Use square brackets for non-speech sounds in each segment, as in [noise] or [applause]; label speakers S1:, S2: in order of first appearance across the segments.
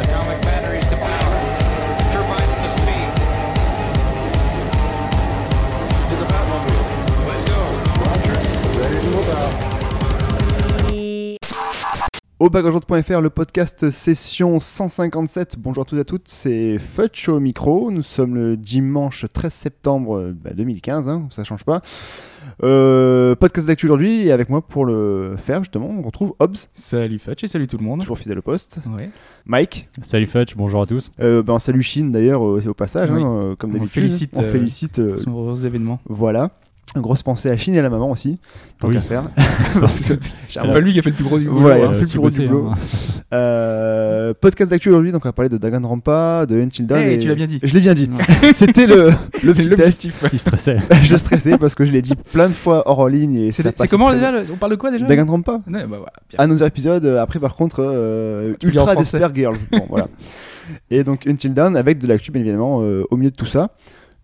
S1: Atomic batteries to power. Turbines to speed. To the Batmobile. Let's go.
S2: Au bagageante.fr, le podcast session 157. Bonjour à tous et à toutes, c'est Futch au micro. Nous sommes le dimanche 13 septembre euh, bah, 2015, hein, ça change pas. Euh, podcast d'actu aujourd'hui, et avec moi pour le faire justement, on retrouve Hobbs,
S3: Salut Fetch et salut tout le monde.
S2: toujours fidèle au poste,
S3: Ouais.
S2: Mike,
S4: Salut Fudge, bonjour à tous.
S2: euh, ben, salut Chine d'ailleurs euh, au passage, hein,
S3: Oui.
S2: euh, comme
S3: On
S2: d'habitude.
S3: félicite,
S2: On
S3: euh,
S2: félicite, euh,
S3: Son heureux
S4: [laughs]
S3: événement.
S2: voilà. Une grosse pensée à Chine et à la maman aussi, tant
S4: Oui.
S2: qu'à faire.
S4: Parce que
S3: [laughs] C'est pas lui qui a fait le plus gros du boulot.
S2: Voilà, il a
S3: hein.
S2: fait le plus gros du boulot.
S4: [laughs]
S2: Euh, podcast d'actu aujourd'hui, donc on va parler de Danganronpa, de Until Dawn.
S3: Eh,
S2: et-
S3: tu l'as bien dit.
S2: Je l'ai bien dit.
S3: Ouais.
S2: [laughs] C'était le, le petit test.
S4: il stressait.
S2: [laughs] je stressais parce que je l'ai dit plein de fois hors en ligne et ça
S3: C'est c'est
S2: passait
S3: comment
S2: très
S3: déjà
S2: bien.
S3: le- On parle de quoi déjà
S2: Danganronpa.
S3: Ouais, bah, voilà, bien.
S2: Un autre épisode. euh, Après, par contre, euh,
S3: Tu le dis en
S2: Ultra
S3: français.
S2: Despair Girls. Bon,
S3: [laughs]
S2: voilà. Et donc Until Dawn avec de l'actu, bien évidemment, euh, au milieu de tout ça.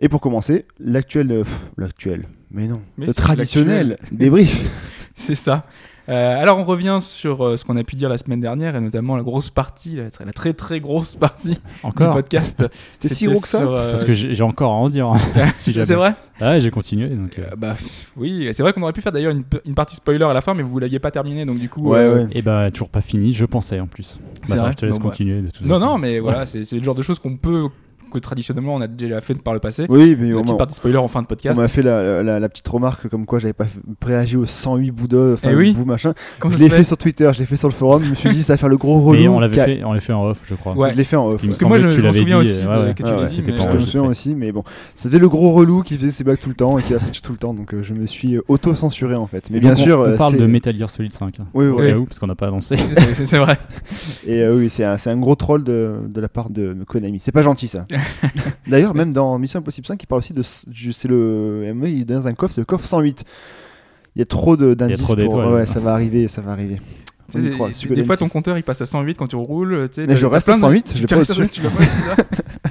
S2: Et pour commencer, l'actuel, euh, pff, l'actuel. Mais non,
S3: Mais
S2: le
S3: si,
S2: traditionnel
S3: [laughs]
S2: débrief.
S3: [laughs] C'est ça. Euh, alors on revient sur euh, ce qu'on a pu dire la semaine dernière et notamment la grosse partie, la très la très, très grosse [laughs] partie du
S4: Encore
S3: podcast.
S2: C'était si gros que ça.
S3: sur, euh,
S4: Parce
S3: [laughs]
S4: que j'ai j'ai encore à en dire. hein. si
S3: c'est
S4: jamais.
S3: c'est vrai
S4: Ah, j'ai continué. Donc, euh,
S3: Euh, Bah oui, c'est vrai qu'on aurait pu faire d'ailleurs une, p- une partie spoiler à la fin, mais vous l'aviez pas terminée, donc du coup.
S2: Ouais,
S3: euh,
S2: ouais.
S4: Et bah, toujours pas fini, je pensais en plus.
S3: C'est
S4: Bah, attends,
S3: vrai.
S4: je te laisse
S3: Bon, bah.
S4: continuer de toute
S3: Non,
S4: façon.
S3: non, mais voilà, c'est c'est le genre de choses qu'on peut, que traditionnellement on a déjà fait par le passé.
S2: Oui, mais
S3: Une
S2: au
S3: petite
S2: moins,
S3: partie spoiler en fin de
S2: On
S3: podcast.
S2: m'a fait la, la- la petite remarque comme quoi j'avais pas f- réagi aux 108 bouddhas, enfin
S3: Eh oui.
S2: bout machin.
S3: [laughs] Comment
S2: je
S3: ça
S2: l'ai
S3: se
S2: fait sur Twitter, je l'ai fait sur le forum, je me suis dit ça va faire le
S4: [laughs]
S2: gros relou.
S4: Mais on l'avait
S2: qu'a-
S4: fait, on l'a fait en off, je crois.
S3: Ouais.
S2: Je l'ai fait en off.
S4: Parce qu'il me
S3: Parce que moi,
S4: semblait
S3: je-
S4: tu
S3: je m'en
S4: l'avais
S3: souviens
S4: dit,
S3: aussi
S4: euh, ouais,
S3: de-
S4: ouais.
S3: que tu
S2: Ah
S3: l'as
S2: ouais,
S3: dit,
S4: c'était
S3: mais-
S4: pas
S2: Parce que je me souviens
S4: enregistré.
S2: aussi, mais bon, c'était le gros relou qui faisait ses blagues tout le temps et qui a sorti tout le temps, donc euh, je me suis auto-censuré en fait. Mais bien
S4: Donc, on-
S2: sûr,
S4: on,
S2: euh,
S4: parle
S2: c'est-
S4: de Metal Gear Solid 5. hein,
S2: Oui,
S4: au
S2: oui.
S4: cas où, parce qu'on n'a pas annoncé.
S3: [laughs] C'est- c'est- C'est vrai.
S2: et euh, oui, c'est un, c'est un gros troll de, de la part de Konami. C'est pas gentil ça. D'ailleurs, même dans Mission Impossible 5, il parle aussi de, du- c'est le, il est dans un coffre, c'est le coffre 108. Il y a trop de- d'indices.
S4: trop
S2: pour-
S4: d'étoiles.
S2: Ouais, ça va arriver, ça va arriver. On
S3: Tu
S2: y
S3: sais,
S2: croit,
S3: des-
S2: Suikoden
S3: des fois, ton
S2: 6.
S3: compteur il passe à 108 quand tu roules. tu sais,
S2: Mais
S3: t'as-
S2: je
S3: t'as
S2: reste
S3: plein
S2: à
S3: de-
S2: 108,
S3: [laughs] tu-
S2: je l'ai
S3: tu
S2: pas
S3: restes à
S2: au-dessus.
S3: 108, tu l'as pas au-dessus, là.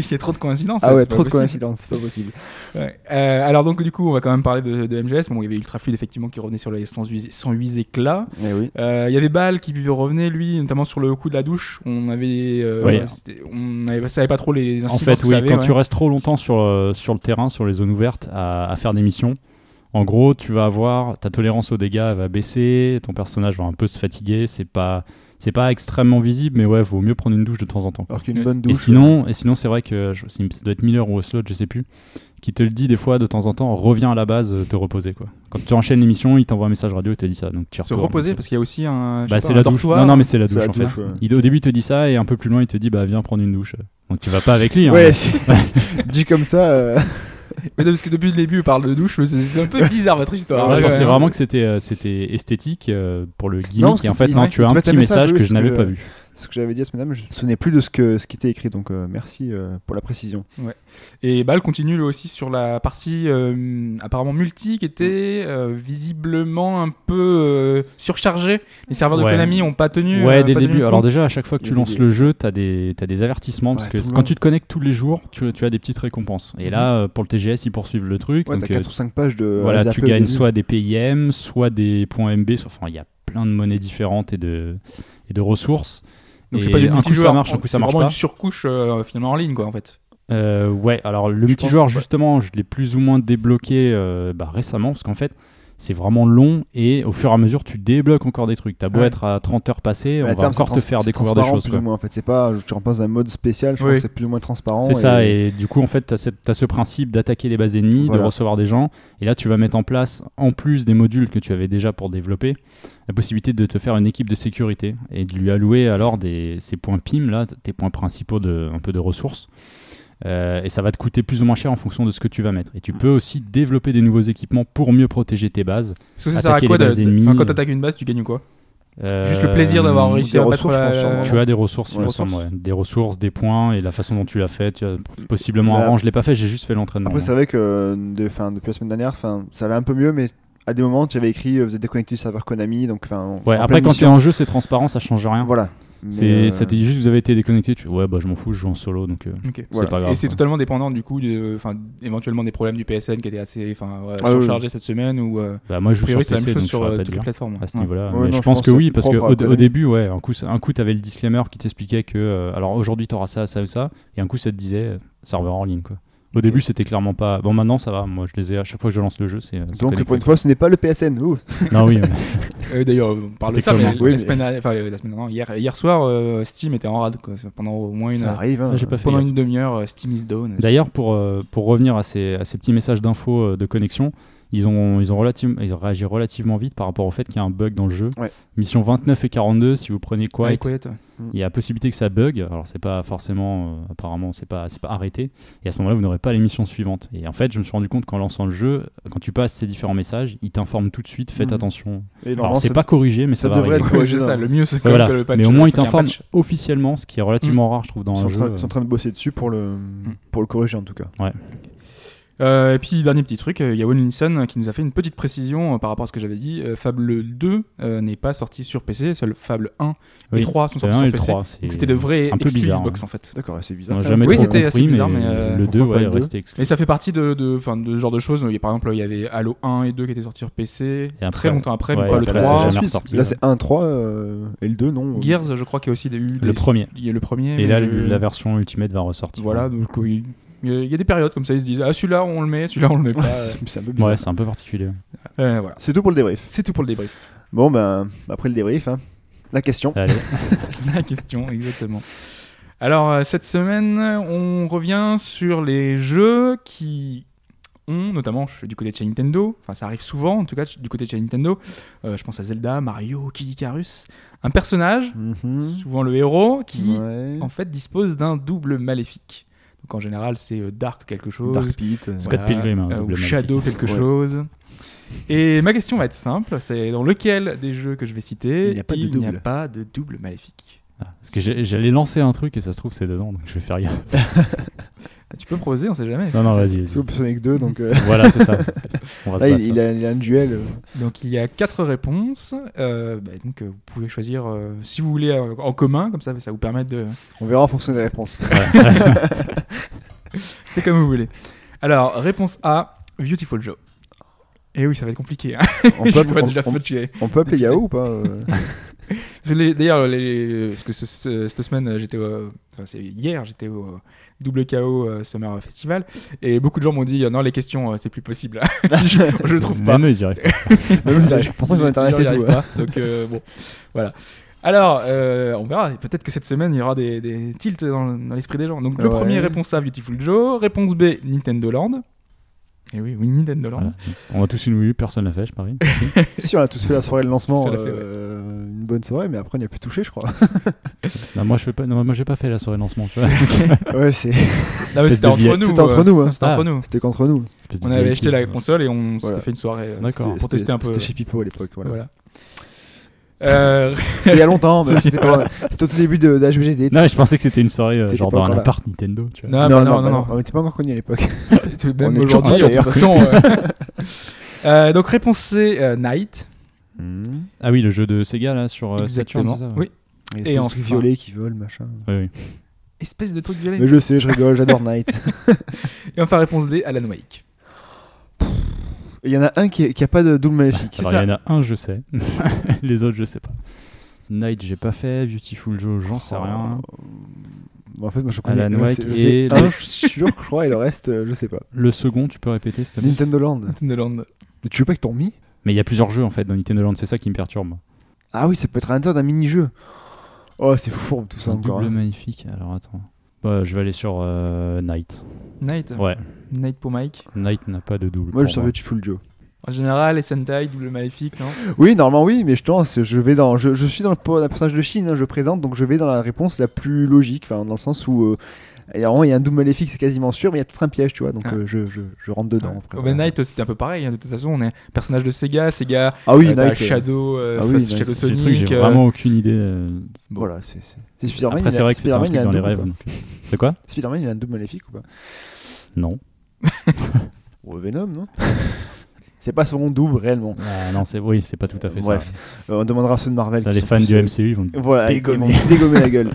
S3: Il y a trop de coïncidences.
S2: Ah
S3: ça, [laughs]
S2: ouais,
S3: c'est pas
S2: trop de
S3: possible.
S2: coïncidences, c'est pas possible.
S3: Ouais. Euh, alors, donc, du coup, on va quand même parler de, de MGS. Bon, il y avait Ultrafluid effectivement qui revenait sur les 108, 108 éclats.
S2: Mais oui.
S3: Euh, il y avait Bal qui revenait, lui, notamment sur le coup de la douche. On avait. euh,
S4: Ouais.
S3: c'était- on avait- savait pas trop les
S4: En
S3: incidences.
S4: fait,
S3: que
S4: oui,
S3: ça avait,
S4: quand
S3: ouais.
S4: tu restes trop longtemps sur, euh, sur le terrain, sur les zones ouvertes, à, à faire des missions, en gros, tu vas avoir ta tolérance aux dégâts elle va baisser, ton personnage va un peu se fatiguer, c'est pas c'est pas extrêmement visible, mais ouais, vaut mieux prendre une douche de temps en temps. quoi.
S2: Alors qu'une
S3: Ouais.
S2: bonne douche.
S4: Et sinon, et sinon, c'est vrai que je- c'est- ça doit être Miller ou Oslot, je sais plus, qui te le dit des fois de temps en temps, reviens à la base, euh, te reposer quoi. Quand tu enchaînes l'émission, il t'envoie un message radio et te dit ça, donc tu
S3: se
S4: retournes.
S3: reposer parce qu'il y a aussi un. je
S4: Bah,
S3: sais
S4: c'est
S3: pas, un
S4: la douche.
S3: dortoir.
S4: Non, non, mais c'est la
S2: C'est
S4: douche
S2: la
S4: en
S2: douche,
S4: fait.
S2: ouais.
S4: Il, au début, il te dit ça et un peu plus loin, il te dit bah viens prendre une douche. Donc tu vas pas avec lui. hein.
S2: Ouais, c'est- [laughs] dit comme ça. euh,
S3: Mais non, parce que depuis le début, on parle de douche. mais C'est c'est un peu bizarre votre histoire.
S4: Ouais, je
S3: Ouais,
S4: pensais
S3: ouais.
S4: vraiment que c'était euh, c'était esthétique euh, pour le gimmick
S2: Non, c'est-
S4: et en fait
S2: il-
S4: non
S2: ouais,
S4: tu
S2: ils
S4: as
S2: te
S4: un
S2: mettent
S4: petit
S2: un message,
S4: message
S2: oui,
S4: que
S2: ce
S4: je
S2: que
S4: n'avais
S2: je-
S4: pas vu.
S2: Ce que j'avais dit à ce madame, je ne me souvenais plus de ce, que, ce qui était écrit, donc euh, merci euh, pour la précision.
S3: Et Bal continue lui aussi sur la partie euh, apparemment multi qui était euh, visiblement un peu euh, surchargée. Les serveurs de
S4: Ouais.
S3: Konami ont pas tenu.
S4: Ouais
S3: euh,
S4: dès
S3: pas
S4: le
S3: tenu
S4: début.
S3: le
S4: Alors
S3: coup.
S4: déjà à chaque fois que
S2: Il y
S4: tu
S2: a des
S4: lances
S2: dé-
S4: le jeu, tu as des t'as des avertissements parce
S2: Ouais,
S4: que
S2: tout le
S4: quand
S2: long.
S4: tu te connectes tous les jours, tu, tu as des petites récompenses. Et là euh, pour le TGS, ils poursuivent le truc
S2: Ouais, t'as
S4: donc euh,
S2: 4 ou 5 pages de.
S4: voilà,
S2: zappé
S4: tu
S2: au
S4: gagnes
S2: début.
S4: soit des PIM, soit des points MB, soit- enfin il y a plein de monnaies différentes et de et de ressources.
S3: donc
S4: Et
S3: c'est pas du
S4: un coup ça
S3: multijoueur.
S4: marche, un coup
S3: C'est
S4: ça marche
S3: vraiment
S4: pas.
S3: une surcouche euh, finalement en ligne quoi en fait.
S4: Euh, ouais, alors le
S3: Je
S4: multijoueur,
S3: pense, ouais.
S4: justement, je l'ai plus ou moins débloqué euh, bah, récemment, parce qu'en fait, c'est vraiment long et au fur et à mesure, tu débloques encore des trucs. T'as beau
S3: Ouais.
S4: être à 30 heures passées,
S2: Mais Bah, à
S4: on va
S2: terme, c'est
S4: encore te
S2: trans-
S4: faire
S2: c'est
S4: découvrir des
S2: transparent,
S4: choses.
S2: Plus
S4: quoi.
S2: ou moins, en fait, c'est pas. je- Tu rentres dans un mode spécial, je
S3: Oui.
S2: pense que c'est plus ou moins transparent.
S4: C'est ça,
S2: et-
S4: et du coup, en fait, t'as cette- t'as ce principe d'attaquer les bases ennemies,
S2: Voilà.
S4: de recevoir des gens, et là, tu vas mettre en place, en plus des modules que tu avais déjà pour développer, la possibilité de te faire une équipe de sécurité et de lui allouer alors des, ces points PIM, là, tes points principaux de, un peu de ressources. Euh, et ça va te coûter plus ou moins cher en fonction de ce que tu vas mettre. Et tu peux aussi développer des nouveaux équipements pour mieux protéger tes bases.
S3: Parce que ça sert à
S4: Attaquer
S3: quoi
S4: les
S3: de-
S4: bases
S3: de- enfin,
S4: ennemies.
S3: quand t'attaques une base, tu gagnes quoi
S4: Euh,
S3: Juste le plaisir d'avoir réussi
S2: des
S3: à battre
S2: ressources, je pense,
S3: la.
S2: sûrement.
S4: Tu as des ressources, il
S3: Des
S4: me semble,
S3: ressources.
S4: ouais. des ressources, des points et la façon dont tu l'as fait. Tu as possiblement
S2: Là-
S4: avant, je l'ai pas fait, j'ai juste fait l'entraînement.
S2: Après, c'est vrai que euh, de, fin, depuis la semaine dernière, fin, ça allait un peu mieux, mais à des moments, j'avais écrit euh, vous êtes déconnecté du serveur Konami, donc. Fin,
S4: Ouais, après quand tu es en jeu, c'est transparent, ça change rien.
S2: Voilà. Mais,
S4: C'est,
S2: euh,
S4: ça te dit juste que vous avez été déconnecté. Tu fais, ouais, bah je m'en fous, je joue en solo, donc euh,
S3: Ok.
S2: Voilà.
S4: pas grave,
S3: Et c'est
S4: quoi.
S3: totalement dépendant du coup, de, enfin, éventuellement des problèmes du PSN qui étaient assez enfin, ouais,
S2: Ah,
S3: surchargés cette semaine ou euh,
S4: bah, moi
S3: a
S4: je joue
S3: priori c'est
S4: sur
S3: la même
S4: PC,
S3: chose
S4: donc
S3: sur
S4: je saurais
S3: euh,
S4: pas
S3: toutes
S4: te
S3: les
S4: dire.
S3: plateformes.
S4: à ce
S3: Ouais.
S2: Ouais,
S4: niveau-là. Mais
S2: non,
S4: je
S2: je
S4: pense
S2: pense
S4: que
S2: que
S4: oui,
S2: c'est
S4: parce que
S2: propre à
S4: au,
S2: la
S4: au
S2: télé.
S4: début, ouais, un coup, ça- un coup, t'avais le disclaimer qui t'expliquait que, euh, alors aujourd'hui, t'auras ça, ça ou ça, et un coup, ça te disait euh, serveur en ligne, quoi. Au début, c'était clairement pas. Bon, maintenant, ça va. Moi, je les ai à chaque fois que je lance le jeu, c'est. euh, c'est
S2: Donc
S4: connecté,
S2: pour une
S4: quoi.
S2: fois, ce n'est pas le PSN. Ouh.
S4: Non, oui. ouais.
S3: Euh, D'ailleurs, on parle de
S4: C'était
S3: ça, mais,
S4: comment
S3: la,
S2: Oui, mais-
S3: semaine, dernière- enfin, euh, la semaine dernière, hier, hier soir, euh, Steam était en rade quoi. pendant au moins une, euh,
S2: ça arrive. hein.
S4: Ah, [laughs] j'ai pas fait
S3: pendant
S4: gaffe.
S3: une demi-heure. euh, Steam is down.
S4: D'ailleurs, pour, euh, pour revenir à ces, à ces petits messages d'info euh, de connexion, ils ont, ils, ont relative- ils ont réagi relativement vite par rapport au fait qu'il y a un bug dans le jeu.
S2: Ouais.
S4: Mission 29 et 42, si vous prenez
S3: Ouais,
S4: Quiet,
S3: Quiet, ouais.
S4: il y a possibilité que ça bug. Alors, c'est pas forcément, euh, apparemment, c'est pas, c'est pas arrêté. Et à ce moment-là, vous n'aurez pas l'émission suivante. Et en fait, je me suis rendu compte qu'en lançant le jeu, quand tu passes ces différents messages, ils t'informent tout de suite, faites
S3: Mhm.
S4: attention.
S2: Et normalement,
S4: Alors, c'est
S2: ça-
S4: pas corrigé, mais ça,
S2: ça
S4: va
S2: devrait
S4: arriver.
S2: être
S3: Ouais,
S2: corrigé
S3: c'est ça.
S2: dans-
S3: Le mieux, c'est
S4: Mais
S3: quand même
S4: voilà.
S3: que le patch.
S4: mais au moins, ils
S3: faut qu'il y ait un
S4: t'informent
S3: patch.
S4: officiellement, ce qui est relativement
S2: Mmh.
S4: rare, je trouve, dans
S2: Ils sont, en
S4: un jeu. euh.
S2: train, ils sont en train de bosser dessus pour le, pour le corriger en tout cas.
S3: Euh, et puis dernier petit truc, euh, il y a Owen Linson qui nous a fait une petite précision euh, par rapport à ce que j'avais dit. Euh, Fable 2 euh, n'est pas sorti sur PC, seul Fable 1 et
S4: Oui.
S3: 3 sont
S4: Le
S3: sortis
S4: 1 et
S3: sur
S4: le
S3: PC.
S4: 3,
S3: Donc
S4: c'est-
S3: c'était de vrais
S4: c'est un peu
S3: exclus
S4: bizarre. hein.
S3: Xbox en fait.
S2: D'accord, c'est bizarre.
S4: On a jamais
S3: Oui,
S4: trop
S3: c'était assez
S4: compris, mais,
S3: bizarre, mais, euh,
S4: le 2
S2: pourquoi pas
S4: ouais,
S2: le
S4: est
S2: deux
S4: resté exclu.
S3: Et ça fait partie de, de, enfin, de ce genre de choses. Il y a, par exemple, il y avait Halo 1 et 2 qui étaient sortis sur PC
S4: Et après,
S3: très longtemps après,
S4: ouais,
S3: mais pas le
S2: là,
S4: après,
S3: 3.
S2: c'est
S4: jamais
S3: ensuite.
S4: ressorti.
S2: Là, c'est 1, 3 euh, et le 2, non.
S3: Gears, je crois qu'il y a aussi eu des-
S4: Le premier.
S3: Il y a le premier.
S4: Et
S3: mais
S4: là,
S3: je-
S4: la version Ultimate va ressortir.
S3: Voilà, donc oui. Il y a- il y a des périodes comme ça, ils se disent Ah, celui-là, on le met, celui-là, on le met pas.
S2: Ouais, c'est [laughs] c'est un peu bizarre.
S4: Ouais, c'est un peu particulier.
S3: Euh, voilà.
S2: C'est tout pour le débrief.
S3: C'est tout pour le débrief.
S2: Bon, ben, après le débrief, hein, la question.
S4: Allez,
S3: [laughs] La question, exactement. Alors, euh, cette semaine, on revient sur les jeux qui ont, notamment je suis du côté de chez Nintendo, enfin ça arrive souvent en tout cas du côté de chez Nintendo, euh, je pense à Zelda, Mario, Kid Icarus, un personnage,
S2: Mhm.
S3: souvent le héros, Euh, qui
S2: Ouais.
S3: en fait dispose d'un double maléfique. Donc en général, c'est euh, Dark quelque chose.
S2: Dark Pit. euh,
S4: Scott Pilgrim, un
S3: euh,
S4: double
S3: ou Shadow
S4: maléfique.
S3: quelque
S2: Ouais.
S3: chose. Et ma question va être simple, c'est dans lequel des jeux que je vais citer,
S2: Il n'y a pas de
S3: il n'y a
S2: double.
S3: pas de double maléfique.
S4: parce que j'ai- j'allais lancer un truc et ça se trouve c'est dedans, donc je vais faire
S3: [laughs]
S4: gaffe.
S3: Ah, Tu peux me proposer, on sait jamais.
S4: Non, non, vas-y. vas-y.
S2: Soup Sonic 2, donc
S3: [laughs]
S2: euh,
S4: voilà, c'est ça. On
S3: Ah,
S4: va se
S2: là,
S4: battre.
S2: il, il a, il a un duel. euh.
S3: Donc il y a quatre réponses. euh, bah, donc euh, vous pouvez choisir euh, si vous voulez euh, en commun, comme ça ça vous permet de.
S2: On verra en fonction des
S3: [laughs]
S2: réponses.
S3: C'est comme vous voulez. Alors réponse A, Beautiful Joe. Et oui, ça va être compliqué.
S4: [laughs]
S3: Hein.
S2: On
S3: Je
S2: peut,
S3: peux pas
S2: on-
S3: déjà
S2: on-
S3: fudger.
S2: on peut appeler Yahoo ou pas
S3: [laughs]
S2: euh
S3: Parce que les- D'ailleurs, les- parce que ce- ce- cette semaine, j'étais au- enfin, c'est hier, j'étais au WKO euh, Summer Festival et beaucoup de gens m'ont dit non, les questions, euh, c'est plus possible. [laughs] je, je le trouve pas.
S4: Même eux, ils
S3: [laughs]
S4: y arrivent pas.
S2: Même ils arrivent- Pourtant, ils ont internet
S3: gens
S2: et
S3: y
S2: tout.
S3: arrivent pas, donc euh, bon, voilà. Alors, euh, on verra. Peut-être que cette semaine, il y aura des, des tilts dans, dans l'esprit des gens. Donc, le
S2: Ouais.
S3: premier, réponse A, Beautiful Joe. Réponse B, Nintendo Land. Et oui, oui, Nintendo Land.
S4: Voilà. On a tous une Wii U, personne l'a fait, je
S3: [laughs]
S4: parie.
S2: hein. Si, on a tous fait la soirée de lancement.
S3: Tous, on l'a fait, ouais.
S2: euh, Une bonne soirée, mais après, on n'y a plus touché, je
S3: [laughs]
S2: crois.
S4: Non, moi, je fais pas. Non, moi, j'ai pas fait la soirée de lancement.
S3: [laughs]
S4: tu vois.
S2: ouais, c'est-
S3: Non, mais
S4: Espèce
S3: c'était
S4: de
S3: entre,
S4: vieille-
S3: nous.
S2: c'était entre
S3: euh,
S2: nous, hein.
S3: C'était entre
S4: Ah.
S3: nous.
S2: C'était contre nous.
S4: Espèce de
S3: On avait
S4: vieille
S3: acheté la
S4: qui-
S3: console et on
S2: Voilà.
S3: s'était fait une soirée euh,
S4: D'accord.
S3: pour tester un peu.
S2: C'était chez Pipo à l'époque. Voilà. [laughs]
S3: Voilà. Euh, [laughs]
S2: C'était il y a longtemps, mais c'était pas- c'était au tout début de, de la HBGD.
S4: Non, mais je pensais que c'était une soirée euh,
S2: T'étais
S4: genre
S2: pas
S4: dans
S2: encore
S4: un
S2: là.
S4: appart Nintendo. Tu vois.
S3: non, bah, non, non, non.
S2: On n'était pas encore connus à l'époque. On est
S3: Même
S2: toujours
S3: aujourd'hui,
S2: pas,
S3: de toute façon. euh, euh, [laughs] donc, réponse C, euh, Night.
S4: Ah oui, le jeu de Sega là sur euh, Saturn,
S3: Exactement.
S4: c'est ça, ouais.
S3: Oui. Hmm. Et
S2: Et en
S3: enfin.
S2: violet qui vole, machin.
S4: Oui,
S3: Espèce de truc violet.
S2: Mais je sais, je rigole,
S4: [laughs]
S2: j'adore Night.
S3: Et enfin, réponse D, Alan Wake.
S2: Il y en a un qui, qui a pas de double maléfique.
S3: C'est
S4: Alors,
S3: ça.
S4: il y en a un, je sais. [laughs] Les autres, je sais pas. Oh. Night, j'ai pas fait. Beautiful Joe, j'en sais bah, rien.
S2: Bon, Euh, en fait, moi je connais.
S4: Alan
S2: je
S4: Wake
S2: sais- je sais
S4: et
S2: un,
S4: le-
S2: je suis [laughs] sûr, je crois, et le reste, euh, je sais pas.
S4: Le second, tu peux répéter, s'il te plaît
S2: Nintendo Land.
S3: Nintendo Land.
S2: Mais tu veux pas que t'en mis
S4: Mais il y a plusieurs jeux en fait dans Nintendo Land, c'est ça qui me perturbe.
S2: Ah oui, ça peut être à l'intérieur d'un mini-jeu. Oh, c'est fourbe tout
S4: C'est
S2: ça
S4: un
S2: encore.
S4: double
S2: hein.
S4: magnifique. Alors attends. Bah, je vais aller sur euh, Knight.
S3: Night.
S4: Ouais,
S3: Night pour Mike.
S4: Knight n'a pas de double.
S2: Moi, je
S4: pour
S2: savais tu full Joe.
S3: En général, les Sentai, double maléfique, non
S2: Oui, normalement, oui, mais je pense, je vais dans, je, je suis dans le po- la personnage de Chine, hein, je présente, donc je vais dans la réponse la plus logique, enfin, dans le sens où euh, il y a vraiment- il y a un double maléfique, c'est quasiment sûr, mais il y a peut-être un piège, tu vois, donc
S3: Ah.
S2: euh, je, je, je rentre dedans. après,
S3: Oh,
S2: voilà.
S3: ben, Night, c'était un peu pareil. hein, De toute façon, on est personnage de Sega, Sega,
S2: Ah oui,
S3: euh, t'as
S2: Night, euh,
S3: Shadow, euh,
S2: Ah oui,
S3: Fast
S2: Night,
S3: Shadow
S4: C'est des trucs,
S3: Sonic.
S4: j'ai
S3: euh,
S4: vraiment aucune idée. euh,
S2: Voilà, c'est c'est- c'est Spider-Man.
S4: Après,
S2: il
S4: c'est
S2: a-
S4: vrai que c'est un
S2: Spider-Man,
S4: truc
S2: il a
S4: dans les
S2: double,
S4: rêves.
S2: quoi.
S4: donc. C'est quoi
S2: Spider-Man, il a un double maléfique ou pas
S4: Non. [laughs]
S2: Ou Venom, non C'est pas son double réellement.
S4: Ah, non, c'est oui, c'est pas tout à fait
S2: Bref.
S4: ça.
S2: Euh, on demandera à ceux de Marvel.
S4: T'as
S2: qui
S4: les
S2: sont
S4: fans
S2: tous,
S4: du
S2: euh,
S4: MCU, ils vont
S2: Voilà,
S4: dégommer.
S2: ils vont dégommer la
S4: [laughs]
S2: gueule.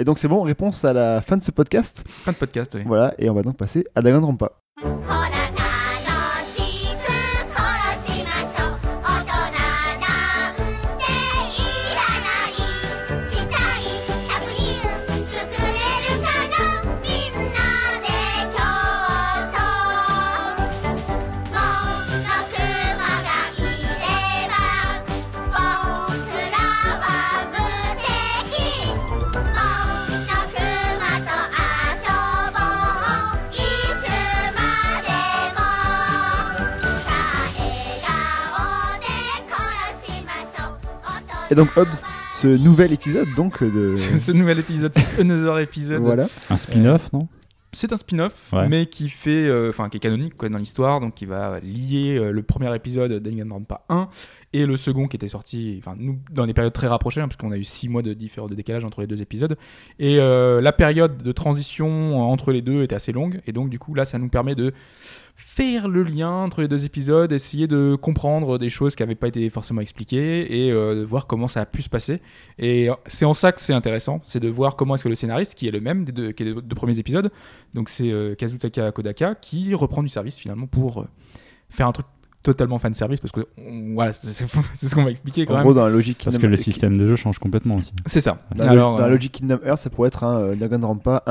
S2: Et donc c'est bon, réponse à la fin de ce podcast.
S3: Fin de podcast, oui.
S2: Voilà, et on va donc passer à Danganronpa.
S5: ほら楽しく殺しましょう大人なんていらないしたい100人作れるかなみんなで競争もう6馬がいれば僕らは無敵もうのくまとあそぼういつまでもさあ笑顔で殺しましょう
S2: Et donc Hobbs, ce nouvel épisode donc euh,
S4: [laughs]
S2: de
S3: [laughs] Ce ce nouvel épisode, c'est Another épisode.
S2: voilà.
S4: Un spin-off, non
S3: C'est un spin-off,
S4: Ouais.
S3: mais qui fait, euh, enfin, qui est canonique quoi, dans l'histoire, donc qui va lier euh, le premier épisode Danganronpa 1 et le second qui était sorti, enfin, nous, dans des périodes très rapprochées, hein, parce qu'on a eu 6 mois de différence de décalage entre les deux épisodes, et euh, la période de transition entre les deux était assez longue, et donc du coup là, ça nous permet de faire le lien entre les deux épisodes, essayer de comprendre des choses qui n'avaient pas été forcément expliquées et euh, de voir comment ça a pu se passer. Et euh, c'est en ça que c'est intéressant, c'est de voir comment est-ce que le scénariste, qui est le même des deux, qui est des deux premiers épisodes, donc c'est euh, Kazutaka Kodaka qui reprend du service finalement pour euh, faire un truc totalement fan service parce que on- voilà, c'est [laughs] c'est ce qu'on va expliquer quand
S2: En
S3: même.
S2: gros dans la logique
S4: Parce que
S2: Kingdom-
S4: le système de jeu change complètement aussi.
S3: C'est ça.
S2: Dans, la logique-
S3: Alors,
S2: dans la
S3: euh, [laughs]
S2: logique Kingdom Hearts, ça pourrait être un euh, Danganronpa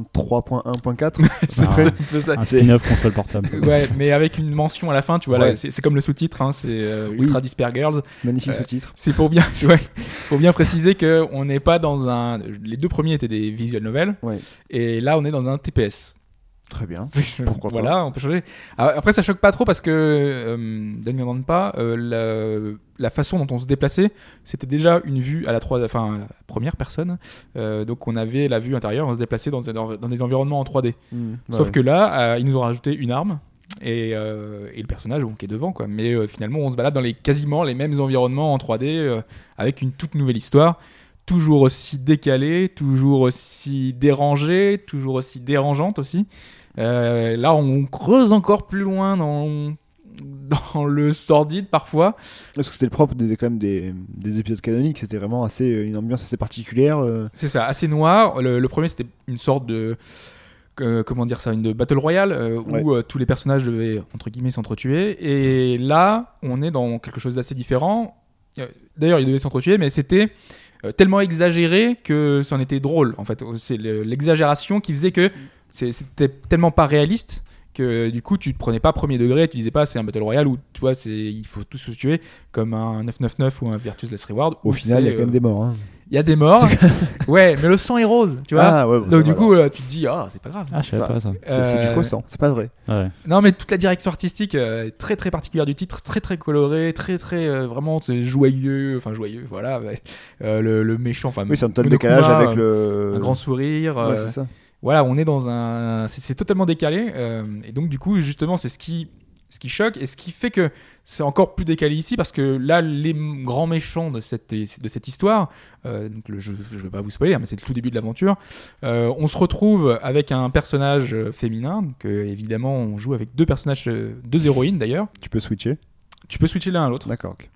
S4: [laughs]
S2: 1.3.1.4.
S3: c'est
S2: Ah.
S3: c'est un peu ça.
S4: Un spin-off
S2: [laughs]
S4: console portable.
S3: Ouais, mais avec une mention à la fin, tu vois, là,
S2: Ouais.
S3: c'est c'est comme le sous-titre, hein, c'est euh, Ultra Disper Girls.
S2: Magnifique
S3: Euh,
S2: sous-titre.
S3: C'est pour bien, [laughs] ouais, pour bien préciser que on n'est pas dans un. Les deux premiers étaient des visual novels,
S2: Ouais.
S3: et là on est dans un TPS.
S2: Très bien. [laughs] Pourquoi
S3: Pourquoi Hein. voilà, on peut changer. Ah, Après, ça choque pas trop parce que euh, Danganronpa, euh, la, la façon dont on se déplaçait, c'était déjà une vue à la, trois, enfin, à la première personne. Euh, donc, on avait la vue intérieure, on se déplaçait dans, dans- dans des environnements en 3D.
S2: Hmm. Bah
S3: Sauf que là, euh, ils nous ont rajouté une arme et, euh, et le personnage bon, qui est devant. Quoi. Mais euh, finalement, on se balade dans les, quasiment les mêmes environnements en 3D euh, avec une toute nouvelle histoire. Toujours aussi décalée, toujours aussi dérangée, toujours aussi dérangeante aussi. Euh, là, on creuse encore plus loin dans, dans le sordide parfois.
S2: Parce que c'était le propre des, quand même des, des épisodes canoniques, c'était vraiment assez euh, une ambiance assez particulière. euh,
S3: C'est ça, assez noir. Le, le premier, c'était une sorte de. euh, comment dire ça Une de battle royale euh, où euh, tous les personnages devaient, entre guillemets, s'entretuer. Et là, on est dans quelque chose d'assez différent. Euh, D'ailleurs, ils devaient s'entretuer, mais c'était euh, tellement exagéré que c'en était drôle. En fait, Euh, c'est le- l'exagération qui faisait que c'est- c'était tellement pas réaliste que du coup tu te prenais pas premier degré tu disais pas c'est un battle royale où tu vois c'est il faut tous se tuer comme un 999 ou un Virtus Last Reward
S2: Au
S3: où
S2: final, il y a
S3: c'est,
S2: quand même
S3: euh,
S2: des morts. hein.
S3: il y a des morts. [laughs] ouais, mais le sang est rose, tu vois.
S2: ah ouais, bon, ça
S3: Donc du
S2: va,
S3: coup, euh, tu te dis, ah, c'est pas grave.
S4: Ah, je savais
S2: Enfin,
S4: pas ça.
S2: alors. c'est c'est du
S3: Euh,
S2: faux sang, c'est pas vrai.
S4: Ouais.
S3: Non, mais toute la direction artistique euh, est très très particulière du titre, très très colorée, très très euh, vraiment c'est joyeux, enfin joyeux, voilà. ouais. Euh, le, le méchant, enfin,
S2: Oui, c'est un tel
S3: Monokuma,
S2: décalage avec
S3: euh,
S2: le.
S3: un grand sourire.
S2: Ouais,
S3: euh,
S2: c'est ça.
S3: voilà, on est dans un. C'est c'est totalement décalé. euh, et donc, du coup, justement, c'est ce qui, ce qui choque et ce qui fait que c'est encore plus décalé ici parce que là, les m- grands méchants de cette, de cette histoire, euh, donc le, je ne vais pas vous spoiler, hein, mais c'est le tout début de l'aventure, euh, on se retrouve avec un personnage euh, féminin. Donc, euh, évidemment, on joue avec deux personnages, euh, deux héroïnes d'ailleurs.
S2: Tu peux switcher.
S3: Tu peux switcher l'un à l'autre.
S2: D'accord. ok.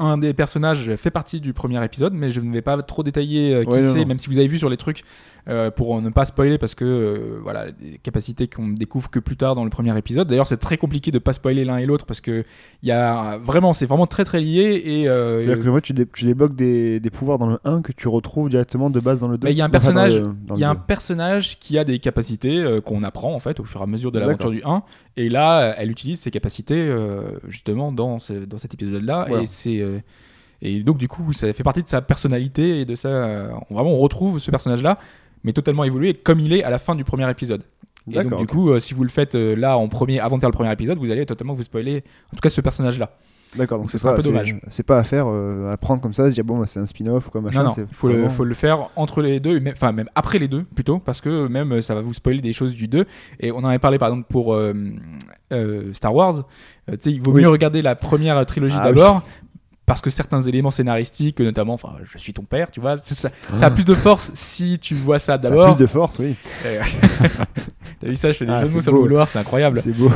S3: Un des personnages fait partie du premier épisode, mais je ne vais pas trop détailler euh, qui
S2: Ouais, non,
S3: c'est,
S2: non.
S3: même si vous avez vu sur les trucs, euh, pour ne pas spoiler, parce que euh, voilà, des capacités qu'on ne découvre que plus tard dans le premier épisode. D'ailleurs, c'est très compliqué de ne pas spoiler l'un et l'autre, parce que il y a vraiment, c'est vraiment très très lié. Et euh,
S2: C'est-à-dire que moi, tu, dé- tu débloques des, des pouvoirs dans le 1 que tu retrouves directement de base dans le 2.
S3: Mais il y a un
S2: Enfin, dans le-
S3: personnage-
S2: dans le
S3: il y a un
S2: 2.
S3: personnage qui a des capacités euh, qu'on apprend en fait au fur et à mesure de
S2: D'accord.
S3: l'aventure du 1, et là, euh, elle utilise ses capacités euh, justement dans, ce- dans cet épisode-là,
S2: Voilà.
S3: et c'est euh, Et donc, du coup, ça fait partie de sa personnalité et de ça. vraiment, on retrouve ce personnage-là, mais totalement évolué, comme il est à la fin du premier épisode. Et donc,
S2: D'accord.
S3: du coup, euh, si vous le faites euh, là, en premier, avant de faire le premier épisode, vous allez totalement vous spoiler, en tout cas, ce personnage-là.
S2: D'accord, donc
S3: ce
S2: c'est
S3: sera
S2: pas,
S3: un peu
S2: c'est-
S3: dommage.
S2: C'est pas à faire, euh, à prendre comme ça, à se dire bon, bah, c'est un spin-off ou quoi, machin.
S3: Non, non,
S2: c'est
S3: il faut, le-
S2: vraiment-
S3: faut le faire entre les deux, et même- enfin, même après les deux, plutôt, parce que même euh, ça va vous spoiler des choses du 2. Et on en avait parlé, par exemple, pour euh, euh, Star Wars. Euh, tu sais, il vaut
S2: Oui.
S3: mieux regarder la première trilogie
S2: Ah,
S3: d'abord. Parce que certains éléments scénaristiques, notamment, enfin, je suis ton père, tu vois, c'est ça, ça a plus de force si tu vois ça
S2: Ah. ça a
S3: d'abord.
S2: plus de force, oui.
S3: [laughs] T'as vu ça, je fais des
S2: Ah,
S3: jeux de
S2: c'est
S3: mots sans
S2: beau.
S3: le vouloir, c'est incroyable.
S2: C'est beau.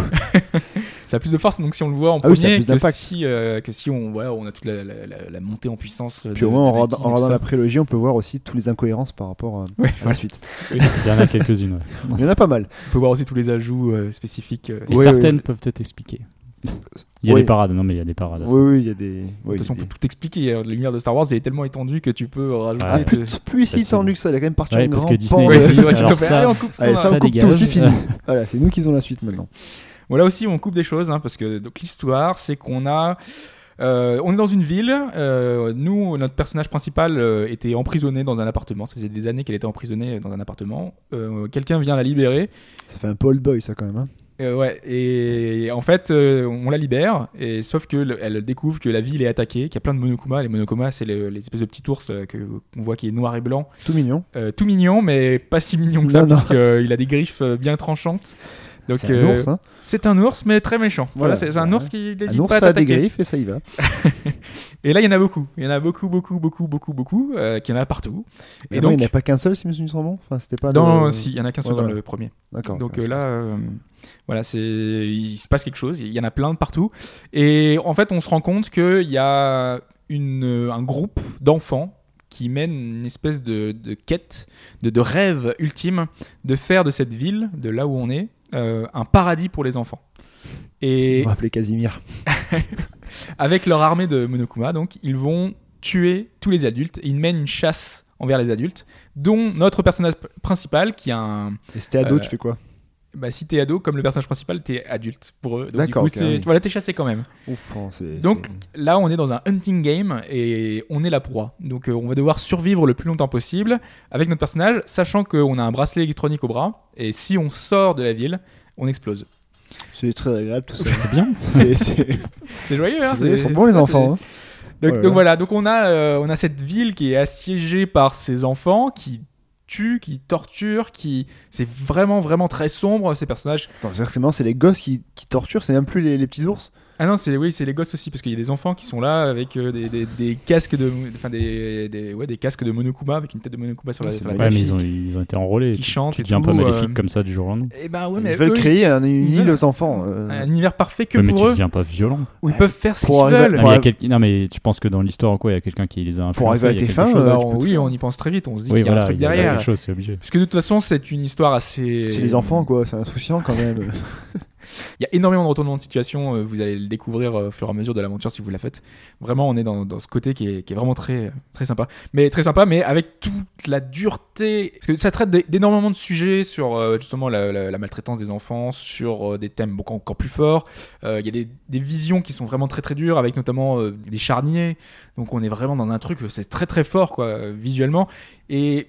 S3: ça a plus de force. Donc si on le voit en
S2: Ah oui, ça a
S3: premier,
S2: plus
S3: que,
S2: d'impact.
S3: si, euh, que si on, voilà, on a toute la, la- la- la montée en puissance.
S2: Puis au moins, en regardant en regardant la prélogie, on peut voir aussi toutes les incohérences par rapport à,
S3: Oui,
S2: à la
S3: voilà.
S2: suite.
S4: Il y en a quelques-unes. ouais.
S2: Il y en a pas mal.
S3: On peut voir aussi tous les ajouts euh, spécifiques. euh,
S4: Et
S2: Oui,
S4: certaines peuvent être expliquées. Il y a
S2: Oui.
S4: les parades, non mais il y a les parades. à ça.
S2: Oui, oui, il y a des. oui,
S3: de toute façon,
S2: il
S3: on
S2: y a
S3: peut tout expliquer. hein. L'univers de Star Wars, il est tellement étendu que tu peux rajouter.
S4: Ah,
S2: des-
S3: de-
S2: plus, plus si
S4: Facile.
S2: tendu que ça, il a quand même parti
S4: Ouais,
S2: un
S4: parce
S2: grand
S4: que Disney-
S2: pan
S3: Ouais,
S2: de- [laughs]
S3: c'est vrai qu'ils
S4: Alors
S3: ont fait,
S4: ça-
S3: allez, on coupe,
S2: Allez,
S3: on a-
S2: ça, on
S4: Ça
S2: coupe tout,
S4: dégage.
S2: c'est
S3: [laughs]
S2: fini. voilà, c'est nous qui avons la suite maintenant.
S3: Voilà hein. aussi, on coupe des choses, hein, parce que donc l'histoire, c'est qu'on a, euh, on est dans une ville. euh, nous, notre personnage principal euh, était emprisonné dans un appartement. Ça faisait des années qu'elle était emprisonnée dans un appartement. Euh, Quelqu'un vient la libérer.
S2: Ça fait un peu old boy, ça quand même. hein.
S3: Euh, ouais. Et en fait, euh, on la libère. Et sauf que le- elle découvre que la ville est attaquée, qu'il y a plein de monokumas. Les monokumas, c'est le- les espèces de petits ours euh, que qu'on voit qui est noir et blanc,
S2: Tout mignon.
S3: Euh, tout mignon, mais pas si mignon que ça,
S2: Non, non.
S3: parce qu'il a des griffes euh, bien tranchantes. Donc,
S2: C'est un
S3: euh,
S2: ours, hein.
S3: c'est un ours, mais très méchant.
S2: Voilà,
S3: Voilà, c'est c'est un
S2: voilà.
S3: ours qui
S2: Un
S3: n'hésite
S2: ours
S3: pas à
S2: ça a des
S3: t'attaquer.
S2: griffes et ça y va.
S3: Et là, il y en a beaucoup. Il y en a beaucoup, beaucoup, beaucoup, beaucoup, beaucoup. Euh, qu'il y en a partout.
S2: Et
S3: Et
S2: donc, il
S3: donc,
S2: n'y en a pas qu'un seul, si mes souvenirs sont bons. Enfin, c'était pas.
S3: dans,
S2: le...
S3: si, il y en a qu'un seul
S2: Ouais,
S3: dans
S2: voilà.
S3: le premier.
S2: D'accord.
S3: Donc
S2: ouais,
S3: euh,
S2: c'est
S3: là,
S2: ça.
S3: euh, voilà, c'est il se passe quelque chose. Il y en a plein de partout. Et en fait, on se rend compte qu'il y a une, euh, un groupe d'enfants qui mènent une espèce de, de quête, de, de rêve ultime, de faire de cette ville, de là où on est, euh, un paradis pour les enfants. Et
S2: On va appeler Casimir.
S3: avec leur armée de Monokuma, donc, ils vont tuer tous les adultes. Et ils mènent une chasse envers les adultes, dont notre personnage p- principal, qui a un,
S2: Et c'était ado,
S3: Euh,
S2: tu fais quoi
S3: bah, si t'es ado, comme le personnage principal, t'es adulte pour eux. Donc, du
S2: D'accord,
S3: coup,
S2: ok,
S3: c'est-
S2: oui.
S3: voilà, t'es chassé quand même.
S2: Ouf, hein, c'est.
S3: Donc,
S2: c'est-
S3: Là, on est dans un hunting game et on est la proie. Donc, euh, on va devoir survivre le plus longtemps possible avec notre personnage, sachant qu'on a un bracelet électronique au bras. Et si on sort de la ville, on explose.
S2: c'est très agréable
S3: [laughs]
S2: tout ça.
S4: C'est bien.
S2: C'est- c'est-
S3: C'est joyeux, hein
S2: Ils
S3: c'est-
S2: sont bons les
S3: c'est-
S2: enfants. hein.
S3: Donc,
S2: Oh là
S3: donc
S2: là.
S3: voilà, donc on a, euh, on a cette ville qui est assiégée par ces enfants qui tuent, qui torturent, qui. C'est vraiment, vraiment très sombre, ces personnages.
S2: Attends, c'est vraiment, c'est les gosses qui, qui torturent, c'est même plus les, les petits ours.
S3: Ah non, c'est oui, c'est les gosses aussi parce qu'il y a des enfants qui sont là avec euh, des, des- des casques de, enfin des, des- ouais, des casques de Monokuma avec une tête de Monokuma sur la,
S2: C'est
S3: sur la
S2: Ouais,
S4: Ouais,
S3: tête.
S4: mais ils ont, ils ont été enrôlés.
S3: Qui
S4: Tu-
S3: chantent
S4: Tu
S3: et
S4: deviens un
S3: tout,
S4: peu maléfique
S3: euh,
S4: comme ça du jour au lendemain.
S3: Eh ben ouais, mais
S2: Ils veulent
S3: eux,
S2: créer un- une
S3: ils
S2: île
S3: veulent-
S2: aux enfants.
S3: ils-
S2: euh,
S3: un univers parfait que
S4: Ouais, mais
S3: pour
S4: tu
S3: eux.
S4: deviens pas violent.
S3: Où ils peuvent faire ce
S2: pour
S3: qu'ils
S2: arriver-
S3: veulent.
S4: Non,
S2: Pour
S4: mais il y a
S2: arriver-
S4: quelqu'un- non, mais tu penses que dans l'histoire, quoi, il y a quelqu'un qui les a influencés.
S2: Pour arriver à
S4: il y a
S2: tes
S4: quelque
S2: fins,
S4: chose.
S2: euh,
S3: Bah,
S2: tu
S3: on-
S2: peux tout
S3: oui,
S2: faire.
S3: on y pense très vite. On se dit
S4: oui,
S3: qu'il y a un
S4: voilà,
S3: truc
S4: il y a
S3: derrière.
S4: quelque chose, c'est obligé.
S3: Parce que de toute façon, c'est une histoire assez.
S2: C'est les enfants quoi, c'est insouciant quand même.
S4: [laughs]
S3: Il y a énormément de retournements de situation. euh, Vous allez le découvrir euh, au fur et à mesure de l'aventure si vous la faites. Vraiment, on est dans, dans ce côté qui est, qui est vraiment très, très sympa. Mais très sympa, mais avec toute la dureté. Parce que ça traite d'é- d'énormément de sujets sur euh, justement la, la- la maltraitance des enfants, sur euh, des thèmes beaucoup encore plus forts. Euh, Il y a des, des visions qui sont vraiment très très dures, avec notamment euh, des charniers. Donc on est vraiment dans un truc, euh, c'est très très fort quoi, euh, visuellement. Et.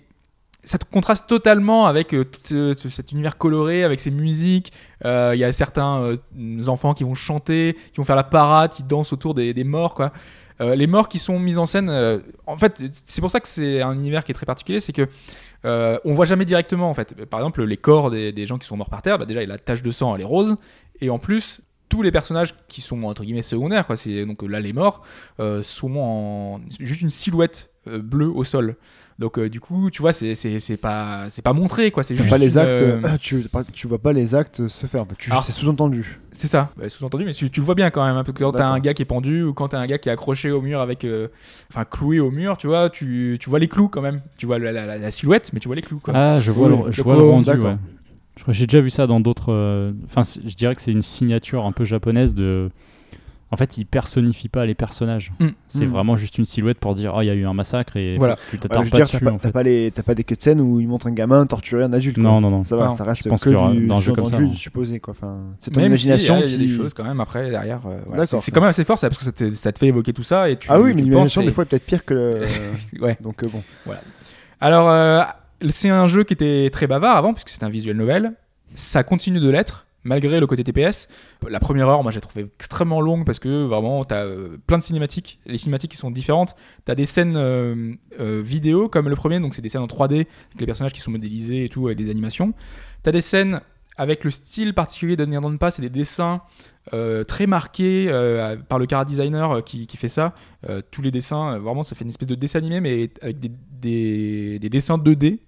S3: Ça te contraste totalement avec euh, tout ce- tout cet univers coloré, avec ses musiques, euh, Il y a certains euh, enfants qui vont chanter, qui vont faire la parade, qui dansent autour des, des morts, quoi. Euh, les morts qui sont mis en scène, euh, en fait, c'est pour ça que c'est un univers qui est très particulier, c'est que euh, on voit jamais directement, en fait. Par exemple, les corps des, des gens qui sont morts par terre, bah, déjà, il y a la tache de sang, elle est rose, et en plus, tous les personnages qui sont entre guillemets secondaires, quoi, c'est donc là les morts, euh, sont en juste une silhouette euh, bleue au sol. Donc euh, du coup, tu vois, c'est c'est c'est pas c'est pas montré, quoi. C'est
S2: T'as
S3: juste
S2: pas les
S3: une,
S2: actes, ah,
S3: euh,
S2: tu, pas- tu vois pas les actes se faire. Tu-
S3: Ah.
S2: C'est sous-entendu.
S3: C'est ça, Bah, sous-entendu, mais tu, tu le vois bien quand même, hein, parce que quand t'as
S2: D'accord.
S3: un gars qui est pendu ou quand t'as un gars qui est accroché au mur avec. euh, Enfin, cloué au mur, tu vois, tu, tu vois les clous quand même. Tu vois la, la- la- la silhouette, mais tu vois les clous quoi.
S4: Ah, je vois,
S2: Oui,
S4: le, je
S2: donc,
S4: vois le
S2: oh,
S4: rendu,
S2: d'accord.
S4: ouais. Je crois que J'ai déjà vu ça dans d'autres. euh, Enfin, c- je dirais que c'est une signature un peu japonaise de. En fait, ils personnifient pas les personnages.
S3: Mm.
S4: C'est
S2: Mm.
S4: vraiment juste une silhouette pour dire, oh, il y a eu un massacre et
S3: Voilà.
S4: tu
S2: Ouais,
S4: t'attardes
S2: Ah, je veux
S4: pas
S2: dire, t'as
S4: dessus.
S2: pas,
S4: en
S2: t'as
S4: fait.
S2: pas les, t'as pas des cutscenes où ils montrent un gamin torturer un adulte. quoi.
S4: Non, non, non.
S2: Ça va,
S3: Non,
S2: ça reste
S4: je pense
S2: que
S4: qu'il y aura-
S2: du
S4: dans un jeu comme ça, hein.
S2: sous-entendu,
S4: non.
S2: du supposé quoi. Enfin, c'est ton
S3: Même si,
S2: imagination
S3: il y a- il y a
S2: qui.
S3: des choses quand même après derrière. euh, voilà. C'est
S2: D'accord.
S3: c'est quand même assez fort ça, parce que ça te, ça te fait évoquer tout ça et tu.
S2: ah oui,
S3: tu
S2: mais
S3: le
S2: l'imagination
S3: penses,
S2: des
S3: et-
S2: fois est peut-être pire que.
S3: [laughs]
S2: le-
S3: Ouais.
S2: Donc euh, bon.
S3: Alors, euh, c'est un jeu qui était très bavard avant, puisque c'est un visuel novel. Ça continue de l'être, malgré le côté TPS. La première heure, moi, j'ai trouvé extrêmement longue parce que vraiment, t'as euh, plein de cinématiques. Les cinématiques qui sont différentes. T'as des scènes euh, euh, vidéo, comme le premier, donc c'est des scènes en 3D, avec les personnages qui sont modélisés et tout, avec des animations. T'as des scènes avec le style particulier de Nirdanpa, c'est des dessins euh, très marqués euh, par le cara designer euh, qui, qui fait ça. Euh, tous les dessins, euh, vraiment, ça fait une espèce de dessin animé, mais avec des, des- des dessins 2D.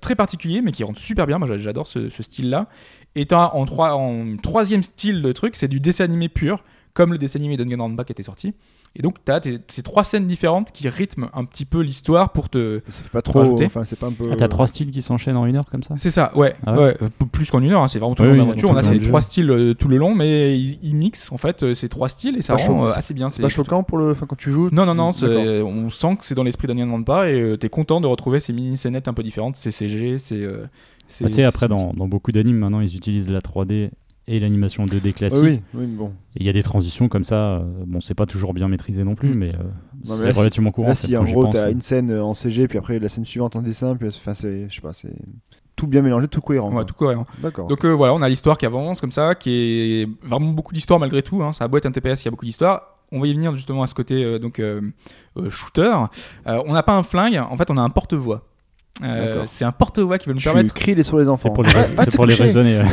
S3: très particulier, mais qui rentre super bien. Moi, j'a- j'adore ce, ce style-là. Et t'as en, trois, en troisième style de truc, c'est du dessin animé pur, comme le dessin animé Danganronpa qui était sorti. Et donc, t'as tes- ces trois scènes différentes qui rythment un petit peu l'histoire pour te.
S2: Ça fait pas trop.
S3: Rajouter.
S2: Enfin, c'est pas un peu.
S4: Ah, t'as trois styles qui s'enchaînent en une heure comme ça
S3: C'est ça, ouais.
S4: Ah ouais
S3: ouais, euh, p- plus qu'en une heure, hein, c'est vraiment tout
S4: Oui,
S3: le
S4: oui,
S3: long de l'aventure.
S4: tout
S3: On a
S4: le long
S3: ces
S4: du jeu.
S3: trois styles euh, tout le long, mais ils, ils mixent en fait euh, ces trois styles et ça
S2: Pas
S3: rend
S2: chaud,
S3: euh,
S2: c'est-
S3: assez bien.
S2: C'est pas choquant pour le. Enfin, quand tu joues.
S3: Non,
S2: tu-
S3: non, non, c'est-
S2: D'accord.
S3: on sent que c'est dans l'esprit Danganronpa et euh, t'es content de retrouver ces mini-scénettes un peu différentes, ces CG, ces. euh, ces-
S4: Bah, tu sais, après,
S3: ces-
S4: dans, dans beaucoup d'animes, maintenant, ils utilisent la 3D et l'animation 2D
S2: Oui,
S4: classique.
S2: Ah oui, oui, mais bon.
S4: Et il y a des transitions comme ça. euh, Bon, c'est pas toujours bien maîtrisé non plus,
S3: Mm.
S4: mais euh,
S2: mais
S4: c'est
S2: là, si-
S4: relativement courant.
S2: Là,
S4: en fait,
S2: si en
S4: quand j'y
S2: gros,
S4: pense.
S2: t'as une scène euh, en CG, puis après la scène suivante en dessin, puis enfin, c'est. Je sais pas, c'est. Tout bien mélangé, tout cohérent.
S3: Ouais,
S2: quoi.
S3: tout cohérent.
S2: D'accord.
S3: Donc euh, voilà, on a l'histoire qui avance comme ça, qui est vraiment beaucoup d'histoire malgré tout. hein. Ça a beau être un TPS, il y a beaucoup d'histoire. On va y venir justement à ce côté euh, donc euh, euh, shooter. Euh, on n'a pas un flingue, en fait, on a un porte-voix. Euh,
S2: D'accord.
S3: c'est un porte-voix qui va nous
S2: tu
S3: permettre
S2: cries les sur les enfants.
S4: C'est pour les, rais-
S2: Ah, Pas
S4: c'est
S2: te
S4: pour les
S2: coucher.
S4: raisonner. ouais.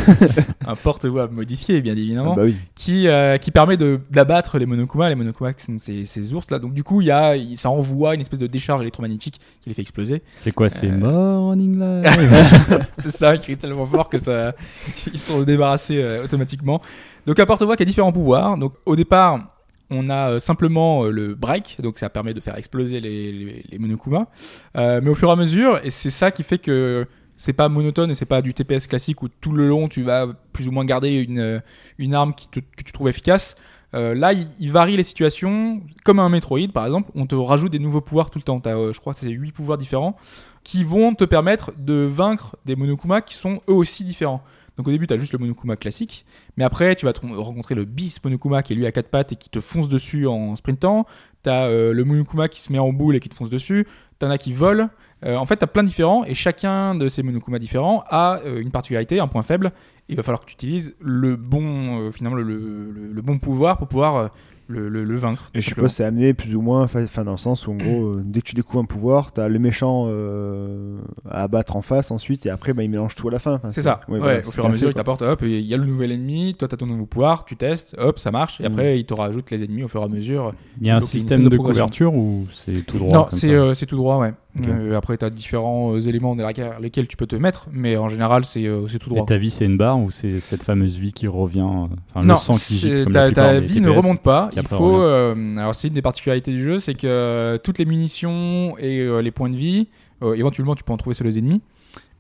S3: un porte-voix modifié, bien évidemment.
S2: Ah bah oui.
S3: qui, euh, qui permet de- d'abattre les Monokuma. Les Monokuma, qui sont ces, ces ours-là. Donc, du coup, il y a, il- ça envoie une espèce de décharge électromagnétique qui les fait exploser.
S4: C'est quoi C'est
S3: Euh.
S4: Morning
S3: [laughs]
S4: Live
S3: C'est ça, ils crient tellement fort que ça, [laughs] ils sont débarrassés euh, automatiquement. Donc, un porte-voix qui a différents pouvoirs. Donc, au départ, on a euh, simplement euh, le break, donc ça permet de faire exploser les, les, les Monokuma. Euh, mais au fur et à mesure, et c'est ça qui fait que c'est pas monotone et c'est pas du TPS classique où tout le long tu vas plus ou moins garder une, euh, une arme qui te- que tu trouves efficace. Euh, là, il, il varie les situations. Comme un Metroid, par exemple, on te rajoute des nouveaux pouvoirs tout le temps. T'as, euh, je crois que c'est 8 pouvoirs différents qui vont te permettre de vaincre des Monokuma qui sont eux aussi différents. Donc au début, tu as juste le Monokuma classique, mais après, tu vas te- rencontrer le bis Monokuma qui est lui à quatre pattes et qui te fonce dessus en sprintant. Tu as le Monokuma qui se met en boule et qui te fonce dessus. Tu en as qui volent. Euh, en fait, tu as plein de différents et chacun de ces Monokuma différents a euh, une particularité, un point faible. Il va falloir que tu utilises le bon, euh, finalement, le, le- le- le bon pouvoir pour pouvoir euh, le, le- le vaincre.
S2: Et je
S3: simplement.
S2: suppose c'est amené plus ou moins, enfin enfin, dans le sens où en gros, euh, dès que tu découvres un pouvoir, t'as le méchant euh, à abattre en face ensuite, et après bah, il mélange tout à la fin. Enfin,
S3: C'est ça.
S2: ouais,
S3: Ouais,
S2: voilà,
S3: au
S2: c'est
S3: fur et à
S2: bien
S3: mesure,
S2: fait,
S3: il t'apporte, hop, il y a le nouvel ennemi, toi t'as ton nouveau pouvoir, tu testes, hop, ça marche, et
S2: Mm.
S3: après il te rajoute les ennemis au fur et à mesure.
S4: Il y a un
S3: Donc, il y a une
S4: système
S3: espèce de
S4: de
S3: progression.
S4: couverture ou c'est tout droit
S3: non,
S4: comme
S3: c'est
S4: ça
S3: euh, c'est tout droit, ouais.
S4: Ok.
S3: Euh, après t'as différents euh, éléments derrière lesquels tu peux te mettre, mais en général c'est euh, c'est tout droit.
S4: Et ta vie, c'est une barre ou c'est cette fameuse vie qui revient euh, Enfin,
S3: non,
S4: le sang qui
S3: c'est-
S4: gicle comme la
S3: ta,
S4: plupart
S3: ta
S4: des
S3: vie ne
S4: TPS.
S3: remonte pas.
S4: qui
S3: Il
S4: après
S3: faut. euh, alors c'est une des particularités du jeu, c'est que euh, toutes les munitions et euh, les points de vie, euh, éventuellement tu peux en trouver sur les ennemis,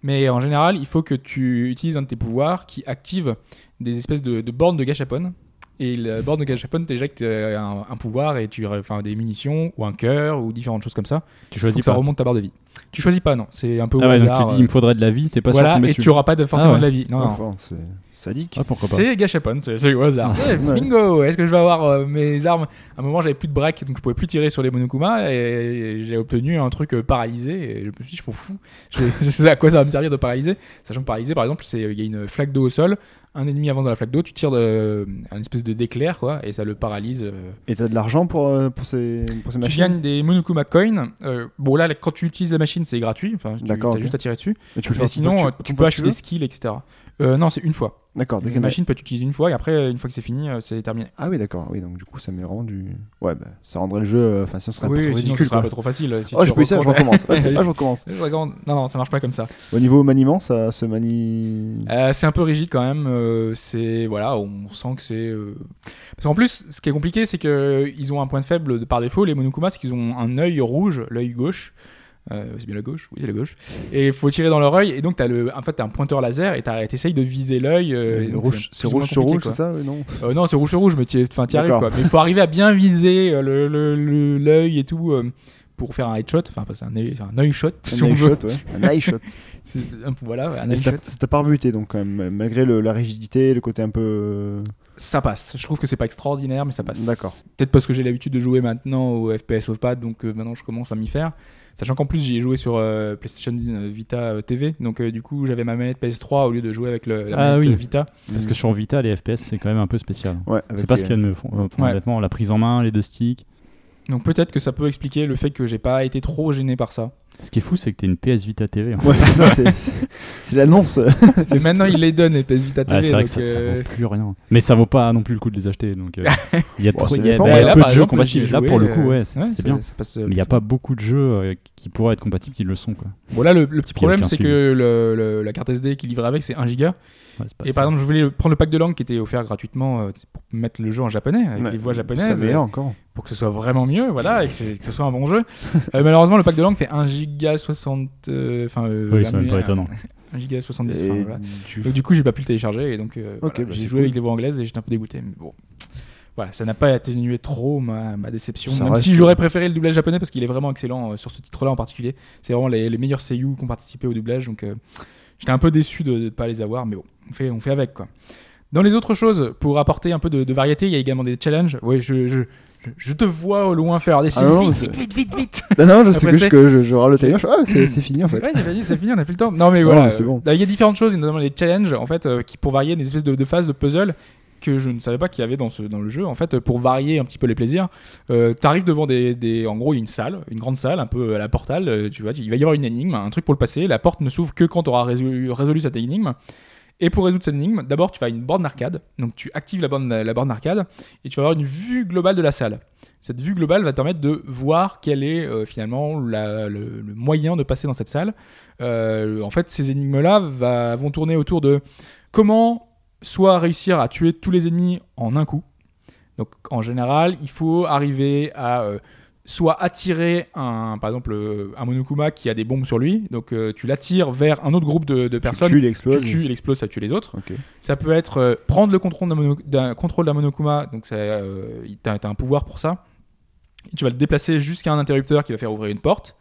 S3: mais en général il faut que tu utilises un de tes pouvoirs qui active des espèces de, de bornes de gachapon. Et la borne de gachapon t'éjecte euh, un, un pouvoir et tu, enfin des munitions ou un cœur ou différentes choses comme ça.
S4: Tu
S3: Faut
S4: choisis
S3: que ça
S4: pas.
S3: remonte ta barre de vie. Tu choisis pas, non. C'est un peu au
S4: Ah ouais, donc
S3: hasard. euh,
S4: tu dis, il me faudrait de la vie, t'es pas sûr
S3: voilà,
S4: de tomber
S3: et
S4: dessus.
S3: tu auras pas de, forcément
S4: Ah ouais.
S3: de la vie. Non, non.
S2: Enfin, c'est sadique.
S4: Ah, pourquoi pas
S3: C'est gachapon, c'est c'est au hasard. Eh, bingo Est-ce que je vais avoir euh, mes armes À un moment, j'avais plus de break, donc je pouvais plus tirer sur les Monokuma, et j'ai obtenu un truc euh, paralysé, et je me suis dit, je m'en fous. [laughs] Je, je sais à quoi ça va me servir de paralyser. Sachant que paralysé, par exemple, c'est euh, il y a une flaque d'eau au sol, un ennemi avance dans la flaque d'eau, tu tires de, euh, un espèce de d'éclair, quoi, et ça le paralyse. euh,
S2: Et t'as de l'argent pour, euh, pour ces, pour ces
S3: tu
S2: machines
S3: gagnes des Monokuma Coin. Euh, bon, là, quand tu utilises la machine, c'est gratuit. Enfin, tu
S2: D'accord,
S3: as
S2: ok.
S3: juste à tirer dessus.
S2: Et tu peux
S3: Mais
S2: faire-
S3: sinon,
S2: tu-
S3: euh,
S2: tu
S3: tu,
S2: peux
S3: peux
S2: pas
S3: acheter
S2: tuer
S3: des skills, etc. Euh, non, c'est une fois.
S2: D'accord, dès
S3: Une
S2: qu'il y en a-
S3: machine peut être utilisée une fois, et après, une fois que c'est fini, euh, c'est terminé.
S2: Ah oui, d'accord, oui, donc du coup ça met vraiment du. Ouais, bah, ça rendrait le jeu. euh, Enfin, sinon, ce serait un
S3: oui,
S2: peu trop
S3: sinon,
S2: ridicule.
S3: ce sera un
S2: quoi.
S3: peu trop facile. euh, Si
S2: Oh,
S3: tu
S2: je peux essayer, je
S3: reprends- [laughs]
S2: recommence. Ah, je recommence.
S3: Non, non, ça marche pas comme ça.
S2: Au niveau maniement, ça se manie.
S3: Euh, c'est un peu rigide quand même. euh, c'est voilà, on sent que c'est. euh, Parce qu'en plus, ce qui est compliqué, c'est que euh, ils ont un point de faible de par défaut. Les Monokuma, c'est qu'ils ont un œil rouge, l'œil gauche. Euh, c'est bien la gauche, oui, c'est la gauche. Et il faut tirer dans leur œil. Et donc, t'as le, en fait, t'as un pointeur laser et t'as- t'essayes de viser l'œil. euh,
S2: Euh,
S3: et donc
S2: rouge-
S3: plus
S2: C'est
S3: ou moins
S2: rouge sur
S3: compliqué,
S2: rouge,
S3: quoi.
S2: c'est ça euh, Non
S3: Euh, non, c'est rouge sur rouge, mais t'y enfin, t'y arrives
S2: D'accord.
S3: quoi. Mais il faut arriver à bien viser euh, le- le- le- l'œil et tout euh, pour faire un headshot. Enfin, c'est un, œil- un œil shot, [laughs] si
S2: Un
S3: on
S2: eye
S3: veut.
S2: shot, ouais. Un eye [laughs] shot.
S3: [laughs] C'est- c'est un- voilà, ouais, un
S2: Mais
S3: eye
S2: ça
S3: shot.
S2: t'a- ça t'a pas rebuté donc quand même, malgré le- la rigidité, le côté un peu.
S3: Ça passe. Je trouve que c'est pas extraordinaire, mais ça passe.
S2: D'accord.
S3: Peut-être parce que j'ai l'habitude de jouer maintenant au FPS au pad, donc euh, maintenant je commence à m'y faire. Sachant qu'en plus j'y ai joué sur euh, PlayStation Vita euh, TV, donc euh, du coup j'avais ma manette PS3 au lieu de jouer avec le- la
S4: Ah
S3: manette
S4: oui.
S3: euh, Vita.
S4: Parce que sur Vita, les FPS, c'est quand même un peu spécial.
S2: Mm. Ouais,
S4: C'est
S2: avec
S4: pas ce
S2: les-
S4: qu'il y a de mieux. fond- euh, fond,
S3: Ouais.
S4: Honnêtement, la prise en main, les deux sticks.
S3: Donc peut-être que ça peut expliquer le fait que j'ai pas été trop gêné par ça.
S4: Ce qui est fou, c'est que t'es une PS Vita TV. hein.
S2: [laughs] Ouais, c'est ça, c'est- c'est- c'est l'annonce.
S3: Mais maintenant, il les donne, les PS Vita
S4: Ouais,
S3: TV.
S4: Ah, c'est vrai
S3: donc,
S4: que ça, ça
S3: euh,
S4: vaut plus rien. Mais ça vaut pas non plus le coup de les acheter. Donc, euh,
S3: [laughs]
S4: il y a,
S2: Bon,
S4: trop-
S2: ça
S4: il y a-
S2: dépend.
S4: il y a
S2: Ouais, là,
S4: peu
S3: Bah, par
S4: de
S3: exemple, j'y
S4: jeux
S3: ai
S4: compatibles. Là,
S3: joué,
S4: pour le coup,
S3: euh,
S4: ouais, c'est c'est
S3: ça-
S4: bien.
S3: ça passe, euh,
S4: Mais il n'y a pas beaucoup de jeux euh, qui pourraient être compatibles qui le sont. Quoi.
S3: Bon, là, le, le petit problème,
S4: aucun
S3: c'est
S4: suivi.
S3: que le- le- la carte SD qui livrait avec, c'est 1 giga.
S4: Ouais, Bah, c'est pas
S3: Et
S4: ça.
S3: par exemple, je voulais le- prendre le pack de langue qui était offert gratuitement euh, pour mettre le jeu en japonais, avec
S2: Ouais.
S3: les voix
S2: Ça
S3: japonaises,
S2: veut dire encore.
S3: pour que ce soit vraiment mieux, voilà, et que, c'est- que ce soit un bon jeu. [laughs] Euh, malheureusement, le pack de langue fait 1 giga 60. euh, Enfin, euh,
S4: oui, c'est même pas
S3: un-
S4: étonnant.
S3: 1 giga 70.
S2: Et
S3: enfin, voilà.
S2: tu-
S3: Donc, du coup, j'ai pas pu le télécharger, et donc euh,
S2: Ok,
S3: voilà,
S2: bah,
S3: j'ai
S2: c'est
S3: joué avec
S2: cool.
S3: les voix anglaises et j'étais un peu dégoûté, mais bon. Voilà, ça n'a pas atténué trop ma, ma déception.
S2: Ça
S3: même
S2: reste-
S3: si j'aurais préféré le doublage japonais parce qu'il est vraiment excellent euh, sur ce titre-là en particulier. C'est vraiment les, les meilleurs seiyuu qui ont participé au doublage. Donc euh, j'étais un peu déçu de ne pas les avoir, mais bon, on fait, on fait avec quoi. Dans les autres choses, pour apporter un peu de, de variété, il y a également des challenges. Oui, je, je, je- je te vois au loin faire des
S2: Ah non,
S3: vite,
S2: c'est-
S3: vite, vite, vite, vite.
S2: Non, non, je sais
S3: Après,
S2: juste
S3: Ah, c'est-
S2: que je, je râle le timer. je fais, Ah, c'est c'est fini en fait.
S3: Ouais, c'est fini, c'est fini, on a plus le temps. Non, mais
S2: Non,
S3: voilà.
S2: mais c'est bon.
S3: euh, Il y a différentes choses, et notamment les challenges, en fait, euh, qui pour varier des espèces de, de phases de puzzle que je ne savais pas qu'il y avait dans, ce, dans le jeu. En fait, euh, pour varier un petit peu les plaisirs, euh, t'arrives devant des, des. En gros, il y a une salle, une grande salle, un peu à la portale, euh, tu vois. Il va y avoir une énigme, un truc pour le passer. La porte ne s'ouvre que quand t'auras résolu, résolu cette énigme. Et pour résoudre cette énigme, d'abord tu vas à une borne d'arcade. Donc tu actives la borne, la borne d'arcade et tu vas avoir une vue globale de la salle. Cette vue globale va te permettre de voir quel est euh, finalement la- le, le moyen de passer dans cette salle. Euh, en fait, ces énigmes-là va- vont tourner autour de comment soit réussir à tuer tous les ennemis en un coup. Donc en général, il faut arriver à euh, soit attirer un, par exemple, euh, un Monokuma qui a des bombes sur lui. Donc euh, tu l'attires vers un autre groupe de, de personnes
S2: Tu tues, il
S3: tu
S2: explose.
S3: le tues, il explose, ça tue les autres.
S2: Ok.
S3: Ça peut être euh, prendre le contrôle d'un, mono- d'un- contrôle d'un monokuma, donc ça, euh, il- t'as, t'as un pouvoir pour ça. Et tu vas le déplacer jusqu'à un interrupteur qui va faire ouvrir une porte.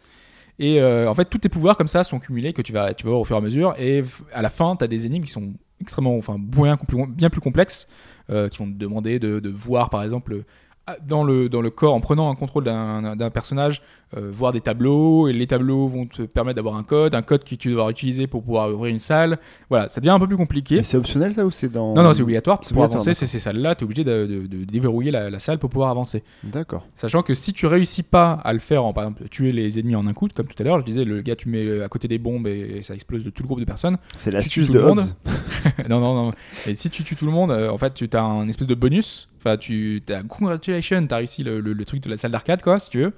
S3: Et euh, en fait, tous tes pouvoirs comme ça sont cumulés que tu vas, tu vas voir au fur et à mesure. Et f- à la fin, tu as des énigmes qui sont extrêmement, enfin, bien, compl- bien plus complexes, euh, qui vont te demander de, de voir, par exemple, euh, à- dans le, dans le corps, en prenant un contrôle d'un, d'un personnage, euh, voir des tableaux. Et les tableaux vont te permettre d'avoir un code, un code que tu devras utiliser pour pouvoir ouvrir une salle. Voilà, ça devient un peu plus compliqué.
S2: Et c'est optionnel ça ou c'est dans.
S3: Non, non, c'est obligatoire.
S2: C'est
S3: Pour
S2: obligatoire,
S3: avancer, c'est ces salles-là, tu es obligé de, de- de déverrouiller la, la salle pour pouvoir avancer.
S2: D'accord.
S3: Sachant que si tu réussis pas à le faire, en, par exemple, tuer les ennemis en un coup, comme tout à l'heure, je disais, le gars, tu mets à côté des bombes et, et ça explose de tout le groupe de personnes.
S2: C'est
S3: Tu
S2: l'astuce
S3: tues
S2: de
S3: tout le monde.
S2: Hobbes.
S3: [laughs] non, non, non. Et si tu tues tout le monde, euh, en fait, tu as un espèce de bonus. Enfin, tu as congratulations, tu as réussi le, le- le truc de la salle d'arcade, quoi, si tu veux.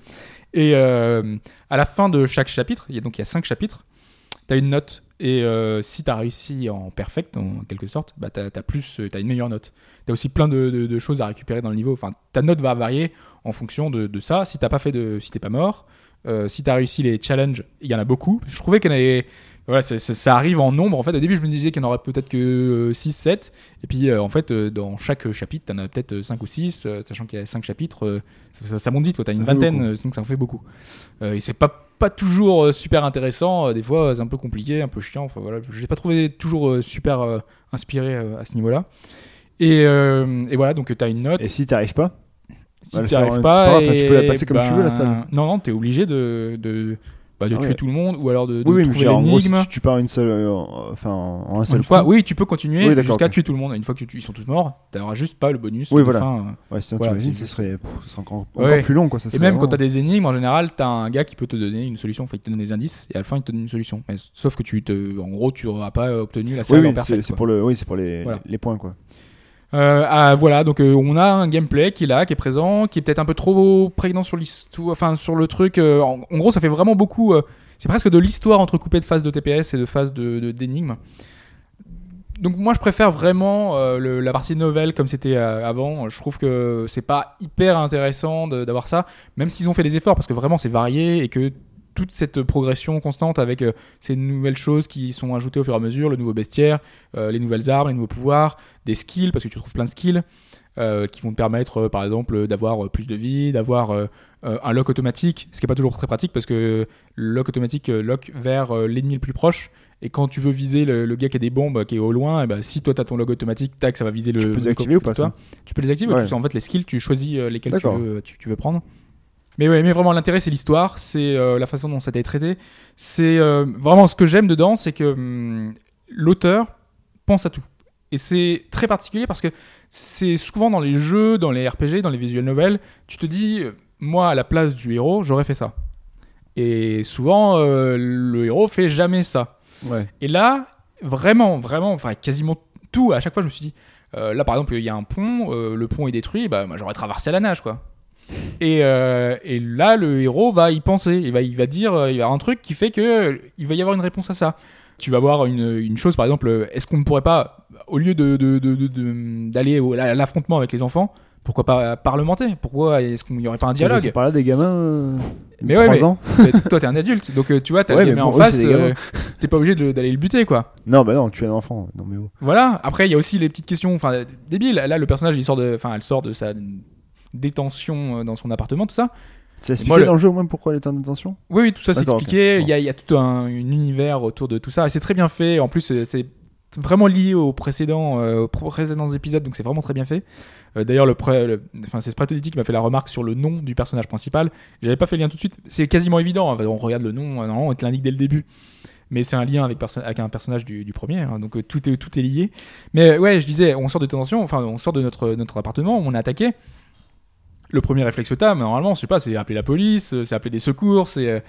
S3: Et euh, à la fin de chaque chapitre, il y a donc il y a cinq chapitres, tu as une note. Et euh, si tu as réussi en perfect, en quelque sorte, bah, tu as, plus, euh, t'as une meilleure note. Tu as aussi plein de, de- de choses à récupérer dans le niveau. Enfin, ta note va varier en fonction de, de ça. Si t'as pas fait de, si t'es pas mort, euh, si tu as réussi les challenges, il y en a beaucoup. Je trouvais qu'il y en avait voilà, c'est- c'est- ça arrive en nombre. En fait, au début, je me disais qu'il y en aurait peut-être que 6, 7. Et puis, euh, en fait, euh, dans chaque chapitre, t'en as peut-être 5 ou 6. sachant qu'il y a 5 chapitres, euh, ça, ça- ça monte vite. Tu as
S2: Ça
S3: une
S2: fait
S3: vingtaine,
S2: beaucoup.
S3: euh, donc ça en fait beaucoup. Euh, et c'est pas, pas toujours euh, super intéressant. euh, des fois, euh, c'est un peu compliqué, un peu chiant. Enfin, voilà, je l'ai pas trouvé toujours euh, super euh, inspiré euh, à ce niveau-là. Et, euh, et voilà, donc tu as une note.
S2: Et si t'arrives pas
S3: Si
S2: Bah, le
S3: tu
S2: faire,
S3: arrives
S2: c'est
S3: pas,
S2: pas grave, tu peux la
S3: eh
S2: passer comme tu veux, la
S3: ben,
S2: salle.
S3: Non, non, t'es obligé de, de, bah, de
S2: Ah
S3: tuer
S2: ouais.
S3: tout le monde ou alors de, de
S2: Oui, oui, mais je veux
S3: trouver
S2: dire, en gros, si
S3: l'énigme.
S2: tu tu pars une seule, euh, en- enfin, en un
S3: Une
S2: seul
S3: fois-
S2: coup.
S3: oui, tu peux continuer
S2: Oui, d'accord,
S3: jusqu'à
S2: ok.
S3: tuer tout le monde. Une fois que tu, tues- ils sont tous morts, t'auras juste pas le bonus.
S2: Oui,
S3: de
S2: voilà.
S3: fin.
S2: Ouais, sinon
S3: Voilà,
S2: t'imagines, ce
S3: c'est juste.
S2: serait, pff, ce serait encore,
S3: Ouais.
S2: encore plus long quoi. Ça
S3: Et
S2: serait
S3: même quand
S2: vraiment-
S3: t'as des énigmes, en général, t'as un gars qui peut te donner une solution. Enfin, il te donne des indices et à la fin, il te donne une solution. Mais, sauf que tu te, en gros, tu auras pas obtenu la
S2: Oui,
S3: salle en
S2: oui, c'est-
S3: perfect,
S2: c'est
S3: quoi.
S2: pour le, oui, c'est pour les,
S3: Voilà.
S2: les points quoi.
S3: Euh, ah, voilà, donc euh, on a un gameplay qui est là, qui est présent, qui est peut-être un peu trop prégnant sur l'histoire, enfin sur le truc. euh, en, en gros, ça fait vraiment beaucoup. euh, c'est presque de l'histoire entrecoupée de phases de TPS et de phases de de- d'énigmes. donc moi, je préfère vraiment euh, le- la partie nouvelle comme c'était euh, avant. Je trouve que c'est pas hyper intéressant de- d'avoir ça, même s'ils ont fait des efforts parce que vraiment c'est varié et que toute cette progression constante avec euh, ces nouvelles choses qui sont ajoutées au fur et à mesure, le nouveau bestiaire, euh, les nouvelles armes, les nouveaux pouvoirs des skills, parce que tu trouves plein de skills euh, qui vont te permettre, euh, par exemple, euh, d'avoir euh, plus de vie, d'avoir euh, euh, un lock automatique, ce qui n'est pas toujours très pratique parce que le lock automatique euh, lock vers euh, l'ennemi le plus proche. Et quand tu veux viser le, le gars qui a des bombes, euh, qui est au loin, eh ben, si toi tu as ton lock automatique, tac, ça va viser le.
S2: Tu peux les
S3: le
S2: activer ou pas,
S3: toi.
S2: ça
S3: Tu peux les activer.
S2: Ouais.
S3: tu sais, en fait, les skills, tu choisis euh, lesquels tu
S2: D'accord.
S3: veux, tu- tu veux prendre. Mais ouais, mais vraiment l'intérêt c'est l'histoire, c'est euh, la façon dont ça a été traité. C'est euh, vraiment ce que j'aime dedans, c'est que hum, l'auteur pense à tout. Et c'est très particulier parce que c'est souvent dans les jeux, dans les RPG, dans les visual novels, tu te dis euh, moi à la place du héros, j'aurais fait ça. Et souvent, euh, le héros fait jamais ça.
S2: Ouais.
S3: Et là, vraiment, vraiment, enfin quasiment tout, à chaque fois je me suis dit, euh, là par exemple, il y a un pont, euh, le pont est détruit, bah moi, j'aurais traversé à la nage quoi. Et, euh, et là, le héros va y penser, il va, il va dire, euh, il va y avoir un truc qui fait que euh, il va y avoir une réponse à ça. Tu vas voir une, une chose, par exemple, euh, est-ce qu'on ne pourrait pas, au lieu de, de- de- de- de- d'aller au- à l'affrontement avec les enfants, pourquoi pas parlementer Pourquoi est-ce qu'il n'y aurait pas un
S2: Dialogue.
S3: dialogue
S2: C'est par là des gamins. euh,
S3: Mais
S2: de
S3: ouais,
S2: 3
S3: mais-
S2: ans.
S3: Mais Toi, t'es un adulte, donc euh, tu vois, t'as
S2: Ouais,
S3: le
S2: mais
S3: gamin
S2: pour
S3: en
S2: eux,
S3: face,
S2: c'est des gamins.
S3: euh, t'es pas obligé de- d'aller le buter, quoi.
S2: Non, bah non, tu es un enfant. Non, mais oh.
S3: Voilà. Après, il y a aussi les petites questions, enfin, débiles. Là, le personnage, il sort de, enfin, elle sort de sa détention euh, dans son appartement, tout ça.
S2: C'est expliqué
S3: moi, le-
S2: dans le jeu au moins pourquoi elle est en détention
S3: Oui, oui, tout ça, c'est
S2: D'accord,
S3: expliqué.
S2: ok.
S3: Il y a, il y a tout un, un univers autour de tout ça. Et c'est très bien fait. En plus, c'est- c'est vraiment lié aux précédents, euh, aux précédents épisodes, donc c'est vraiment très bien fait. Euh, D'ailleurs, le, pré- le- enfin, c'est Spratoliti qui m'a fait la remarque sur le nom du personnage principal. J'avais pas fait le lien tout de suite. C'est quasiment évident. hein. On regarde le nom, euh, normalement, on te l'indique dès le début. Mais c'est un lien avec, perso- avec un personnage du, du premier, hein. donc euh, tout, est, tout est lié. Mais euh, ouais, je disais, on sort de tension, enfin, on sort de notre, notre appartement, on est attaqué. Le premier réflexe que t'as, mais normalement, je sais pas, c'est appeler la police, euh, c'est appeler des secours, c'est. euh,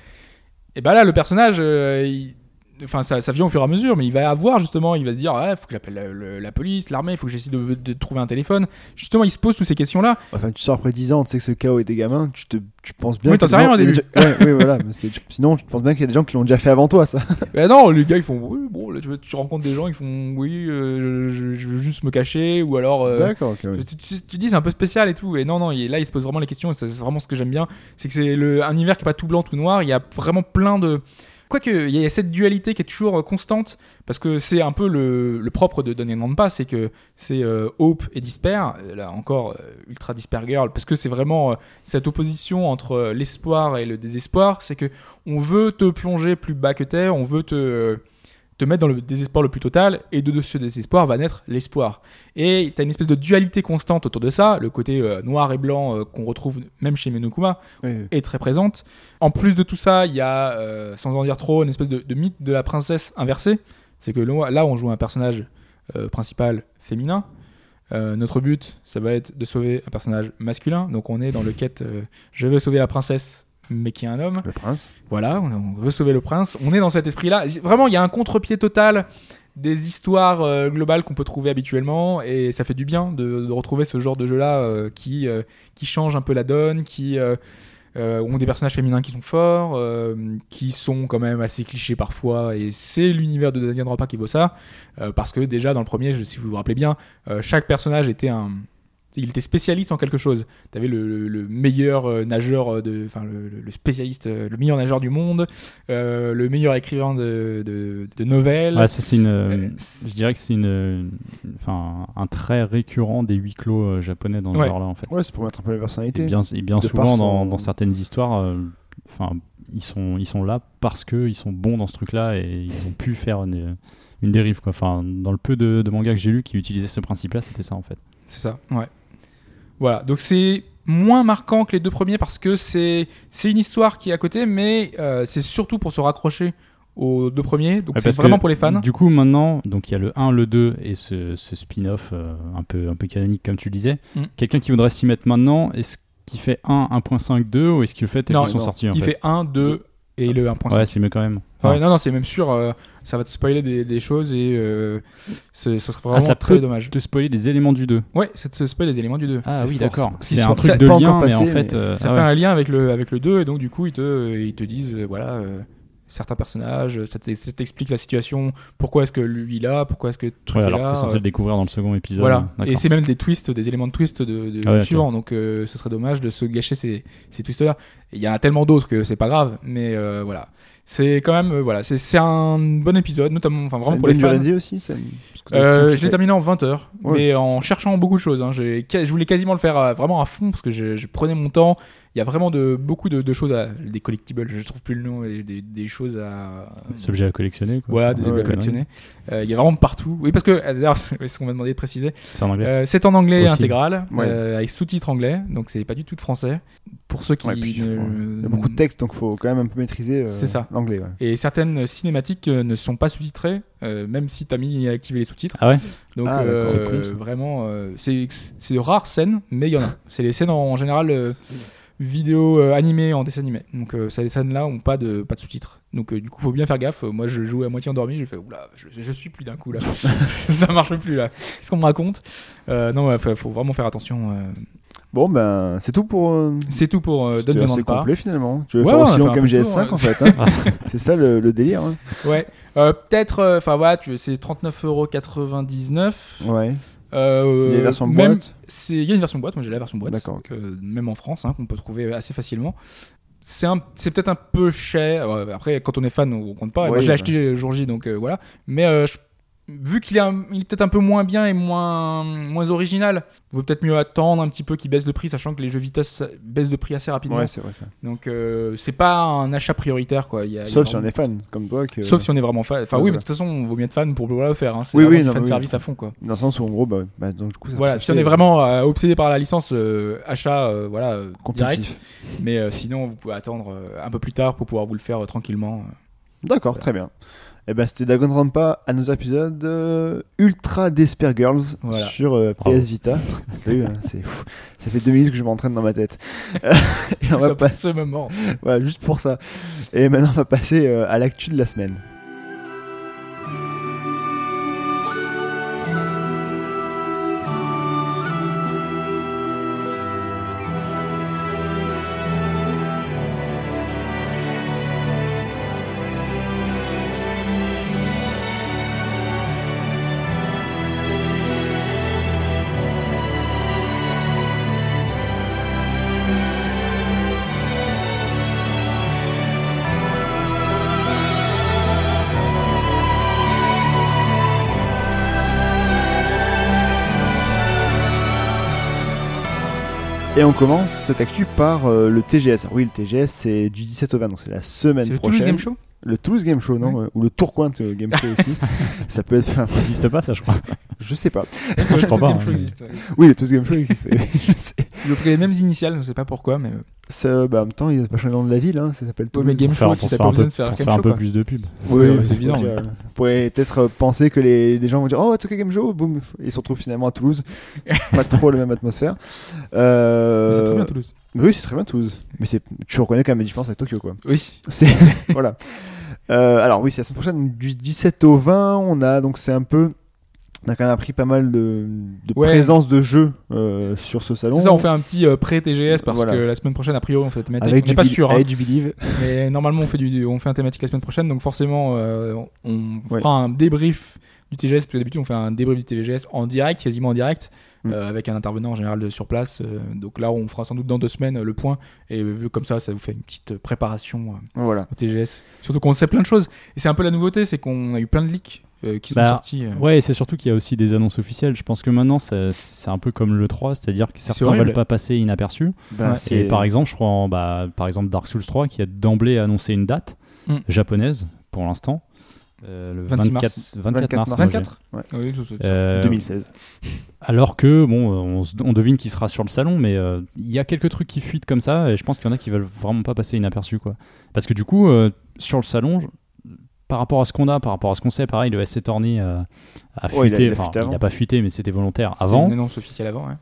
S3: Et bah là, le personnage, euh, il- enfin, ça, ça vient au fur et à mesure, mais il va avoir justement, il va se dire, ah, faut que j'appelle la, le- la police, l'armée, faut que j'essaie de, de trouver un téléphone. Justement, il se pose toutes ces questions-là.
S2: Enfin, tu sors après 10 ans, tu sais que ce chaos est des gamins, tu, te, tu penses bien.
S3: Oui, t'en
S2: que
S3: sais
S2: les
S3: rien
S2: gens-
S3: au début.
S2: il y a déjà- Ouais, oui, voilà. mais c'est- Sinon, tu penses bien qu'il y a des gens qui l'ont déjà fait avant toi, ça.
S3: Ben non, les gars, ils font, oui, bon, là, tu, vois, tu rencontres des gens, ils font, oui, euh, je, je- je veux juste me cacher, ou alors. euh,
S2: D'accord, ok.
S3: Tu, tu- tu dis c'est un peu spécial et tout, et non, non, et là il se pose vraiment les questions, et ça, c'est vraiment ce que j'aime bien, c'est que c'est le, un univers qui est pas tout blanc, tout noir, il y a vraiment plein de... Quoique, il y a cette dualité qui est toujours euh, constante, parce que c'est un peu le, le propre de Donnie Nampa, c'est que c'est euh, Hope et Despair, euh, là encore euh, Ultra Despair Girl, parce que c'est vraiment euh, cette opposition entre euh, l'espoir et le désespoir, c'est que on veut te plonger plus bas que terre, on veut te... euh, te mettre dans le désespoir le plus total, et de de ce désespoir va naître l'espoir. Et t'as une espèce de dualité constante autour de ça, le côté euh, noir et blanc euh, qu'on retrouve même chez Menokuma
S2: Ouais.
S3: est très présente. En plus de tout ça, il y a, euh, sans en dire trop, une espèce de, de mythe de la princesse inversée. C'est que le- là, on joue un personnage euh, principal féminin. Euh, notre but, ça va être de sauver un personnage masculin. Donc on est dans le quête, euh, je veux sauver la princesse, mais qui est un homme.
S2: Le prince.
S3: Voilà, on on veut sauver le prince. On est dans cet esprit-là. Vraiment, il y a un contre-pied total des histoires euh, globales qu'on peut trouver habituellement et ça fait du bien de, de retrouver ce genre de jeu-là euh, qui, euh, qui change un peu la donne, qui euh, euh, ont des personnages féminins qui sont forts, euh, qui sont quand même assez clichés parfois et c'est l'univers de Daniel Dropa qui vaut ça euh, parce que déjà dans le premier, je- si vous vous rappelez bien, euh, chaque personnage était un... Il était spécialiste en quelque chose. T'avais le, le- le meilleur euh, nageur euh, de, enfin le, le- le spécialiste, euh, le meilleur nageur du monde, euh, le meilleur écrivain de, de, de nouvelles.
S4: Ouais, ça c'est une. euh,
S3: c'est-
S4: je dirais que c'est une, une- enfin, un trait récurrent des huis clos euh, japonais dans ce
S3: Ouais.
S4: genre-là en fait.
S2: Ouais, c'est pour mettre un peu la personnalité.
S4: Et bien, et bien
S2: De par
S4: souvent dans,
S2: son-
S4: dans certaines histoires, euh, enfin, ils sont ils sont là parce que ils sont bons dans ce truc-là et ils ont pu faire une, une dérive quoi. Enfin, dans le peu de, de mangas que j'ai lu qui utilisaient ce principe-là, c'était ça en fait.
S3: C'est ça, ouais. Voilà, donc c'est moins marquant que les deux premiers parce que c'est c'est une histoire qui est à côté, mais euh, c'est surtout pour se raccrocher aux deux premiers. Donc
S4: Ouais,
S3: c'est
S4: parce que,
S3: vraiment pour les fans.
S4: Du coup, maintenant, donc il y a le 1, le 2 et ce, ce spin-off euh, un, peu, un peu canonique, comme tu le disais.
S3: Mm.
S4: Quelqu'un qui voudrait s'y mettre maintenant, est-ce qu'il fait 1, 1.5, 2 ou est-ce qu'il le fait tel
S3: Non,
S4: qu'ils sont
S3: non.
S4: sortis en
S3: Il fait 1, 2 et le 1.5.
S4: Ouais, c'est mieux quand même.
S3: Ah ouais,
S4: Enfin,
S3: non, non, c'est même sûr, euh, ça va te spoiler des, des choses et euh, ce ce serait vraiment
S4: Ah, ça
S3: très
S4: peut-
S3: dommage.
S4: te spoiler des éléments du 2.
S3: Ouais, ça te spoil les éléments du 2.
S4: Ah
S2: C'est
S4: oui,
S2: fort,
S4: d'accord.
S2: c'est-
S4: C'est
S2: c'est
S4: un
S2: fort.
S4: truc
S3: Ça-
S4: de
S2: pas
S4: lien,
S2: encore
S4: mais en
S2: passé,
S4: fait.
S2: mais
S4: euh,
S3: Ça
S4: ah
S3: fait
S4: ouais.
S3: un lien avec le, avec le 2 et donc du coup ils te, ils te disent euh, voilà euh, certains personnages, euh, ça t'ex- ça t'explique la situation, pourquoi est-ce que lui il est là, pourquoi est-ce que truc
S4: Ouais,
S3: est
S4: alors que
S3: là.
S4: t'es
S3: euh,
S4: censé le découvrir dans le second épisode.
S3: Voilà.
S4: D'accord.
S3: Et c'est même des twists, des éléments de twist de, de
S4: Ah ouais,
S3: suivant. Donc euh, ce serait dommage de se gâcher ces, ces twists-là. Il y en a tellement d'autres que c'est pas grave. Mais euh, voilà. C'est quand même euh, voilà, c'est c'est un bon épisode, notamment enfin
S2: C'est
S3: vraiment
S2: une
S3: pour les
S2: bonne
S3: fans.
S2: durée aussi. c'est une- parce que
S3: Euh,
S2: c'est-
S3: je l'ai terminé en 20 heures,
S2: Ouais.
S3: mais en cherchant beaucoup de choses. hein. J'ai- ca- Je voulais quasiment le faire euh, vraiment à fond parce que je, je prenais mon temps. Il y a vraiment de, beaucoup de, de choses, à, des collectibles, je trouve plus le nom, et des, des choses à.
S4: Des objets à collectionner. Quoi. Ah
S3: Voilà, des
S4: Enfin,
S3: objets à
S2: ouais.
S3: collectionner. Euh, Il y a vraiment de partout. Oui, parce que euh, d'ailleurs, c'est ce qu'on m'a demandé de préciser.
S4: C'est en anglais.
S3: Euh, c'est en anglais
S4: Aussi.
S3: intégral,
S2: Ouais.
S3: euh, avec sous-titres anglais, donc c'est pas du tout de français. Pour ceux qui.
S2: Ouais, puis,
S3: ne-
S2: Il y a beaucoup de textes, donc faut quand même un peu maîtriser euh,
S3: C'est ça.
S2: l'anglais. ouais.
S3: Et certaines cinématiques euh, ne sont pas sous-titrées, euh, même si t'as mis à activer les sous-titres.
S4: Ah ouais
S3: Donc
S2: Ah,
S3: euh,
S4: d'accord. C'est con, ça.
S3: vraiment, euh, c'est c'est de rares scènes, mais il y en a. C'est les scènes en, en général euh, vidéos euh, animées en dessin animé. Donc euh, ça, les scènes-là ont pas de, pas de sous-titres. Donc euh, du coup, faut bien faire gaffe. Moi, je jouais à moitié endormi, j'ai fait, oula, je, je suis plus d'un coup là. [laughs] ça marche plus là. Qu'est-ce qu'on me raconte Euh, Non, ouais, faut, faut vraiment faire attention. euh.
S2: Bon, ben, c'est tout pour. euh,
S3: C'est tout pour euh, Don't
S2: c'était
S3: Demand
S2: assez
S3: Pas.
S2: complet finalement. Tu veux
S3: Ouais,
S2: faire
S3: on a
S2: aussi
S3: fait un
S2: long comme
S3: peu le
S2: GS5 en
S3: tour,
S2: fait. hein. [laughs] c'est ça le, le délire. hein.
S3: Ouais. Euh, Peut-être, euh, enfin voilà, tu- c'est 39,99€.
S2: Ouais.
S3: Euh,
S2: Il y a les versions
S3: même-
S2: boîte.
S3: c'est- Il y a une version boîte, moi j'ai la version boîte,
S2: D'accord, ok.
S3: euh, même en France, hein, qu'on peut trouver assez facilement. C'est un- c'est peut-être un peu cher. euh, Après, quand on est fan, on compte pas.
S2: Oui,
S3: moi, je l'ai
S2: bah.
S3: acheté le jour J, donc euh, voilà. Mais euh, je- vu qu'il est, un- il est peut-être un peu moins bien et moins, moins original, vaut peut-être mieux attendre un petit peu qu'il baisse le prix, sachant que les jeux Vita ça- baissent de prix assez rapidement.
S2: Ouais, c'est vrai ça.
S3: Donc euh, c'est pas un achat prioritaire, quoi. Il y a- il y a
S2: Sauf si on
S3: vraiment-
S2: est fan, comme toi. Que...
S3: Sauf si on est vraiment fan. Enfin,
S2: Ouais,
S3: oui,
S2: voilà.
S3: mais de toute façon, on vaut mieux être fan pour voilà, le faire. Hein. C'est
S2: Oui,
S3: vraiment
S2: oui,
S3: du
S2: non,
S3: fan
S2: mais
S3: service à fond, quoi.
S2: Dans le sens où, en gros, bah, ouais. Bah, donc, du coup, ça
S3: Voilà,
S2: ça
S3: si on
S2: fait,
S3: est vraiment euh, obsédé par la licence, euh, achat, euh, voilà, euh,
S2: euh, compulsif.
S3: direct. Mais euh, sinon, vous pouvez attendre euh, un peu plus tard pour pouvoir vous le faire euh, tranquillement.
S2: D'accord, très bien. Et ben, c'était Danganronpa à nos épisodes euh, Ultra Despair Girls
S3: Voilà.
S2: sur euh,
S4: Bravo.
S2: PS Vita. [laughs] T'as vu, hein, c'est fou. Ça fait deux minutes que je m'entraîne dans ma tête. [laughs]
S3: [laughs]
S2: Et on
S3: Tout
S2: va
S3: ça pour
S2: pas...
S3: ce moment.
S2: voilà, juste pour ça. Et maintenant, on va passer euh, à l'actu de la semaine. Et on commence cette actu par euh, le TGS. Alors oui, le TGS, c'est du 17 au 20, donc c'est la semaine
S3: C'est le
S2: prochaine.
S3: Toulouse Game [laughs] Show
S2: Le Toulouse Game Show, non Ou le Tourcoing euh, Game Show
S3: [laughs]
S2: aussi. ça peut être. enfin,
S4: Ça n'existe pas, ça, je crois.
S2: je sais pas.
S3: Parce que
S4: je
S3: le
S4: crois
S3: Toulouse
S4: pas,
S3: Game Show
S4: hein.
S3: existe, ouais.
S2: Oui, le Toulouse Game Show existe. oui, oui,
S3: [laughs]
S2: je sais.
S3: Ils ont pris les mêmes initiales, je ne sais pas pourquoi, mais. euh,
S2: Ça, bah, en même temps, il n'a pas changé le nom de la ville, hein, ça s'appelle
S3: Ouais,
S2: Toulouse.
S3: mais Game
S4: Pour
S3: Show,
S4: faire,
S3: tu
S4: pour
S3: n'as
S4: se
S3: pas besoin de faire
S4: faire un peu, pour se
S3: Game
S4: faire un
S3: Show.
S4: peu
S3: quoi.
S4: plus de pub.
S3: ouais,
S2: mais
S3: c'est évident,
S2: pour dire, euh, Vous pourriez peut-être euh, penser que les, les gens vont dire Oh, Tokyo Game Show, boum, ils se retrouvent finalement à
S3: [laughs]
S2: Toulouse. pas trop la même atmosphère.
S3: Mais C'est
S2: Euh...
S3: très bien Toulouse.
S2: mais oui, c'est très bien Toulouse. Mais c'est... tu reconnais quand même la différence avec Tokyo, quoi.
S3: Oui.
S2: C'est [laughs] voilà. Euh, alors oui, c'est la semaine prochaine donc, du 17 au 20. On a donc c'est un peu. On a quand même appris pas mal de, de
S3: Ouais.
S2: présence de jeux euh, sur ce salon.
S3: C'est ça, on fait un petit euh, pré-TGS parce
S2: Voilà.
S3: que la semaine prochaine, a priori, on fait la thématique.
S2: avec
S3: on n'est
S2: du
S3: pas
S2: Believe-
S3: sûr. hein.
S2: avec du Believe.
S3: Mais normalement, on fait, du, on fait un thématique la semaine prochaine, donc forcément, euh, on
S2: Ouais.
S3: fera un débrief du TGS, parce que d'habitude, on fait un débrief du TGS en direct, quasiment en direct,
S2: Mm.
S3: euh, avec un intervenant en général de, sur place. euh, donc là, on fera sans doute dans deux semaines euh, le point, et euh, vu comme ça, ça vous fait une petite préparation euh,
S2: Voilà.
S3: au TGS. Surtout qu'on sait plein de choses, et c'est un peu la nouveauté, c'est qu'on a eu plein de leaks euh, qui
S4: Bah,
S3: sont sortis. euh.
S4: Ouais, et c'est surtout qu'il y a aussi des annonces officielles. Je pense que maintenant, ça- c'est un peu comme le 3, c'est-à-dire que certains
S3: horrible.
S4: veulent pas passer inaperçus.
S2: Bah,
S3: Ouais.
S2: c'est-
S4: Et par exemple, je crois, en- bah, par exemple, Dark Souls 3 qui a d'emblée annoncé une date
S3: Mm.
S4: japonaise pour l'instant. Euh, le
S3: 26
S4: 24,
S3: mars.
S4: 24 mars.
S3: 24
S2: Ouais.
S3: Ah oui, ça, c'est-
S4: Euh,
S2: 2016.
S4: alors que, bon, euh, on, se- on devine qu'il sera sur le salon, mais euh, il y a quelques trucs qui fuitent comme ça, et je pense qu'il y en a qui veulent vraiment pas passer inaperçus, quoi. Parce que du coup, euh, sur le salon, je- par rapport à ce qu'on a, par rapport à ce qu'on sait, pareil, le SC Torni euh, a
S2: Oh, il a- il
S4: fuité,
S2: a
S4: enfin,
S2: fuité
S4: il
S2: avant.
S4: n'a pas fuité, mais c'était volontaire
S3: c'était
S4: avant.
S3: une annonce officielle avant. ouais.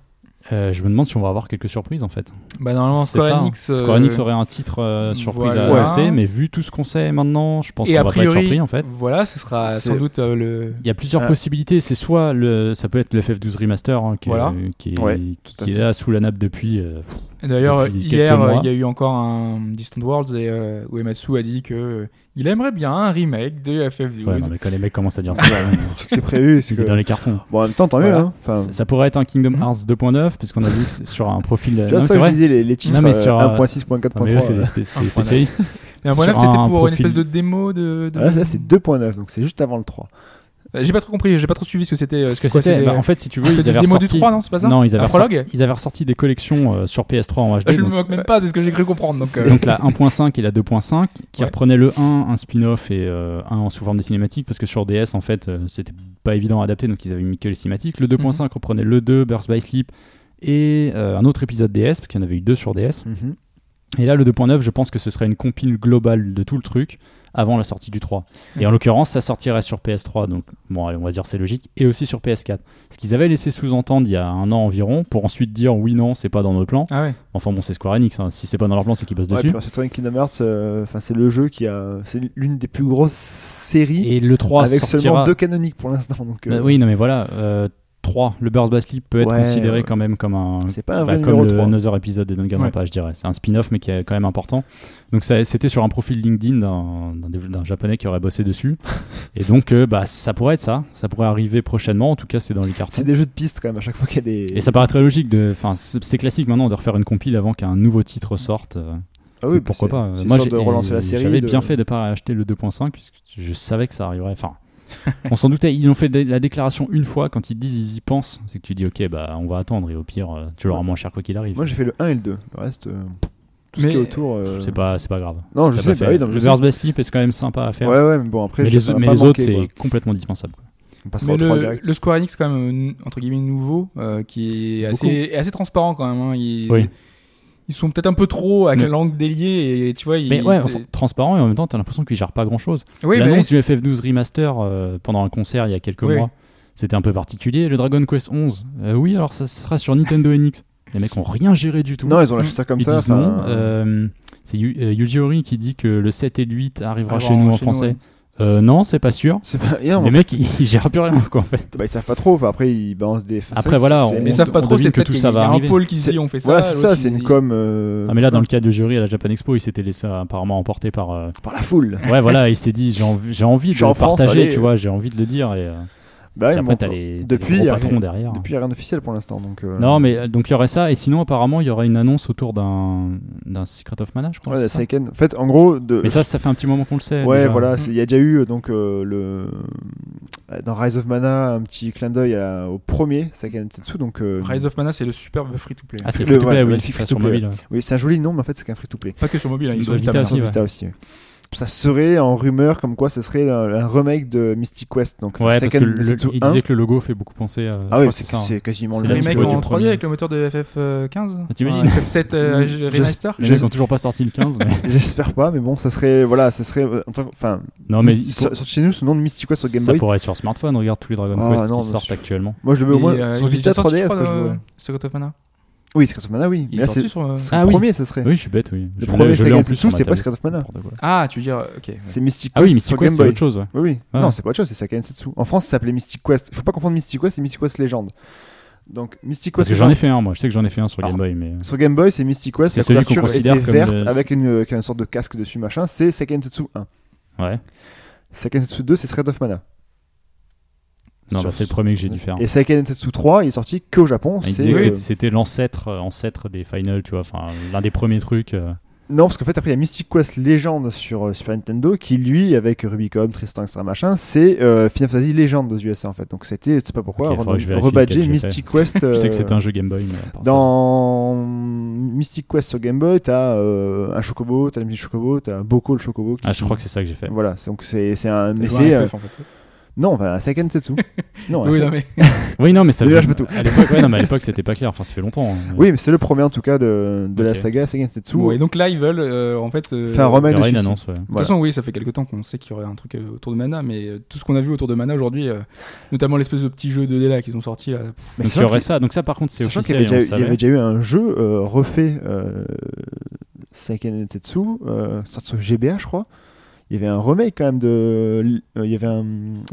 S4: Euh, je me demande si on va avoir quelques surprises, en fait.
S3: Bah, normalement,
S4: C'est
S3: Square
S4: ça. hein.
S3: Enix. euh,
S4: Square Enix aurait un titre euh, surprise à
S3: voilà.
S4: annoncer, mais vu tout ce qu'on sait maintenant, je pense qu'on
S3: et a
S4: va pas être
S3: priori,
S4: surpris, en fait.
S3: voilà, ce sera
S2: C'est-
S3: sans doute euh, le.
S4: Il y a plusieurs
S2: Ah.
S4: possibilités. C'est soit le, ça peut être le FF12 remaster hein, qui, est-
S3: Voilà.
S4: qui est,
S2: Ouais,
S4: qui
S2: tout à fait.
S4: est là sous la nappe depuis. euh,
S3: Et D'ailleurs, euh,
S4: Depuis quelques
S3: hier, euh,
S4: mois.
S3: il y a eu encore un Distant Worlds et euh, Uematsu a dit que euh, il aimerait bien un remake de FF12.
S4: Ouais, non, mais quand les mecs commencent à dire
S2: [laughs]
S4: ça, ouais,
S2: C'est que c'est prévu. c'est
S4: il
S2: que-
S4: est dans les cartons.
S2: Bon, en même temps, tant mieux.
S4: Voilà.
S2: hein. Enfin,
S4: Ça, ça pourrait être un Kingdom
S3: Mhm.
S4: Hearts 2.9, puisqu'on a vu que c'est sur un profil. euh,
S2: tu vois,
S4: non,
S2: c'est
S4: c'est
S2: ça que je
S4: vrai.
S2: disais, les, les titres
S4: Non, mais sur,
S2: euh,
S4: euh,
S2: 1.6.4.3.
S4: Non, mais eux, c'est
S2: euh,
S4: des spé- c'est
S3: Un point
S4: spécialistes.
S3: Mais un point
S4: Sur
S3: neuf, c'était pour
S4: un
S3: une
S4: profil.
S3: espèce de démo de. de-
S2: ah, là, c'est 2.9, donc c'est juste avant le 3.
S3: Euh, J'ai pas trop compris, j'ai pas trop suivi ce que c'était. euh,
S4: Ce que
S3: quoi,
S4: c'était,
S3: c'est-
S4: bah, en fait, si tu veux,
S3: c'était
S4: ils
S3: des
S4: avaient
S3: démos du
S4: ressorti-
S3: 3, non, c'est pas ça
S4: Non, ils
S3: Un
S4: avaient, ressorti,
S3: prologue
S4: ils avaient ressorti des collections euh, sur PS3 en
S3: Ah,
S4: HD.
S3: Je me
S4: donc,
S3: moque même pas, c'est ce que j'ai cru comprendre. Donc, euh,
S4: donc la 1.5 et la 2.5 qui
S3: Ouais.
S4: reprenaient le 1, un spin-off et euh, un en sous forme des cinématiques parce que sur DS en fait euh, c'était pas évident à adapter donc ils avaient mis que les cinématiques. Le
S3: Mhm.
S4: 2.5 reprenait le 2, Burst by Sleep et euh, un autre épisode DS parce Mhm.
S2: Mhm.
S4: qu'il y en avait eu deux sur DS. Et là, le 2.9, je pense que ce serait une compile globale de tout le truc, avant la sortie du 3. Et en l'occurrence, ça sortirait sur PS3, donc bon, allez, on va dire c'est logique, et aussi sur PS4. Ce qu'ils avaient laissé sous-entendre il y a un an environ, pour ensuite dire oui, non, c'est pas dans nos plans.
S3: Ah ouais.
S4: Enfin bon, c'est Square Enix, hein. si c'est pas dans leur plan, c'est qu'ils bossent
S2: Ouais,
S4: dessus.
S2: puis, c'est vrai que Kingdom Hearts, euh, enfin, c'est le jeu qui a. C'est l'une des plus grosses séries
S4: Et le 3
S2: avec
S4: sortira...
S2: seulement deux canoniques pour l'instant. Donc, euh,
S4: Bah oui, non mais voilà, euh, 3, le Burst by Sleep peut être
S2: Ouais,
S4: considéré
S2: ouais.
S4: quand même comme un...
S2: c'est pas un
S4: bah,
S2: vrai
S4: comme
S2: numéro
S4: le
S2: 3.
S4: Another épisode des Danganronpa,
S3: Ouais.
S4: je dirais. C'est un spin-off, mais qui est quand même important. Donc ça- c'était sur un profil LinkedIn d'un- d'un dév- d'un japonais qui aurait
S2: [laughs]
S4: bossé dessus. Et donc, euh, bah, ça pourrait être ça. Ça pourrait arriver prochainement. En tout cas, c'est dans les cartons.
S2: C'est des jeux de piste quand même à chaque fois qu'il y a des.
S4: Et ça paraît très logique. De, enfin, c'est c'est classique maintenant de refaire une compile avant qu'un nouveau titre sorte. euh,
S2: ah oui,
S4: pourquoi
S2: c'est-
S4: pas euh,
S2: c'est
S4: Moi,
S2: histoire
S4: j'ai-
S2: de relancer la
S4: et
S2: série.
S4: J'avais
S2: de-
S4: bien fait de pas acheter le 2.5 puisque je savais que ça arriverait. Enfin, [laughs] on s'en doutait. Ils ont fait dé- la déclaration une fois. Quand ils disent, ils y pensent. C'est que tu dis, ok, bah, on va attendre. Et au pire, euh, tu l'auras moins cher quoi qu'il arrive.
S2: Moi, j'ai fait le 1 et le 2. Le reste, euh, tout ce
S3: Mais-
S2: qui est autour. euh,
S4: C'est pas, c'est pas grave.
S2: Non,
S4: Si
S2: je
S4: t'as pas
S2: sais, bah
S4: fait-
S2: oui, non, mais
S4: le
S2: je sais.
S4: Burst by Sleep est quand même sympa à faire.
S2: Ouais, ouais, mais bon, après,
S4: mais
S2: je-
S4: les,
S2: ça m'a
S4: mais
S2: pas
S4: les autres,
S2: manqué,
S4: c'est
S2: quoi.
S4: complètement dispensable. quoi.
S2: On passera
S3: Mais
S2: au 3
S3: le,
S2: direct.
S3: le Square Enix, quand même, euh, entre guillemets, nouveau, euh, qui est assez, est assez transparent quand même. hein. Ils,
S4: Oui.
S3: ils sont peut-être un peu trop avec
S4: Mais-
S3: la langue déliée et tu vois. Ils,
S4: Mais ouais,
S3: t'es-
S4: enfin, transparent et en même temps, t'as l'impression qu'ils gèrent pas grand chose.
S3: oui, bah oui,
S4: L'annonce du FF12 Remaster euh, pendant un concert il y a quelques
S3: Oui.
S4: mois, c'était un peu particulier. Le Dragon Quest 11, euh, oui, alors ça sera sur Nintendo NX. Les mecs ont rien géré du tout.
S2: Non, ils ont lâché ça comme
S4: Ils
S2: ça.
S4: disent
S2: enfin,
S4: non. Euh, c'est Yu- euh, Yuji Horii qui dit que le 7 et le 8 arrivera
S3: Ah,
S4: chez nous
S3: chez
S4: en
S3: nous,
S4: français.
S3: ouais.
S4: Euh, non, c'est pas sûr.
S2: [laughs] C'est pas. Et non,
S4: Les mecs, ils, ils gèrent plus rien quoi en fait.
S2: bah, ils savent pas trop. Enfin, après, ils balancent des. enfin,
S4: Après,
S2: c'est-
S4: voilà,
S2: c'est-
S4: on-
S3: Mais ils savent pas
S4: on
S3: trop,
S4: devine
S3: c'est
S4: que
S3: peut-être
S4: tout
S3: qu'il y
S4: ça
S3: a
S4: va
S3: un
S4: arriver.
S3: pôle qui se
S2: C'est-
S3: dit on fait ça.
S2: Voilà, c'est
S3: l'autre,
S2: ça,
S3: il
S2: c'est une
S3: dit-
S2: com. euh,
S4: Ah mais là dans le cas de jury à la Japan Expo, il s'était laissé euh, apparemment emporter par euh,
S2: Par la foule.
S4: Ouais voilà, il s'est dit j'ai envie j'ai envie
S2: Je
S4: de
S2: suis en
S4: le
S2: France,
S4: partager,
S2: allez.
S4: tu vois, j'ai envie de le dire et euh,
S2: Bah,
S4: puis
S2: ouais,
S4: après
S2: bon,
S4: t'as les, t'as les
S2: depuis,
S4: gros
S2: rien-
S4: patrons derrière.
S2: Depuis, rien d'officiel pour l'instant. donc, euh,
S4: Non mais euh, donc il y aurait ça et sinon apparemment il y aurait une annonce autour d'un d'un Secret of Mana, je crois.
S2: Ouais,
S4: c'est
S2: la
S4: ça
S2: Seiken. En fait, en gros, de.
S4: mais ça ça fait un petit moment qu'on le sait.
S2: Ouais,
S4: déjà.
S2: voilà, c'est- il y a déjà eu euh, donc euh, le euh, dans Rise of Mana un petit clin d'œil à- au premier Seiken Setsu donc euh,
S3: Rise of Mana, c'est le superbe free-to-play.
S4: Ah c'est
S2: Le-
S4: free to
S2: voilà,
S4: play,
S2: le
S4: oui,
S2: magnifique
S4: c'est ça sur
S2: free-to-play.
S4: mobile. ouais.
S2: oui, c'est un joli nom mais en fait c'est qu'un free to play.
S3: Pas que sur mobile, hein, Ah ils sont
S4: Vita
S3: Vita
S4: aussi,
S3: maintenant.
S4: ouais.
S2: Ça serait en rumeur comme quoi ça serait un, un remake de Mystic Quest donc
S4: Ouais, parce que
S2: Seiken
S4: le-
S2: Setsu
S4: il
S2: 1.
S4: disait que le logo fait beaucoup penser à je
S2: Ah
S4: crois
S2: oui,
S4: que
S2: c'est
S4: ça, hein.
S2: c'est quasiment
S4: C'est
S2: le
S4: la
S3: Les
S2: même
S4: petite
S3: mecs
S2: produit.
S4: voix
S3: en
S4: du
S3: 3D
S4: premier.
S3: avec le moteur de FF15
S4: Ah, t'imagines
S3: FF7 euh, Remaster
S4: Les mecs ont toujours pas sorti le
S2: [laughs]
S4: 15 mais
S2: J'espère pas mais bon, ça serait voilà, ça serait euh, en tant que- enfin
S4: Non mais il faut-
S2: sur, sur- chez nous sous le nom de Mystic Quest sur Game
S4: ça
S2: Boy.
S4: pourrait être sur smartphone, regarde tous les Dragon
S2: Ah,
S4: Quest
S2: non,
S4: qui
S2: mais
S4: sortent
S2: sur-
S4: actuellement.
S2: Moi je le veux au
S3: Et,
S2: moins
S3: euh,
S2: sur
S3: il est
S2: Vita
S3: déjà sorti,
S2: 3DS
S3: je
S2: que
S3: crois,
S2: je
S3: dans,
S2: veux.
S3: euh, Secret of Mana.
S2: Oui, Secret of Mana oui.
S3: Il
S2: Mais là,
S3: est
S2: c'est
S3: sorti sur. euh,
S2: c'est
S4: Ah
S2: le
S4: oui.
S2: premier ça serait.
S4: Oui, je suis bête, oui.
S2: Le
S4: Je l'ai-
S2: premier
S4: je l'ai en
S2: Seiken
S4: plus sur
S2: Setsu, c'est
S4: ma
S2: pas
S4: table.
S2: Secret of Mana.
S4: N'importe quoi.
S3: Ah, tu veux dire. Ok. ouais.
S2: C'est Mystic
S4: Ah oui,
S2: Quest
S4: mais
S2: sur
S4: c'est quoi,
S2: Game
S4: c'est
S2: Boy.
S4: autre chose. ouais.
S2: Oui, oui.
S4: Ah.
S2: Non, c'est pas autre chose, c'est Seiken Setsu. En France, ça s'appelait Mystic Quest. Faut pas confondre Mystic Quest et Mystic Quest Legend. Donc, Mystic
S4: Parce
S2: Quest
S4: que j'en ai
S2: Legend-
S4: fait un, moi. Je sais que j'en ai fait un sur
S2: Ah.
S4: Game Boy, mais.
S2: Sur Game Boy, c'est Mystic Quest.
S4: C'est
S2: la
S4: celui qu'on
S2: couverture était
S4: considère comme
S2: verte
S4: le-
S2: avec une, avec une sorte de casque dessus, machin. C'est Seiken Setsu 1.
S4: Ouais.
S2: Seiken Setsu 2, c'est Thread of Mana.
S4: Non,
S2: Sur-
S4: bah, c'est le premier que j'ai dû faire.
S2: Et Seiken Setsu 3, il est sorti qu'au Japon.
S4: Il
S2: c'est-
S4: disait que
S2: euh,
S4: c'était- c'était l'ancêtre euh, ancêtre des finals, tu vois. Enfin, l'un des premiers trucs. euh.
S2: Non, parce qu'en fait, après, il y a Mystic Quest Legend sur euh, Super Nintendo qui, lui, avec Rubicon, Tristan, etc., machin, c'est euh, Final Fantasy Legend aux USA, en fait. Donc, c'était, je sais pas pourquoi,
S4: Ok, faudra que je vérifie lequel
S2: rebadgé
S4: j'ai
S2: Mystic
S4: [laughs]
S2: Quest.
S4: Je sais que
S2: euh,
S4: c'était un jeu Game Boy. mais à part
S2: Dans Mystic Quest sur Game Boy, t'as euh, un Chocobo, t'as la musique Chocobo, t'as Boko le Chocobo. qui-
S4: ça. Ah, je crois que c'est ça que j'ai fait.
S2: Voilà, c'est- donc c'est c'est un. Mais
S3: Jouer
S2: c'est.
S3: à
S2: euh,
S3: FF, en fait.
S2: non, enfin, un Seiken Setsu. non, un
S3: Oui,
S2: Seiken-
S3: non, mais.
S4: Oui, non, mais ça
S2: Mais
S4: faisait-
S2: lâche pas tout.
S4: À l'époque, ouais, non, mais à l'époque, c'était pas clair. Enfin, ça fait longtemps. hein.
S2: oui, mais c'est le premier en tout cas de, de la
S4: Ok.
S2: saga Seiken Setsu.
S3: Bon, et donc là, ils veulent euh, en fait. euh,
S2: Faire un
S4: Il
S2: remake
S4: y aura une
S2: dessus.
S4: annonce, ouais.
S3: De toute
S2: Voilà.
S3: façon, oui, ça fait quelques temps qu'on sait qu'il y aurait un truc euh, autour de Mana, mais euh, tout ce qu'on a vu autour de Mana aujourd'hui, euh, notamment l'espèce de petit jeu 2D là qu'ils ont sorti là. pff,
S2: Mais
S4: Donc, il
S2: c'est
S4: y
S2: vrai
S4: aurait
S2: qu'il-
S4: ça. Donc, ça, par contre, c'est
S2: sachant qu'il
S4: officiel.
S2: y, avait déjà
S4: on
S2: eu- il y
S4: savait.
S2: avait déjà eu un jeu euh, refait euh, Seiken Setsu, euh, sorti sur GBA, je crois. Il y avait un remake quand même de. euh, il y avait un. un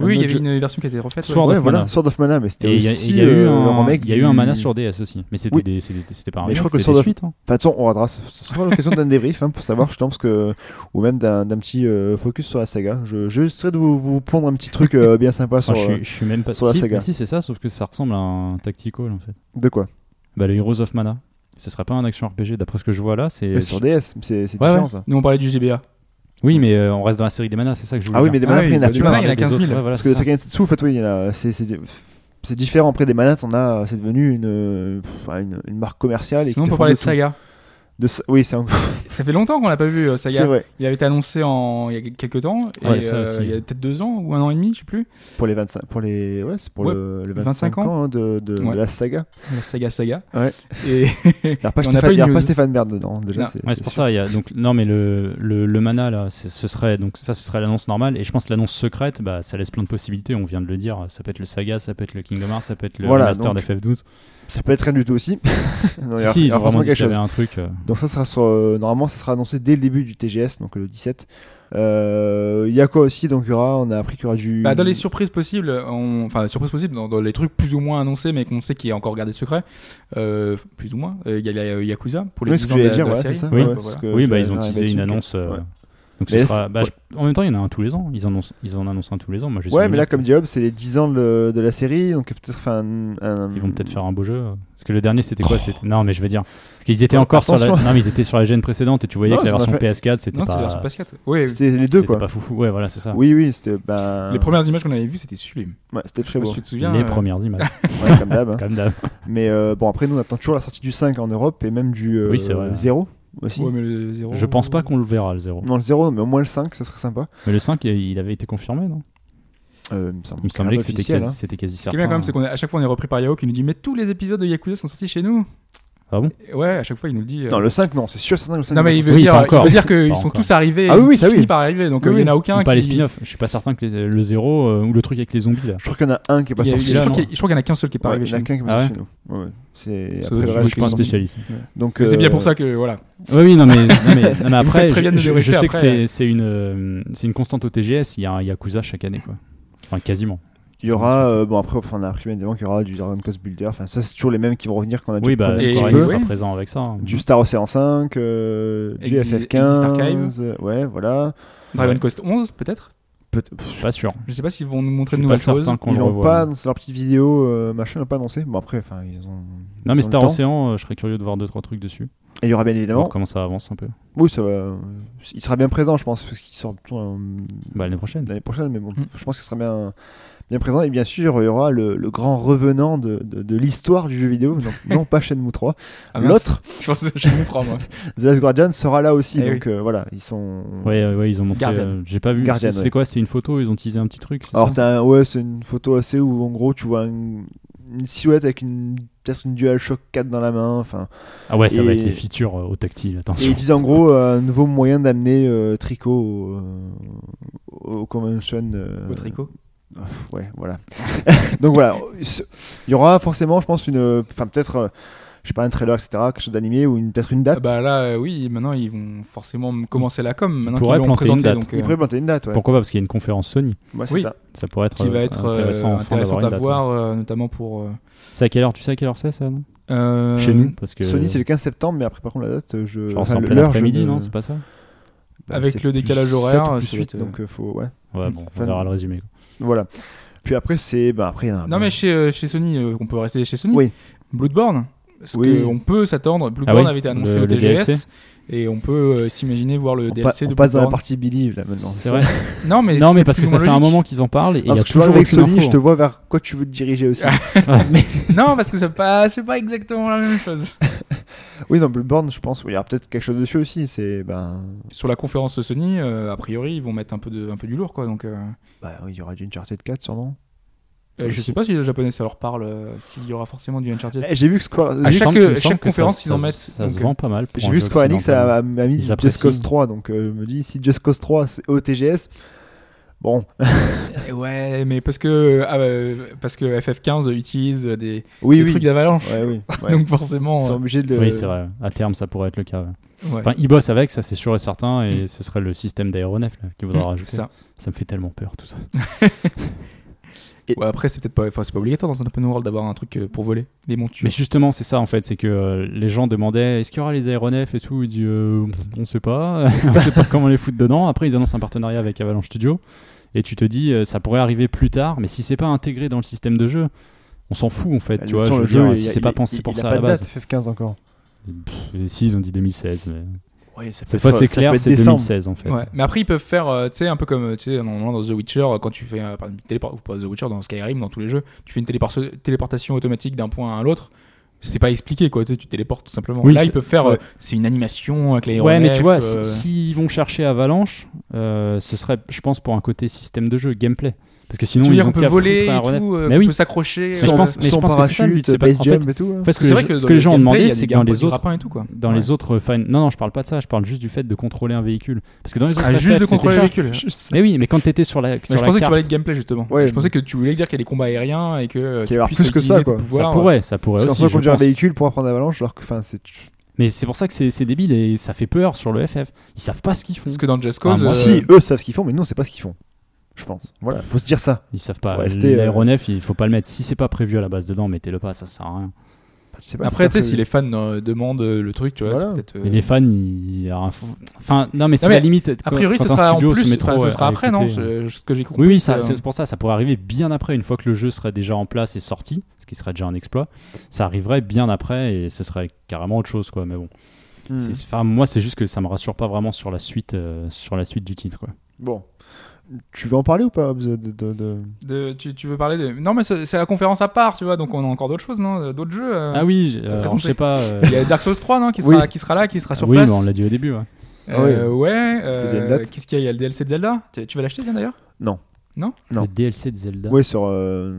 S3: Oui, il y
S2: autre
S3: avait
S2: jeu-
S3: une version qui a été refaite.
S4: Sword
S2: Ouais,
S4: of
S2: voilà,
S4: Mana.
S2: Sword of Mana, mais c'était
S4: Et il y a-
S2: aussi
S4: il y a eu
S2: euh, le
S4: un-
S2: remake.
S4: il y a eu un
S2: du-
S4: mana sur DS aussi. Mais c'était
S2: Oui.
S4: des- c'était- c'était pas un
S2: Mais je crois
S4: remake,
S2: que
S4: c'était
S2: Sword
S4: des
S2: of-
S4: suites. hein.
S2: Enfin, de toute façon, on aura ce sera l'occasion d'un débrief hein, pour savoir, je pense que. Ou même d'un d'un petit euh, focus sur la saga. Je, je serais de vous, vous pondre un petit truc euh, bien sympa sur.
S4: Enfin, je,
S2: euh,
S4: suis, je suis même pas
S2: sur la
S4: si,
S2: saga.
S4: mais si, c'est ça, sauf que ça ressemble à un tactical en fait.
S2: euh, De quoi
S4: Bah, le Heroes of Mana. Ce serait pas un action RPG, d'après ce que je vois là. C'est
S2: Mais Sur DS, c'est c'est
S4: Ouais,
S2: différent
S4: ouais.
S2: ça.
S3: Nous, on parlait du GBA.
S4: Oui, mais euh, on reste dans la série des manas, c'est ça que je voulais
S2: Ah oui,
S4: dire.
S2: mais des
S3: Ah
S2: manas,
S3: oui,
S2: après, il y en a
S3: bah, du
S2: plein.
S3: mana,
S2: hein.
S3: il y en a
S4: Des
S3: 15 000.
S4: autres, ouais, voilà,
S2: Parce
S4: c'est
S2: que
S4: ça.
S2: Seiken Setsu, en fait, oui, il y en a. c'est- C'est c'est différent. Après, des manettes, on a. C'est devenu une, pff, une, une marque commerciale. et
S3: Sinon,
S2: qui te font
S3: on peut parler de
S2: tout.
S3: Saga.
S2: de sa- Oui, c'est un-
S3: Ça fait longtemps qu'on l'a pas vu, euh, [laughs] Saga.
S2: c'est vrai.
S3: Il avait été annoncé en... il y a quelques temps, et,
S4: Ouais, ça
S3: euh,
S4: aussi.
S3: il y a peut-être deux ans ou un an et demi, je sais plus.
S2: Pour les 25, pour les, ouais, c'est pour
S3: Ouais,
S2: le, le
S3: 25
S2: 25 ans, hein, de, de- de
S3: Ouais.
S2: la saga.
S3: La saga Saga.
S2: Ouais. [laughs]
S3: Et
S2: Il n'y a pas
S3: Et on n'a pas
S2: Stéphane,
S3: eu
S2: il y a
S3: de
S2: pas
S3: news.
S2: Stéphane Bern dedans, déjà.
S3: Non.
S4: Ouais, c'est pour ça. Il y a, donc, non, mais le, le, le mana, là, c'est- ce serait, donc, ça, ce serait l'annonce normale. Et je pense que l'annonce secrète, bah, ça laisse plein de possibilités. On vient de le dire. Ça peut être le Saga, ça peut être le Kingdom Hearts, ça peut être le
S2: Voilà,
S4: Master
S2: donc,
S4: d'FF12.
S2: Ça peut être rien du tout aussi. [laughs] Non, il y
S4: Si,
S2: a-
S4: si,
S2: il y
S4: ils
S2: a
S4: ont vraiment
S2: forcément
S4: dit
S2: quelque
S4: qu'il y avait
S2: chose.
S4: un truc. euh,
S2: Donc ça sera sur, euh, normalement ça sera annoncé dès le début du TGS, donc le 17. Euh, Il y a quoi aussi Donc il y aura, on a appris qu'il y aura du.
S3: Bah, dans les surprises possibles, on- enfin surprises possibles, dans, dans les trucs plus ou moins annoncés, mais qu'on sait qu'il est encore gardé secret, euh, plus ou moins, euh, il y a la Yakuza pour les
S2: Oui, ce
S3: 10
S2: que
S3: ans de,
S2: j'allais
S3: la-
S2: dire,
S3: de la
S2: voilà, c'est
S3: série.
S2: ça.
S4: Oui,
S2: ouais,
S3: bah,
S2: c'est
S3: voilà.
S2: ce que
S4: oui,
S2: je
S4: bah,
S2: vais
S4: ils ont
S2: arriver
S4: teasé une
S2: dessus.
S4: annonce. euh,
S2: Ouais.
S4: Donc
S2: Mais
S4: ce
S2: là,
S4: sera, bah,
S2: c'est-
S4: je- En même temps, il y en a un tous les ans. Ils annoncent, ils en annoncent un tous les ans. Moi, je suis
S2: Ouais, mais
S4: venu.
S2: là, comme Diop, c'est les 10 ans de, de la série, donc peut-être faire un, un-
S4: ils vont peut-être faire un beau jeu. euh. Parce que le dernier, c'était quoi C'était Non, mais je veux dire, parce qu'ils étaient encore sur
S2: Oh.
S4: la,
S2: attention.
S4: non, mais ils étaient sur la gêne précédente et tu voyais
S2: Non,
S4: que la
S2: ça m'a
S4: version
S2: fait-
S4: PS4, c'était
S3: Non, c'est la
S4: pas,
S3: version PS4. Oui,
S2: C'était les deux,
S4: c'était
S2: quoi.
S4: pas foufou. Ouais, voilà, c'est ça.
S2: Oui, oui, c'était. bah,
S3: les premières images qu'on avait vues, c'était sublime.
S2: ouais, c'était très
S3: Je me
S2: beau.
S3: suis tu te souviens,
S4: Les
S3: euh,
S4: premières
S3: [laughs]
S4: images,
S2: Ouais, comme
S4: [laughs]
S2: d'hab. hein.
S4: comme d'hab.
S2: Mais euh, bon, après, nous, on attend toujours la sortie du 5 en Europe et même du euh,
S4: Oui, c'est vrai.
S2: 0 aussi.
S3: ouais, mais le zéro-
S4: Je pense pas qu'on le verra le 0.
S2: Non, le 0, mais au moins le 5, ça serait sympa.
S4: Mais le 5, il- il avait été confirmé, non
S2: Euh, il me semble
S4: Il me semblait que c'était
S2: officiel,
S4: quasi,
S2: hein.
S4: c'était quasi
S3: Ce qui
S4: certain.
S3: est bien quand même, c'est qu'à chaque fois on est repris par Yao qui nous dit Mais tous les épisodes de Yakuza sont sortis chez nous.
S4: Ah bon
S3: Et Ouais, à chaque fois il nous le dit. euh,
S2: hein. Non, le 5, non, c'est sûr, certain que le 5.
S3: non, mais
S2: il
S3: il
S2: va
S3: veut
S4: Oui,
S3: dire,
S4: pas
S3: il
S4: encore.
S3: veut dire qu'ils
S4: Pas
S3: sont
S4: encore.
S3: tous arrivés.
S2: Ah oui,
S3: ils
S2: oui,
S3: sont
S2: ça,
S3: finis
S2: oui.
S3: par arriver. Donc
S2: Oui,
S3: euh, il y en a
S2: oui.
S4: Ou
S3: aucun
S4: pas les
S3: qui-
S4: spin-offs. Je suis pas certain que les- le 0 euh, ou le truc avec les zombies là.
S2: sortir. Je crois qu'il y en a un qui est pas
S3: Il y a-
S2: sorti
S3: Je
S2: chez
S4: là,
S3: crois
S4: non.
S2: nous.
S3: qu'il y a- je crois qu'il y en a qu'un seul qui est pas
S2: Ouais,
S3: arrivé
S2: Il y en
S3: chez
S2: a
S3: nous.
S2: qu'un qui est
S4: Ah
S2: pas
S4: ouais.
S2: sorti chez nous. Ouais, ouais. C'est
S3: Ça
S2: après
S3: doit
S2: le
S3: être-
S4: Je
S2: reste.
S4: suis pas un
S2: ils sont-
S4: spécialiste.
S2: Donc,
S3: Mais C'est bien
S2: euh,
S3: pour ça que voilà.
S4: Oui, oui, non, mais, non,
S3: [laughs]
S4: mais, non, mais après,
S3: faites très bien de
S4: je,
S3: le
S4: je- je
S3: vérifier
S4: sais que
S3: après. hein.
S4: c'est- c'est une, euh, c'est une constante au TGS. Il y a un Yakuza chaque année, quoi. Enfin, quasiment.
S2: Il y aura, euh, bon après, enfin, on a appris bien évidemment qu'il y aura du Dragon Quest Builder, enfin ça c'est toujours les mêmes qui vont revenir qu'on a déjà
S4: Oui, bah,
S2: connu un
S3: Et-
S4: Square
S2: petit
S4: Enix
S2: peu.
S4: sera
S3: oui.
S4: présent avec ça. hein.
S2: Du Star Ocean 5, euh, du
S3: Exi- Exist Archive.
S2: FF15, euh, ouais voilà.
S3: Dragon Quest 11 peut-être
S2: Peut- pff,
S4: Pas sûr.
S3: Je sais pas s'ils vont nous montrer
S4: Je
S3: de
S4: suis pas
S3: nouvelles choses.
S4: certain qu'on
S2: ils
S4: le
S2: l'ont
S4: revoie.
S2: pas,
S3: hein.
S2: dans leur petite vidéo, euh, machin, ils l'ont pas annoncé. Bon après, enfin ils ont...
S4: Non,
S2: ils
S4: mais
S2: ont
S4: Star
S2: le temps.
S4: Ocean, euh, je serais curieux de voir deux trois trucs dessus.
S2: Et il y aura bien évidemment,
S4: Voir comment ça avance un peu.
S2: oui ça va, euh, il sera bien présent je pense, parce qu'il sort plutôt, euh,
S4: Bah, l'année prochaine.
S2: l'année prochaine, mais bon,
S3: Mm.
S2: je pense qu'il sera bien, bien présent. Et bien sûr, il y aura le, le grand revenant de, de, de l'histoire du jeu vidéo, donc non pas Shenmue 3,
S3: Ah mince,
S2: l'autre,
S3: [laughs]
S2: Euh,
S3: Je pense que j'ai mis trois moi.
S2: The Last Guardian sera là aussi,
S3: Eh
S2: donc euh, voilà, ils sont...
S4: Ouais, euh, ouais, ils ont montré.
S3: Guardian.
S4: euh, J'ai pas vu.
S2: Guardian,
S4: C'est- C'était
S2: ouais.
S4: quoi C'est une photo. Ils ont teasé un petit truc. c'est
S2: Alors
S4: ça
S2: t'as un- ouais, c'est une photo assez où en gros tu vois un- une silhouette avec une peut-être une DualShock 4 dans la main, enfin.
S4: ah ouais, ça va
S2: et-
S4: être les features euh, au tactile.
S2: Et
S4: Attention.
S2: ils disent en gros euh, un nouveau moyen d'amener euh, Tricot au, euh, au convention. euh,
S3: Au tricot.
S2: euh, ouais, voilà. [laughs] Donc voilà, ce- il y aura forcément, je pense, une, enfin peut-être, euh, je sais pas, un trailer, etc., quelque chose d'animé ou une- peut-être une
S3: Ah
S2: date.
S3: Bah là, euh, oui, maintenant ils vont forcément m- commencer la com. Maintenant
S4: pourraient
S3: qu'ils l'ont
S4: planter une
S3: présenté,
S4: date.
S3: donc, euh,
S2: Ils pourraient planter une date, ouais.
S4: Pourquoi pas Parce qu'il y a une conférence Sony.
S2: Ouais, c'est
S3: Oui.
S2: ça.
S4: Ça pourrait être
S3: qui va
S4: euh,
S3: être euh,
S4: intéressant,
S3: intéressant,
S4: enfin d'avoir une
S3: à
S4: date, ouais.
S3: voir, euh, notamment pour. euh,
S4: C'est à quelle heure Tu sais à quelle heure c'est ça non
S3: euh,
S4: Chez nous, parce que
S2: Sony c'est le 15 septembre, mais après par contre la date, euh, je.
S4: Genre, c'est
S2: enfin,
S4: en
S2: le-
S4: plein
S2: l'heure, je
S4: après-midi,
S2: ne-
S4: non C'est pas ça
S2: bah,
S3: Avec
S2: c'est
S3: le
S2: plus
S3: décalage
S2: sept
S3: horaire,
S2: ou plus
S3: ça doit
S2: huit,
S3: être, euh,
S2: donc euh, faut, ouais.
S4: Ouais, bon, on
S2: Fin-
S4: verra le résumé.
S2: Voilà. Puis après, c'est. Bah, après, il y en a-
S3: Non mais chez, euh, chez Sony, euh, on peut rester chez Sony.
S2: Oui.
S3: Bloodborne. Parce
S2: Oui.
S3: qu'on peut s'attendre. Bloodborne
S4: Ah oui,
S3: avait été annoncé
S4: le-
S3: au
S4: le
S3: TGS.
S4: DLC.
S3: Et on peut euh, s'imaginer voir
S2: on,
S3: le
S2: pa-
S3: DLC
S2: on
S3: de
S2: passe dans la
S3: Bloodborne.
S2: partie Believe là maintenant.
S4: C'est vrai.
S3: Non mais
S4: non,
S3: c'est
S4: mais parce
S3: plus
S4: que
S3: ou
S4: ça
S3: moins
S4: fait un
S3: logique.
S4: moment qu'ils en parlent et il
S2: Non,
S4: y
S2: parce
S4: a
S2: que tu vois,
S4: toujours
S2: avec
S4: aucune
S2: Sony,
S4: info. [laughs]
S2: je te vois vers quoi tu veux te diriger
S3: [laughs]
S2: aussi.
S3: Non parce que ça passe, c'est pas exactement la même chose.
S2: oui, dans Bloodborne, je pense. oui, Il y aura peut-être quelque chose dessus aussi. C'est. Ben.
S3: Sur la conférence de Sony, euh, a priori ils vont mettre un peu de un peu du lourd quoi. Donc euh,
S2: Bah, oui, il y aura du Uncharted 4 sûrement.
S3: euh, je sais pas si les Japonais ça leur parle, euh, s'il y aura forcément du Uncharted.
S2: Eh, J'ai vu que Square.
S3: À
S4: Il me
S2: J'ai
S3: chaque-
S4: semble- il me
S3: chaque
S4: semble que ça-
S3: conférence, ils en
S4: ça-
S3: mettent,
S4: Ça se
S3: donc,
S4: vend pas mal. pour
S2: euh, j'ai
S4: un
S2: vu
S4: jeu
S2: Square Enix
S4: occidental.
S2: a, a- a mis
S4: Ils
S2: Just
S4: apprécient.
S2: Cause 3, donc euh, je me dis si Just Cause 3 c'est au TGS, bon,
S3: Eh Ouais, mais parce que ah, euh, parce que FF15 utilise des,
S2: oui,
S3: des
S2: oui,
S3: trucs d'avalanche,
S2: ouais, oui, ouais.
S3: [laughs] donc forcément.
S2: ils sont
S3: euh,
S2: obligés de.
S4: Oui, c'est vrai. À terme, ça pourrait être le cas. ouais.
S3: ouais.
S4: Enfin, ils bossent avec, ça c'est sûr et certain,
S2: Mm.
S4: et ce serait le système d'aéronef là, qui voudra
S3: Mm,
S4: rajouter.
S3: c'est
S4: Ça.
S3: ça.
S4: me fait tellement peur tout ça.
S3: Ouais, après, c'est peut-être pas, enfin, c'est pas obligatoire dans un open world d'avoir un truc euh, pour voler, des montures.
S4: Mais justement, c'est ça en fait, c'est que euh, les gens demandaient est-ce qu'il y aura les aéronefs et tout. Ils disent euh, on sait pas, [laughs] on sait pas comment les foutre dedans. Après, ils annoncent un partenariat avec Avalanche Studio, et tu te dis euh, ça pourrait arriver plus tard, mais si c'est pas intégré dans le système de jeu, on s'en fout en fait.
S2: Bah,
S4: tu vois,
S2: temps,
S4: je
S2: le
S4: veux dire,
S2: jeu,
S4: si
S2: il-
S4: c'est pas
S2: il-
S4: pensé
S2: il-
S4: pour
S2: il a
S4: ça à
S2: pas
S4: la
S2: de
S4: base.
S2: date, FF15 encore.
S4: Pff, si ils ont dit 2016, mais
S2: Ouais, ça peut
S4: cette fois
S2: être-
S4: c'est
S2: ça peut
S4: clair,
S2: être
S4: c'est
S2: décembre.
S4: 2016 en fait.
S3: Ouais. Mais après, ils peuvent faire, euh, tu sais, un peu comme euh, tu sais, normalement dans The Witcher, euh, quand tu fais euh, par exemple, téléport- ou pas The Witcher, dans Skyrim, dans tous les jeux, tu fais une télépor- téléportation automatique d'un point à l'autre. c'est pas expliqué quoi. Tu, sais, tu téléportes tout simplement.
S4: Oui,
S3: là, ils
S4: c'est-
S3: peuvent faire.
S4: ouais.
S3: euh, c'est une animation avec l'aéronef.
S4: Ouais, mais tu vois, si-
S3: euh,
S4: s'ils vont chercher Avalanche, euh, ce serait, je pense, pour un côté système de jeu, gameplay. Parce que
S3: tu
S4: sinon,
S3: veux
S4: ils
S3: dire
S4: ont
S3: qu'on peut
S4: qu'à foutre
S3: voler
S4: un
S3: et
S4: renef-
S3: tout, euh,
S4: Mais
S3: qu'on
S4: oui.
S3: peut s'accrocher.
S4: Mais je
S3: euh,
S4: pense- mais je
S2: sans
S4: pense que c'est ça, le
S2: parachute,
S4: but, c'est pas-
S2: base
S4: en
S2: jump
S4: fait-
S2: et tout. hein.
S4: Parce que,
S3: c'est
S4: les
S3: vrai
S4: gens-
S3: que
S4: ce que
S3: le
S4: les gens ont
S3: gameplay, il y
S4: demandé,
S3: a
S4: c'est
S3: des
S4: que dans
S3: gamins
S4: les
S3: qui
S4: autres,
S3: grimpent et tout quoi.
S4: dans les autres Final- Non, non, je parle pas de ça, je parle juste du fait de contrôler un véhicule. Parce que dans les autres
S3: Ah, juste
S4: FF,
S3: de
S4: c'était
S3: contrôler
S4: Bah, ça.
S3: le véhicule.
S4: Je sais. Mais oui, mais quand t'étais sur la, sur
S3: Mais je
S4: la
S3: pensais que tu
S4: carte,
S3: parlais de gameplay justement.
S2: Ouais,
S3: je pensais que tu voulais dire qu'il y a des combats aériens et que euh,
S2: Qu'il y
S3: tu
S2: avait
S3: puisses
S2: plus que ça,
S3: utiliser tes
S2: quoi. Ça
S4: ça
S3: pouvoirs. euh,
S4: pourrait, ça
S2: Parce
S4: pourrait
S2: qu'en
S4: aussi.
S2: soi,
S4: je
S2: conduire un
S4: pense.
S2: véhicule pour apprendre l'avalanche, alors que enfin, c'est.
S4: Mais c'est pour ça que c'est c'est débile et ça fait peur sur le FF. Ils savent pas ce qu'ils font.
S3: Parce que dans Just
S4: Ah,
S3: Cause,
S4: moi,
S3: euh,
S2: Si eux savent ce qu'ils font, mais nous, c'est pas ce qu'ils font. Je pense. Voilà, faut se dire ça.
S4: Ils savent pas.
S2: Faut rester, euh,
S4: L'aéronef, il faut pas le mettre. Si c'est pas prévu à la base dedans, mettez-le pas, ça sert à rien.
S2: Je sais pas,
S3: après
S2: Bah, c'est
S3: tu sais
S2: pas
S3: si les fans euh, demandent euh, le truc, tu vois,
S2: Voilà.
S3: c'est peut-être. euh,
S4: Mais les fans, ils. alors, faut- Enfin, non, mais c'est
S3: mais
S4: la limite.
S3: A priori,
S4: Quand
S3: ce
S4: un
S3: sera en
S4: studio se
S3: plus,
S4: mettra,
S3: enfin, ce
S4: ouais,
S3: sera
S4: à
S3: après, non
S4: écouter, euh,
S3: Je- Ce que j'ai compris.
S4: Oui, oui, ça-
S3: c'est-
S4: c'est pour ça. Ça pourrait arriver bien après, une fois que le jeu serait déjà en place et sorti, ce qui serait déjà un exploit. Ça arriverait bien après et ce serait carrément autre chose, quoi. Mais bon,
S3: Hmm.
S2: Mhm.
S4: C'est- enfin, moi, c'est juste que ça me rassure pas vraiment sur la suite, euh, sur la suite du titre, quoi.
S2: Bon. Tu veux en parler ou pas Hobbs, de- de- de-
S3: de- tu, tu veux parler de. Non, mais c'est c'est la conférence à part, tu vois, donc on a encore d'autres choses, non D'autres jeux. euh.
S4: Ah oui, euh,
S3: t'as
S4: alors, je
S3: présenté.
S4: sais pas. euh, [laughs]
S3: Il y a Dark Souls 3, non qui sera,
S2: Oui. Ah
S3: qui sera là, qui sera sur
S4: Ah oui, mais
S3: place.
S4: on l'a dit au début. ouais.
S3: Euh, ouais.
S2: Parce qu'il y a une
S3: euh,
S2: date.
S3: Qu'est-ce qu'il y a Il y a le DLC de Zelda. Tu, tu vas l'acheter, bien d'ailleurs Non.
S4: Le DLC de Zelda.
S2: Ouais, sur euh,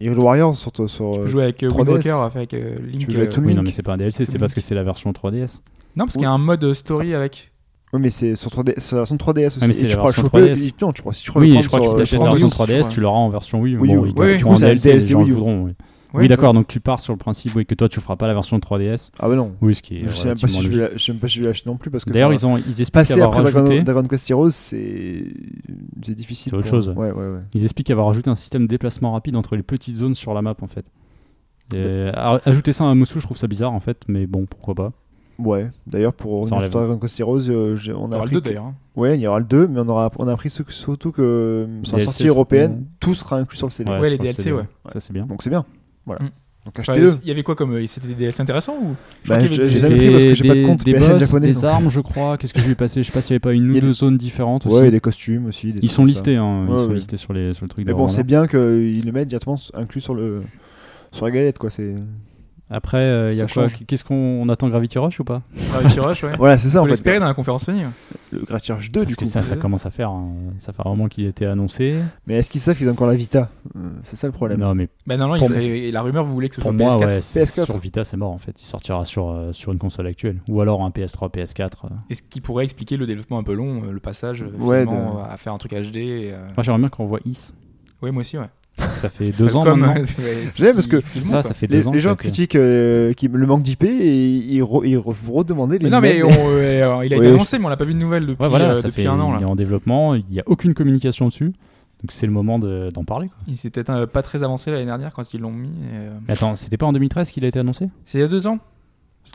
S2: Hyrule Warriors, sur. sur,
S3: Tu
S2: euh,
S3: peux jouer avec euh, Wind
S2: 3DS.
S3: Walker, avec euh, Link.
S2: Tu joues avec
S3: euh,
S2: tout le
S4: Oui, non,
S2: Link.
S4: mais c'est pas un DLC, c'est
S3: Link.
S4: parce que c'est la version 3DS.
S3: Non, parce qu'il y a un mode euh, story avec.
S2: Oui, mais c'est sur 3D, sur la version 3DS aussi.
S4: Ah, mais
S2: Et
S4: c'est la
S2: tu pourras le
S4: version
S2: choper.
S4: 3DS.
S2: et- non, tu pourras, si tu pourras le
S4: Oui,
S2: prendre
S4: je crois que
S2: sur,
S4: si
S2: euh,
S4: t'achètes
S2: sur
S4: la version
S2: Wii U.
S4: 3DS, tu l'auras en version Wii U.
S2: Wii U,
S4: Bon,
S2: oui.
S4: ils doivent
S3: Oui, oui,
S4: trouver
S2: du coup,
S4: un
S2: c'est un
S4: DLC, les
S2: DLC
S4: gens
S2: Wii
S4: le
S2: U.
S4: voudront, oui.
S3: Ouais,
S4: oui, d'accord, donc tu pars sur le principe oui, que toi tu feras pas la version 3DS.
S2: Ah, bah non.
S4: Oui, ce qui est.
S2: Je sais même pas si
S4: relativement
S2: je
S4: logique.
S2: vais la- je sais même pas si je vais l'acheter non plus parce que.
S4: D'ailleurs,
S2: enfin,
S4: ils, ont, ils expliquent
S2: Passer
S4: avoir
S2: après
S4: rajouté.
S2: Dragon, Dragon Quest Heroes, c'est c'est difficile.
S4: C'est autre
S2: pour-
S4: chose, ouais.
S2: Ouais, ouais, ouais.
S4: Ils expliquent avoir ajouté un système de déplacement rapide entre les petites zones sur la map en fait. Et, euh, a- ajouter ça à Mousou, je trouve ça bizarre en fait, mais bon, pourquoi pas.
S2: Ouais. D'ailleurs, pour
S4: Ça
S2: revenir sur
S4: enlève.
S2: Dragon Quest Heroes, euh, j'ai- on
S3: On
S2: a
S3: aura le
S2: appris.
S3: 2
S2: que-
S3: d'ailleurs. hein.
S2: Ouais, il y aura le 2, mais on aura on a appris ce- surtout que euh, sur la
S4: DLC
S2: sortie européenne, tout sera inclus sur le CD.
S3: Ouais,
S4: sur
S3: les
S4: le
S3: DLC,
S4: CD,
S3: ouais.
S4: Ça c'est bien.
S2: Donc c'est bien. Voilà.
S3: Mm.
S2: Donc
S3: Enfin,
S2: achetez-le.
S3: Il y avait quoi comme. euh, C'était des DLC intéressants ou Je
S2: Bah,
S3: crois qu'il y avait
S2: j'ai-
S3: des-
S2: j'ai jamais pris parce que j'ai pas de
S4: des-
S2: compte [laughs]
S4: des
S2: PSN
S4: boss,
S2: japonais,
S4: des
S2: donc.
S4: armes, je crois. Qu'est-ce que j'ai passé Je sais pas s'il y avait pas une
S2: Il y
S4: ou
S2: a des-
S4: deux zones différentes
S2: Ouais,
S4: aussi.
S2: et des costumes aussi. des
S4: Ils
S2: trucs
S4: sont
S2: comme ça.
S4: listés, hein,
S2: Ouais,
S4: ils sont
S2: ouais.
S4: listés sur, les, sur le truc. de
S2: Mais bon,
S4: revendeur.
S2: c'est bien qu'ils le mettent directement inclus sur le sur la galette quoi. C'est
S4: Après, euh, il y a
S2: Ça
S4: quoi
S2: change.
S4: Qu'est-ce qu'on on attend Gravity Rush ou pas
S3: Gravity Rush, ouais.
S2: voilà, c'est ça
S3: On
S2: en
S3: peut l'espérer
S2: fait.
S3: dans la conférence Sony. hein.
S2: Le Gratchurch 2
S4: Parce
S2: du
S4: que
S2: coup.
S4: ça, ça commence à faire. hein. Ça fait un moment qu'il était annoncé.
S2: Mais est-ce qu'ils savent qu'ils ont encore la Vita Euh, C'est ça le problème.
S4: Non, mais
S3: Bah, non, non, il
S4: Pour-
S3: serait- la rumeur voulait que ce soit
S4: pour moi,
S3: PS4.
S4: ouais, c'est-
S2: PS4.
S4: sur Vita, c'est mort en fait. Il sortira sur, euh, sur une console actuelle. Ou alors un PS3, PS4. euh.
S3: Et ce qui pourrait expliquer le développement un peu long, euh, le passage euh,
S2: Ouais,
S3: finalement, euh, à faire un truc HD. et, euh,
S4: Moi, j'aimerais bien qu'on voit Is.
S3: Ouais, moi aussi, ouais.
S4: Ça fait deux ans
S3: Comme,
S4: maintenant.
S3: [laughs]
S2: J'aime parce que
S4: Ça, ça fait
S2: Les,
S4: deux ans.
S2: les
S4: que ça
S2: gens
S4: a été-
S2: critiquent euh, qui- le manque d'IP et ils, re- ils re- vous redemandez les
S3: non, mais
S2: mêmes-
S3: on, euh, il a été
S2: Oui.
S3: annoncé, mais on n'a pas vu de nouvelles depuis,
S4: Ouais, voilà,
S3: euh,
S4: ça
S3: depuis
S4: fait
S3: un an.
S4: Il est
S3: Là.
S4: en développement. Il n'y a aucune communication dessus. Donc c'est le moment de- d'en parler. quoi.
S3: Il s'est peut-être euh, pas très avancé l'année dernière quand ils l'ont mis. et, euh,
S4: Mais attends, c'était pas en 2013 qu'il a été annoncé
S3: C'est il y a deux ans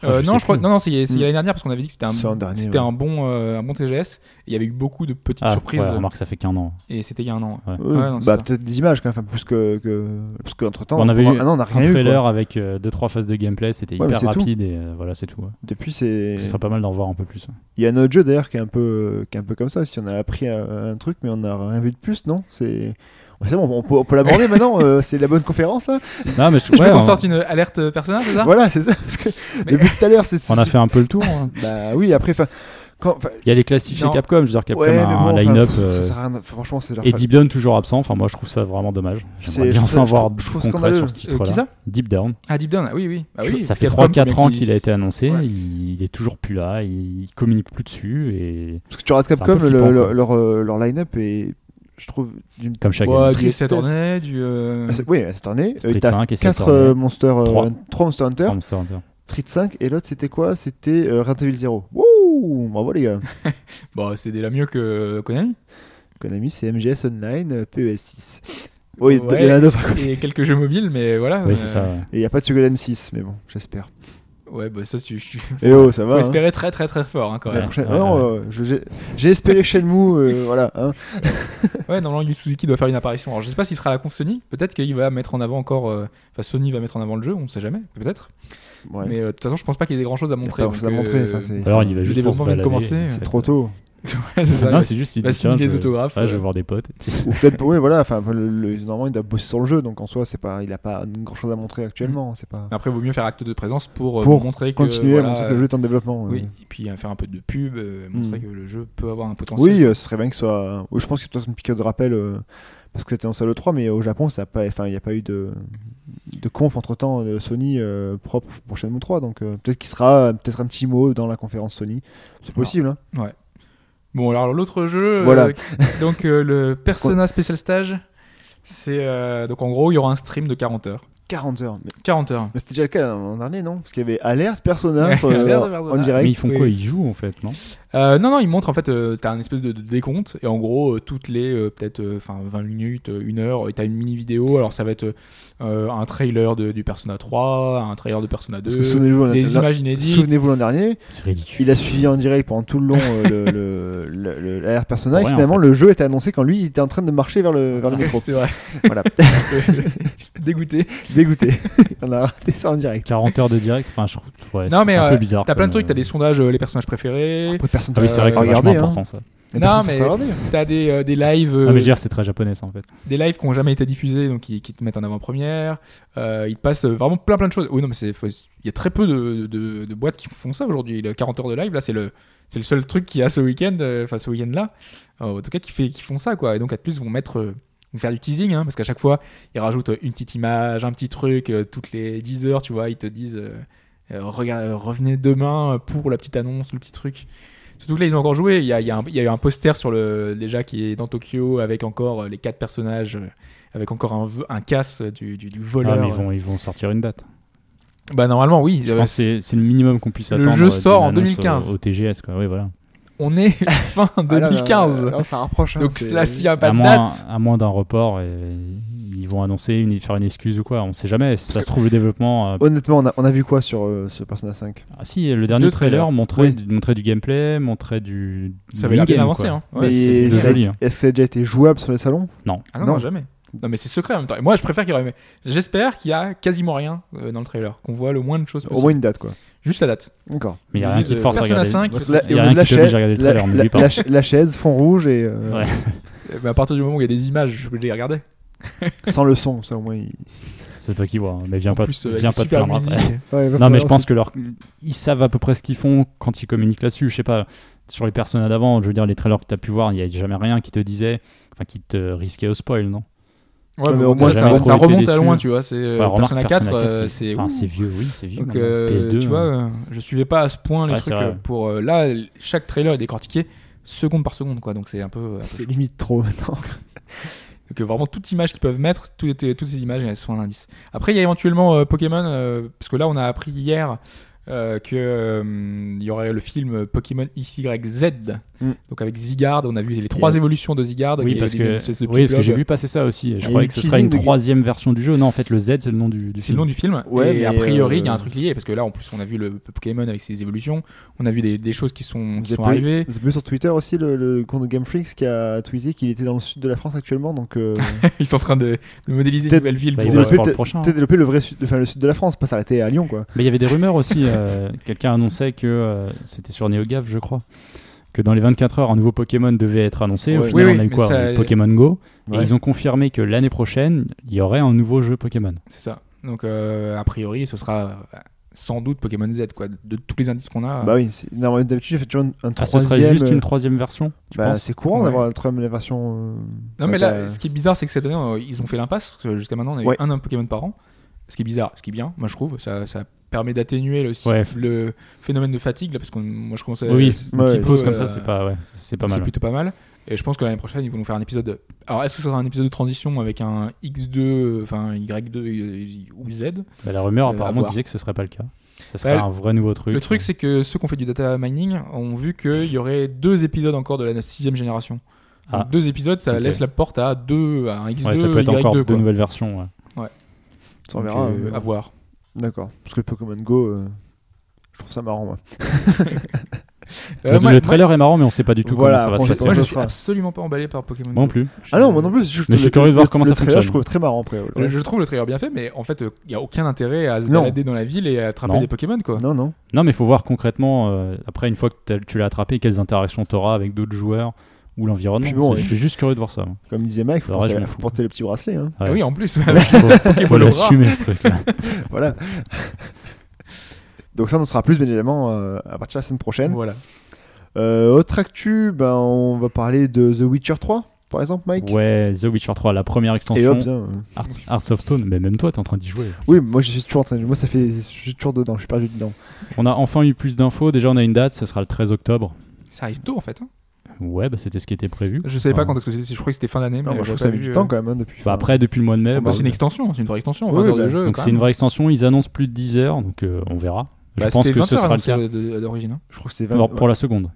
S4: Ah,
S3: Euh,
S4: je
S3: Non,
S4: sais
S3: je crois.
S4: plus. Hmm.
S3: Non, non, c'est c'est
S2: Mm.
S3: l'année dernière parce qu'on avait dit que c'était un,
S2: C'est en dernier,
S3: c'était
S2: ouais.
S3: un bon, euh, un bon TGS. Il y avait eu beaucoup de petites
S4: Ah,
S3: surprises
S4: ouais, remarque, ça fait qu'un an.
S3: et c'était il y a un an.
S2: Ouais,
S3: Ouais, non, c'est
S2: bah
S3: ça.
S2: peut-être des images quand même, enfin, plus que, que- parce qu'entre temps
S4: on avait eu
S2: on n'a
S4: un
S2: rien eu.
S4: trailer
S2: quoi.
S4: avec 2 deux trois phases de gameplay, c'était
S2: Ouais, mais
S4: hyper
S2: c'est tout.
S4: rapide et euh, voilà, c'est tout. ouais.
S2: Depuis c'est
S4: Ce serait pas mal d'en voir un peu plus.
S2: il y a un autre jeu d'ailleurs qui est un peu qui est un peu comme ça. Si on a appris un, un truc mais on n'a rien vu de plus, non C'est c'est bon, on peut, on peut
S4: [laughs]
S2: l'aborder maintenant. euh, c'est la bonne conférence là.
S4: Non, mais je
S3: Je
S4: ouais,
S3: veux qu'on
S4: on-
S3: sorte une alerte euh, personnage, c'est ça
S2: Voilà, c'est ça. Parce que
S3: Mais-
S2: depuis tout à l'heure, c'est
S4: on a fait un peu le tour. hein.
S2: Bah oui, après, enfin, quand, enfin,
S4: Il y a les classiques
S3: Non.
S4: chez Capcom, je veux dire Capcom
S2: ouais,
S4: a
S2: mais
S4: un
S2: bon, enfin,
S4: line-up
S2: pff,
S4: euh,
S2: ça sert à rien, enfin, franchement, c'est leur
S4: et
S2: fa-
S4: Deep Down toujours absent. Enfin moi je trouve ça vraiment dommage.
S2: C'est-
S4: J'aimerais bien
S2: je
S4: enfin
S2: trouve- je
S4: voir
S2: trouve-
S4: du
S2: je trouve
S4: concret
S2: scandaleux.
S4: sur ce
S3: Euh, qui
S4: titre-là.
S3: ça
S4: Deep Down.
S3: Ah, Deep Down, ah oui, oui. Ah, oui
S4: ça fait
S3: Capcom
S4: 3-4 ans
S3: qui-
S4: qu'il a été annoncé,
S3: Ouais.
S4: il, il est toujours plus là, il communique plus dessus et
S2: Parce que tu regardes
S4: C'est un peu
S2: Capcom, le-
S4: flippant,
S2: le-
S4: quoi.
S2: leur, euh, leur line-up est, je trouve, d'une.
S4: comme chaque année.
S3: Ouais, du
S2: Tristesse.
S3: Saturday, du. euh,
S2: Ah, c'est- Oui, cette année,
S4: Street 5 et
S2: 4
S4: Saturn.
S2: Monster, euh,
S4: Trois.
S2: trois Monster Hunter,
S4: Enfin, Monster Hunter.
S2: Street 5, et l'autre c'était quoi C'était euh, Resident Evil 0. Wouh Bravo les gars
S3: Bon, c'est déjà mieux que euh,
S4: [laughs]
S3: Konami.
S2: Konami, c'est MGS Online, euh, PES6. Oui, d-
S3: Ouais.
S2: il y en a d'autres. quoi.
S3: Et quelques jeux mobiles, mais voilà.
S4: Oui,
S3: euh,
S4: c'est ça. ouais.
S2: Et il n'y a pas de Sugoden 6, mais bon, j'espère.
S3: Ouais, bah ça, tu. tu- Faut
S2: Et oh, ça va. hein.
S3: espérer très, très, très fort hein, quand
S2: La
S3: même.
S2: prochaine-
S4: Ouais,
S2: non, euh, je- j'ai- J'ai espéré Shenmue, euh, voilà. hein.
S3: Ouais, normalement, Yu Suzuki doit faire une apparition. Alors, je sais pas s'il sera à la conf Sony. Peut-être qu'il va mettre en avant encore. euh, Enfin, Sony va mettre en avant le jeu, on sait jamais, peut-être.
S2: Ouais.
S3: Mais euh, de toute façon, je pense pas qu'il y ait grand chose à
S2: Il y a
S3: montrer.
S2: pas grand chose à
S3: donc, euh,
S2: montrer. enfin, c'est-
S4: Alors il va
S3: Le
S4: juste pour se
S3: développement vient de
S4: balader,
S3: commencer,
S4: en
S3: c'est
S4: fait.
S2: Trop tôt.
S3: Ouais, [laughs] c'est ça.
S4: Non,
S3: il
S4: c'est juste, il
S3: va
S4: dit,
S3: signer
S4: tiens, je,
S3: des
S4: vais-
S3: autographes.
S4: ouais, je
S3: euh.
S4: vais voir des potes.
S2: Ou peut-être pour oui, voilà, enfin le, le- normalement il doit bosser sur le jeu donc en soi c'est pas il a pas grand chose à montrer actuellement, c'est pas
S3: Mm. Mais Après, vaut mieux faire acte de présence pour, euh,
S2: Pour
S3: montrer que,
S2: continuer
S3: voilà,
S2: à montrer que le jeu est en développement.
S3: Oui,
S2: euh.
S3: et puis euh, faire un peu de pub, euh, montrer
S2: Mm.
S3: que le jeu peut avoir un potentiel.
S2: Oui, euh, ce serait bien que ce soit oui, je pense que c'est peut-être une piqûre de rappel euh, parce que c'était en salle 3 mais au Japon ça a pas enfin il n'y a pas eu de de conf entre-temps de Sony euh, propre pour Shenmue 3 donc euh, peut-être qu'il sera euh, peut-être un petit mot dans la conférence Sony. C'est possible hein.
S3: Bon, alors l'autre jeu,
S2: Voilà.
S3: euh, [laughs] donc euh, le Persona Special Stage, c'est euh, donc en gros, il y aura un stream de 40 heures.
S2: 40 heures. Mais,
S3: 40 heures.
S2: mais c'était déjà le cas l'an dernier non Parce qu'il y avait alerte personnage euh,
S3: Ouais, Alert Persona.
S2: en direct.
S4: Mais ils font
S3: oui.
S4: quoi Ils jouent en fait, non
S3: Euh, non, non, il montre en fait, euh, t'as un espèce de, de décompte, et en gros, euh, toutes les euh, peut-être euh, enfin 20 minutes, 1 heure, et t'as une mini vidéo. Alors ça va être euh, un trailer de- du Persona 3, un trailer de Persona 2,
S2: Parce que souvenez-vous, l'an-
S3: des
S2: l'an-
S3: Euh, images inédites.
S2: souvenez-vous l'an dernier,
S4: C'est ridicule.
S2: Il a suivi en direct pendant tout le long euh, le, le, le- le- l'alerte persona et
S4: Pour rien,
S2: finalement
S4: en fait.
S2: le jeu était annoncé quand lui il était en train de marcher vers le, vers
S3: [laughs]
S2: le métro.
S3: Ah c'est vrai,
S2: voilà,
S3: dégoûté.
S2: dégoûté. [laughs] On a raté ça en direct.
S4: 40 heures de direct, enfin, je trouve. ouais,
S3: Non,
S4: c'est-
S3: mais
S4: c'est un
S3: euh,
S4: peu bizarre.
S3: t'as plein de
S4: comme,
S3: trucs, t'as des
S4: euh,
S3: sondages, euh, les personnages préférés,
S2: Après, personne
S4: Ah oui, c'est vrai que c'est
S3: Euh,
S4: vachement
S2: regardez, hein.
S4: important ça.
S2: Mais
S3: Non,
S2: personne
S3: mais-
S2: s'est regardé. hein. Ah
S3: t'as des, euh, des lives.
S4: Ah,
S3: euh,
S4: mais je veux dire, c'est très japonais ça en fait.
S3: des lives qui ont jamais été diffusés, donc qui, qui te mettent en avant-première. Euh, ils te passent euh, vraiment plein plein de choses. Oui, non, mais c'est, faut- il y a très peu de, de- de boîtes qui font ça aujourd'hui. Le 40 heures de live, là, c'est le, c'est le seul truc qu'il y a ce week-end, euh, enfin ce week-end-là, euh, en tout cas, qui, fait, qui font ça, quoi. Et donc, à plus, vont mettre. euh, vont faire du teasing hein, parce qu'à chaque fois ils rajoutent euh, une petite image un petit truc euh, toutes les 10 heures tu vois ils te disent euh, euh, regarde- euh, revenez demain pour la petite annonce le petit truc surtout que là ils ont encore joué il y a, il y a un- il y a eu un poster sur le déjà qui est dans Tokyo avec encore euh, les quatre personnages euh, avec encore un, v- un casse du, du, du
S4: Ah,
S3: voleur
S4: mais ils vont, ils vont sortir une date.
S3: bah normalement oui
S4: Je
S3: Euh,
S4: pense que c'est- c'est le minimum qu'on puisse
S3: le
S4: attendre.
S3: jeu
S4: euh,
S3: sort en
S4: d'une annonce
S3: 2015.
S4: Au, au TGS, quoi. Oui, voilà.
S3: on est [laughs] fin
S2: Ah, là, là,
S3: 2015
S2: là, là, ça rapproche. hein,
S3: donc
S2: c'est-
S3: là s'il n'y a pas
S4: à,
S3: de
S4: moins,
S3: date
S4: à moins d'un report, et ils vont annoncer, une, faire une excuse ou quoi. On sait jamais. Si ça se trouve, le développement. euh,
S2: Honnêtement, on a, on a vu quoi sur euh, ce Persona 5
S4: Ah, si, le dernier
S3: Deux
S4: trailer
S3: trailers.
S4: montrait,
S2: Oui.
S4: du, montrait du gameplay, montrait du.
S3: ça
S4: du
S3: avait l'air bien
S4: in-game,
S3: avancé
S4: quoi.
S3: hein.
S4: Ouais, c'est
S2: Mais ça a
S4: joli,
S2: été-
S4: hein.
S2: est-ce que ça a déjà été jouable sur les salons
S3: Ah non,
S2: Non.
S3: non, jamais. Non, mais c'est secret en même temps. Et moi, je préfère qu'il y aurait. J'espère qu'il y a quasiment rien euh, dans le trailer, qu'on voit le moins de choses
S2: Au
S3: possible.
S2: moins une date quoi.
S3: Juste la date.
S2: D'accord.
S4: Mais il n'y a
S3: Ils
S4: rien
S3: disent,
S4: qui te
S3: euh,
S4: force à
S3: Persona
S4: regarder.
S3: 5,
S2: Parce que
S3: euh,
S2: là,
S4: y a
S2: et au
S4: rien
S2: bout de la
S4: qui t'oblige
S2: chaise-
S4: à regarder le
S2: la-
S4: trailer, mais
S2: la-
S4: lui, par
S2: la
S4: contre.
S2: cha- La chaise, fond rouge et euh,
S4: Ouais.
S3: mais bah, à partir du moment où il y a des images, je peux les regarder.
S2: sans le son, ça au moins. il-
S4: C'est toi qui vois. hein. Mais viens
S3: en
S4: pas,
S3: plus, euh,
S4: viens
S3: avec
S4: pas hein. te
S3: super
S4: plaindre
S3: musique.
S4: après.
S2: Ouais, va
S4: Non,
S2: falloir
S4: mais je pense que leur... ils savent à peu près ce qu'ils font quand ils communiquent là-dessus. Je sais pas, sur les personnages d'avant, je veux dire, les trailers que tu as pu voir, il n'y a jamais rien qui te disait, enfin, qui te risquait au spoil, non
S3: Ouais,
S2: mais
S3: mais
S2: au moins,
S3: au moins,
S2: t'as
S3: ça,
S2: jamais
S3: ça
S4: trop été
S3: remonte à
S4: déçu.
S3: loin, tu vois. C'est euh,
S4: Ouais, remarque,
S3: Persona 4,
S4: Persona
S3: euh,
S4: c'est
S3: c'est.
S4: enfin,
S3: ouh.
S4: c'est vieux, oui, c'est vieux.
S3: Donc,
S4: maintenant.
S3: euh,
S4: PS2,
S3: tu vois,
S4: hein.
S3: euh, je suivais pas à ce point les
S4: Ouais, c'est
S3: trucs. euh,
S4: vrai.
S3: pour euh, là, l- chaque trailer est décortiqué seconde par seconde, quoi. Donc, c'est un peu. un peu
S2: C'est limite trop maintenant.
S3: Donc euh, vraiment toute image qu'ils peuvent mettre, tout- toutes ces images elles sont un indice. Après il y a éventuellement euh, Pokémon, euh, parce que là on a appris hier euh, que euh, il y aurait le film Pokémon XYZ.
S2: Mm.
S3: Donc avec Zygarde, on a vu les trois
S2: Et-
S3: évolutions de Zygarde.
S4: Oui,
S3: qui est
S4: parce
S3: une
S4: que,
S3: espèce de
S4: oui,
S3: petit
S4: parce que j'ai
S3: blob.
S4: vu passer ça aussi. Je
S2: y a eu
S4: croyais que ce
S2: le
S4: serait une
S2: teasing de-
S4: troisième version du jeu. Non, en fait, le Z, c'est le nom du, du
S3: C'est le nom du film.
S2: Ouais, mais,
S3: et a priori, il y a
S2: euh,
S3: un truc lié, parce que là, en plus, on a vu le Pokémon avec ses évolutions, on a vu des, des choses qui sont, qui
S2: avez
S3: sont
S2: pas eu-
S3: arrivées. [laughs]
S2: Vous avez vu sur Twitter aussi le, le compte de Game Freaks qui a tweeté qu'il était dans le sud de la France actuellement, donc euh,
S3: Ils sont en train de, de modéliser une
S2: Peut-être-
S3: nouvelle ville.
S4: Bah,
S3: pour-
S4: ils
S2: Ils ont
S4: vont se voir
S2: fait-
S4: le prochain. hein.
S2: peut-être développer le vrai sud, enfin le sud de la France, pas s'arrêter à Lyon quoi.
S4: Mais il y avait des rumeurs aussi. euh, [laughs] Quelqu'un annonçait que euh, c'était sur NeoGaf, je crois. Que dans les 24 heures, un nouveau Pokémon devait être annoncé. Au
S2: Ouais.
S4: final,
S3: Oui, oui,
S4: on a eu
S3: mais
S4: quoi
S3: ça- euh,
S4: Pokémon Go. Et
S2: Ouais.
S4: ils ont confirmé que l'année prochaine, il y aurait un nouveau jeu Pokémon.
S3: C'est ça. Donc, euh, a priori, ce sera euh, sans doute Pokémon Z, quoi. De, de tous les indices qu'on a.
S2: Bah oui, c'est- normalement d'habitude il fait toujours un, un
S4: Ah, ce
S2: troisième.
S4: serait juste
S2: euh,
S4: une troisième version tu
S2: bah,
S4: penses
S2: c'est courant
S3: Ouais.
S2: d'avoir une troisième version. euh,
S3: non, mais
S2: ouais,
S3: là,
S2: t'as-
S3: ce qui est bizarre, c'est que cette année, euh, ils ont fait l'impasse. parce que Jusqu'à maintenant, on a eu
S2: Ouais.
S3: un, un Pokémon par an. Ce qui est bizarre, ce qui est bien, moi je trouve. Ça, ça permet d'atténuer le, syst-
S4: Ouais.
S3: le phénomène de fatigue, là, parce que moi je commence à.
S4: Oui,
S3: c'est
S4: une
S2: ouais,
S4: petite
S2: c'est-
S4: pause
S3: euh,
S4: comme ça, c'est pas, ouais, c'est pas
S3: donc C'est
S4: mal.
S3: plutôt pas mal. Et je pense que l'année prochaine, ils vont nous faire un épisode. de- Alors, est-ce que ça sera un épisode de transition avec un X2, enfin Y2 euh, ou Z
S4: Bah, la rumeur
S3: Euh, à
S4: apparemment
S3: voir.
S4: disait que ce serait pas le cas. Ça serait
S3: Bah,
S4: un vrai nouveau truc.
S3: Le truc, c'est que ceux qui ont fait du data mining ont vu qu'il y aurait deux épisodes encore de la sixième génération. Donc,
S4: Ah.
S3: deux épisodes, ça
S4: Ok.
S3: laisse la porte à deux, à un X2,
S4: ouais, ça peut être
S3: Y2,
S4: encore
S3: quoi.
S4: deux nouvelles versions. ouais.
S2: ça, on
S3: Donc,
S2: verra.
S3: euh,
S2: euh,
S4: ah
S3: à voir.
S2: D'accord. Parce que le Pokémon Go, euh, je trouve ça marrant moi.
S3: Euh,
S4: le,
S3: moi-
S4: le trailer est marrant, mais on sait pas du tout
S2: Voilà,
S4: comment ça va
S2: franchement,
S4: se
S3: Moi,
S4: passer.
S3: moi,
S4: Moi,
S3: je
S2: ça
S3: suis
S2: sera.
S3: absolument pas emballé par Pokémon.
S4: non
S3: Go.
S4: plus.
S2: Ah non, moi non plus. Je,
S4: Mais je suis
S2: le-
S4: curieux de
S2: le-
S4: voir comment
S2: le
S4: ça
S2: trailer,
S4: fonctionne.
S2: Je trouve très marrant après. ouais.
S3: Le- Je trouve le trailer bien fait, mais en fait, il n'y a aucun intérêt à se
S2: Non.
S3: balader dans la ville et à attraper
S4: Non.
S3: des Pokémon, quoi.
S2: Non, non.
S4: Non, mais il faut voir concrètement, euh, après, une fois que t'as- tu l'as attrapé, quelles interactions tu auras avec d'autres joueurs ou l'environnement.
S2: Puis bon,
S4: C'est-
S2: ouais.
S4: Je suis juste curieux de voir ça.
S2: Comme disait Mike,
S4: Le
S2: faut,
S4: reste, je
S2: porter,
S4: m'en
S2: faut
S4: fous.
S2: porter le petit bracelet. hein. [laughs]
S4: Ouais.
S3: Ah oui, en plus, ouais,
S4: faut, faut
S3: Pokémon Aura.
S4: l'assumer, ce truc-là.
S2: Voilà. Donc ça, on en sera plus, bien évidemment, euh, à partir de la semaine prochaine.
S3: Voilà.
S2: Euh, autre actu, ben, on va parler de The Witcher 3, par exemple, Mike.
S4: Ouais, The Witcher 3, la première
S2: Et hop,
S4: extension.
S2: bien, euh.
S4: Hearts, Hearts of Stone, mais même toi, t'es en train d'y jouer.
S2: Oui, moi je suis toujours en train de- Moi ça fait. Je suis toujours dedans, je suis perdu dedans.
S4: On a enfin eu plus d'infos. Déjà, on a une date, ce sera le 13 octobre.
S3: Ça arrive tôt, en fait. hein.
S4: Ouais, bah, c'était ce qui était prévu.
S3: Je savais pas
S4: Ouais.
S3: quand est-ce que c'était. si Je croyais que c'était fin d'année, mais
S2: Non, moi, je trouve
S3: j'avais
S2: que ça
S3: pas
S2: met
S3: vu,
S2: du
S3: euh,
S2: temps quand même hein, depuis.
S4: Bah, après, depuis le mois de mai,
S2: Ah,
S4: bah,
S3: bah, c'est une hein. extension, c'est une vraie extension,
S2: Oui,
S3: 20 heures
S2: bah,
S3: de jeu.
S4: donc
S3: quand
S4: c'est une
S3: même.
S4: vraie extension. Ils annoncent plus de 10 heures, donc euh, on verra. Je
S3: Bah,
S4: pense
S3: c'était
S4: que
S3: 20
S4: ce
S3: heures
S4: sera le
S3: annoncé
S4: cas.
S3: de- d'origine. hein.
S2: Je crois que c'est 20.
S4: Alors, pour la seconde.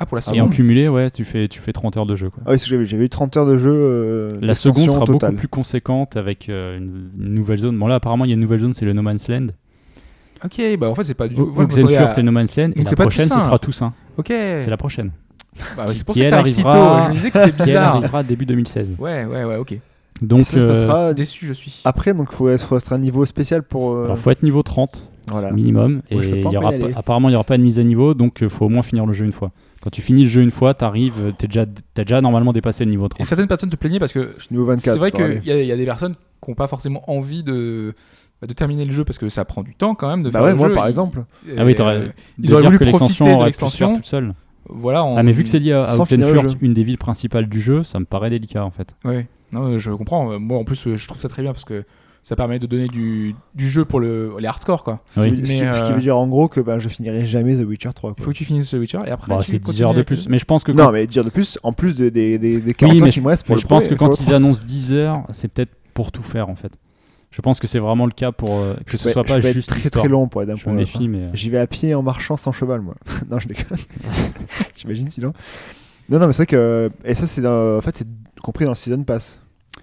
S3: Ah, pour la
S4: Et en
S3: seconde.
S4: cumulé, ouais, tu fais, tu fais 30 heures de jeu. Quoi.
S2: Ah oui, c'est que j'avais- j'avais eu 30 heures de jeu. euh,
S4: La
S2: d'extension
S4: seconde sera
S2: au total.
S4: beaucoup plus conséquente avec euh, une, une nouvelle zone. Bon, là, apparemment, il y a une nouvelle zone, c'est le No Man's Land.
S3: Ok, bah en fait, c'est pas du tout.
S4: Donc, c'est le Fjord et No Man's Land. Et
S3: Donc,
S4: la
S3: c'est pas
S4: prochaine, ce
S3: Toussaint.
S4: sera Toussaint.
S3: Ok.
S4: C'est la prochaine.
S3: Bah, ouais, c'est pour
S4: qui,
S3: ça que
S4: elle,
S3: ça arrive si tôt.
S4: arrivera-
S3: Je me disais que c'était
S4: Qui elle,
S3: bizarre.
S4: arrivera début 2016.
S3: Ouais, ouais, ouais, ok.
S4: Donc,
S2: Ça, ça
S4: euh,
S2: sera
S3: Déçu, je suis.
S2: Après, donc faut être, faut être un niveau spécial pour. euh,
S4: alors, faut être niveau 30
S2: voilà.
S4: minimum.
S2: Moi, je peux
S4: et
S2: pas
S4: il y
S2: encore
S4: aura
S2: y
S4: pas-
S2: aller.
S4: apparemment, il n'y aura pas de mise à niveau. Donc, euh, faut au moins finir le jeu une fois. Quand tu finis le jeu une fois, t'arrives, euh, t'es déjà, t'as déjà normalement dépassé le niveau
S3: Et
S4: 30.
S3: certaines personnes te plaignaient parce que
S2: Niveau 24.
S3: c'est vrai
S2: ça va aller.
S3: qu'il y, a- y a des personnes qui n'ont pas forcément envie de, bah, de terminer le jeu parce que ça prend du temps quand même de
S2: Bah
S3: faire
S2: ouais,
S3: le
S2: moi
S3: jeu.
S2: par
S3: Et-
S2: exemple.
S4: Ah oui,
S3: et,
S4: t'aurais-
S3: euh,
S4: De
S3: ils auraient
S4: dire
S3: voulu
S4: que
S3: profiter
S4: l'extension
S3: de
S4: aurait pu se faire
S3: l'extension.
S4: toute seule.
S3: Voilà. en-
S4: Ah, mais vu que c'est lié à à
S2: Sans finir le
S4: Oxenfurt,
S2: jeu.
S4: une des villes principales du jeu, ça me paraît délicat en fait.
S3: Ouais. Non, euh, je comprends. Euh, Moi, en plus, euh, je trouve ça très bien parce que ça permet de donner du, du jeu pour le, les hardcore, quoi.
S2: Ce qui
S4: Oui.
S2: veut- ce qui,
S3: Mais,
S2: ce qui
S3: euh,
S2: veut dire en gros que bah, je finirai jamais The Witcher 3.
S3: Il
S2: quoi.
S3: faut que tu finisses The Witcher et après.
S4: Bah,
S3: tu
S4: c'est
S3: continues
S4: 10 heures de
S3: avec
S4: plus.
S3: le-
S4: Mais je pense que
S2: Non,
S4: quand,
S2: mais dire de plus, en plus de- des, des, des 40
S4: mais
S2: heures
S4: je-
S2: qui me restent pour
S4: mais
S2: le
S4: je pense
S2: premier,
S4: que
S2: il faut le
S4: quand ils
S2: prendre.
S4: annoncent 10 heures, c'est peut-être pour tout faire en fait. Je pense que c'est vraiment le cas pour euh, que
S2: Je
S4: ce
S2: peux-
S4: soit
S2: je
S4: pas
S2: peux être
S4: juste
S2: très
S4: l'histoire.
S2: très long hein, pour être un
S4: Je
S2: point.
S4: me
S2: à la fin.
S4: méfie, mais euh,
S2: J'y vais à pied en marchant sans cheval, moi. [laughs] non, je déconne. J'imagine sinon. Non, non, mais c'est vrai que. Et ça, c'est dans- en fait, c'est compris dans le Season Pass.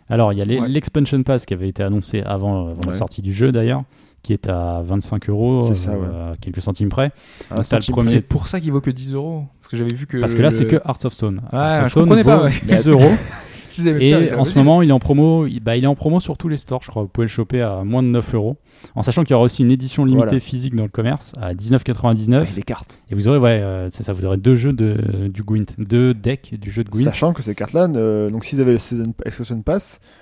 S4: alors il y a les-
S3: Ouais.
S4: l'expansion pass qui avait été annoncé avant, euh, avant la
S2: Ouais.
S4: sortie du jeu d'ailleurs, qui est à 25 euros,
S2: C'est ça,
S4: euh, à quelques centimes près.
S2: Un
S4: Ah, t'as le
S2: centime.
S4: premier-
S3: C'est pour ça qu'il vaut que 10 euros. Parce que j'avais vu que.
S4: Parce que là,
S3: le-
S4: c'est que Hearts of Stone. Hearts
S3: Ah, je
S4: of Stone
S3: comprenais pas,
S4: vaut
S3: ouais.
S2: [laughs]
S4: 10 euros.
S3: Je disais, mais putain, mais
S4: Et
S3: c'est
S4: en ce
S3: impossible.
S4: moment, il est en promo. Il, bah, il est en promo sur tous les stores, je crois. Vous pouvez le choper à moins de 9 euros. En sachant qu'il y aura aussi une édition limitée
S2: Voilà.
S4: physique dans le commerce à 19,99.
S2: Avec les cartes.
S4: Et vous aurez, ouais, euh, c'est ça, vous aurez deux jeux de, du Gwent, deux decks du jeu de Gwent.
S2: Sachant que ces cartes-là, ne- donc s'ils avaient le Season Extension Pass, vous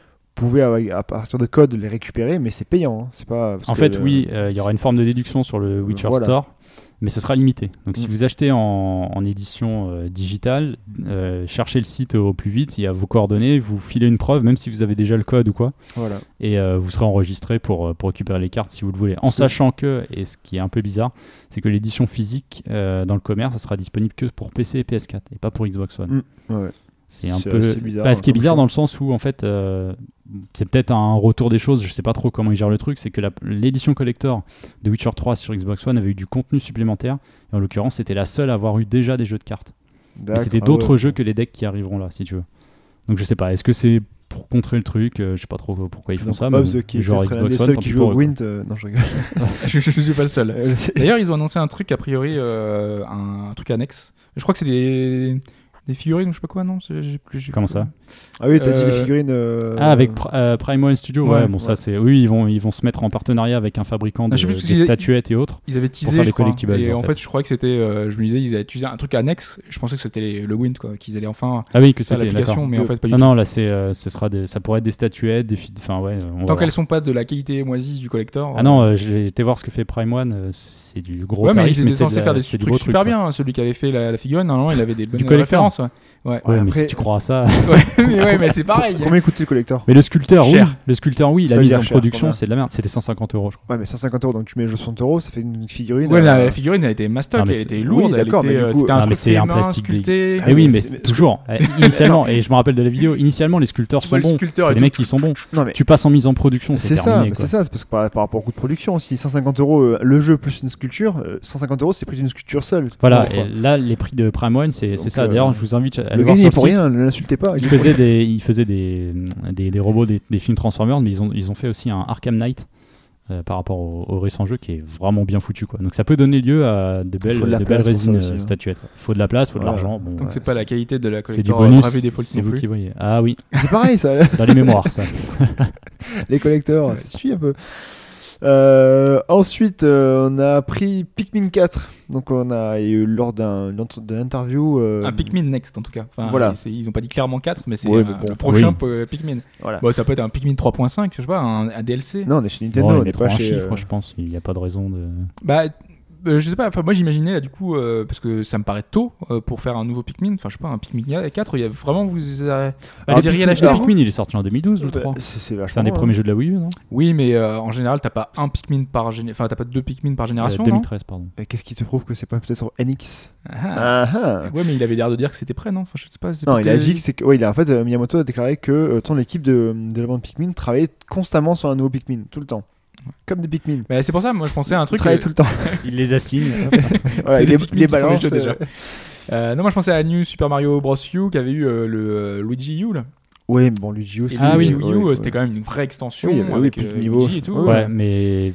S2: pouvez avec- à partir de codes les récupérer, mais c'est payant. hein. C'est pas. parce
S4: en
S2: que
S4: fait,
S2: le-
S4: oui, euh, il y aura une forme de déduction sur le Witcher
S2: Voilà.
S4: Store, mais ce sera limité. Donc, si
S2: Mm.
S4: vous achetez en, en édition euh, digitale, euh, cherchez le site au plus vite. Il y a vos coordonnées, vous filez une preuve, même si vous avez déjà le code ou quoi.
S2: Voilà.
S4: et euh, vous serez enregistré pour, euh, pour récupérer les cartes si vous le voulez. En
S2: C'est-
S4: sachant que, et ce qui est un peu bizarre, c'est que l'édition physique euh, dans le commerce, ça sera disponible que pour PC et PS4 et pas pour Xbox One.
S2: Mm, ouais.
S4: C'est un
S2: C'est
S4: peu.
S2: assez bizarre,
S4: Bah, ce qui est
S2: comme
S4: bizarre
S2: choix.
S4: dans le sens où, en fait, euh, c'est peut-être un retour des choses, je sais pas trop comment ils gèrent le truc, c'est que la- l'édition collector de Witcher 3 sur Xbox One avait eu du contenu supplémentaire, et en l'occurrence, c'était la seule à avoir eu déjà des jeux de cartes. Mais
S2: D'accord.
S4: c'était
S2: Ah
S4: d'autres
S2: ouais.
S4: jeux que les decks qui arriveront là, si tu veux. Donc je sais pas, est-ce que c'est pour contrer le truc euh, Je sais pas trop pourquoi ils font
S2: Donc,
S4: ça.
S2: Hobbs,
S4: mais
S2: qui est
S4: genre
S2: peut-être l'un des
S4: Xbox One,
S2: seuls
S4: tant
S2: qui
S4: pis
S2: joue
S4: pour
S2: au
S4: eux, quoi.
S2: Gwent. euh, Non, je
S4: [laughs]
S2: rigole.
S3: [laughs] je, je suis pas le seul.
S2: Euh, c'est-
S3: D'ailleurs, ils ont annoncé un truc, a priori, euh, un, un truc annexe. Je crois que c'est des, des figurines ou je sais pas quoi, non c'est- j'ai plus- j'ai
S4: Comment
S3: plus-
S4: ça
S2: Ah oui, t'as dit les
S3: Euh,
S2: figurines. euh,
S4: Ah, avec Pri- euh, Prime One Studio, ouais,
S3: Ouais,
S4: bon,
S2: ouais.
S4: ça c'est. Oui, ils vont, ils vont se mettre en partenariat avec un fabricant de,
S3: Ah, je sais plus
S4: de
S3: ce qu'ils-
S4: statuettes et autres.
S3: Ils avaient teasé,
S4: faire des
S3: je crois,
S4: collectibles,
S3: et
S4: en
S3: en fait.
S4: fait,
S3: je crois que c'était, euh, je me disais, ils avaient teasé un truc annexe. Je pensais que c'était les- le Wind, quoi, qu'ils allaient enfin
S4: Ah oui, que
S3: faire
S4: c'était d'accord.
S3: l'application, mais en fait pas du
S4: Non,
S3: tout.
S4: non, là c'est, euh, ce sera des, ça pourrait être des statuettes, des fi- enfin ouais. on va
S3: Tant
S4: voir.
S3: qu'elles sont pas de la qualité moisie du collector.
S4: Ah non, euh, j'ai été voir ce que fait Prime One, euh, c'est du gros.
S3: ouais, mais
S4: tarif,
S3: ils étaient
S4: c'est de
S3: censés
S4: la-
S3: faire des
S4: c'est
S3: trucs
S4: du gros
S3: super
S4: truc,
S3: bien. hein, Celui qui avait fait la, la figurine, normalement, il avait des bonnes
S4: collector. [laughs]
S3: références. [laughs] Ouais, ouais.
S4: quoi. Ouais, mais
S2: Après-
S4: si tu crois à ça. [laughs]
S3: mais, ouais, mais c'est pareil.
S2: Combien coûtait le collector
S4: Mais le sculpteur, oui.
S3: Cher.
S4: Le sculpteur, oui,
S2: Ça
S4: la
S2: veut
S4: mise
S2: dire
S4: en
S2: cher,
S4: production,
S2: combien
S4: c'est de la merde. C'était 150 euros, je crois.
S2: Ouais, mais 150 euros, donc tu mets 60 euros, ça fait une figurine.
S3: Ouais, la,
S2: euh,
S3: la figurine, elle était mastoc,
S4: Non, mais
S3: elle
S4: c'est-
S3: était lourde,
S2: oui,
S3: elle
S2: d'accord, mais
S3: était,
S2: du
S3: euh,
S2: coup-
S3: c'était
S4: Non,
S3: un
S4: mais
S3: truc
S4: c'est
S3: fait
S4: un
S3: main,
S4: plastique big.
S3: sculpté.
S4: Eh oui,
S2: mais
S4: mais
S2: c'est-
S4: c'est- toujours. euh, Initialement, et je me rappelle de la vidéo, initialement, les sculpteurs
S3: Tu
S4: sont
S3: vois le
S4: bons.
S3: sculpteur
S4: C'est
S3: et
S4: des
S3: tout.
S4: mecs qui sont bons.
S2: Non, mais
S4: Tu passes en mise en production, c'est
S2: c'est ça,
S4: terminé.
S2: mais
S4: quoi.
S2: c'est ça, c'est parce que par, par rapport au coût de production aussi, 150 euros euh, le jeu plus une sculpture, euh, 150 euros c'est le prix d'une sculpture seule.
S4: Voilà,
S2: Enfin,
S4: et là, les prix de Prime One, c'est c'est
S2: Donc,
S4: ça.
S2: euh,
S4: D'ailleurs, je vous invite à aller
S2: le
S4: voir
S2: gars il
S4: sur
S2: est
S4: le
S2: pour
S4: site.
S2: rien, ne l'insultez pas.
S4: Il faisait euh, des, il faisait des, des, des robots, des, des films Transformers, mais ils ont, ils ont fait aussi un Arkham Knight euh, par rapport au, au récent jeu qui est vraiment bien foutu. Quoi. Donc ça peut donner lieu à de belles,
S2: Faut de la
S4: de belles
S2: place pour ça
S4: résines
S2: aussi,
S4: euh,
S2: hein.
S4: statuettes. quoi. Il faut de la place, il faut de
S2: Ouais.
S4: l'argent. Bon,
S3: Donc
S2: Ouais,
S3: c'est pas la qualité de la
S4: c'est du
S2: euh,
S3: collector euh,
S4: bonus,
S3: Bravely Default
S4: c'est
S3: non
S4: vous
S3: plus.
S4: qui voyez. Ah oui,
S2: C'est pareil
S4: [laughs]
S2: ça,
S4: dans les
S2: [laughs]
S4: mémoires ça.
S2: les collecteurs, ça suit un peu. Euh, ensuite, euh, on a pris Pikmin 4. Donc on a et, euh, lors d'un d'un- d'une interview. euh,
S3: Un Pikmin Next en tout cas. Enfin,
S2: Voilà.
S3: c'est- Ils ont pas dit clairement 4, mais c'est
S2: Ouais,
S3: euh,
S2: mais bon,
S3: le prochain
S4: oui.
S3: po- Pikmin.
S2: Voilà.
S3: Bon, ça peut être un Pikmin 3.5, je sais pas, un, un DLC.
S2: Non, on est chez Nintendo,
S4: Bon,
S2: on
S4: il
S2: n'est
S4: mettra
S2: pas
S4: un
S2: chez.
S4: chiffre,
S2: euh,
S4: je pense. Il n'y a pas de raison de.
S3: Bah, euh, je sais pas, enfin, moi j'imaginais là du coup, euh, parce que ça me paraît tôt euh, pour faire un nouveau Pikmin, enfin je sais pas, un Pikmin 4, il y a vraiment vous. euh, vous
S4: Bah, le
S3: iriez
S4: Pikmin-
S3: l'acheter
S4: le Pikmin, il est sorti en 2012 ou le
S2: bah,
S4: 3
S2: c'est c'est vachement.
S4: C'est un des
S2: hein.
S4: premiers jeux de la Wii U, non
S3: Oui, mais euh, en général, t'as pas un Pikmin par géné- enfin t'as pas deux Pikmin par
S4: Euh,
S3: génération. non
S4: 2013, pardon.
S2: Mais Qu'est-ce qui te prouve que c'est pas peut-être sur NX
S3: Ah.
S2: ah. ah.
S3: Ouais, mais il avait l'air de dire que c'était prêt, non Enfin, je sais pas. c'est
S2: Non,
S3: parce
S2: il
S3: que-
S2: a dit que c'est que. Ouais, il a, en fait, euh, Miyamoto a déclaré que euh, ton équipe de, de la bande Pikmin travaillait constamment sur un nouveau Pikmin, tout le temps. Comme des Pikmin.
S3: Mais Bah, c'est pour ça, moi je pensais à un
S2: Ils
S3: truc.
S2: travaillaient
S3: euh,
S2: tout le temps.
S4: Il les assigne.
S2: [laughs] Voilà,
S3: C'est
S2: il
S3: des
S2: les-
S3: Pikmin
S2: les
S3: qui font les
S2: balance,
S3: jeux, déjà.
S2: euh,
S3: euh, non, moi je pensais à New Super Mario Bros. U qui avait eu euh, le euh, Luigi U là.
S2: Ouais, mais bon, Luigi aussi.
S3: Et
S4: Ah
S3: Luigi
S4: oui,
S3: U,
S2: ouais,
S3: euh,
S2: ouais.
S3: c'était quand même une vraie extension.
S2: Oui, il y avait- oui,
S3: avec,
S2: plus de
S3: euh,
S2: niveau.
S3: Luigi et tout.
S2: Ouais.
S4: Ouais, mais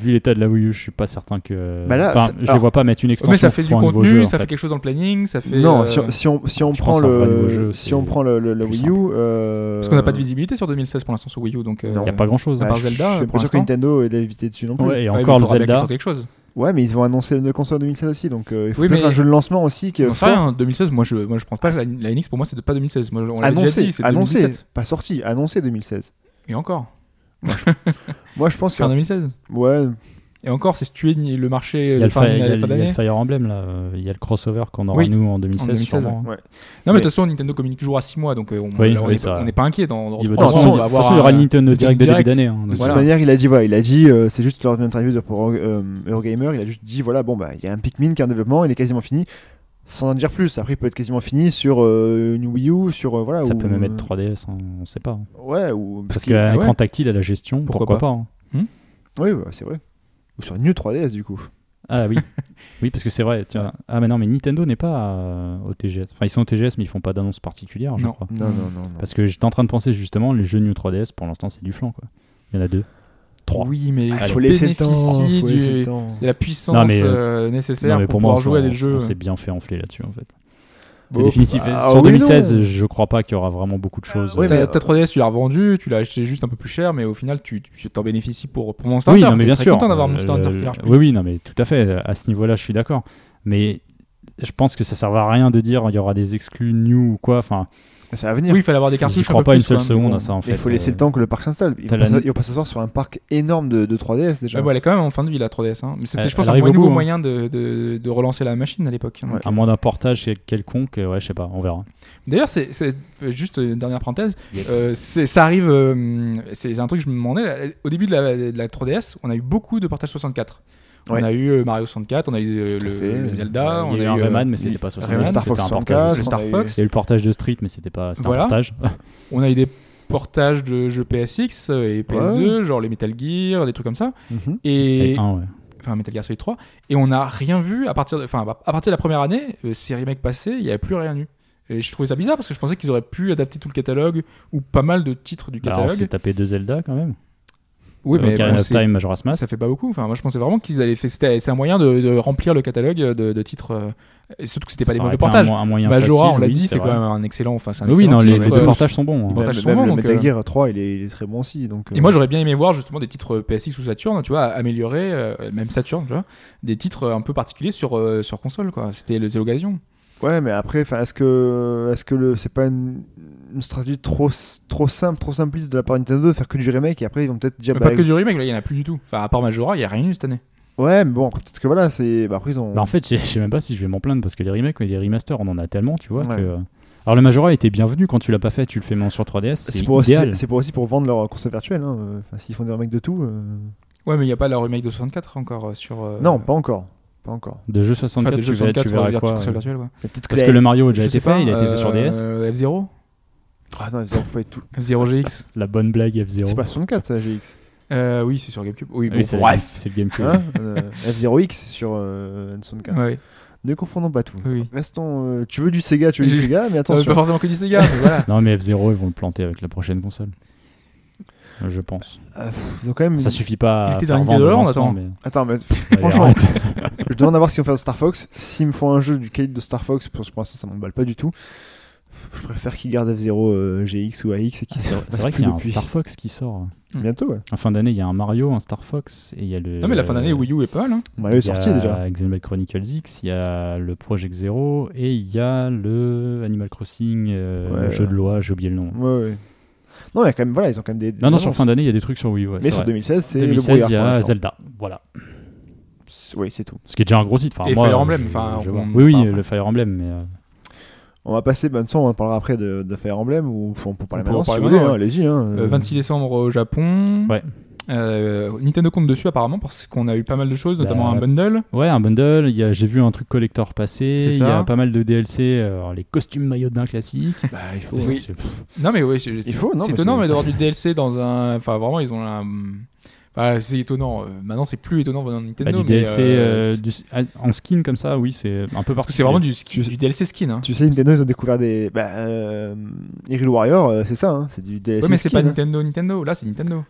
S4: vu l'état de la Wii U, je suis pas certain que.
S2: Bah là,
S4: enfin,
S2: c'est-
S4: je les
S2: alors-
S4: vois pas mettre une extension.
S3: mais ça fait du
S4: pour un nouveau
S3: contenu,
S4: jeu, en
S3: ça fait
S4: fait.
S3: quelque chose dans le planning, ça fait.
S2: Non,
S3: euh,
S2: si on, si on, si on
S4: je
S2: prend
S4: pense à un vrai nouveau
S2: le
S4: jeu,
S2: si
S4: c'est
S2: on prend le, le- le
S4: plus
S2: Wii U,
S4: simple.
S2: euh,
S3: Parce qu'on n'a pas de visibilité sur 2016 pour l'instant sur Wii U, donc. euh,
S2: Non.
S4: Il n'y a pas grand chose.
S3: à
S2: bah,
S3: part
S2: je-
S3: Zelda,
S2: Je suis
S3: pour
S2: pas sûr que
S3: l'instant.
S2: Nintendo ait évité dessus non plus. Ouais,
S4: et
S3: ouais, mais
S4: encore
S3: il
S4: le
S3: faudra bien qu'ils
S4: Zelda.
S3: sortent quelque chose.
S2: mais ils vont annoncer le console 2016 aussi, donc euh, il faut
S3: Oui,
S2: peut-être
S3: mais-
S2: un jeu de lancement aussi qui. est
S3: Enfin,
S2: fort.
S3: hein, 2016, moi je, moi je pense pas.
S2: Ah,
S3: la,
S2: c'est-
S3: la NX pour moi c'est de- pas 2016. Moi, on l'a déjà
S2: Annoncé,
S3: dit, c'est
S2: annoncé,
S3: 2017.
S2: pas sorti, annoncé 2016.
S3: Et encore.
S2: Moi, je pense que
S3: Fin 2016.
S2: ouais,
S3: Et encore, c'est se tuer ni- le marché
S4: Il y
S3: de
S4: a le,
S3: fin
S4: Fi- il y a
S3: la
S4: le-
S3: fin
S4: il y a
S3: d'année.
S4: le Fire Emblem là, euh, il y a le crossover qu'on aura
S3: Oui,
S4: nous en 2016.
S3: 2016,
S4: sûrement, hein.
S2: ouais.
S3: Non, mais
S2: Mais-
S3: de toute façon, Nintendo communique toujours à 6 mois, donc euh, on
S4: Oui,
S3: là, on
S4: oui,
S3: n'est
S4: ça-
S3: pas- on n'est pas inquiet. Dans, dans
S4: Il va- De
S3: trois
S4: toute
S3: ans,
S4: façon,
S3: on
S4: de
S3: va
S4: toute
S3: avoir
S4: façon, il y aura
S3: un-
S4: le Nintendo
S3: le
S4: Direct de début
S3: Direct.
S4: d'année. hein, de
S2: De
S4: toute
S3: Voilà.
S2: toute manière, il a dit voilà, il a dit euh, c'est juste lors d'une interview de- pour euh, Eurogamer, il a juste dit voilà, bon bah il y a un Pikmin qui est en développement, il est quasiment fini. Sans en dire plus, après il peut être quasiment fini sur euh, une Wii U, sur euh, voilà.
S4: façon. Ça
S2: ou-
S4: peut même être 3DS, hein, on sait pas. hein.
S2: Ouais, ou
S4: Parce
S2: qu'il-
S4: qu'un
S3: ah ouais.
S4: écran tactile à la gestion,
S3: Pourquoi
S4: pourquoi, pas, hein.
S2: Oui, bah, c'est vrai. Ou sur New 3DS du coup.
S4: Ah oui, [laughs] oui parce que c'est vrai. tiens. Ah mais non, mais Nintendo n'est pas euh, au TGS. Enfin, ils sont au TGS, mais ils font pas d'annonce particulière, je
S3: Non.
S4: crois.
S2: Non, non, non. non.
S4: Parce que j'étais en train de penser justement, les jeux New 3DS, pour l'instant, c'est du flan. Quoi. Il y en a deux. Trois.
S3: Oui, mais
S2: Ah,
S3: il
S2: faut laisser le temps.
S3: bénéficier
S2: Faut laisser le
S3: du-
S2: temps.
S3: de la puissance
S4: Non, mais, euh,
S3: euh, nécessaire
S4: Non, mais
S3: pour pouvoir
S4: on
S3: jouer à
S4: s'en-
S3: des jeux.
S4: On s'est bien fait enfler là-dessus, en fait. C'est
S2: Bon,
S4: définitif.
S2: bah,
S4: Sur
S2: oui,
S4: 2016,
S2: non.
S4: je crois pas qu'il y aura vraiment beaucoup de choses.
S2: Ouais,
S4: euh,
S2: mais,
S3: T'as
S2: euh,
S3: ta 3DS, tu l'as revendue, tu l'as acheté juste un peu plus cher, mais au final, tu tu t'en bénéficies pour, pour Monster
S4: oui,
S3: Hunter.
S4: non, mais
S3: T'es
S4: bien
S3: très
S4: sûr.
S3: content d'avoir
S4: euh,
S3: Monster
S4: le-
S3: Hunter qui marche plus
S4: Oui,
S3: vite.
S4: oui, non, mais tout à fait. À ce niveau-là, je suis d'accord. Mais je pense que ça servera à rien de dire il y aura des exclus new ou quoi. Enfin,
S2: Ça va venir.
S3: Oui, il fallait avoir des cartouches.
S4: je crois
S3: peu
S4: pas une
S3: plus,
S4: seule
S3: quand même,
S4: seconde
S3: mais
S4: à ça, en fait.
S2: Mais il faut laisser
S4: euh,
S2: le temps que le parc s'installe. Il faut
S4: t'as la-
S2: pas s'asseoir- il faut pas s'asseoir sur un parc énorme de, de 3DS déjà.
S3: Ouais, bon, elle est quand même en fin de vie la 3DS. hein. Mais c'était,
S4: Elle-
S3: je pense,
S4: elle
S3: un
S4: arrive
S3: nouveau
S4: au bout, hein.
S3: moyen de, de- de relancer la machine à l'époque. hein.
S2: Ouais.
S4: À moins d'un portage quelconque, euh, ouais, je sais pas, on verra.
S3: D'ailleurs, c'est, c'est- euh, juste euh, une dernière parenthèse.
S4: Yep.
S3: euh, c'est, ça arrive. euh, c'est un truc que je me demandais. là, Au début de la, de la 3DS, on a eu beaucoup de portages 64.
S2: Ouais.
S3: On a eu euh, Mario 64, on a eu euh,
S2: Tout à
S3: le,
S2: fait.
S3: le Zelda,
S4: Il
S3: on
S4: y a eu
S3: eu
S4: un
S3: euh,
S4: Rayman, mais c'était pas sur
S3: Rayman,
S4: C'était
S2: Star Fox
S4: un
S2: 64,
S4: portage. aussi.
S3: le Star
S2: on a eu-
S3: Fox.
S4: Il y a eu le portage de Street, mais c'était pas c'était
S3: Voilà.
S4: un portage.
S3: on a eu des portages de jeux PSX euh, et PS2, genre les Metal Gear, des trucs comme ça.
S2: Mhm.
S4: Et
S3: Et
S4: un, ouais.
S3: enfin Metal Gear Solid 3 et on n'a rien vu à partir de enfin à partir de la première année euh, ces remakes passés il n'y avait plus rien eu et je trouvais ça bizarre parce que je pensais qu'ils auraient pu adapter tout le catalogue ou pas mal de titres du
S4: Bah, alors, on s'est
S3: catalogue
S4: tapé deux Zelda quand même. Euh,
S3: oui mais
S4: Ocarina
S3: bon,
S4: of
S3: c'est-
S4: Time, Majora's Mask.
S3: ça fait pas beaucoup enfin moi je pensais vraiment qu'ils allaient faire- c'était c'est un moyen de, de remplir le catalogue de, de titres euh, et surtout que c'était pas
S4: Ça
S3: des
S4: aurait
S3: mauvais
S4: été un
S3: portages
S4: mo- Un moyen
S3: Majora
S4: facile,
S3: Bah, on l'a
S4: oui,
S3: dit
S4: c'est
S3: c'est quand
S4: vrai.
S3: même un excellent enfin c'est un
S4: Oui,
S3: excellent
S4: non, les,
S3: titre,
S4: les deux
S3: euh,
S4: portages sont bons. hein.
S3: portages
S2: Même-
S3: sont
S2: même
S3: bons,
S2: le
S3: donc,
S2: Metal
S3: euh,
S2: Gear 3, il est, il est très bon aussi. Donc, euh,
S3: Et moi, j'aurais bien aimé voir justement des titres euh, PSX ou Saturn, tu vois, améliorer, euh, même Saturn, tu vois, des titres un peu particuliers sur, euh, sur console, quoi. C'était le- c'est l'occasion.
S2: Ouais, mais après, enfin, est-ce que, est-ce que le, c'est pas une, une stratégie trop, s- trop simple, trop simpliste de la part de Nintendo de faire que du remake et après ils vont peut-être dire
S4: Euh,
S3: Mais
S2: bah,
S3: pas que du remake, là, il n'y en a plus du tout. Enfin, à part Majora, il n'y a rien eu cette année.
S2: ouais, mais bon, après, peut-être que voilà, c'est, bah, après ils ont,
S4: Bah, en fait, je je sais même pas si je vais m'en plaindre parce que les remakes et les remasters, on en a tellement, tu vois.
S2: Ouais.
S4: Que... euh, Alors, le Majora était bienvenu quand tu l'as pas fait, tu le fais main sur 3DS. C'est
S2: c'est pour,
S4: idéal.
S2: c'est- c'est pour aussi pour vendre leur console virtuelle. Hein. euh, Enfin, s'ils font des remakes de tout, euh,
S3: Ouais, mais il n'y a pas la remake de 64 encore euh, sur. euh,
S2: non, pas encore, pas encore.
S4: De jeu
S3: enfin,
S4: 64,
S3: des
S4: tu,
S3: jeux
S4: verras- tu
S3: 64 sur
S4: verras
S3: virtu-
S4: quoi.
S3: console
S4: euh,
S3: virtuelle, ouais.
S2: Peut-être
S4: Parce que le Mario a
S3: Je
S4: déjà été
S3: sais
S4: fait,
S3: pas,
S4: il a été fait sur
S3: euh,
S4: DS.
S3: F0
S2: Ah non, ils ont fait tout.
S3: F0 GX
S4: La bonne blague F0.
S2: C'est pas 64 ça, GX.
S4: [laughs]
S3: Euh, Oui, c'est sur Gamecube. Oui, bon,
S4: Ah Oui, c'est
S3: bref.
S4: c'est le GameCube.
S2: Hein euh, F0X sur euh, N64.
S3: Ouais,
S2: Ne confondons pas tout.
S3: oui.
S2: Restons. euh, tu veux du Sega, tu veux
S4: [laughs]
S2: du
S3: J'ai-
S2: Sega, mais
S4: bah,
S3: Euh,
S2: attention.
S3: pas forcément que du Sega, mais voilà.
S4: Non, mais F0, ils vont le planter avec la prochaine console. euh, je pense.
S2: Euh, pff, ils ont quand même.
S4: Ça suffit pas.
S3: Hmm. Il
S4: à
S3: était
S4: faire
S3: dans
S4: vendre
S3: Nintendo Land,
S4: l'ensemble,
S3: attends.
S4: mais-
S3: [laughs]
S2: Attends, mais
S4: Ouais,
S2: franchement,
S4: arrête.
S2: [laughs] je demande à voir ce qu'ils vont faire de Star Fox. S'ils me font un jeu du calibre de Star Fox, parce que pour l'instant ça m'emballe pas du tout. Je préfère qu'ils gardent F0 GX ou AX et qu'ils se
S4: C'est
S2: refassent
S4: vrai
S2: plus
S4: qu'il y a un
S2: depuis.
S4: Star Fox qui sort.
S2: Bientôt, ouais.
S4: En fin d'année, il y a un Mario, un Star Fox, et il y a le.
S3: Non, Ah, mais la fin d'année, Wii U est pas mal. hein.
S2: Mario est Ah sorti déjà.
S4: Il y a Xenoblade Chronicles X, il y a le Project Zero, et il y a le Animal Crossing, euh,
S2: Ouais.
S4: le jeu de loi, j'ai oublié le nom.
S2: Ouais, ouais. Non, il y a quand même, voilà, ils ont quand même des. des
S4: Non, non,
S2: annonces.
S4: sur fin d'année, il y a des trucs sur Wii U. ouais,
S2: Mais
S4: c'est
S2: sur
S4: vrai.
S2: 2016, c'est le
S4: 2016,
S2: brouillard.
S4: il y
S2: pour
S4: a
S2: l'instant.
S4: Zelda. Voilà.
S2: C'est- Oui, c'est tout.
S4: Ce qui est déjà un gros titre. Enfin,
S3: Et
S4: moi,
S3: Fire Emblem,
S4: je-
S3: enfin,
S4: je
S3: on-
S4: vois.
S3: on
S4: Oui, oui,
S3: parle.
S4: le Fire Emblem. Mais, euh,
S2: On va passer, ben, de toute façon, on en parlera après de, de Fire Emblem ou on peut en parler
S3: peut en
S2: maintenant. si
S3: parler
S2: vous voulez,
S3: maintenant,
S2: hein,
S3: ouais.
S2: Allez-y. hein,
S3: Euh,
S2: euh,
S3: 26 décembre au Japon.
S4: Ouais.
S3: Euh, Nintendo compte dessus apparemment parce qu'on a eu pas mal de choses, notamment
S4: Bah,
S3: un bundle.
S4: Ouais, un bundle. il y a- J'ai vu un truc collector passer.
S3: C'est
S4: Il y a
S3: ça.
S4: pas mal de DLC. alors, euh, les costumes maillots de
S2: [laughs]
S4: bain classiques.
S2: Bah, il faut.
S3: Oui.
S4: C'est- pff,
S3: Non mais oui, c'est c'est-
S2: faut, non,
S3: c'est
S2: mais
S3: étonnant
S2: c'est-
S3: mais d'avoir du DLC dans un, enfin vraiment ils ont un, enfin, c'est étonnant. Euh, Maintenant c'est plus étonnant venant de
S4: bah,
S3: Nintendo.
S4: du
S3: mais,
S4: DLC
S3: euh,
S4: euh,
S3: c'est-
S4: du- en skin comme ça, oui, c'est un peu particulier.
S3: parce que c'est vraiment du, ski- du DLC skin. Hein.
S2: Tu sais, Nintendo, ils ont découvert des. Bah, euh, Hyrule Warrior, euh, c'est ça, hein, c'est du DLC.
S3: Ouais mais c'est
S2: skin,
S3: pas
S2: hein.
S3: Nintendo, Nintendo. Là c'est Nintendo.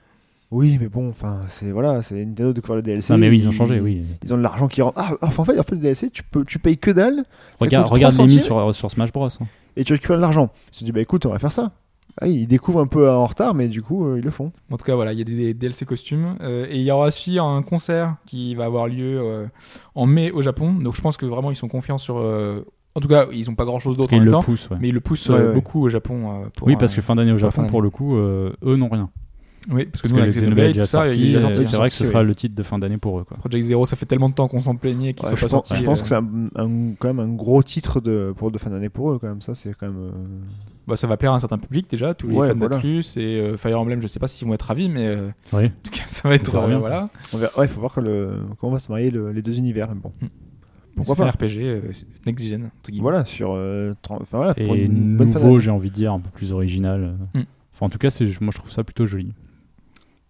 S2: Oui, mais bon, enfin, c'est voilà, c'est Nintendo de découvrir le DLC.
S4: Non, mais oui, ils ont changé, oui.
S2: Ils ont de l'argent qui rentre. Ah, enfin, en fait, en fait, le DLC, tu peux, tu payes que dalle. ça
S4: Regarde,
S2: coûte
S4: regarde
S2: 3
S4: Mimi
S2: centimes
S4: sur, sur Smash Bros. hein.
S2: Et tu récupères de l'argent. Ils se disent, bah écoute, on va faire ça. Ah, ils découvrent un peu en retard, mais du coup, euh, ils le font.
S3: En tout cas voilà, il y a des, des DLC costumes Euh, et il y aura aussi un concert qui va avoir lieu euh, en mai au Japon. Donc je pense que vraiment ils sont confiants sur. euh, En tout cas ils ont pas grand chose d'autre
S4: Et
S3: en
S4: ils
S3: même
S4: le
S3: temps.
S4: poussent, ouais.
S3: Mais ils le poussent
S2: Ouais,
S3: euh,
S2: ouais.
S3: beaucoup au Japon. euh, pour,
S4: Oui, parce que
S3: euh,
S4: fin d'année au
S3: fin
S4: Japon,
S3: d'année.
S4: pour le coup, euh, eux n'ont rien.
S3: oui, parce que
S4: Parce
S3: nous,
S4: que
S3: avec
S4: le Xenoblade est déjà sorti.
S3: il est déjà
S4: euh,
S3: sorti.
S4: C'est vrai que ce
S2: sorti,
S4: sera
S2: oui.
S4: le titre de fin d'année pour eux. Quoi.
S3: Project Zero, ça fait tellement de temps qu'on s'en plaignait qu'ils
S2: Ouais,
S3: sont
S2: je,
S3: pas
S2: pense,
S3: sortis.
S2: je pense
S3: euh,
S2: que c'est un- un- quand même un gros titre de, pour de fin d'année pour eux, quand même. Ça, c'est quand même. euh,
S3: bah, ça va plaire à un certain public déjà, tous les
S2: Ouais,
S3: fans
S2: voilà.
S3: d'Atlus et euh, Fire Emblem. Je sais pas s'ils vont être ravis, mais euh,
S4: Oui.
S3: en tout cas, ça va être
S4: verra
S3: euh,
S4: bien.
S3: voilà.
S2: on verra- Ouais, il faut voir que le, comment va se marier le- les deux univers. mais bon.
S4: Hmm.
S2: Pourquoi
S3: C'est un
S2: pas
S3: RPG euh, next gen. entre guillemets.
S2: Voilà, sur. euh, tran- enfin, voilà, pour
S4: Et
S2: une bonne fin
S4: nouveau,
S2: d'année.
S4: j'ai envie de dire, un peu plus original. euh.
S3: Hmm.
S4: Enfin, en tout cas, c'est- moi je trouve ça plutôt joli.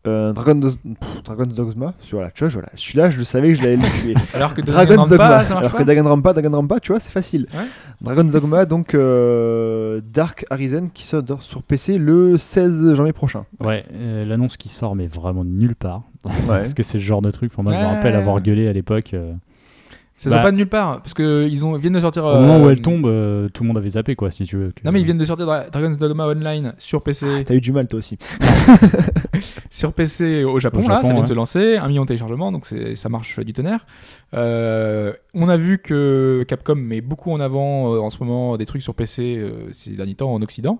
S2: Euh, Dragon's, pff, Dragon's Dogma, sur la, tu vois, je, voilà, celui-là, je le savais que je l'allais le tuer.
S3: Alors que
S2: Dragon's Dogma.
S3: Dragon's ça marche
S2: Alors
S3: pas.
S2: que Danganronpa, Danganronpa, tu vois, c'est facile.
S3: Ouais.
S2: Dragon's Dogma, donc euh, Dark Arisen qui sort sur PC le 16 janvier prochain.
S4: Ouais, euh, l'annonce qui sort, mais vraiment de nulle part.
S2: Ouais.
S4: Parce que c'est le genre de truc, pour moi je me
S3: Ouais.
S4: rappelle avoir gueulé à l'époque. euh,
S3: Ça sort
S4: Bah.
S3: pas de nulle part parce que ils ont viennent de sortir.
S4: Au moment
S3: euh,
S4: où elle tombe, euh, tout le monde avait zappé, quoi, si tu veux. que-
S3: Non mais ils viennent de sortir Dra- Dragon's Dogma Online sur
S4: Ah,
S3: PC,
S2: T'as eu du mal toi aussi.
S3: sur PC au Japon, là,
S4: Au Japon,
S3: ça vient
S4: ouais.
S3: de se lancer, un million de téléchargements, donc c'est- ça marche du tonnerre. Euh, on a vu que Capcom met beaucoup en avant euh, en ce moment des trucs sur PC euh, ces derniers temps en Occident.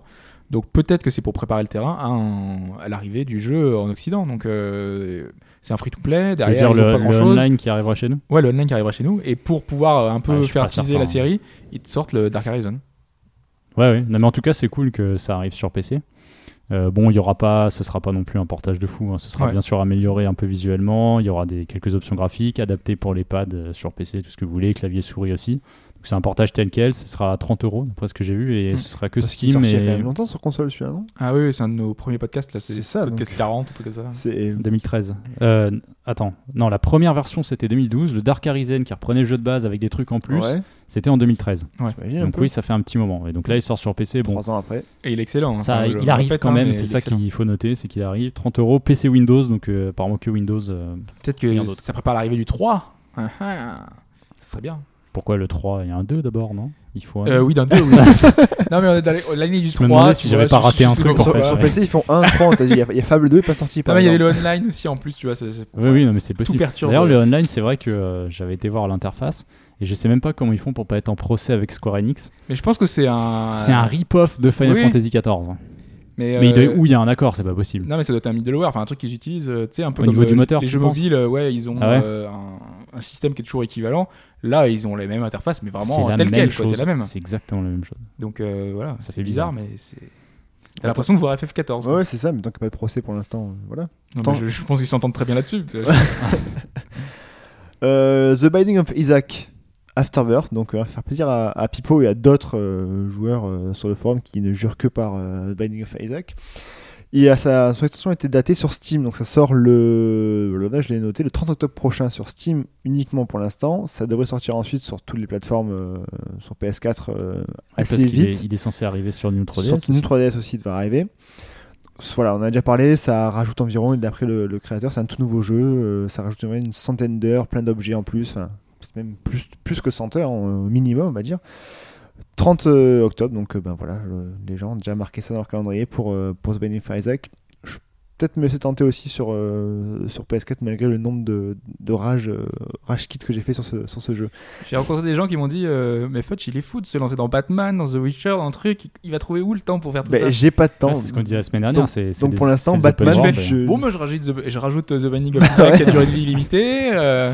S3: Donc peut-être que c'est pour préparer le terrain à, un- à l'arrivée du jeu en Occident. Donc euh, c'est un free-to-play,
S4: Tu veux
S3: derrière
S4: dire
S3: ils ont
S4: le,
S3: pas
S4: le
S3: grand-chose.
S4: online qui arrivera chez nous
S3: Ouais, le online qui arrivera chez nous. Et pour pouvoir euh, un peu
S4: Ouais, je suis
S3: faire
S4: pas
S3: teaser
S4: certain,
S3: la
S4: hein.
S3: série, ils te sortent le Dark Horizon.
S4: Ouais, ouais. Non, mais en tout cas, c'est cool que ça arrive sur PC. Euh, bon, il y aura pas, ce sera pas non plus un portage de fou. hein. Ce sera
S3: Ouais.
S4: bien sûr amélioré un peu visuellement. Il y aura des quelques options graphiques adaptées pour les pads euh, sur PC, tout ce que vous voulez, clavier souris aussi. Donc c'est un portage tel quel. Ce sera à 30 euros d'après ce que j'ai vu et
S3: Mm.
S4: ce sera que
S2: Parce qu'il est
S4: Steam
S2: sorti il y a
S3: E.
S2: quand
S4: et
S2: même longtemps sur console celui-là, non
S3: Ah oui, oui, c'est un de nos premiers podcasts, là, c'est
S2: C'est ça,
S3: podcast 40, un truc comme ça.
S2: C'est
S4: 2013. Euh, attends, non, la première version c'était 2012. Le Dark Arisen qui reprenait le jeu de base avec des trucs en plus,
S2: ouais,
S4: c'était en 2013.
S2: t'imagines un
S4: Donc
S2: peu
S4: oui, ça fait un petit moment. Et donc là, il sort sur PC. Bon,
S2: Trois ans après.
S3: Et il est excellent. hein.
S4: Ça,
S3: Enfin, je
S4: il
S3: le
S4: arrive
S3: répète,
S4: quand
S3: hein,
S4: même,
S3: mais
S4: c'est
S3: il est
S4: ça
S3: excellent.
S4: qu'il faut noter, c'est qu'il arrive. 30 euros, PC Windows, donc euh, apparemment que Windows. euh,
S3: Peut-être
S4: Rien
S3: que
S4: d'autre.
S3: ça prépare l'arrivée du 3. [laughs] Ah, ah. ça serait bien.
S4: pourquoi le 3 Il y a un 2 d'abord, non Il faut. un-
S3: Euh, oui, d'un 2,
S4: [laughs]
S3: oui. non, mais on est dans les- la ligne du
S4: Je
S3: 3.
S4: me demandais si j'avais pas raté un truc, en
S2: Sur,
S4: fait,
S2: sur
S4: ouais.
S2: PC, ils font 1, 3, on t'a dit, il y a- il y a Fable 2 est pas sorti.
S3: Non,
S2: par
S3: mais il y avait
S2: exemple.
S3: le online aussi en plus, tu vois. c'est- c'est-
S4: Oui, oui, non, mais c'est possible.
S3: perturbe.
S4: D'ailleurs, le online, c'est vrai que euh, j'avais été voir l'interface et je sais même pas comment ils font pour pas être en procès avec Square Enix.
S3: Mais je pense que c'est un.
S4: C'est un rip-off de Final
S3: Oui.
S4: Fantasy XIV. hein.
S3: Mais,
S4: Mais il doit-
S3: euh,
S4: où il y a un accord, c'est pas possible.
S3: Non, mais ça doit être un middleware, enfin un truc qu'ils utilisent, euh, tu sais, un peu
S4: Au
S3: comme
S4: niveau
S3: euh,
S4: du moteur,
S3: les
S4: tu
S3: jeux
S4: penses
S3: mobiles, euh, ouais, ils ont
S4: Ah ouais
S3: euh, un, un système qui est toujours équivalent. Là, ils ont les mêmes interfaces, mais
S4: c'est
S3: vraiment
S4: la
S3: telle
S4: même
S3: quelle, quoi,
S4: chose.
S3: c'est la même.
S4: C'est exactement la même chose.
S3: Donc euh, voilà, ça
S4: Ça fait
S3: fait bizarre,
S4: bizarre.
S3: mais c'est. T'as l'impression de voir FF14. quoi.
S2: Ouais, ouais, c'est ça, mais tant qu'il n'y a pas de procès pour l'instant, euh, voilà.
S3: Non, mais
S2: Tant-
S3: je, je pense qu'ils s'entendent très bien là-dessus.
S2: [laughs]
S3: parce que-
S2: Euh, The Binding of Isaac Afterbirth, donc euh, faire plaisir à, à Pipo et à d'autres euh, joueurs euh, sur le forum qui ne jurent que par euh, The Binding of Isaac. Et à sa, son extension était datée sur Steam, donc ça sort le, le là, je l'ai noté, le 30 octobre prochain sur Steam uniquement pour l'instant. Ça devrait sortir ensuite sur toutes les plateformes, euh, sur PS4 euh,
S4: Oui,
S2: assez
S4: parce qu'il
S2: vite.
S4: est, il est censé arriver sur New 3DS.
S2: Sur
S4: aussi.
S2: New 3DS aussi devrait arriver. Voilà, on en a déjà parlé, ça rajoute environ, d'après le, le créateur, c'est un tout nouveau jeu, euh, ça rajoute environ une centaine d'heures, plein d'objets en plus, enfin, c'est même plus, plus que 100 heures au minimum, on va dire. 30 euh, octobre, donc euh, ben voilà, je- les gens ont déjà marqué ça dans leur calendrier pour, euh, pour The Binding of Isaac. Je peut-être me laisser tenter aussi sur, euh, sur PS4 malgré le nombre de, de rage, euh, rage kit que j'ai fait sur ce, sur ce jeu.
S3: J'ai rencontré des gens qui m'ont dit euh, Mais Fudge, il est fou de se lancer dans Batman, dans The Witcher, dans un truc. Il va trouver où le temps pour faire tout
S2: Ben,
S3: ça
S2: j'ai pas de temps.
S4: Ouais, c'est ce qu'on disait la semaine dernière.
S2: donc-
S4: c'est- c'est
S2: donc
S4: des-
S2: pour l'instant,
S4: c'est des
S2: Batman,
S3: je
S4: open world,
S2: vais-
S4: mais-
S2: je-
S3: Bon, moi je rajoute The, je rajoute euh,
S2: [laughs]
S3: The Binding of Isaac qui a durée de vie limitée. euh,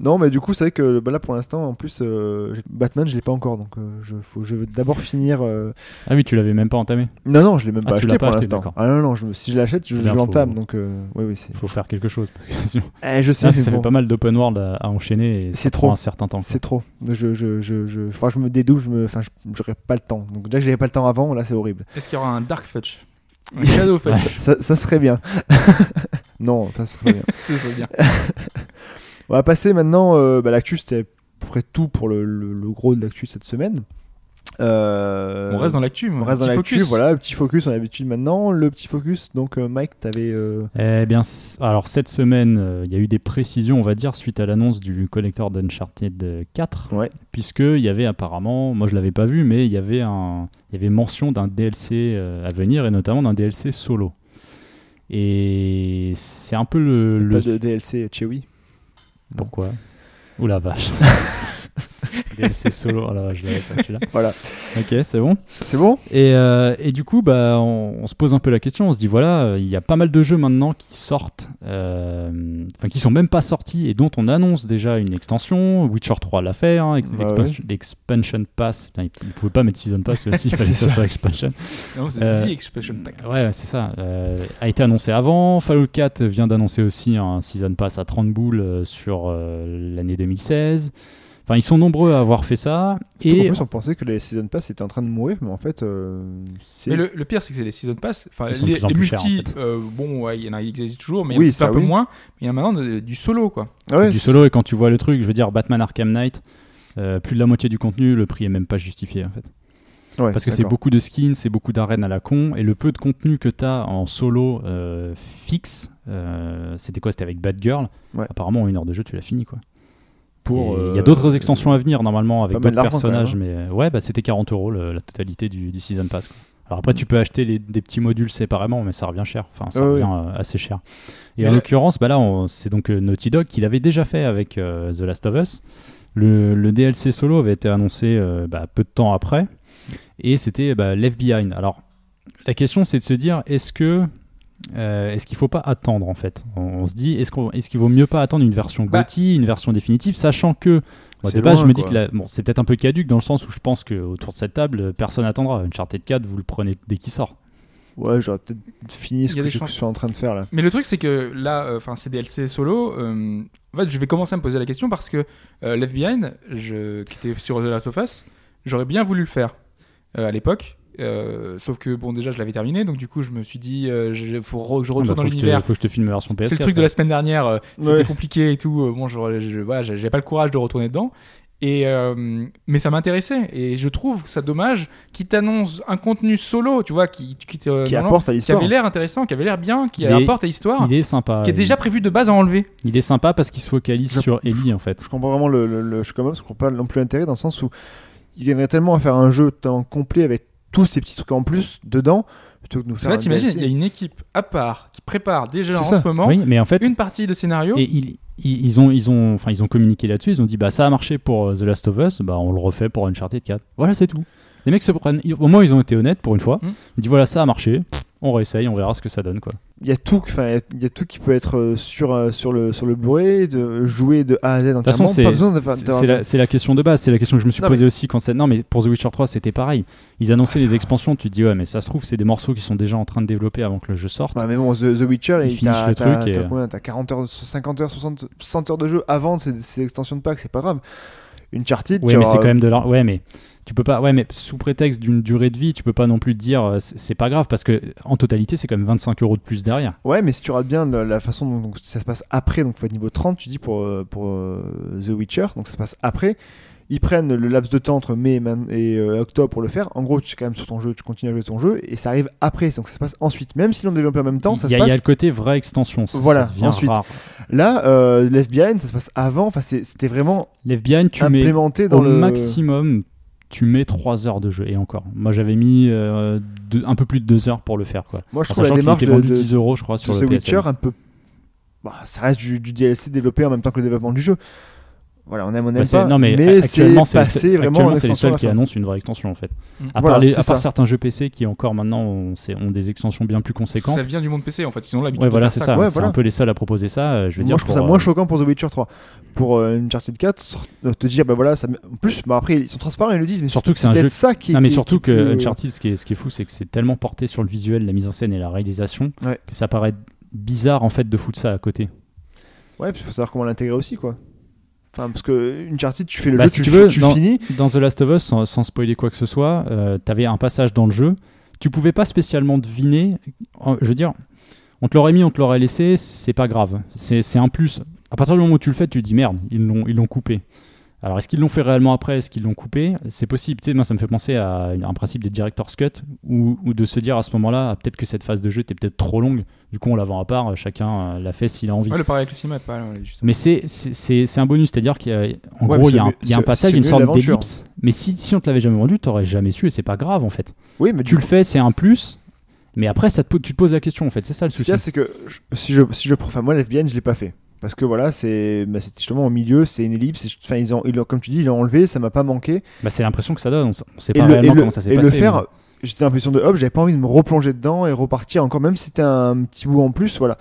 S2: Non, mais du coup, c'est vrai que ben là pour l'instant, en plus, euh, j'ai- Batman, je l'ai pas encore, donc euh, je, faut, je veux d'abord finir. euh,
S4: Ah oui, tu l'avais même pas entamé.
S2: Non, non, je l'ai même
S4: Ah,
S2: pas
S4: tu
S2: acheté
S4: l'as pas
S2: pour
S4: acheté,
S2: l'instant.
S4: d'accord.
S2: Ah non, non, je me- si je l'achète, je,
S4: Eh
S2: je
S4: bien, faut-
S2: l'entame, donc euh, oui, oui, c'est.
S4: Il faut faire quelque chose. Parce que sinon,
S2: Eh, je sais,
S4: Non, parce
S2: mais
S4: que ça
S2: bon,
S4: fait pas mal d'open world à, à enchaîner et
S2: C'est
S4: ça
S2: trop.
S4: prend un certain temps. quoi.
S2: c'est trop. Je, je, je, je... faudra que je me dédouble, je me... enfin, je- j'aurai pas le temps. Donc déjà que j'avais pas le temps avant, là, c'est horrible.
S3: Est-ce qu'il y aura un Dark Fudge
S2: [laughs]
S3: Un Shadow Fudge
S2: ça, ça serait bien. [laughs] non, ça serait
S4: [laughs]
S2: bien.
S3: [laughs] Ça serait bien.
S2: On va passer maintenant. Euh, bah, l'actu, c'était à peu près tout pour le, le- le gros de l'actu cette semaine. Euh,
S3: On reste dans l'actu.
S2: on reste dans l'actu. Voilà, le petit focus, on a l'habitude maintenant. Le petit focus, donc euh, Mike, t'avais. euh,
S4: Eh bien, c- alors cette semaine, euh, il y a eu des précisions, on va dire, suite à l'annonce du collector d'Uncharted euh, 4.
S2: Ouais.
S4: Puisque il y avait apparemment, moi je l'avais pas vu, mais il y avait un, il y avait mention d'un DLC euh, à venir et notamment d'un DLC solo. Et c'est un peu le, le-
S2: Pas de DLC Chewy.
S4: pourquoi. Ouh
S2: [laughs]
S4: la vache. [laughs] DLC solo, alors je l'avais pas celui-là.
S2: Voilà.
S4: Ok, c'est bon.
S2: C'est bon
S4: Et, euh, et du coup, bah, on, on se pose un peu la question. On se dit voilà, euh, il y a pas mal de jeux maintenant qui sortent, euh, enfin qui sont même pas sortis et dont on annonce déjà une extension. Witcher 3 l'a fait, hein, ex-
S2: Bah
S4: l'expan- l'expansion pass. Putain, ils, ne pouvaient pas mettre season
S2: [laughs]
S4: pass aussi, il fallait que
S2: C'est
S4: ça soit expansion.
S3: Non, c'est
S4: Euh,
S3: The Expression Pack.
S4: Ouais, ouais, c'est ça. Euh, a été annoncé avant. Fallout 4 vient d'annoncer aussi un season pass à 30 boules euh, sur euh, l'année 2016. Enfin, ils sont nombreux à avoir fait ça.
S2: Et
S4: Et
S2: en plus, on pensait que les Season Pass étaient en train de mourir, mais en fait, euh, c'est.
S3: Mais le, le pire, c'est que c'est les season pass. Enfin,
S4: Ils sont de
S3: les,
S4: plus en
S3: les
S4: plus
S3: multi,
S4: chers, en fait.
S3: euh, bon, ouais, il y en a, ils existent toujours, mais
S2: Oui,
S3: un petit peu-
S2: ça,
S3: un peu
S2: oui.
S3: moins. Mais il y en a maintenant de- du solo, quoi.
S2: Ah ouais,
S4: du
S2: c'est-
S4: solo et quand tu vois le truc, je veux dire Batman Arkham Knight, euh, plus de la moitié du contenu, le prix est même pas justifié en fait.
S2: ouais,
S4: Parce que c'est
S2: d'accord.
S4: beaucoup de skins, c'est beaucoup d'arènes à la con et le peu de contenu que tu as en solo euh, fixe, euh, c'était quoi C'était avec Batgirl.
S2: Ouais.
S4: Apparemment en une heure de jeu tu l'as fini quoi.
S2: Pour,
S4: Et Il y
S2: euh,
S4: a d'autres extensions à venir normalement avec
S2: pas mal
S4: d'autres
S2: d'argent, quand même, hein.
S4: personnages, mais euh, ouais bah c'était 40 euros le- la totalité du, du season pass. quoi. Alors après tu peux acheter les- des petits modules séparément, mais ça revient cher. Enfin ça
S2: Ouais,
S4: revient euh, assez cher. Et
S3: Mais
S4: en
S3: le-
S4: l'occurrence bah là on- c'est donc euh, Naughty Dog qui l'avait déjà fait avec euh, The Last of Us. Le, le DLC solo avait été annoncé euh, bah, peu de temps après et c'était bah, Left Behind. Alors la question c'est de se dire est-ce que euh, est-ce qu'il faut pas attendre en fait on, on se dit est-ce qu'on est-ce qu'il vaut mieux pas attendre une version
S3: Bah.
S4: GOTY, une version définitive, sachant que moi,
S2: C'est
S4: de base
S2: loin,
S4: je me dis
S2: quoi.
S4: que la- bon, c'est peut-être un peu caduque dans le sens où je pense que autour de cette table euh, personne attendra. Uncharted 4 vous le prenez dès qu'il sort.
S2: Ouais, j'aurais peut-être fini ce
S3: Il y a
S2: que
S3: des
S2: je, que je
S3: chances.
S2: suis en train de faire là.
S3: Mais le truc, c'est que là, euh, enfin, c'est DLC solo. euh, en fait, je vais commencer à me poser la question parce que euh, Left Behind, je, qui était sur The Last of Us, j'aurais bien voulu le faire euh, à l'époque. Euh, sauf que bon, déjà, je l'avais terminé, donc du coup, je me suis dit, euh, je- faut re- que je
S4: Ah, bah,
S3: retourne
S4: faut,
S3: dans
S4: que je te,
S3: l'univers.
S4: faut que je te filme la version PS4.
S3: C'est le truc de la semaine dernière, euh, c'était
S2: Ouais.
S3: compliqué et tout. euh, bon, je, je- voilà, j'ai- j'avais pas le courage de retourner dedans. Et euh, mais ça m'intéressait et je trouve ça dommage qu'ils t'annoncent un contenu solo, tu vois, qui, qui, te-
S2: Qui
S3: Euh, non, non,
S2: apporte à
S3: qui
S2: l'histoire.
S3: avait l'air intéressant, qui avait l'air bien, qui
S4: Il est-
S3: apporte à l'histoire,
S4: hein. Il est sympa.
S3: qui est
S4: il-
S3: déjà prévu de base à enlever.
S4: Il est sympa parce qu'il se focalise
S2: Je-
S4: sur Ellie en fait.
S2: je comprends vraiment le, le, le- je comprends pas, je comprends pas non plus l'intérêt dans le sens où il gagnerait tellement à faire un jeu tant complet avec tous ces petits trucs en plus dedans plutôt que de nous
S3: C'est
S2: faire un
S3: vrai,
S4: bah,
S3: t'imagines, il y a
S2: DLC.
S3: une équipe à part qui prépare déjà
S2: C'est
S3: en
S2: ça.
S3: ce moment
S4: Oui, mais en fait,
S3: une partie de scénario.
S4: et il- ils, ils ont, ils, ont, enfin, ils ont communiqué là-dessus. Ils ont dit bah ça a marché pour euh, The Last of Us, bah on le refait pour Uncharted 4. Voilà, c'est tout. Les mecs se prennent. ils- Au moins, ils ont été honnêtes pour une fois.
S3: Hmm.
S4: Ils disent voilà, ça a marché. On réessaye, on verra ce que ça donne quoi.
S2: il y a tout enfin il y a- il y, a tout qui peut être euh, sur euh, sur le sur le Blu-ray de jouer de A à Z entièrement
S4: De toute façon,
S2: pas
S4: c'est-
S2: besoin de faire
S4: c'est c'est la, c'est la question de base. C'est la question que je me suis
S2: Non,
S4: posée aussi quand c'est. Non, mais pour The Witcher 3, c'était pareil. Ils annonçaient les expansions. Tu te dis ouais, mais ça se trouve, c'est des morceaux qui sont déjà en train de développer avant que le jeu sorte.
S2: Ouais, mais bon The, The Witcher
S4: Ils
S2: il
S4: finissent
S2: t'as-
S4: le
S2: t'as-
S4: truc et-
S2: t'as combien t'as 40 heures 50 heures 60 100 heures de jeu avant ces, ces extensions de pack c'est pas grave une chartide
S4: Ouais, mais c'est quand même de l'or. Ouais, mais tu peux pas. Ouais, mais sous prétexte d'une durée de vie, tu peux pas non plus te dire euh, c'est c'est pas grave parce que en totalité, c'est quand même 25 euros de plus derrière.
S2: Ouais, mais si tu regardes bien la, la façon dont, dont ça se passe après, donc faut être niveau 30, tu dis pour, euh, pour euh, The Witcher, donc ça se passe après. Ils prennent le laps de temps entre mai et, man- et, euh, octobre pour le faire. En gros, tu es quand même sur ton jeu, tu continues à jouer ton jeu et ça arrive après. Donc ça se passe ensuite. Même si l'on développe en même temps, ça
S4: Il y,
S2: se
S4: a- il
S2: passe.
S4: y a le côté vraie extension. Ça,
S2: Voilà,
S4: ça devient
S2: ensuite.
S4: rare.
S2: Là, euh, Left Behind, ça se passe avant. Enfin, c'est- c'était vraiment
S4: Left Behind, tu mets
S2: implémenté dans
S4: au
S2: le.
S4: maximum, tu mets 3 heures de jeu et encore. Moi, j'avais mis euh, deux- un peu plus de 2 heures pour le faire. Quoi.
S2: Moi, je
S4: En
S2: trouve la
S4: sachant qu'il
S2: démarche
S4: était
S2: de,
S4: vendu
S2: de-
S4: 10 euros, je crois, sur
S2: sur
S4: le
S2: The Witcher
S4: PSN.
S2: un peu. Bah, ça reste du, du DLC développé en même temps que le développement du jeu. Voilà, on aime, on aime
S4: Bah, c'est-
S2: pas.
S4: non, mais, a-
S2: c'est
S4: actuellement, c'est le
S2: passé
S4: seul-
S2: vraiment en
S4: actuellement, c'est les
S2: extension à
S4: seuls
S2: la
S4: qui
S2: fin.
S4: annoncent une vraie extension en fait.
S3: Mm.
S4: À,
S2: Voilà,
S4: part, les-
S2: c'est
S4: à
S2: ça.
S4: part certains jeux PC qui encore maintenant ont, c'est- ont des extensions bien plus
S3: Parce que
S4: conséquentes.
S3: ça vient du monde PC en fait, ils ont l'habitude
S4: Ouais,
S3: de
S4: voilà,
S3: faire
S4: c'est
S3: ça.
S4: ça.
S2: quoi. Ouais,
S4: c'est
S2: voilà.
S4: un peu les seuls à proposer ça. euh, je veux
S2: Moi,
S4: dire,
S2: je trouve ça
S4: pour,
S2: moins
S4: euh,
S2: choquant pour The Witcher 3. Pour euh, Uncharted 4, sur- euh, te dire, bah voilà, ça... met- en plus, bah, après, ils sont transparents, ils le disent, mais
S4: Surtout que c'est un
S2: peut-être
S4: jeu-
S2: ça qui.
S4: Non, mais
S2: qui-
S4: surtout
S2: qui
S4: que
S2: peut-
S4: Uncharted, ce qui est, ce qui est fou, c'est que c'est tellement porté sur le visuel, la mise en scène et la réalisation
S2: Ouais.
S4: que ça paraît bizarre en fait de foutre ça à côté.
S2: Ouais, puis il faut savoir comment l'intégrer aussi, quoi. Enfin, parce que Uncharted, tu fais le
S4: Bah,
S2: jeu,
S4: si
S2: tu,
S4: tu
S2: fi-
S4: veux,
S2: tu
S4: dans-
S2: finis.
S4: Dans The Last of Us, sans, sans spoiler quoi que ce soit, euh, t'avais un passage dans le jeu. Tu pouvais pas spécialement deviner. en- Je veux dire, on te l'aurait mis, on te l'aurait laissé, c'est pas grave. C'est c'est un plus. À partir du moment où tu le fais, tu te dis merde, ils l'ont ils l'ont coupé. Alors est-ce qu'ils l'ont fait réellement après Est-ce qu'ils l'ont coupé C'est possible. Tu sais, moi ça me fait penser à un principe des director's cut ou ou de se dire à ce moment-là, ah, peut-être que cette phase de jeu était peut-être trop longue. Du coup, on la vend à part. Chacun euh, la fait s'il a envie.
S3: Ouais, le pareil avec le cinéma, pas ouais, justement.
S4: Mais c'est- c'est c'est- c'est un bonus, c'est-à-dire qu'en
S2: Ouais, mais
S4: gros, il y a
S2: c'est
S4: un,
S2: le-
S4: il y a un
S2: c'est-
S4: passage,
S2: c'est
S4: une
S2: mieux
S4: sorte
S2: l'aventure.
S4: d'ellipse. Mais si, si on te l'avait jamais vendu, t'aurais jamais su et c'est pas grave en fait.
S2: Oui, mais
S4: Tu le fais, c'est un plus, mais après, ça te, po- tu te poses la question en fait, c'est ça le
S2: Ce qu'il
S4: souci.
S2: y a, c'est que je- si je, si je, enfin, moi, l'FBN, je l'ai pas fait. Parce que voilà, c'est bah, c'était justement au milieu, c'est une ellipse. et je- Enfin, ils ont, ils l'ont- comme tu dis, ils l'ont enlevé, ça m'a pas manqué.
S4: Bah, c'est l'impression que ça donne, on, s- on sait
S2: Et
S4: pas
S2: le, et
S4: réellement
S2: le-
S4: comment ça s'est
S2: et le
S4: passé.
S2: faire,
S4: mais-
S2: j'étais dans l'impression de hop, j'avais pas envie de me replonger dedans et repartir encore, même si c'était un petit bout en plus. Voilà.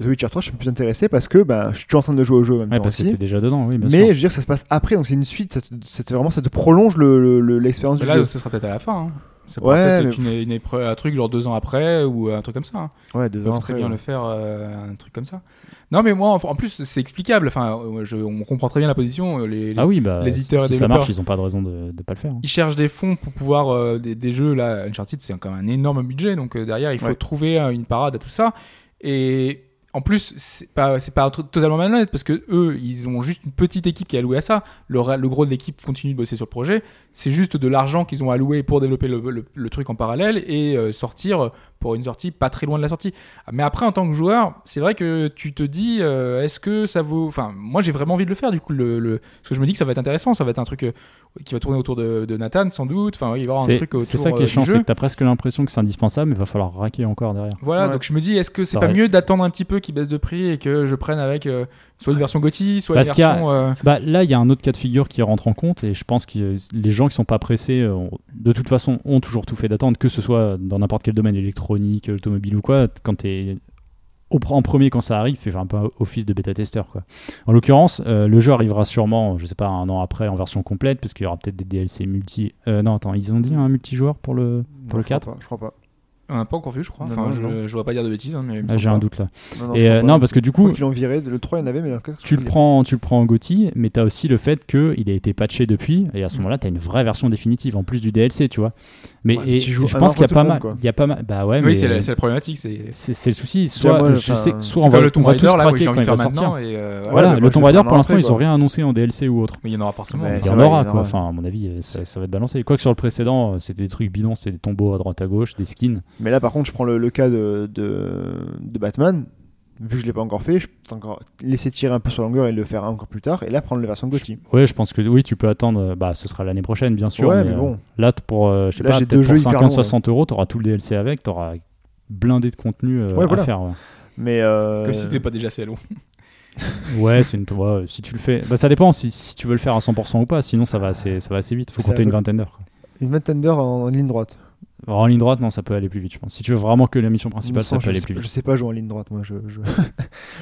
S2: The Witcher 3, je suis plus intéressé parce que bah, je suis en train de jouer au jeu en même
S4: Ouais,
S2: temps
S4: parce que
S2: aussi.
S4: t'es déjà dedans, oui, bien
S2: Mais je
S4: sûr.
S2: veux dire, ça se passe après, donc c'est une suite. Ça te, ça te- vraiment, ça te prolonge le- le- le- l'expérience
S3: Mais
S2: du
S3: Là,
S2: jeu.
S3: ce sera peut-être à la fin. hein. Ça
S2: Ouais,
S3: pourrait peut-être
S2: mais-
S3: être une, une épreuve, un truc genre deux ans après ou un truc comme ça. hein.
S2: Ouais, deux
S3: Ils peuvent
S2: ans
S3: très
S2: après,
S3: bien
S2: ouais.
S3: le faire, euh, un truc comme ça. Non, mais moi, en, en plus, c'est explicable. Enfin, euh, je- on comprend très bien la position. euh, Les, les-
S4: Ah oui, bah,
S3: les éditeurs et
S4: si ça
S3: développeurs.
S4: marche, ils ont pas de raison de, de pas le faire. hein.
S3: Ils cherchent des fonds pour pouvoir euh, des, des jeux là. Uncharted, c'est quand même un énorme budget, donc euh, derrière, il faut
S2: Ouais.
S3: trouver euh, une parade à tout ça. Et en plus, c'est pas c'est pas tr- totalement malhonnête parce que eux, ils ont juste une petite équipe qui est allouée à ça. Le, ra- le gros de l'équipe continue de bosser sur le projet. C'est juste de l'argent qu'ils ont alloué pour développer le, le- le truc en parallèle et euh, sortir pour une sortie pas très loin de la sortie. Mais après, en tant que joueur, c'est vrai que tu te dis, euh, est-ce que ça vaut. Enfin, moi, j'ai vraiment envie de le faire, du coup, le, le- parce que je me dis que ça va être intéressant, ça va être un truc euh, qui va tourner autour de, de Nathan, sans doute. Enfin, il va y avoir un
S4: C'est
S3: truc autour
S4: c'est ça qui
S3: euh,
S4: est
S3: du
S4: chiant, c'est
S3: jeu.
S4: que t'as presque l'impression que c'est indispensable, mais va falloir raquer encore derrière.
S3: Voilà,
S2: Ouais.
S3: donc je me dis, est-ce que c'est
S4: Ça
S3: pas
S4: aurait-
S3: mieux d'attendre un petit peu qu'il baisse de prix et que je prenne avec euh, soit une version GOTY, soit
S4: Parce
S3: une
S4: qu'il y a-
S3: version. euh,
S4: Bah, là, il y a un autre cas de figure qui rentre en compte, et je pense que euh, les gens qui sont pas pressés, euh, ont- de toute façon, ont toujours tout fait d'attendre, que ce soit dans n'importe quel domaine, électronique, automobile ou quoi, quand t'es au pr- en premier quand ça arrive, fait un peu office de bêta-testeur. quoi. En l'occurrence, euh, le jeu arrivera sûrement, je sais pas, un an après en version complète, parce qu'il y aura peut-être des DLC multi. euh, non, attends, ils ont dit un multijoueur pour le,
S2: Non,
S4: pour
S2: je crois
S4: le 4
S2: pas, Je crois pas.
S3: On n'a pas encore vu, je crois.
S2: Non,
S3: Enfin,
S2: non,
S3: je,
S2: non.
S3: je vois pas dire de bêtises, hein, mais. il me
S4: Ah, J'ai
S3: semble
S4: un
S3: pas.
S4: doute là.
S2: Non, non, je
S4: et
S2: crois
S4: euh,
S2: pas.
S4: non, parce que du
S2: Je crois
S4: coup,
S2: qu'ils l'ont viré. Le 3, il y en avait, mais dans le 4, je crois
S4: tu le
S2: qu'il-
S4: prends, tu le prends en GOTY, mais t'as aussi le fait qu'il a été patché depuis, et à ce moment-là, t'as une vraie version définitive en plus du DLC, tu vois. Mais
S2: Ouais,
S4: et-
S2: tu joues
S4: je
S2: un
S4: pense
S2: an
S4: qu'il y a
S2: pour tout
S4: pas
S2: le
S4: mal,
S2: monde, quoi.
S4: il y a pas mal. Bah ouais, mais
S3: Oui, c'est la, c'est la problématique. C'est
S4: c'est c'est le souci. Soit
S2: moi,
S4: je
S2: enfin,
S4: sais,
S2: c'est
S4: soit on
S3: comme
S4: va,
S3: le Tomb
S4: on va tous
S3: Rider, là, où
S4: craquer
S3: j'ai envie
S4: quand
S3: de
S4: il
S3: faire
S4: va sortir.
S3: maintenant. Et, euh,
S2: Ouais,
S4: voilà,
S2: mais moi,
S4: le
S2: je
S4: Tomb
S2: vais
S4: Raider
S2: faire
S4: pour l'instant
S2: après,
S4: ils
S2: quoi.
S4: ont rien annoncé en DLC ou autre.
S3: Mais il y en aura forcément. hein,
S2: Mais
S4: Bah,
S3: enfin.
S4: Il y
S2: ça
S4: en
S2: va,
S4: aura
S2: il y en
S4: quoi,
S2: aura.
S4: enfin à mon avis euh, ça, ça va être balancé. Quoique sur le précédent euh, c'était des trucs bidons, c'était des tombeaux à droite à gauche, des skins.
S2: Mais là, par contre, je prends le, le cas de, de, de Batman. Vu que je l'ai pas encore fait, je peux encore laisser tirer un peu sur la longueur et le faire encore plus tard. Et là, prendre la version Gothic.
S4: Ouais je pense que oui tu peux attendre, euh, bah ce sera l'année prochaine bien sûr.
S2: Ouais, mais
S4: euh,
S2: bon.
S4: Là t- pour, euh, je sais
S2: Là,
S4: pas,
S2: j'ai
S4: peut-être
S2: deux
S4: pour
S2: jeux hyper longs, hein.
S4: 50-60 euros t'auras tout le DLC avec, t'auras blindé de contenu euh,
S2: Ouais,
S4: à
S2: voilà.
S4: faire. ouais.
S2: Mais euh,
S3: Comme si c'était pas déjà assez long.
S4: Ouais, c'est une. ouais, si tu le fais, bah, ça dépend si, si tu veux le faire à 100% ou pas. Sinon, ça va assez, ça va assez vite. Faut
S2: Ça
S4: compter une
S2: va.
S4: vingtaine d'heures. quoi.
S2: une vingtaine d'heures en, en ligne droite.
S4: Alors, En ligne droite, non, ça peut aller plus vite, je pense. Si tu veux vraiment que la mission principale, ça
S2: Sans-
S4: peut
S2: je,
S4: aller
S2: sais-
S4: plus
S2: je
S4: vite.
S2: sais pas jouer en ligne droite, moi. Je, je-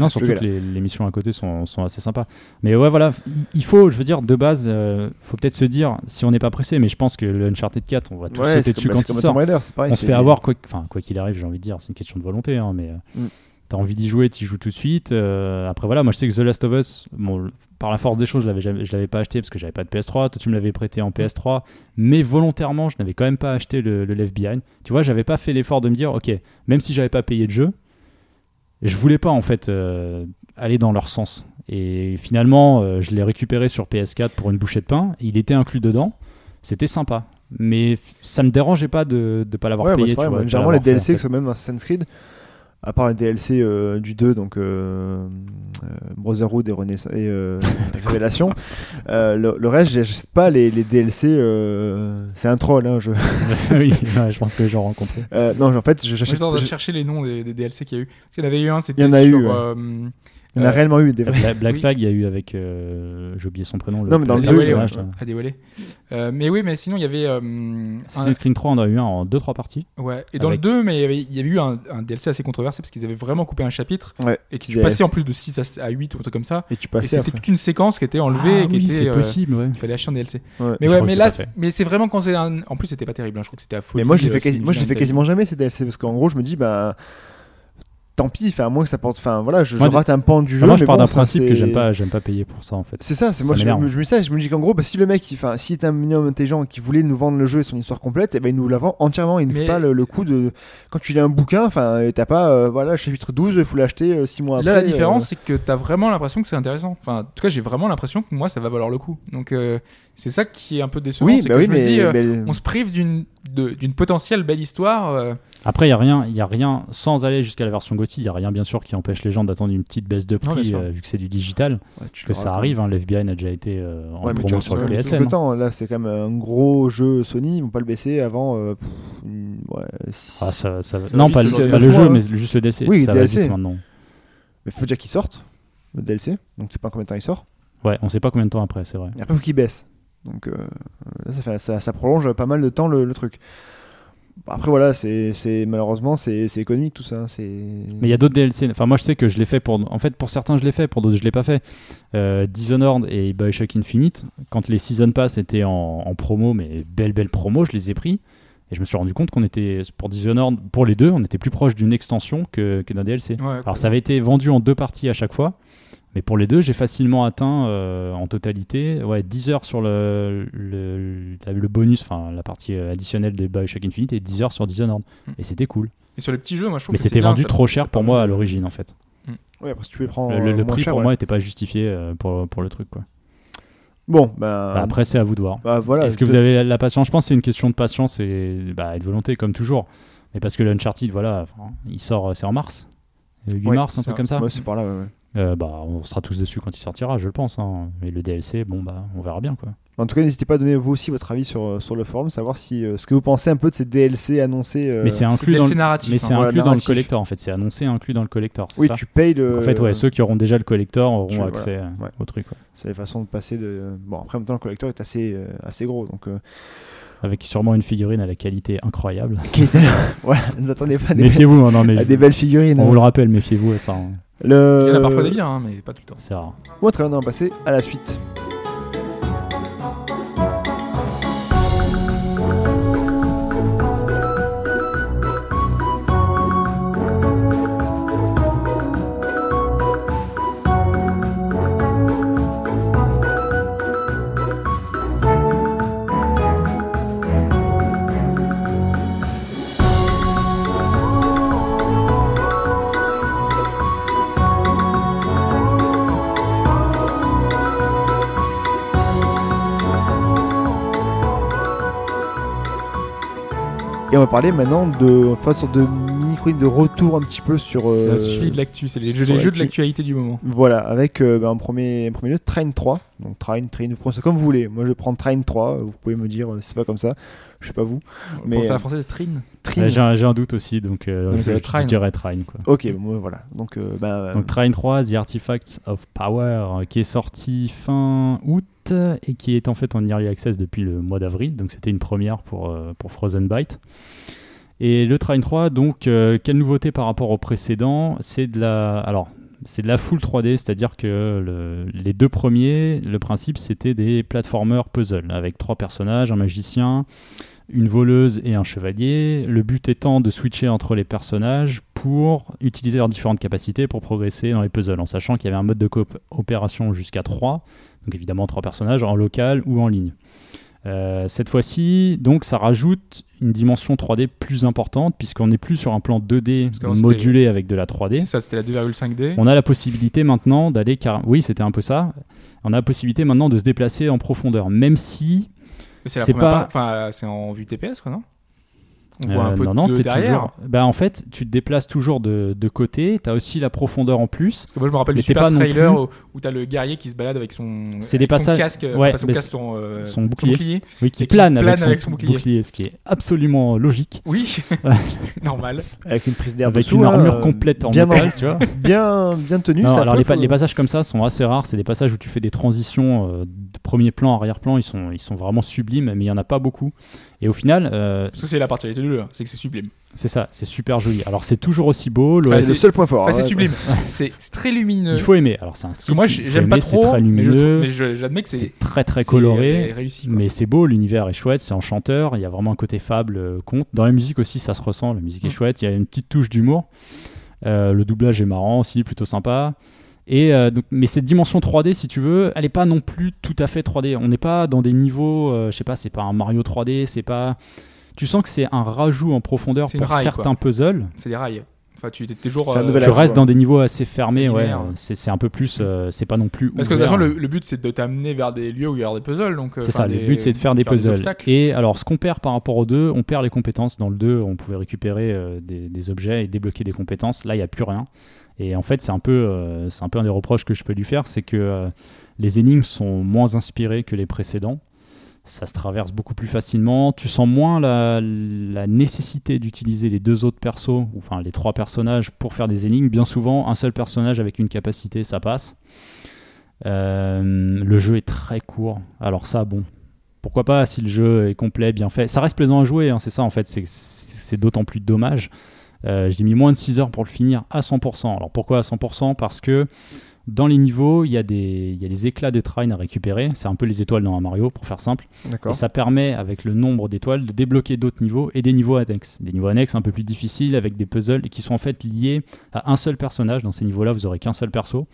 S4: Non, surtout
S2: vais
S4: que les, les missions à côté sont, sont assez sympas. Mais ouais, voilà, il- il faut, je veux dire, de base, euh, faut peut-être se dire, si on n'est pas pressé, mais je pense que le Uncharted 4, on va tous
S2: Ouais,
S4: sauter
S2: c'est
S4: dessus
S2: comme- bah, c'est
S4: quand il
S2: comme
S4: sort.
S2: Tomb Raider, c'est pareil.
S4: on se
S2: c'est-
S4: fait avoir quoi enfin quoi qu'il arrive j'ai envie de dire c'est une question de volonté hein, mais euh,
S2: Mm.
S4: t'as envie d'y jouer t'y joues tout de suite euh, après voilà moi je sais que The Last of Us bon, le- par la force des choses je l'avais jamais- je l'avais pas acheté parce que j'avais pas de PS3 toi tu me l'avais prêté en PS3 mais volontairement je n'avais quand même pas acheté le, le Left Behind tu vois j'avais pas fait l'effort de me dire ok même si j'avais pas payé le jeu je voulais pas en fait euh, aller dans leur sens. Et finalement, euh, je l'ai récupéré sur PS4 pour une bouchée de pain. Il était inclus dedans. C'était sympa. Mais f- ça me dérangeait pas de ne pas l'avoir
S2: Ouais, bah,
S4: payé.
S2: c'est
S4: tu
S2: pareil,
S4: vois,
S2: moi,
S4: de pas
S2: généralement, les
S4: l'avoir fait, en
S2: DLC,
S4: fait.
S2: que ce soit même dans Assassin's Creed, à part les DLC euh, du 2, donc euh, euh, Brotherhood et, Renaissance, et
S4: [laughs]
S2: euh, Révélation, euh, le, le reste, j'ai- je sais pas, les, les DLC, euh, c'est un troll. Hein, je...
S4: [laughs]
S2: [laughs]
S4: oui, ouais, je pense que j'en rencontrais.
S2: Euh, non, en fait, je-
S3: Je
S2: j'achète.
S3: suis en train de
S2: je-
S3: chercher les noms des, des DLC qu'il y a eu. Parce qu'il y en avait eu un, c'était
S2: Il y en a
S3: sur.
S2: eu, ouais.
S3: euh,
S2: Il y en a
S3: euh,
S2: réellement eu des vrais.
S4: Bla- Black
S3: Oui.
S4: Flag, il y a eu avec. euh, J'ai oublié son prénom.
S2: Non, mais dans le
S3: à
S2: deux,
S3: dévoiler,
S4: personnage,
S3: ouais,
S4: là.
S3: à dévoiler. Euh, mais oui, mais sinon, il y avait. euh, un-
S4: Assassin's Creed 3, on en a eu un en 2-3 parties.
S3: ouais. Et dans
S4: Avec-
S3: le 2, mais il y avait- il y avait eu un, un DLC assez controversé parce qu'ils avaient vraiment coupé un chapitre
S2: Ouais.
S3: et qu'ils
S2: Ils avaient-
S3: passaient en plus de 6 à, à 8 ou un truc comme ça.
S2: Et tu
S3: et
S2: passais.
S3: c'était
S2: après.
S3: toute une séquence qui était
S2: Ah
S3: enlevée et qui
S4: oui,
S3: était.
S4: c'est
S3: euh,
S4: possible, ouais.
S3: Il fallait acheter un DLC.
S2: Ouais.
S3: Mais
S4: Je
S3: ouais,
S4: crois
S3: mais
S4: que je l'ai
S3: là,
S4: pas
S3: c'est-
S4: fait.
S3: mais c'est vraiment quand c'est un. En plus, c'était pas terrible. hein. Je trouve que c'était à fond.
S2: Mais moi, je l'ai fait, quasi- moi, je l'ai fait quasiment jamais ces DLC parce qu'en gros, je me dis, bah. Tant pis, enfin, à moins que ça porte. Enfin, voilà, je, je
S4: Moi, des-
S2: rate un pan du jeu.
S4: Enfin, moi, je
S2: mais
S4: pars
S2: bon,
S4: d'un
S2: enfin,
S4: principe que
S2: c'est-
S4: j'aime pas, j'aime pas payer pour ça en fait.
S2: C'est ça, c'est
S4: Ça
S2: moi je,
S4: m'énerve.
S2: me- je me dis ça, je me dis qu'en gros, bah, si le mec, il- enfin, s'il est un minimum intelligent et qu'il voulait nous vendre le jeu et son histoire complète, et ben il nous la vend entièrement. Il ne
S3: Mais-
S2: fait pas le, le coup de quand tu lis un bouquin, enfin, et t'as pas, euh, voilà, chapitre 12, il faut l'acheter 6 mois après.
S3: Là, la
S2: euh,
S3: différence, c'est que t'as vraiment l'impression que c'est intéressant. Enfin, en tout cas, j'ai vraiment l'impression que moi, ça va valoir le coup. Donc, euh, c'est ça qui est un peu décevant.
S2: oui,
S3: c'est
S2: bah
S3: que
S2: oui,
S3: je
S2: mais,
S3: me dis, euh,
S2: mais-
S3: on se prive d'une de- d'une potentielle belle histoire. euh,
S4: Après, il y a rien, il y a rien sans aller jusqu'à la version Gotti, il y a rien bien sûr qui empêche les gens d'attendre une petite baisse de
S3: Non, bien
S4: prix
S3: sûr.
S4: euh, vu que c'est du digital,
S2: ouais, tu
S4: que
S2: le
S4: ça
S2: racontes.
S4: arrive. Hein, L'FBI n'a déjà été euh, en
S2: Ouais, mais tu
S4: promo
S2: vois,
S4: sur
S3: ça,
S4: le
S3: tout
S2: Tout
S4: PSN.
S2: le temps, hein. là, c'est quand même un gros jeu Sony. Ils vont pas le baisser avant. euh, pff, une- ouais, six-
S4: Ah, ça- ça- Non,
S2: oui,
S4: pas,
S2: si,
S4: le,
S2: c'est
S4: pas
S2: neuf
S4: le
S2: mois,
S4: jeu,
S2: hein.
S4: mais juste le DLC.
S2: Oui,
S4: ça
S2: DLC.
S4: va vite maintenant.
S2: Mais faut déjà qu'il sorte le DLC. Donc, c'est pas combien de temps il sort.
S4: Ouais, on sait pas combien de temps après, c'est vrai.
S2: Et après, faut qu'il baisse. Donc euh, là, ça, fait- ça, ça prolonge pas mal de temps le, le truc. Après, voilà, c'est c'est- malheureusement, c'est c'est économique tout ça. hein, c'est
S4: Mais il y a d'autres DLC. Enfin, moi, je sais que je l'ai fait pour. En fait, pour certains, je l'ai fait. Pour d'autres, je l'ai pas fait. Euh, Dishonored et Bioshock Infinite, quand les Season Pass étaient en, en promo, mais belle, belle promo, je les ai pris. Et je me suis rendu compte qu'on était, pour Dishonored, pour les deux, on était plus proche d'une extension que, que d'un DLC.
S3: ouais,
S4: Alors, ça avait été vendu en deux parties à chaque fois. Mais pour les deux, j'ai facilement atteint euh, en totalité ouais, 10 heures sur le, le, la- le bonus, enfin la partie euh, additionnelle de Bioshock Infinite et 10 heures sur Dishonored.
S3: Mm.
S4: Et c'était cool.
S3: Et sur les petits jeux, moi, je trouve
S4: Mais
S3: que c'est
S4: c'était
S3: bien,
S4: vendu
S3: ça-
S4: trop
S3: ça
S4: cher pour
S3: permet-
S4: moi à l'origine en fait.
S2: Ouais, parce que tu les prends.
S4: Le, le-
S2: euh, moins
S4: le prix
S2: cher,
S4: pour
S2: ouais.
S4: moi n'était pas justifié euh, pour, pour le truc. Quoi.
S2: Bon, bah,
S4: Bah, après, c'est à vous de voir.
S2: bah, voilà.
S4: Est-ce que vous avez la, la patience Je pense que c'est une question de patience et, bah, et de volonté, comme toujours. Mais parce que l'Uncharted, voilà, enfin, il sort, euh, c'est en mars Euh, 8
S2: Ouais,
S4: mars, un
S3: c'est
S4: truc
S3: un-
S4: comme ça
S2: Ouais, c'est par là, ouais, ouais.
S4: Euh, bah, On sera tous dessus quand il sortira, je le pense. hein. Mais le DLC, bon, bah, on verra bien. quoi.
S2: En tout cas, n'hésitez pas à donner vous aussi votre avis sur, euh, sur le forum, savoir si euh, ce que vous pensez un peu de ces DLC annoncés. euh,
S4: mais c'est
S3: C'est
S4: inclus,
S3: DLC
S4: dans le,
S3: narratif.
S4: mais
S3: hein.
S4: c'est
S2: voilà,
S4: inclus dans le
S2: narratif.
S4: collector, en fait. C'est annoncé inclus dans le collector, c'est
S2: Oui,
S4: ça
S2: tu payes le.
S4: Donc, En fait, ouais, ceux qui auront déjà le collector auront
S2: Tu- voilà,
S4: accès euh,
S2: ouais.
S4: au truc. quoi.
S2: C'est la façon de passer de. Bon, après, en même temps, le collecteur est assez, euh, assez gros, donc. euh,
S4: Avec sûrement une figurine à la qualité incroyable.
S2: [laughs] voilà, ne vous attendez pas à des,
S4: Méfiez-vous, hein, non, mais
S2: à
S3: Ah,
S4: je-
S2: des belles figurines.
S4: on vous le rappelle, méfiez-vous à ça. hein.
S2: Le...
S3: Il y en a parfois des biens, hein, mais pas tout le temps.
S4: C'est rare.
S2: Bon, très bien, on va passer à la suite. Et on va parler maintenant de. Enfin, sur de micro de retour un petit peu sur. euh,
S3: Ça suffit de l'actu, c'est les jeux,
S2: sur
S3: les jeux de
S2: l'actu.
S3: l'actualité du moment.
S2: Voilà, avec euh, bah, en, premier, en premier lieu Train 3. Donc Train, Train, vous prenez ça comme vous voulez. Moi je prends Train 3, vous pouvez me dire, euh, c'est pas comme ça. Je sais pas vous. Mais,
S3: Pour ça,
S2: euh,
S3: la française, Trin.
S2: Train.
S4: Ouais, J'ai un, j'ai un doute aussi, donc euh,
S3: Non, mais
S4: je,
S3: ça va
S4: je
S3: être Trine.
S4: dirais Trine. Quoi.
S2: Ok, bon, ouais, voilà. Donc, euh, bah,
S4: Donc Trine 3, The Artifacts of Power, euh, qui est sorti fin août et qui est en fait en early access depuis le mois d'avril. Donc c'était une première pour, euh, pour Frozen Byte. Et le Trine 3, donc, euh, quelle nouveauté par rapport au précédent C'est de la. Alors. C'est de la full 3D, c'est-à-dire que le- les deux premiers, le principe c'était des platformers puzzle avec trois personnages, un magicien, une voleuse et un chevalier, le but étant de switcher entre les personnages pour utiliser leurs différentes capacités pour progresser dans les puzzles, en sachant qu'il y avait un mode de coopération jusqu'à 3, donc évidemment 3 personnages, en local ou en ligne. Euh, cette fois-ci, donc, ça rajoute une dimension 3D plus importante, puisqu'on n'est plus sur un plan 2D
S3: Parce qu'avant, c'était-
S4: modulé avec de la
S3: C'est
S4: 3D.
S3: ça, c'était la 2,5D.
S4: On a la possibilité maintenant d'aller car... Oui, c'était un peu ça. On a la possibilité maintenant de se déplacer en profondeur, même si...
S3: C'est la
S4: c'est
S3: première
S4: pas-
S3: part- Enfin, euh, c'est en vue TPS, quoi, non On voit
S4: Euh,
S3: un peu
S4: non, non,
S3: de
S4: t'es
S3: derrière.
S4: toujours- bah, en fait, tu te déplaces toujours de, de côté, tu as aussi la profondeur en plus.
S3: Parce que moi, je me rappelle
S4: Mais
S3: du
S4: t'es
S3: super
S4: pas non
S3: trailer
S4: plus-
S3: où, où t'as le guerrier qui se balade avec son,
S4: C'est
S3: avec
S4: des
S3: son
S4: passages-
S3: casque, euh,
S4: ouais,
S3: enfin, son,
S4: mais
S3: casque, son, euh,
S4: son bouclier.
S3: bouclier.
S4: Oui, qui
S3: Et qui
S4: plane,
S3: plane
S4: avec, son,
S3: avec son bouclier.
S4: ce qui est absolument logique,
S3: Oui, [laughs] normal.
S2: Avec une prise d'air
S4: avec
S2: dessous,
S4: une
S2: hein,
S4: armure
S2: euh,
S4: complète en
S2: bien
S4: métal, tu vois.
S2: [laughs] Bien, bien tenue.
S4: Non,
S2: ça
S4: alors
S2: peut,
S4: les, pa-
S2: quoi.
S4: les passages comme ça sont assez rares. C'est des passages où tu fais des transitions euh, de premier plan, arrière-plan. Ils sont, ils sont vraiment sublimes, mais il y en a pas beaucoup. Et au final, euh,
S3: Parce que c'est la particularité du jeu, hein, c'est que c'est sublime.
S4: c'est ça, c'est super joli. Alors c'est toujours aussi beau. le-
S3: Ouais,
S2: Ah, C'est le
S3: c'est-
S2: seul point fort. hein,
S3: Enfin,
S2: ouais.
S3: c'est sublime. C'est Bah, c'est très lumineux.
S4: il faut aimer. Alors c'est un
S3: Parce que
S4: style.
S3: moi,
S4: qu'il
S3: j'ai-
S4: faut
S3: j'aime pas
S4: aimer, C'est
S3: trop,
S4: très
S3: mais je trouve-
S4: lumineux.
S3: mais je- j'admets que c'est
S4: C'est très très
S3: c'est euh,
S4: coloré.
S3: ré- réussi. quoi.
S4: Mais c'est beau, l'univers est chouette, c'est enchanteur, il y a vraiment un côté fable, euh, conte. Dans la musique aussi, ça se ressent, la musique est
S3: Mm.
S4: chouette, il y a une petite touche d'humour. Euh, le doublage est marrant aussi, plutôt sympa. Et euh, donc, mais cette dimension 3D, si tu veux, elle n'est pas non plus tout à fait 3D. On n'est pas dans des niveaux, euh, je sais pas, c'est pas un Mario 3D, c'est pas. Tu sens que c'est un rajout en profondeur
S3: C'est une
S4: pour
S3: raille,
S4: certains puzzles.
S3: C'est des rails. Enfin, tu étais toujours.
S2: C'est un nouvel
S4: Tu
S2: Voilà,
S4: restes
S2: ouais.
S4: dans des niveaux assez fermés, ouais.
S3: Linéaire.
S4: euh, C'est c'est un peu plus, euh, c'est pas non plus.
S3: Parce que de toute
S4: ouvert.
S3: façon, le, le but c'est de t'amener vers des lieux où il y a des puzzles. donc, euh,
S4: C'est
S3: enfin,
S4: ça,
S3: des-
S4: le but c'est de faire des
S3: vers
S4: puzzles.
S3: obstacles.
S4: et alors, ce qu'on perd par rapport aux deux, on perd les compétences. Dans le 2, on pouvait récupérer euh, des, des objets et débloquer des compétences. Là, il n'y a plus rien. Et en fait, c'est un, peu, euh, c'est un peu un des reproches que je peux lui faire c'est que euh, les énigmes sont moins inspirées que les précédents. Ça se traverse beaucoup plus facilement. Tu sens moins la, la nécessité d'utiliser les deux autres persos, ou enfin les trois personnages, pour faire des énigmes. Bien souvent, un seul personnage avec une capacité, ça passe. Euh, le jeu est très court. Alors ça, bon, pourquoi pas si le jeu est complet, bien fait. Ça reste plaisant à jouer, hein, c'est ça en fait, c'est- c'est c'est d'autant plus dommage. Euh, J'ai mis moins de 6 heures pour le finir à 100%. Alors pourquoi à 100% Parce que dans les niveaux, il y, a des- il y a des éclats de train à récupérer. C'est un peu les étoiles dans un Mario, pour faire simple. Et
S2: D'accord.
S4: ça permet, avec le nombre d'étoiles, de débloquer d'autres niveaux et des niveaux annexes. Des niveaux annexes un peu plus difficiles, avec des puzzles qui sont en fait liés à un seul personnage. Dans ces niveaux-là, vous aurez qu'un seul perso.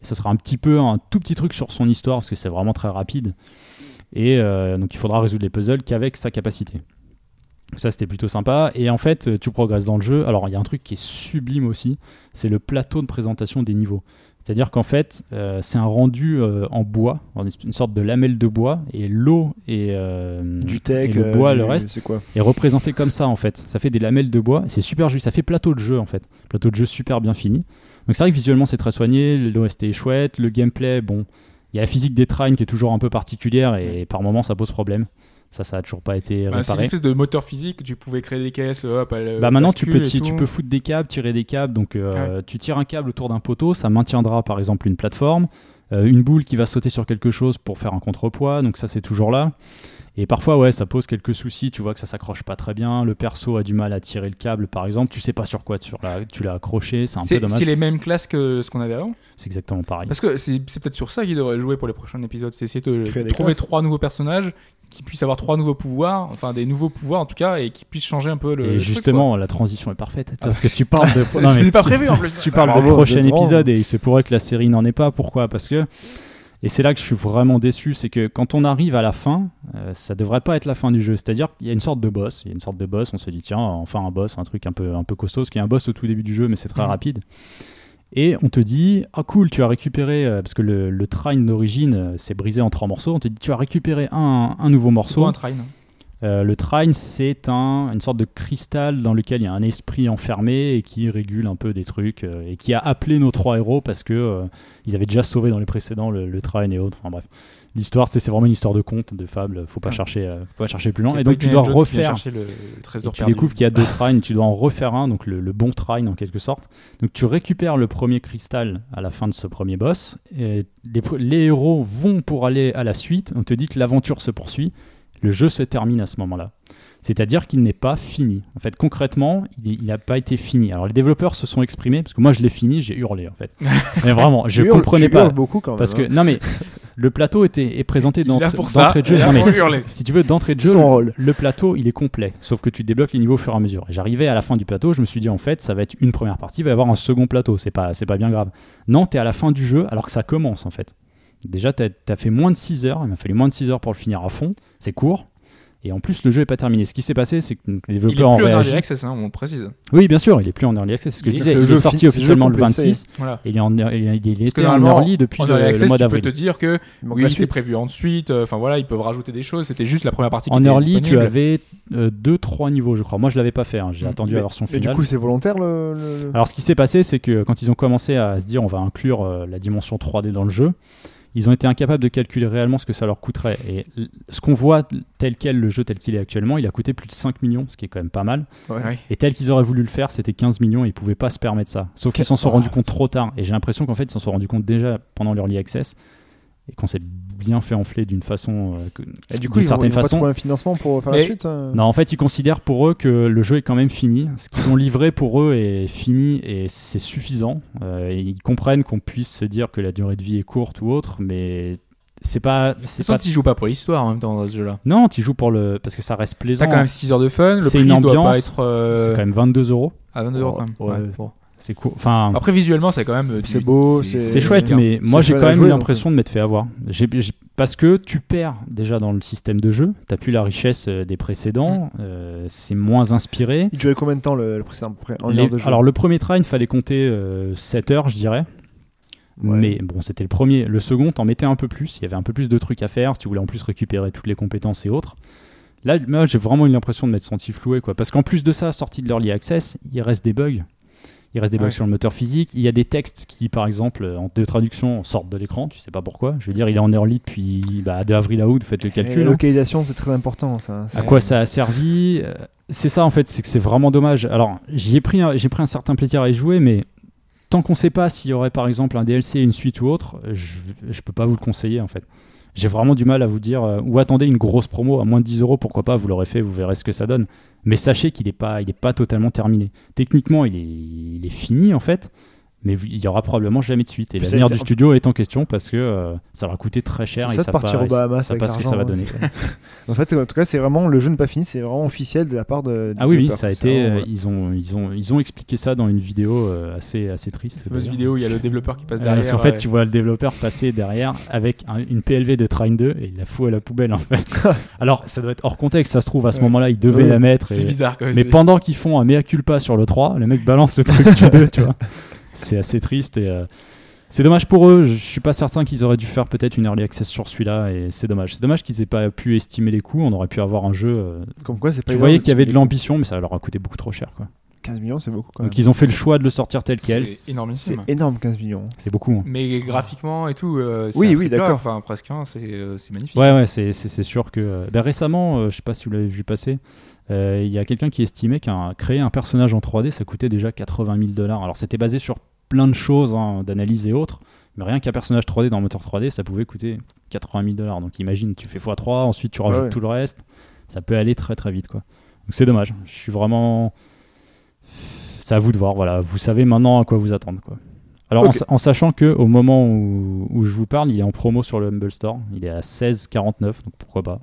S4: Et ce sera un petit peu, un tout petit truc sur son histoire, parce que c'est vraiment très rapide. Et euh, donc, il faudra résoudre les puzzles qu'avec sa capacité. Donc Ça, c'était plutôt sympa. Et en fait, euh, tu progresses dans le jeu. Alors, il y a un truc qui est sublime aussi, c'est le plateau de présentation des niveaux. C'est-à-dire qu'en fait, euh, c'est un rendu euh, en bois, en esp- une sorte de lamelle de bois, et l'eau et, euh,
S2: Du
S4: et
S2: tech.
S4: le
S2: euh,
S4: bois, le
S2: du-
S4: reste,
S2: C'est quoi
S4: est représenté comme ça en fait. Ça fait des lamelles de bois, c'est super joli, ça fait plateau de jeu en fait. Plateau de jeu super bien fini. Donc c'est vrai que visuellement c'est très soigné, l'OST est chouette, le gameplay, bon, il y a la physique des trains qui est toujours un peu particulière et par moments ça pose problème. Ça, ça a toujours pas été
S3: Enfin, Bah, c'est une
S4: réparé.
S3: espèce de moteur physique où tu pouvais créer des caisses. Hop, à la
S4: Bah maintenant tu peux,
S3: Euh, bascule et
S4: ti- tu
S3: tout.
S4: peux foutre des câbles, tirer des câbles. Donc euh, tu tires un câble autour d'un poteau, ça maintiendra par exemple une plateforme, euh, une boule qui va sauter sur quelque chose pour faire un contrepoids. Donc ça c'est toujours là. Et parfois ouais, ça pose quelques soucis. Tu vois que ça s'accroche pas très bien. Le perso a du mal à tirer le câble par exemple. Tu sais pas sur quoi sur la- tu l'as accroché. C'est un peu
S3: C'est c'est
S4: dommage.
S3: les mêmes classes que ce qu'on avait avant.
S4: C'est exactement pareil.
S3: Parce que c'est c'est peut-être sur ça qu'il devrait jouer pour les prochains épisodes. C'est essayer de
S2: Créer des
S3: trouver
S2: classes.
S3: trois nouveaux personnages qui puissent avoir trois nouveaux pouvoirs, enfin des nouveaux pouvoirs en tout cas, et qui puissent changer un peu le.
S4: Et
S3: le truc,
S4: justement la transition est parfaite parce que tu parles
S3: [laughs]
S4: de.
S3: quoi.
S4: Non, mais
S3: C'était pas
S4: tu-
S3: prévu en plus.
S4: [laughs] tu parles
S2: Bravo,
S4: du prochain
S2: vous êtes
S4: épisode
S2: grand.
S4: et il se pourrait que la série n'en est pas. Pourquoi Parce que et c'est là que je suis vraiment déçu, c'est que quand on arrive à la fin, euh, ça devrait pas être la fin du jeu. C'est-à-dire qu'il y a une sorte de boss, il y a une sorte de boss. On se dit tiens enfin un boss, un truc un peu un peu costaud, parce qu'il y a un boss au tout début du jeu, mais c'est très
S3: Mhm.
S4: rapide. Et on te dit ah cool, tu as récupéré euh, parce que le, le train d'origine euh, s'est brisé en trois morceaux. On te dit tu as récupéré un, un nouveau
S3: C'est
S4: morceau.
S3: quoi un train
S4: Euh, le Trine, c'est un- une sorte de cristal dans lequel il y a un esprit enfermé et qui régule un peu des trucs euh, et qui a appelé nos trois héros parce que euh, ils avaient déjà sauvé dans les précédents le, le Trine et autres. Enfin, bref, l'histoire, c'est c'est vraiment une histoire de conte, de fable. Faut pas
S3: Ouais.
S4: chercher, euh, faut pas chercher plus loin.
S3: Il y a
S4: Et donc
S3: Boy
S4: tu dois
S3: Jones qui vient
S4: refaire.
S3: chercher le- le trésor
S4: Tu
S3: perdu.
S4: découvres qu'il y
S3: [laughs]
S4: a deux trains, tu dois en refaire un, donc le, le bon train en quelque sorte. Donc tu récupères le premier cristal à la fin de ce premier boss. Et les, pr- les héros vont pour aller à la suite. On te dit que l'aventure se poursuit. Le jeu se termine à ce moment-là. C'est-à-dire qu'il n'est pas fini. En fait, concrètement, il n'a pas été fini. Alors les développeurs se sont exprimés, parce que moi je l'ai fini, j'ai hurlé
S3: [laughs]
S4: en fait. Mais vraiment, je
S2: Tu hurles-
S4: comprenais
S2: tu hurles
S4: pas.
S2: beaucoup quand même.
S4: Parce que,
S2: hein.
S4: non mais, le plateau était, est présenté
S3: Il est là
S4: d'entrée
S3: pour ça.
S4: d'entrée de jeu.
S3: il est là
S4: Non, mais-
S3: pour hurler.
S4: si tu veux, d'entrée de jeu,
S2: Son
S4: le-
S2: rôle.
S4: le plateau, il est complet. Sauf que tu débloques les niveaux au fur et à mesure. Et j'arrivais à la fin du plateau, je me suis dit, en fait, ça va être une première partie, il va y avoir un second plateau. C'est pas, c'est pas bien grave. Non, t'es à la fin du jeu alors que ça commence, en fait. Déjà, t'as as fait moins de 6 heures, il m'a fallu moins de 6 heures pour le finir à fond, c'est court. Et en plus, le jeu est pas terminé. Ce qui s'est passé, c'est que donc, les
S3: Il est plus
S4: développeurs ont
S3: en early
S4: réagi.
S3: access, hein, on le précise.
S4: Oui, bien sûr, il est plus en early access, c'est ce que je
S2: Il-
S4: disais.
S2: le
S4: Il
S2: jeu
S4: est
S2: fi- c'est
S4: sorti
S2: le jeu
S4: officiellement le
S2: complet, ça y est.
S4: 26,
S3: Voilà.
S4: et il, est en, il, il
S3: Parce que
S4: était en
S3: normalement,
S4: early depuis
S3: en
S4: le,
S3: early
S4: le
S3: access,
S4: mois
S3: tu peux
S4: d'avril.
S3: te dire que
S2: Il manque
S3: oui,
S2: la
S3: c'est
S2: suite.
S3: prévu ensuite. euh, Enfin voilà, ils peuvent rajouter des choses. C'était juste la première partie. Qui
S4: En
S3: était
S4: early, tu
S3: disponible.
S4: avais 2-3 niveaux, je crois. Moi, je l'avais pas fait, hein, j'ai
S3: Mm.
S4: attendu
S2: Mais-
S4: la version
S2: Et
S4: finale.
S2: du coup, c'est volontaire le. le- le-
S4: Alors, ce qui s'est passé, c'est que quand ils ont commencé à se dire on va inclure euh, la dimension 3D dans le jeu, ils ont été incapables de calculer réellement ce que ça leur coûterait. Et l- ce qu'on voit tel quel le jeu tel qu'il est actuellement, il a coûté plus de 5 millions, ce qui est quand même pas mal.
S2: Ouais.
S3: Ouais.
S4: Et tel qu'ils auraient voulu le faire, c'était 15 millions et ils pouvaient pas se permettre ça. Sauf qu'ils s'en sont rendus compte trop tard. Et j'ai l'impression qu'en fait, ils s'en sont rendus compte déjà pendant l'early access et qu'on s'est bien fait enfler d'une façon. euh, que-
S2: Et du coup,
S4: d'une
S2: ils ont-
S4: certaine
S2: ils ont pas
S4: façon.
S2: trouvé un financement pour faire la
S3: Mais-
S2: suite euh
S4: Non, en fait, ils considèrent pour eux que le jeu est quand même fini. Ce qu'ils ont livré pour eux est fini et c'est suffisant. Euh, et ils comprennent qu'on puisse se dire que la durée de vie est courte ou autre, mais c'est pas.
S3: C'est
S4: C'est
S3: pas...
S4: pas...
S3: tu joues pas pour l'histoire en même temps dans ce jeu-là.
S4: Non, tu joues pour le. Parce que ça reste plaisant.
S3: T'as quand même 6 heures de fun. Le
S4: C'est
S3: prix
S4: une
S3: doit
S4: ambiance,
S3: pas être euh,
S4: C'est quand même 22 euros.
S3: à 22 euros quand
S2: Ouais,
S3: même.
S2: ouais.
S3: bon.
S4: C'est cool. Enfin.
S3: Après visuellement, c'est quand même. euh, du-
S2: C'est beau, c'est-
S4: C'est chouette,
S3: Ah, bien.
S4: mais moi j'ai
S2: chouette
S4: quand
S2: à
S4: même
S2: jouer,
S4: eu
S2: donc.
S4: l'impression de m'être fait avoir. J'ai- j'ai- parce que tu perds déjà dans le système de jeu, t'as plus la richesse euh, des précédents, euh, c'est moins inspiré.
S2: Il durait combien de temps le, le précédent pré- en
S4: Les-
S2: heure de jeu
S4: alors le premier train, il fallait compter 7 heures, je dirais.
S2: Ouais.
S4: Mais bon, c'était le premier. Le second, t'en mettais un peu plus. Il y avait un peu plus de trucs à faire. Tu voulais en plus récupérer toutes les compétences et autres. Là, moi, j'ai vraiment eu l'impression de m'être senti floué, quoi. Parce qu'en plus de ça, sorti de l'early access, il reste des bugs. Il reste des bugs
S3: Ouais.
S4: sur le moteur physique. Il y a des textes qui, par exemple, euh, en deux traductions, sortent de l'écran. Tu sais pas pourquoi. Je veux dire, il est en early depuis bah, de avril à août. Faites le
S2: Et
S4: calcul.
S2: La
S4: hein.
S2: localisation, c'est très important ça.
S4: À
S2: C'est-
S4: quoi ça a servi Euh, C'est ça en fait, c'est que c'est vraiment dommage. Alors j'y ai pris, un- j'ai pris un certain plaisir à y jouer, mais tant qu'on sait pas s'il y aurait par exemple un DLC, une suite ou autre, euh, je, je peux pas vous le conseiller en fait. J'ai vraiment du mal à vous dire euh, ou attendez une grosse promo à moins de 10 euros, pourquoi pas, vous l'aurez fait, vous verrez ce que ça donne. Mais sachez qu'il n'est pas, il est pas totalement terminé. Techniquement, il est, il est fini en fait. Mais il y aura probablement jamais de suite. Et
S2: Puis ça a
S4: l'avenir
S2: été-
S4: du studio est en question parce que euh, ça leur a coûté très cher
S2: c'est
S4: et
S2: ça
S4: ça
S2: de partir
S4: pas,
S2: aux Bahamas
S4: ça
S2: avec
S4: pas ce que ça va
S2: l'argent,
S4: donner.
S2: hein, c'est- [laughs] en fait, en tout cas, c'est vraiment le jeu n'est pas fini, c'est vraiment officiel de la part de. du
S4: Ah oui, oui,
S2: développeur.
S4: ça a
S2: C'est
S4: été.
S2: vraiment,
S4: euh,
S2: hein, ouais.
S4: ils, ont, ils, ont, ils ont expliqué ça dans une vidéo euh, assez, assez triste.
S3: Fameuse
S4: d'ailleurs.
S3: vidéo, il y a
S4: Parce
S3: le
S4: que-
S3: développeur qui passe
S4: euh,
S3: derrière.
S4: parce qu'en fait,
S3: ouais.
S4: tu vois le développeur passer derrière avec un- une PLV de Train 2 et il la fout à la poubelle
S3: [laughs]
S4: en fait. Alors, ça doit être hors contexte, ça se trouve, à ce
S3: Ouais.
S4: moment-là, il devait
S2: Ouais.
S4: la mettre.
S3: c'est
S4: et-
S3: bizarre quand même.
S4: Mais
S3: c'est-
S4: pendant qu'ils font un mea culpa sur le 3, le mec balance le truc du 2, tu vois. C'est assez triste et euh, c'est dommage pour eux. Je je suis pas certain qu'ils auraient dû faire peut-être une early access sur celui-là et c'est dommage. C'est dommage qu'ils aient pas pu estimer les coûts. On aurait pu avoir un jeu. euh,
S2: Comme quoi, c'est pas
S4: Tu
S2: évident
S4: voyais qu'il y avait de
S2: estimer.
S4: l'ambition, mais ça leur a coûté beaucoup trop cher quoi.
S2: 15 millions, c'est beaucoup quand
S4: Donc
S2: même.
S4: ils ont fait le choix de le sortir tel quel.
S3: C'est énormissime.
S2: C'est énorme 15 millions.
S4: C'est beaucoup. hein.
S3: Mais graphiquement et tout, euh, c'est
S2: Oui,
S3: un
S2: oui,
S3: triple A,
S2: d'accord.
S3: Enfin, presque, hein, c'est euh, c'est magnifique.
S4: Ouais, ouais, c'est- c'est c'est sûr que. euh, ben, récemment, euh, je sais pas si vous l'avez vu passer, euh, il y a quelqu'un qui estimait qu'un créer un personnage en 3D, ça coûtait déjà 80 000 dollars. Alors c'était basé sur plein de choses, hein, d'analyse et autres, mais rien qu'un personnage 3D dans un moteur 3D, ça pouvait coûter 80 000 dollars. Donc imagine, tu fais x3, ensuite tu rajoutes
S2: ouais.
S4: tout le reste, ça peut aller très très vite, quoi. Donc c'est dommage. Je suis vraiment. C'est à vous de voir, voilà. Vous savez maintenant à quoi vous attendre, quoi. Alors, en
S2: Ok.
S4: sa- en, sachant que au moment où, où je vous parle, il est en promo sur le Humble Store. Il est à 16,49, donc pourquoi pas.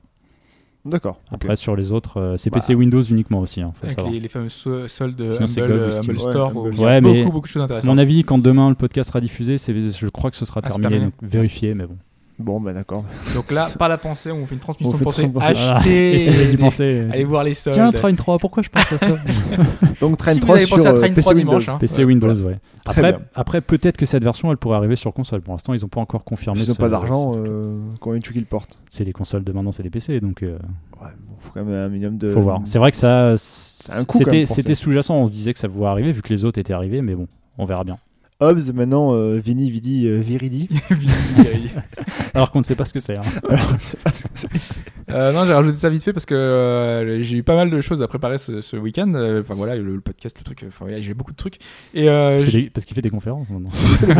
S2: D'accord. ok. Bah.
S4: Après, sur les autres, euh, c'est PC Windows uniquement aussi. hein, faut
S3: Avec
S4: savoir.
S3: les, les fameux so- soldes
S4: Sinon, c'est
S3: Humble,
S4: GOG ou
S3: euh,
S4: Steam.
S3: Humble
S2: Ouais,
S3: Store,
S2: Humble
S3: où il y a
S4: Store. Ouais, mais-
S3: beaucoup, beaucoup de choses
S4: À mon
S3: intéressantes.
S4: avis, quand demain le podcast sera diffusé, c'est- je crois que ce sera
S3: Ah, c'est
S4: terminé.
S3: terminé.
S4: Donc, vérifiez, mais bon.
S2: Bon, ben d'accord.
S3: Donc là, par la pensée, on vous fait une transmission
S2: On
S3: de
S2: fait
S3: pensée.
S2: une transmission.
S4: Voilà.
S3: Achetez
S4: Ah, Essayez [laughs] d'y
S3: des-
S4: penser.
S3: [laughs] Allez voir les soldes.
S4: Tiens,
S3: [laughs]
S4: Train 3, pourquoi je pense à ça [laughs]
S2: Donc, Train
S3: si
S2: 3
S3: vous avez
S2: sur
S3: pensé à
S2: euh,
S3: Train
S2: PC
S3: 3
S2: Windows.
S3: dimanche, hein.
S4: PC
S3: Ouais.
S4: Windows, ouais.
S2: Très
S4: Après,
S2: bien.
S4: après peut-être que cette version, elle pourrait arriver sur console. Pour l'instant, ils n'ont pas encore confirmé.
S2: Ils n'ont
S4: ce-
S2: pas d'argent,
S4: ce truc.
S2: euh, combien tu qu'ils portent
S4: C'est les consoles de maintenant, c'est les PC, donc euh,
S2: Ouais, bon, faut quand même un minimum de.
S4: faut voir. C'est vrai que
S2: a
S4: ça,
S2: Euh, un coût, quand
S4: c'était
S2: même, pour
S4: c'était
S2: ça.
S4: sous-jacent. On se disait que ça pouvait arriver vu que les autres étaient arrivés, mais bon, on verra bien.
S2: Hobbs, maintenant, euh, Vini, Vidi, euh,
S4: [laughs]
S2: Viridi. [laughs]
S4: Alors qu'on ne sait pas ce que c'est. hein.
S2: Alors, c'est pas ce que c'est.
S3: Euh, non, j'ai rajouté ça vite fait parce que euh, j'ai eu pas mal de choses à préparer ce, ce week-end. Euh, Enfin voilà, le, le podcast, le truc. euh, Enfin, voilà, j'ai beaucoup de trucs. Et euh,
S4: Il fait
S3: j'ai-
S4: des- Ah, Parce qu'il fait des conférences maintenant.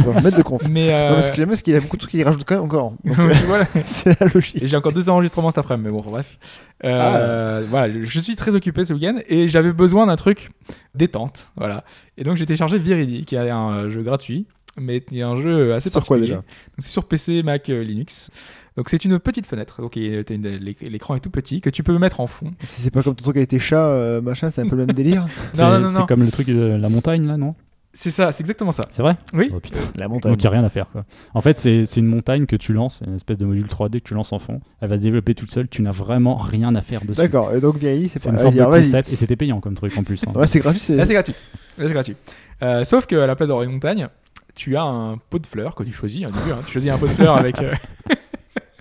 S2: On va mettre de conf.
S3: mais euh,
S2: Non, parce que j'aime bien, c'est qu'il y a beaucoup de trucs qu'il rajoute quand même encore. Donc, [laughs]
S3: [laughs]
S2: euh,
S3: voilà.
S2: c'est la logique.
S3: [laughs] Et j'ai encore deux enregistrements cet après-midi, mais bon, bref. Euh,
S2: Ah.
S3: Voilà, je- je suis très occupé ce week-end et j'avais besoin d'un truc détente, voilà. Et donc j'ai téléchargé Viridi, qui est un euh, jeu gratuit, mais qui est un jeu assez
S2: Sur quoi
S3: particulier.
S2: déjà
S3: Donc, C'est sur PC, Mac, euh, Linux. Donc c'est une petite fenêtre, donc il- t'as une- l'éc- l'écran est tout petit, que tu peux mettre en fond.
S2: Si c'est pas comme ton truc avec tes chats, euh, machin, c'est un peu le même délire.
S4: C'est
S3: non, non,
S4: c'est
S3: non.
S4: comme le truc de la montagne là, non
S3: C'est ça, c'est exactement ça.
S4: C'est vrai
S3: Oui.
S4: Oh, putain.
S2: La
S4: Donc il
S2: montagne.
S4: n'y a rien à faire. Quoi. En fait, c'est c'est une montagne que tu lances, une espèce de module 3D que tu lances en fond. Elle va se développer toute seule, tu n'as vraiment rien à faire dessus.
S2: D'accord, et donc vieilli, c'est
S4: C'est
S2: pas
S4: une sorte
S2: vas-y,
S4: de
S2: alors, vas-y.
S4: concept et c'était payant comme truc en plus. hein.
S2: Ouais, c'est gratuit, c'est.
S3: Là, c'est gratuit. Là, c'est gratuit. Euh, sauf qu'à la place d'avoir une montagne, tu as un pot de fleurs que tu choisis. hein, au début, hein. tu choisis un pot de fleurs avec, euh, [laughs]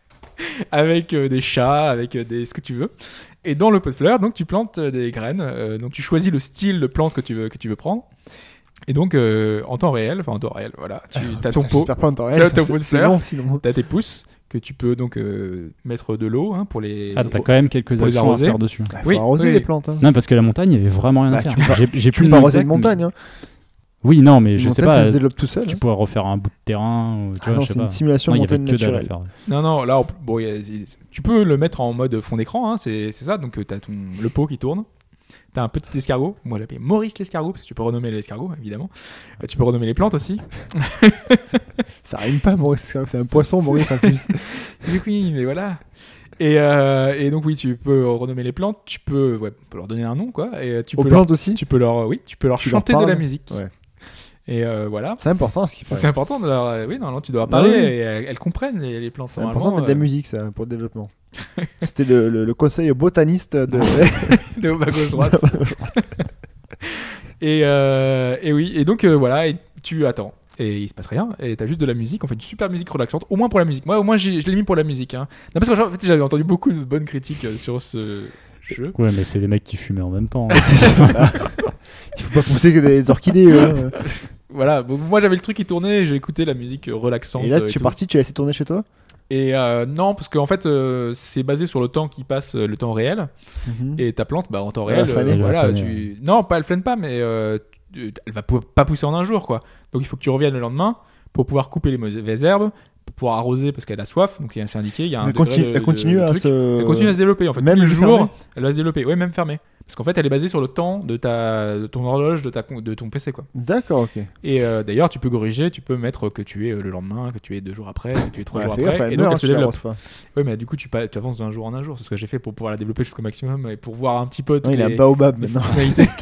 S3: avec euh, des chats, avec euh, des, ce que tu veux. Et dans le pot de fleurs, donc, tu plantes euh, des graines. euh, donc, tu choisis le style de plante que tu veux, que tu veux prendre. Et donc, euh, en temps réel, enfin en temps réel, voilà, tu
S4: Ah,
S3: as ton
S2: Putain,
S3: pot,
S2: J'espère pas en temps
S3: Là,
S2: réel. ça,
S3: t'as voulu
S2: C'est c'est
S3: le faire.
S2: long sinon.
S3: tu as tes pousses que tu peux donc euh, mettre de l'eau hein, pour les.
S4: Ah, t'as quand même quelques
S3: Pour les
S4: actions à
S3: arroser.
S4: faire dessus.
S2: Bah,
S3: Oui,
S2: faut arroser
S3: oui.
S2: les plantes. hein.
S4: Non, parce que la montagne, il n'y avait vraiment rien à
S2: Bah,
S4: faire.
S2: tu peux
S4: J'ai- J'ai
S2: Tu
S4: plus
S2: peux
S4: le
S2: pas
S4: nom
S2: arroser une
S4: exact, mais-
S2: montagne. hein.
S4: Oui, non, mais
S2: Une
S4: je sais
S2: montagne, Ça
S4: pas.
S2: se développe tout seul.
S4: Tu
S2: hein.
S4: pourrais refaire un bout de terrain. ou Tu
S2: Ah
S4: vois,
S2: non,
S4: je sais
S2: c'est
S4: pas.
S2: une simulation
S4: Non, il y
S2: de
S4: avait
S2: montagne
S4: que dalle à
S2: naturelle.
S4: faire.
S3: Non, non, là, on- bon, il y a- c'est- tu peux le mettre en mode fond d'écran, hein, c'est c'est ça. Donc, tu as le pot qui tourne. Tu as un petit escargot. Moi, je l'appelle Maurice l'escargot, parce que tu peux renommer l'escargot, évidemment. Euh, tu peux renommer les plantes
S2: [laughs]
S3: aussi.
S2: Ça rime pas, Maurice. c'est- C'est un poisson, Maurice, en plus.
S3: Oui, oui, mais voilà. Et, euh, et donc, oui, tu peux renommer les plantes. Tu peux, ouais, on peut leur donner un nom, quoi. Et euh, tu,
S2: Aux
S3: peux leur,
S2: plantes aussi.
S3: tu peux leur, oui, tu peux leur
S2: Tu leur
S3: chanter de la
S2: parles.
S3: musique.
S2: Ouais.
S3: Et euh, voilà.
S2: C'est important ce qui
S3: C'est
S2: paraît.
S3: c'est important de leur. euh, oui, normalement, tu dois leur
S4: Ah oui.
S3: parler et elles, elles comprennent les, les plantes.
S2: Bah C'est important de
S3: normalement, euh,
S2: mettre de la musique, ça, pour le
S3: [laughs]
S2: développement. C'était le, le- le conseil au botaniste de.
S3: euh, de haut à gauche, droite. [laughs] Et, euh, et oui, et donc euh, voilà, et tu attends. Et il se passe rien, et t'as juste de la musique, on fait une super musique relaxante, au moins pour la musique. Moi, au moins, j'ai- je l'ai mis pour la musique. hein. Non, parce que en fait, j'avais entendu beaucoup de bonnes critiques euh, sur ce jeu.
S4: Ouais, mais c'est des mecs qui fumaient en même temps.
S2: [laughs]
S4: hein.
S2: [laughs] Il faut pas pousser que des orchidées.
S3: [laughs]
S2: hein.
S3: Voilà, bon, moi j'avais le truc qui tournait, et j'ai écouté la musique euh, relaxante.
S2: Et là,
S3: euh,
S2: tu es
S3: tout.
S2: parti, tu l'as laissé tourner chez toi
S3: Et euh, non, parce qu'en fait, euh, c'est basé sur le temps qui passe, euh, le temps réel.
S2: Mhm.
S3: Et ta plante, bah, en temps
S2: Elle
S3: réel,
S2: va faner.
S3: euh,
S4: Elle va
S3: voilà,
S4: faner,
S3: tu... non, pas elle flâne pas, mais euh, tu- elle va pou- pas pousser en un jour, quoi. Donc il faut que tu reviennes le lendemain pour pouvoir couper les mauvaises herbes, pour pouvoir arroser parce qu'elle a soif, donc il y a- c'est indiqué, il y a un
S2: Elle
S3: degré
S2: continue,
S3: de-
S2: elle
S3: de-
S2: continue
S3: de
S2: à
S3: truc.
S2: se.
S3: Elle continue à se développer, en fait.
S2: Même
S3: Tous les
S2: le
S3: jours,
S2: fermer
S3: elle va se développer. Oui, même fermée. Parce qu'en fait, elle est basée sur le temps de ta, de ton horloge, de ta, con- de ton PC, quoi.
S2: D'accord, ok.
S3: Et euh, d'ailleurs, tu peux corriger, tu peux mettre que tu es euh, le lendemain, que tu es deux jours après, que tu es trois
S2: Ouais,
S3: jours
S2: fais gaffe,
S3: après, et
S2: elle
S3: donc
S2: meurt,
S3: elle se
S2: tu la
S3: développe.
S2: lances pas.
S3: Oui, mais du coup, tu, pa- tu avances d'un jour en un jour. C'est ce que j'ai fait pour pouvoir la développer jusqu'au maximum et pour voir un petit peu.
S2: Non,
S3: toutes
S2: il a un
S3: les-
S2: baobab
S3: les
S2: maintenant.
S3: fonctionnalités. [laughs]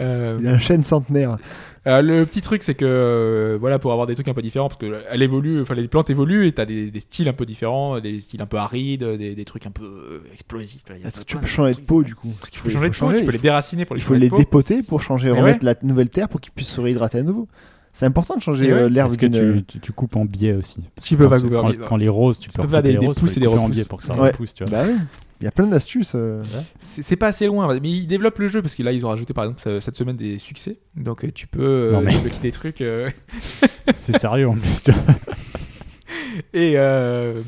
S3: Euh,
S2: Il a un chêne centenaire.
S3: euh, le petit truc, c'est que euh, voilà, pour avoir des trucs un peu différents, parce que euh, elle évolue, enfin les plantes évoluent et t'as des, des styles un peu différents, des styles un peu arides, des, des trucs un peu euh, explosifs. Il y a tout
S2: Tu
S3: plein
S2: peux
S3: de
S2: changer de
S3: trucs.
S2: peau du coup. Il
S3: Tu peux changer de peau, tu peux les déraciner pour les Eh
S2: Il faut
S3: changer
S2: les
S3: de peau.
S2: dépoter pour changer,
S3: Mais
S2: remettre la nouvelle terre pour qu'ils puissent se réhydrater à nouveau. C'est important de changer
S3: Et Eh ouais,
S2: euh, l'herbe
S4: Parce que
S2: d'une.
S4: tu, tu, tu coupes en biais aussi. Parce
S3: Tu
S4: que
S3: peux
S4: quand-
S3: pas couper en
S4: quand,
S3: biais, non.
S4: Quand les roses, tu,
S3: peux faire
S4: couper
S3: des-
S4: les
S3: des
S4: roses,
S3: pousses
S4: faut
S3: et des
S4: les couper en
S3: repousses.
S4: biais pour que
S2: [laughs]
S4: ça
S2: Ouais.
S4: repousse, tu vois.
S2: Bah oui. Il y a plein d'astuces. euh.
S3: C'est c'est pas assez loin, mais ils développent le jeu parce que là, ils ont rajouté par exemple ce- cette semaine des succès, donc euh, tu peux euh,
S4: Non, mais-
S3: débloquer des trucs. euh,
S4: C'est sérieux en plus, tu vois.
S3: Et euh,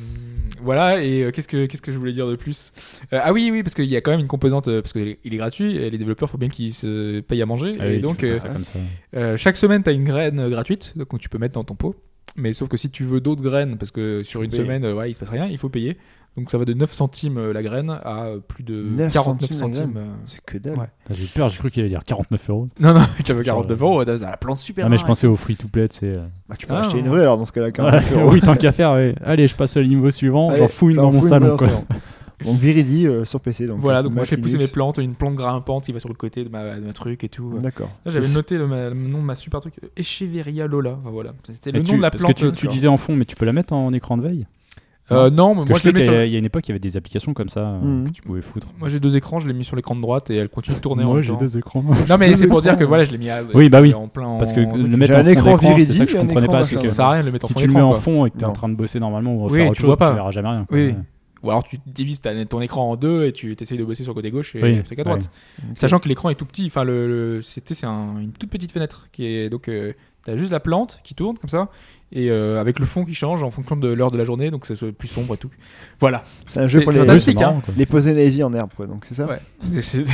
S3: voilà, et euh, qu'est-ce que qu'est-ce que je voulais dire de plus Euh, Ah oui, oui, parce qu'il y a quand même une composante, euh, parce qu'il est gratuit, et les développeurs, faut bien qu'ils se payent à manger.
S4: Ah
S3: et
S4: oui, tu
S3: donc,
S4: fais pas
S3: euh,
S4: ça
S2: [laughs]
S4: comme ça.
S3: euh, chaque semaine, tu as une graine euh, gratuite donc, que tu peux mettre dans ton pot. Mais sauf que si tu veux d'autres graines, parce que sur une
S2: payer.
S3: semaine, euh, voilà, il se passe rien, il faut payer. Donc ça va de 9 centimes euh, la graine à euh, plus de
S2: 9
S3: 49
S2: centimes la
S3: centimes.
S2: graine.
S3: euh.
S2: C'est que dalle.
S3: Ouais.
S4: Putain, Ah, J'ai eu peur, j'ai cru qu'il allait dire 49 euros.
S3: Non, [laughs] non, tu veux 49 euros, t'as la plante super. hein.
S4: Ah, mais je
S3: rare.
S4: pensais au free to play, tu sais. euh.
S2: Bah, tu peux
S3: Ah.
S2: acheter une vraie alors dans ce
S3: [laughs]
S2: cas-là. quand
S4: Ouais,
S2: même.
S4: oui, tant qu'à faire, ouais. Allez, je passe au niveau suivant,
S2: Allez,
S4: j'en fous une
S2: j'en
S4: dans mon
S2: fous une
S4: salon,
S2: dans
S4: quoi.
S2: Donc Viridi euh, sur PC. Donc,
S3: Voilà, donc moi
S2: Mac,
S3: je fais pousser mes
S2: Linux.
S3: plantes, une plante grimpante qui va sur le côté de ma, de ma truc et tout.
S2: D'accord.
S3: Là, Ah, j'avais noté le, ma- le nom de ma super truc, euh, Echeveria Lola. Enfin, voilà, c'était le
S4: Mais
S3: nom
S4: tu-
S3: de la
S4: parce
S3: plante.
S4: que tu, tu disais en fond, mais tu peux la mettre en écran de veille
S3: Euh, non, mais moi je l'ai
S4: Parce que je sais
S3: mis
S4: qu'il y,
S3: sur-
S4: a- il y a une époque, il y avait des applications comme ça euh,
S2: Mhm.
S4: que tu pouvais foutre.
S3: Moi j'ai deux écrans, je l'ai mis sur l'écran de droite et elle continue de tourner. en
S4: Moi,
S3: même
S4: j'ai
S3: temps.
S4: deux écrans.
S3: Non mais
S2: deux
S3: c'est pour
S2: écrans,
S3: dire [laughs] que
S2: ouais.
S3: voilà, je l'ai mis à-
S4: Oui, bah oui.
S3: en plein.
S4: Parce que
S3: en-
S4: le
S2: J'ai
S4: mettre
S2: un
S4: en fond
S2: écran
S4: d'écran, c'est
S2: viridi,
S4: ça que je
S2: un
S4: comprenais
S2: écran
S4: pas.
S2: machin.
S4: c'est que
S3: ça sert à rien de le mettre
S4: si
S3: en
S4: tu le mets
S3: écran.
S4: en
S3: quoi.
S4: fond et que t'es en
S2: Non.
S4: train de bosser normalement ou
S3: Oui,
S4: faire autre
S3: tu vois
S4: chose, tu
S3: pas.
S4: verras jamais rien. quoi.
S3: Oui.
S4: Ouais.
S3: Ou alors tu divises ta- ton écran en deux et tu essayes de bosser sur le côté gauche et
S4: Oui,
S3: c'est qu'à droite. Sachant que l'écran est tout petit, enfin le, le- c'était c'est un- une toute petite fenêtre qui est donc euh, t'as juste la plante qui tourne comme ça et euh, avec le fond qui change en fonction de l'heure de la journée donc c'est plus sombre et tout. Voilà.
S2: C'est un jeu
S3: C'est-
S2: pour
S3: c'est
S2: les, hein.
S4: Ouais,
S3: fantastique.
S4: c'est marrant, quoi.
S2: les poser navy en herbe, quoi. Donc c'est ça.
S3: Ouais. C'est- c'est-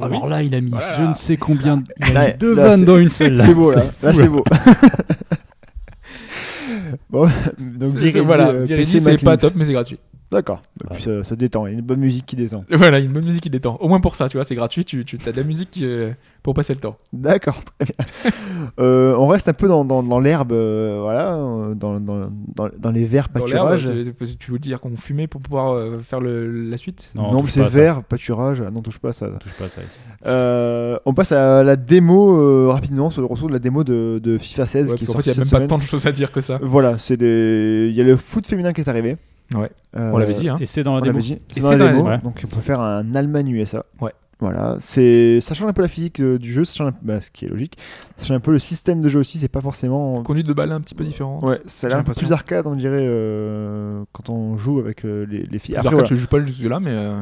S4: Alors là, il a mis
S3: Voilà.
S4: je ne sais combien. de- Il a
S2: Là,
S4: mis deux
S2: là,
S4: vannes
S2: c'est-
S4: dans une seule.
S2: [laughs] C'est beau là,
S4: fou,
S2: là c'est
S3: [laughs]
S2: beau. [laughs] bon, donc
S3: C'est- c'est-
S2: Viridi,
S3: voilà,
S2: euh,
S3: Viridi,
S2: PC,
S3: c'est euh,
S2: Mac,
S3: pas
S2: Linux.
S3: top, mais c'est gratuit. [laughs]
S2: D'accord. Et
S4: Voilà.
S2: puis ça, ça détend, il y a une bonne musique qui détend.
S3: Voilà, une bonne musique qui détend. Au moins pour ça, tu vois, c'est gratuit, tu, tu as de la musique euh, pour passer le temps.
S2: D'accord, très bien. [laughs] Euh, on reste un peu dans, dans- dans l'herbe, euh, voilà, euh, dans, dans- dans- dans les verts
S3: Dans l'herbe,
S2: pâturages.
S3: tu, tu veux dire qu'on fumait pour pouvoir euh, faire le- la suite
S4: Non,
S2: non, mais
S4: touche
S2: c'est
S4: pas à ça.
S2: vert, pâturage, ah, non, touche pas à ça.
S4: Touche pas à ça ici.
S2: Euh, on passe à la démo euh, rapidement sur le retour de la démo de, de FIFA 16
S3: Ouais,
S2: qui est
S3: parce qu'en fait, il
S2: sortie
S3: n'y a
S2: cette
S3: même pas
S2: semaine.
S3: tant de choses à dire que ça.
S2: Voilà, c'est des. Il y a le foot féminin qui est arrivé.
S3: Ouais.
S2: Euh,
S3: On l'avait dit, hein.
S4: Et c'est dans la
S2: on
S4: démo.
S2: l'avait dit. C'est
S3: Et
S2: dans
S3: c'est
S2: la
S3: dans la
S2: démo,
S4: démo.
S2: donc on peut faire un Allemagne USA.
S3: Ouais.
S2: Voilà, c'est ça change un peu la physique euh, du jeu, ça change un- bah, ce qui est logique. Ça change un peu le système de jeu aussi, c'est pas forcément.
S3: Conduite de balle un petit peu différente.
S2: Ouais, ça a l'air un peu
S3: l'impression.
S2: plus arcade, on dirait, euh, quand on joue avec euh, les, les filles.
S3: Après,
S2: Après,
S3: arcades,
S2: voilà.
S3: je joue pas jusque-là, mais euh,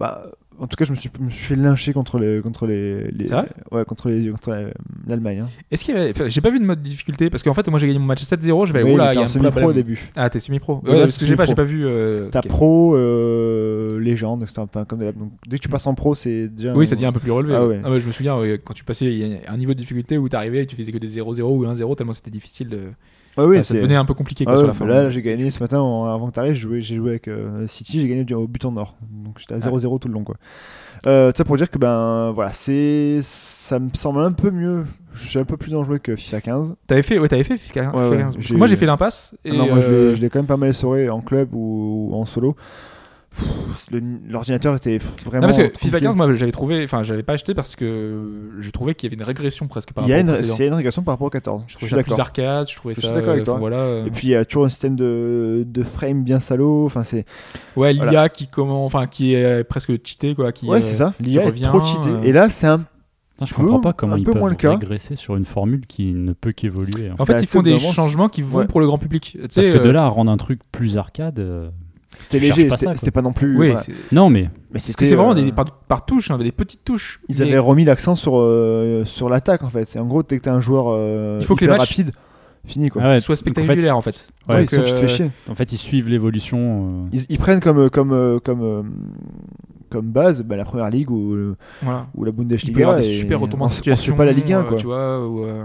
S2: Bah, en tout cas, je me suis, me suis fait lyncher contre les, contre les, les-
S3: C'est vrai
S2: ouais, contre les, contre euh, l'Allemagne. hein.
S3: est-ce qu'il y avait. enfin, J'ai pas vu de mode difficulté parce qu'en fait, moi j'ai gagné mon match 7-0. Je vais.
S2: Oui, mais
S3: Ben Oula,
S2: t'es
S3: il y a
S2: en
S3: un
S2: semi-pro au
S3: problème.
S2: début.
S3: Ah, t'es semi-pro.
S2: Ouais,
S3: Ouais,
S2: là,
S3: parce que j'ai pas,
S2: semi-pro.
S3: j'ai pas vu. euh,
S2: T'as
S3: ok.
S2: pro, euh, légende, etc. Enfin, comme d'hab. Donc, dès que tu passes en pro, c'est déjà.
S3: Oui, ça devient un peu plus relevé.
S2: Ah
S3: ouais.
S2: ouais.
S3: Ah ouais, je me souviens ouais, quand tu passais, il y a un niveau de difficulté où t'arrivais et tu faisais que des 0-0 ou 1-0 tellement c'était difficile. de-
S2: Ouais, Ah oui,
S3: Enfin, ça
S2: c'est-
S3: devenait un peu compliqué
S2: Ah
S3: quoi,
S2: ouais,
S3: sur la
S2: bah
S3: fin.
S2: Là, j'ai gagné ce matin, en- avant que t'arrives, j'ai joué, j'ai joué avec euh, City, j'ai gagné du- au but en or. Donc,
S3: Ah.
S2: j'étais à 0-0 tout le long, quoi. Euh, ça pour dire que, ben, voilà, c'est. Ça me semble un peu mieux. Je suis un peu plus enjoué que FIFA 15.
S3: T'avais fait, ouais, t'avais fait FIFA
S2: Ouais, ouais,
S3: 15. Parce que
S2: j'ai-
S3: Moi j'ai fait l'impasse.
S2: Ah
S3: et,
S2: non, moi, je l'ai-
S3: euh,
S2: je l'ai quand même pas mal essoré en club ou, ou en solo. Pff, le- L'ordinateur était pff,
S3: non,
S2: vraiment.
S3: parce que
S2: compliqué.
S3: FIFA 15, moi j'avais trouvé, enfin j'avais pas acheté parce que je trouvais qu'il y avait une régression presque par
S2: il y a une,
S3: rapport au précédent.
S2: il y a une régression par rapport au 14.
S3: Je
S2: Je
S3: trouvais
S2: suis
S3: ça plus
S2: d'accord.
S3: arcade, je trouvais
S2: Je
S3: ça.
S2: suis d'accord avec
S3: euh,
S2: toi.
S3: enfin, Voilà, euh,
S2: Et puis il y a toujours un système de, de frame bien salaud. Enfin, c'est
S3: ouais, l'IA
S2: voilà.
S3: qui comment, enfin qui est euh, presque cheatée quoi. Qui,
S2: ouais,
S3: euh,
S2: c'est ça. L'IA est
S3: revient,
S2: trop cheatée.
S3: euh,
S2: Et là, c'est un.
S4: Putain, je
S2: peu-
S4: comprends pas comment
S2: un
S4: ils
S2: peu
S4: peuvent
S2: moins le cas.
S4: régresser sur une formule qui ne peut qu'évoluer. hein.
S3: En fait,
S2: Bah,
S3: ils font des
S2: tu sais, d'avance-
S3: changements qui vont
S2: Ouais.
S3: pour le grand public. Tu sais,
S4: Parce que de
S3: euh,
S4: là à rendre un truc plus arcade. euh,
S2: C'était
S4: tu cherches
S2: léger.
S4: pas
S2: C'était
S4: ça, quoi.
S2: c'était pas non plus.
S3: Oui,
S2: voilà.
S3: c'est-
S4: Non, mais
S2: Mais
S3: parce que c'est vraiment des,
S2: euh,
S3: par, par touche, hein, des petites touches.
S2: Ils
S3: Mais-
S2: avaient remis l'accent sur euh, sur l'attaque en fait. C'est en gros dès que t'es un joueur euh,
S3: Il faut que les
S2: hyper
S3: matchs-
S2: rapide, fini quoi.
S4: Ah ouais,
S3: soit
S4: donc en fait-
S3: spectaculaire en fait.
S4: ouais,
S2: Ouais,
S3: donc,
S2: sinon, tu te fais
S3: euh,
S2: chier.
S4: En fait, ils suivent l'évolution. euh,
S2: Ils, ils prennent comme euh, comme euh, comme euh, comme base bah, la première ligue ou le-
S3: Voilà.
S2: ou la
S3: Il
S2: Bundesliga.
S3: peut y avoir
S2: et
S3: des super
S2: on
S3: retournements de
S2: se- on se fait
S3: situation.
S2: pas la Ligue 1
S3: euh,
S2: quoi.
S3: Tu vois, ou, euh,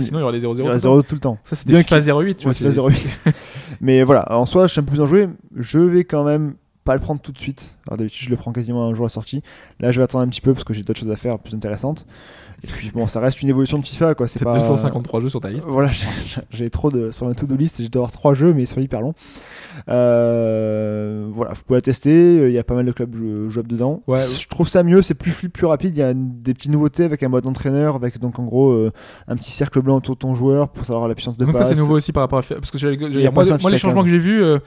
S2: Ça,
S3: sinon il y aura des 0-0.
S2: Il y a
S3: tout le temps.
S2: zéro tout le temps.
S3: Ça, c'était
S2: Bien
S3: FIFA 08, tu vois.
S2: Ouais,
S3: c'est-
S2: FIFA 08. [laughs] Mais voilà, en soi, je suis un peu plus enjoué. Je vais quand même pas le prendre tout de suite. Alors d'habitude, je le prends quasiment un jour à la sortie. Là, je vais attendre un petit peu parce que j'ai d'autres choses à faire plus intéressantes. Et puis bon, ça reste une évolution de FIFA quoi. C'est
S3: c'est
S2: pas Euh,
S3: 253 jeux sur ta liste.
S2: Voilà, [laughs] j'ai- j'ai- j'ai trop de sur ma to-do list. J'ai dû avoir trois jeux, mais ils sont hyper longs. Euh, voilà, vous pouvez la tester. Il y a pas mal de clubs jou- jouables dedans.
S3: Ouais.
S2: je trouve ça mieux. C'est plus fluide, plus rapide. Il y a une- des petites nouveautés avec un mode entraîneur, avec donc en gros euh, un petit cercle blanc autour de ton joueur pour savoir la puissance de
S3: Donc
S2: passe.
S3: ça c'est nouveau aussi par rapport à FIFA, parce que j'allais- j'allais
S2: y a
S3: dire, moi,
S2: pas ça,
S3: moi, les
S2: FIFA
S3: changements que j'ai vus euh,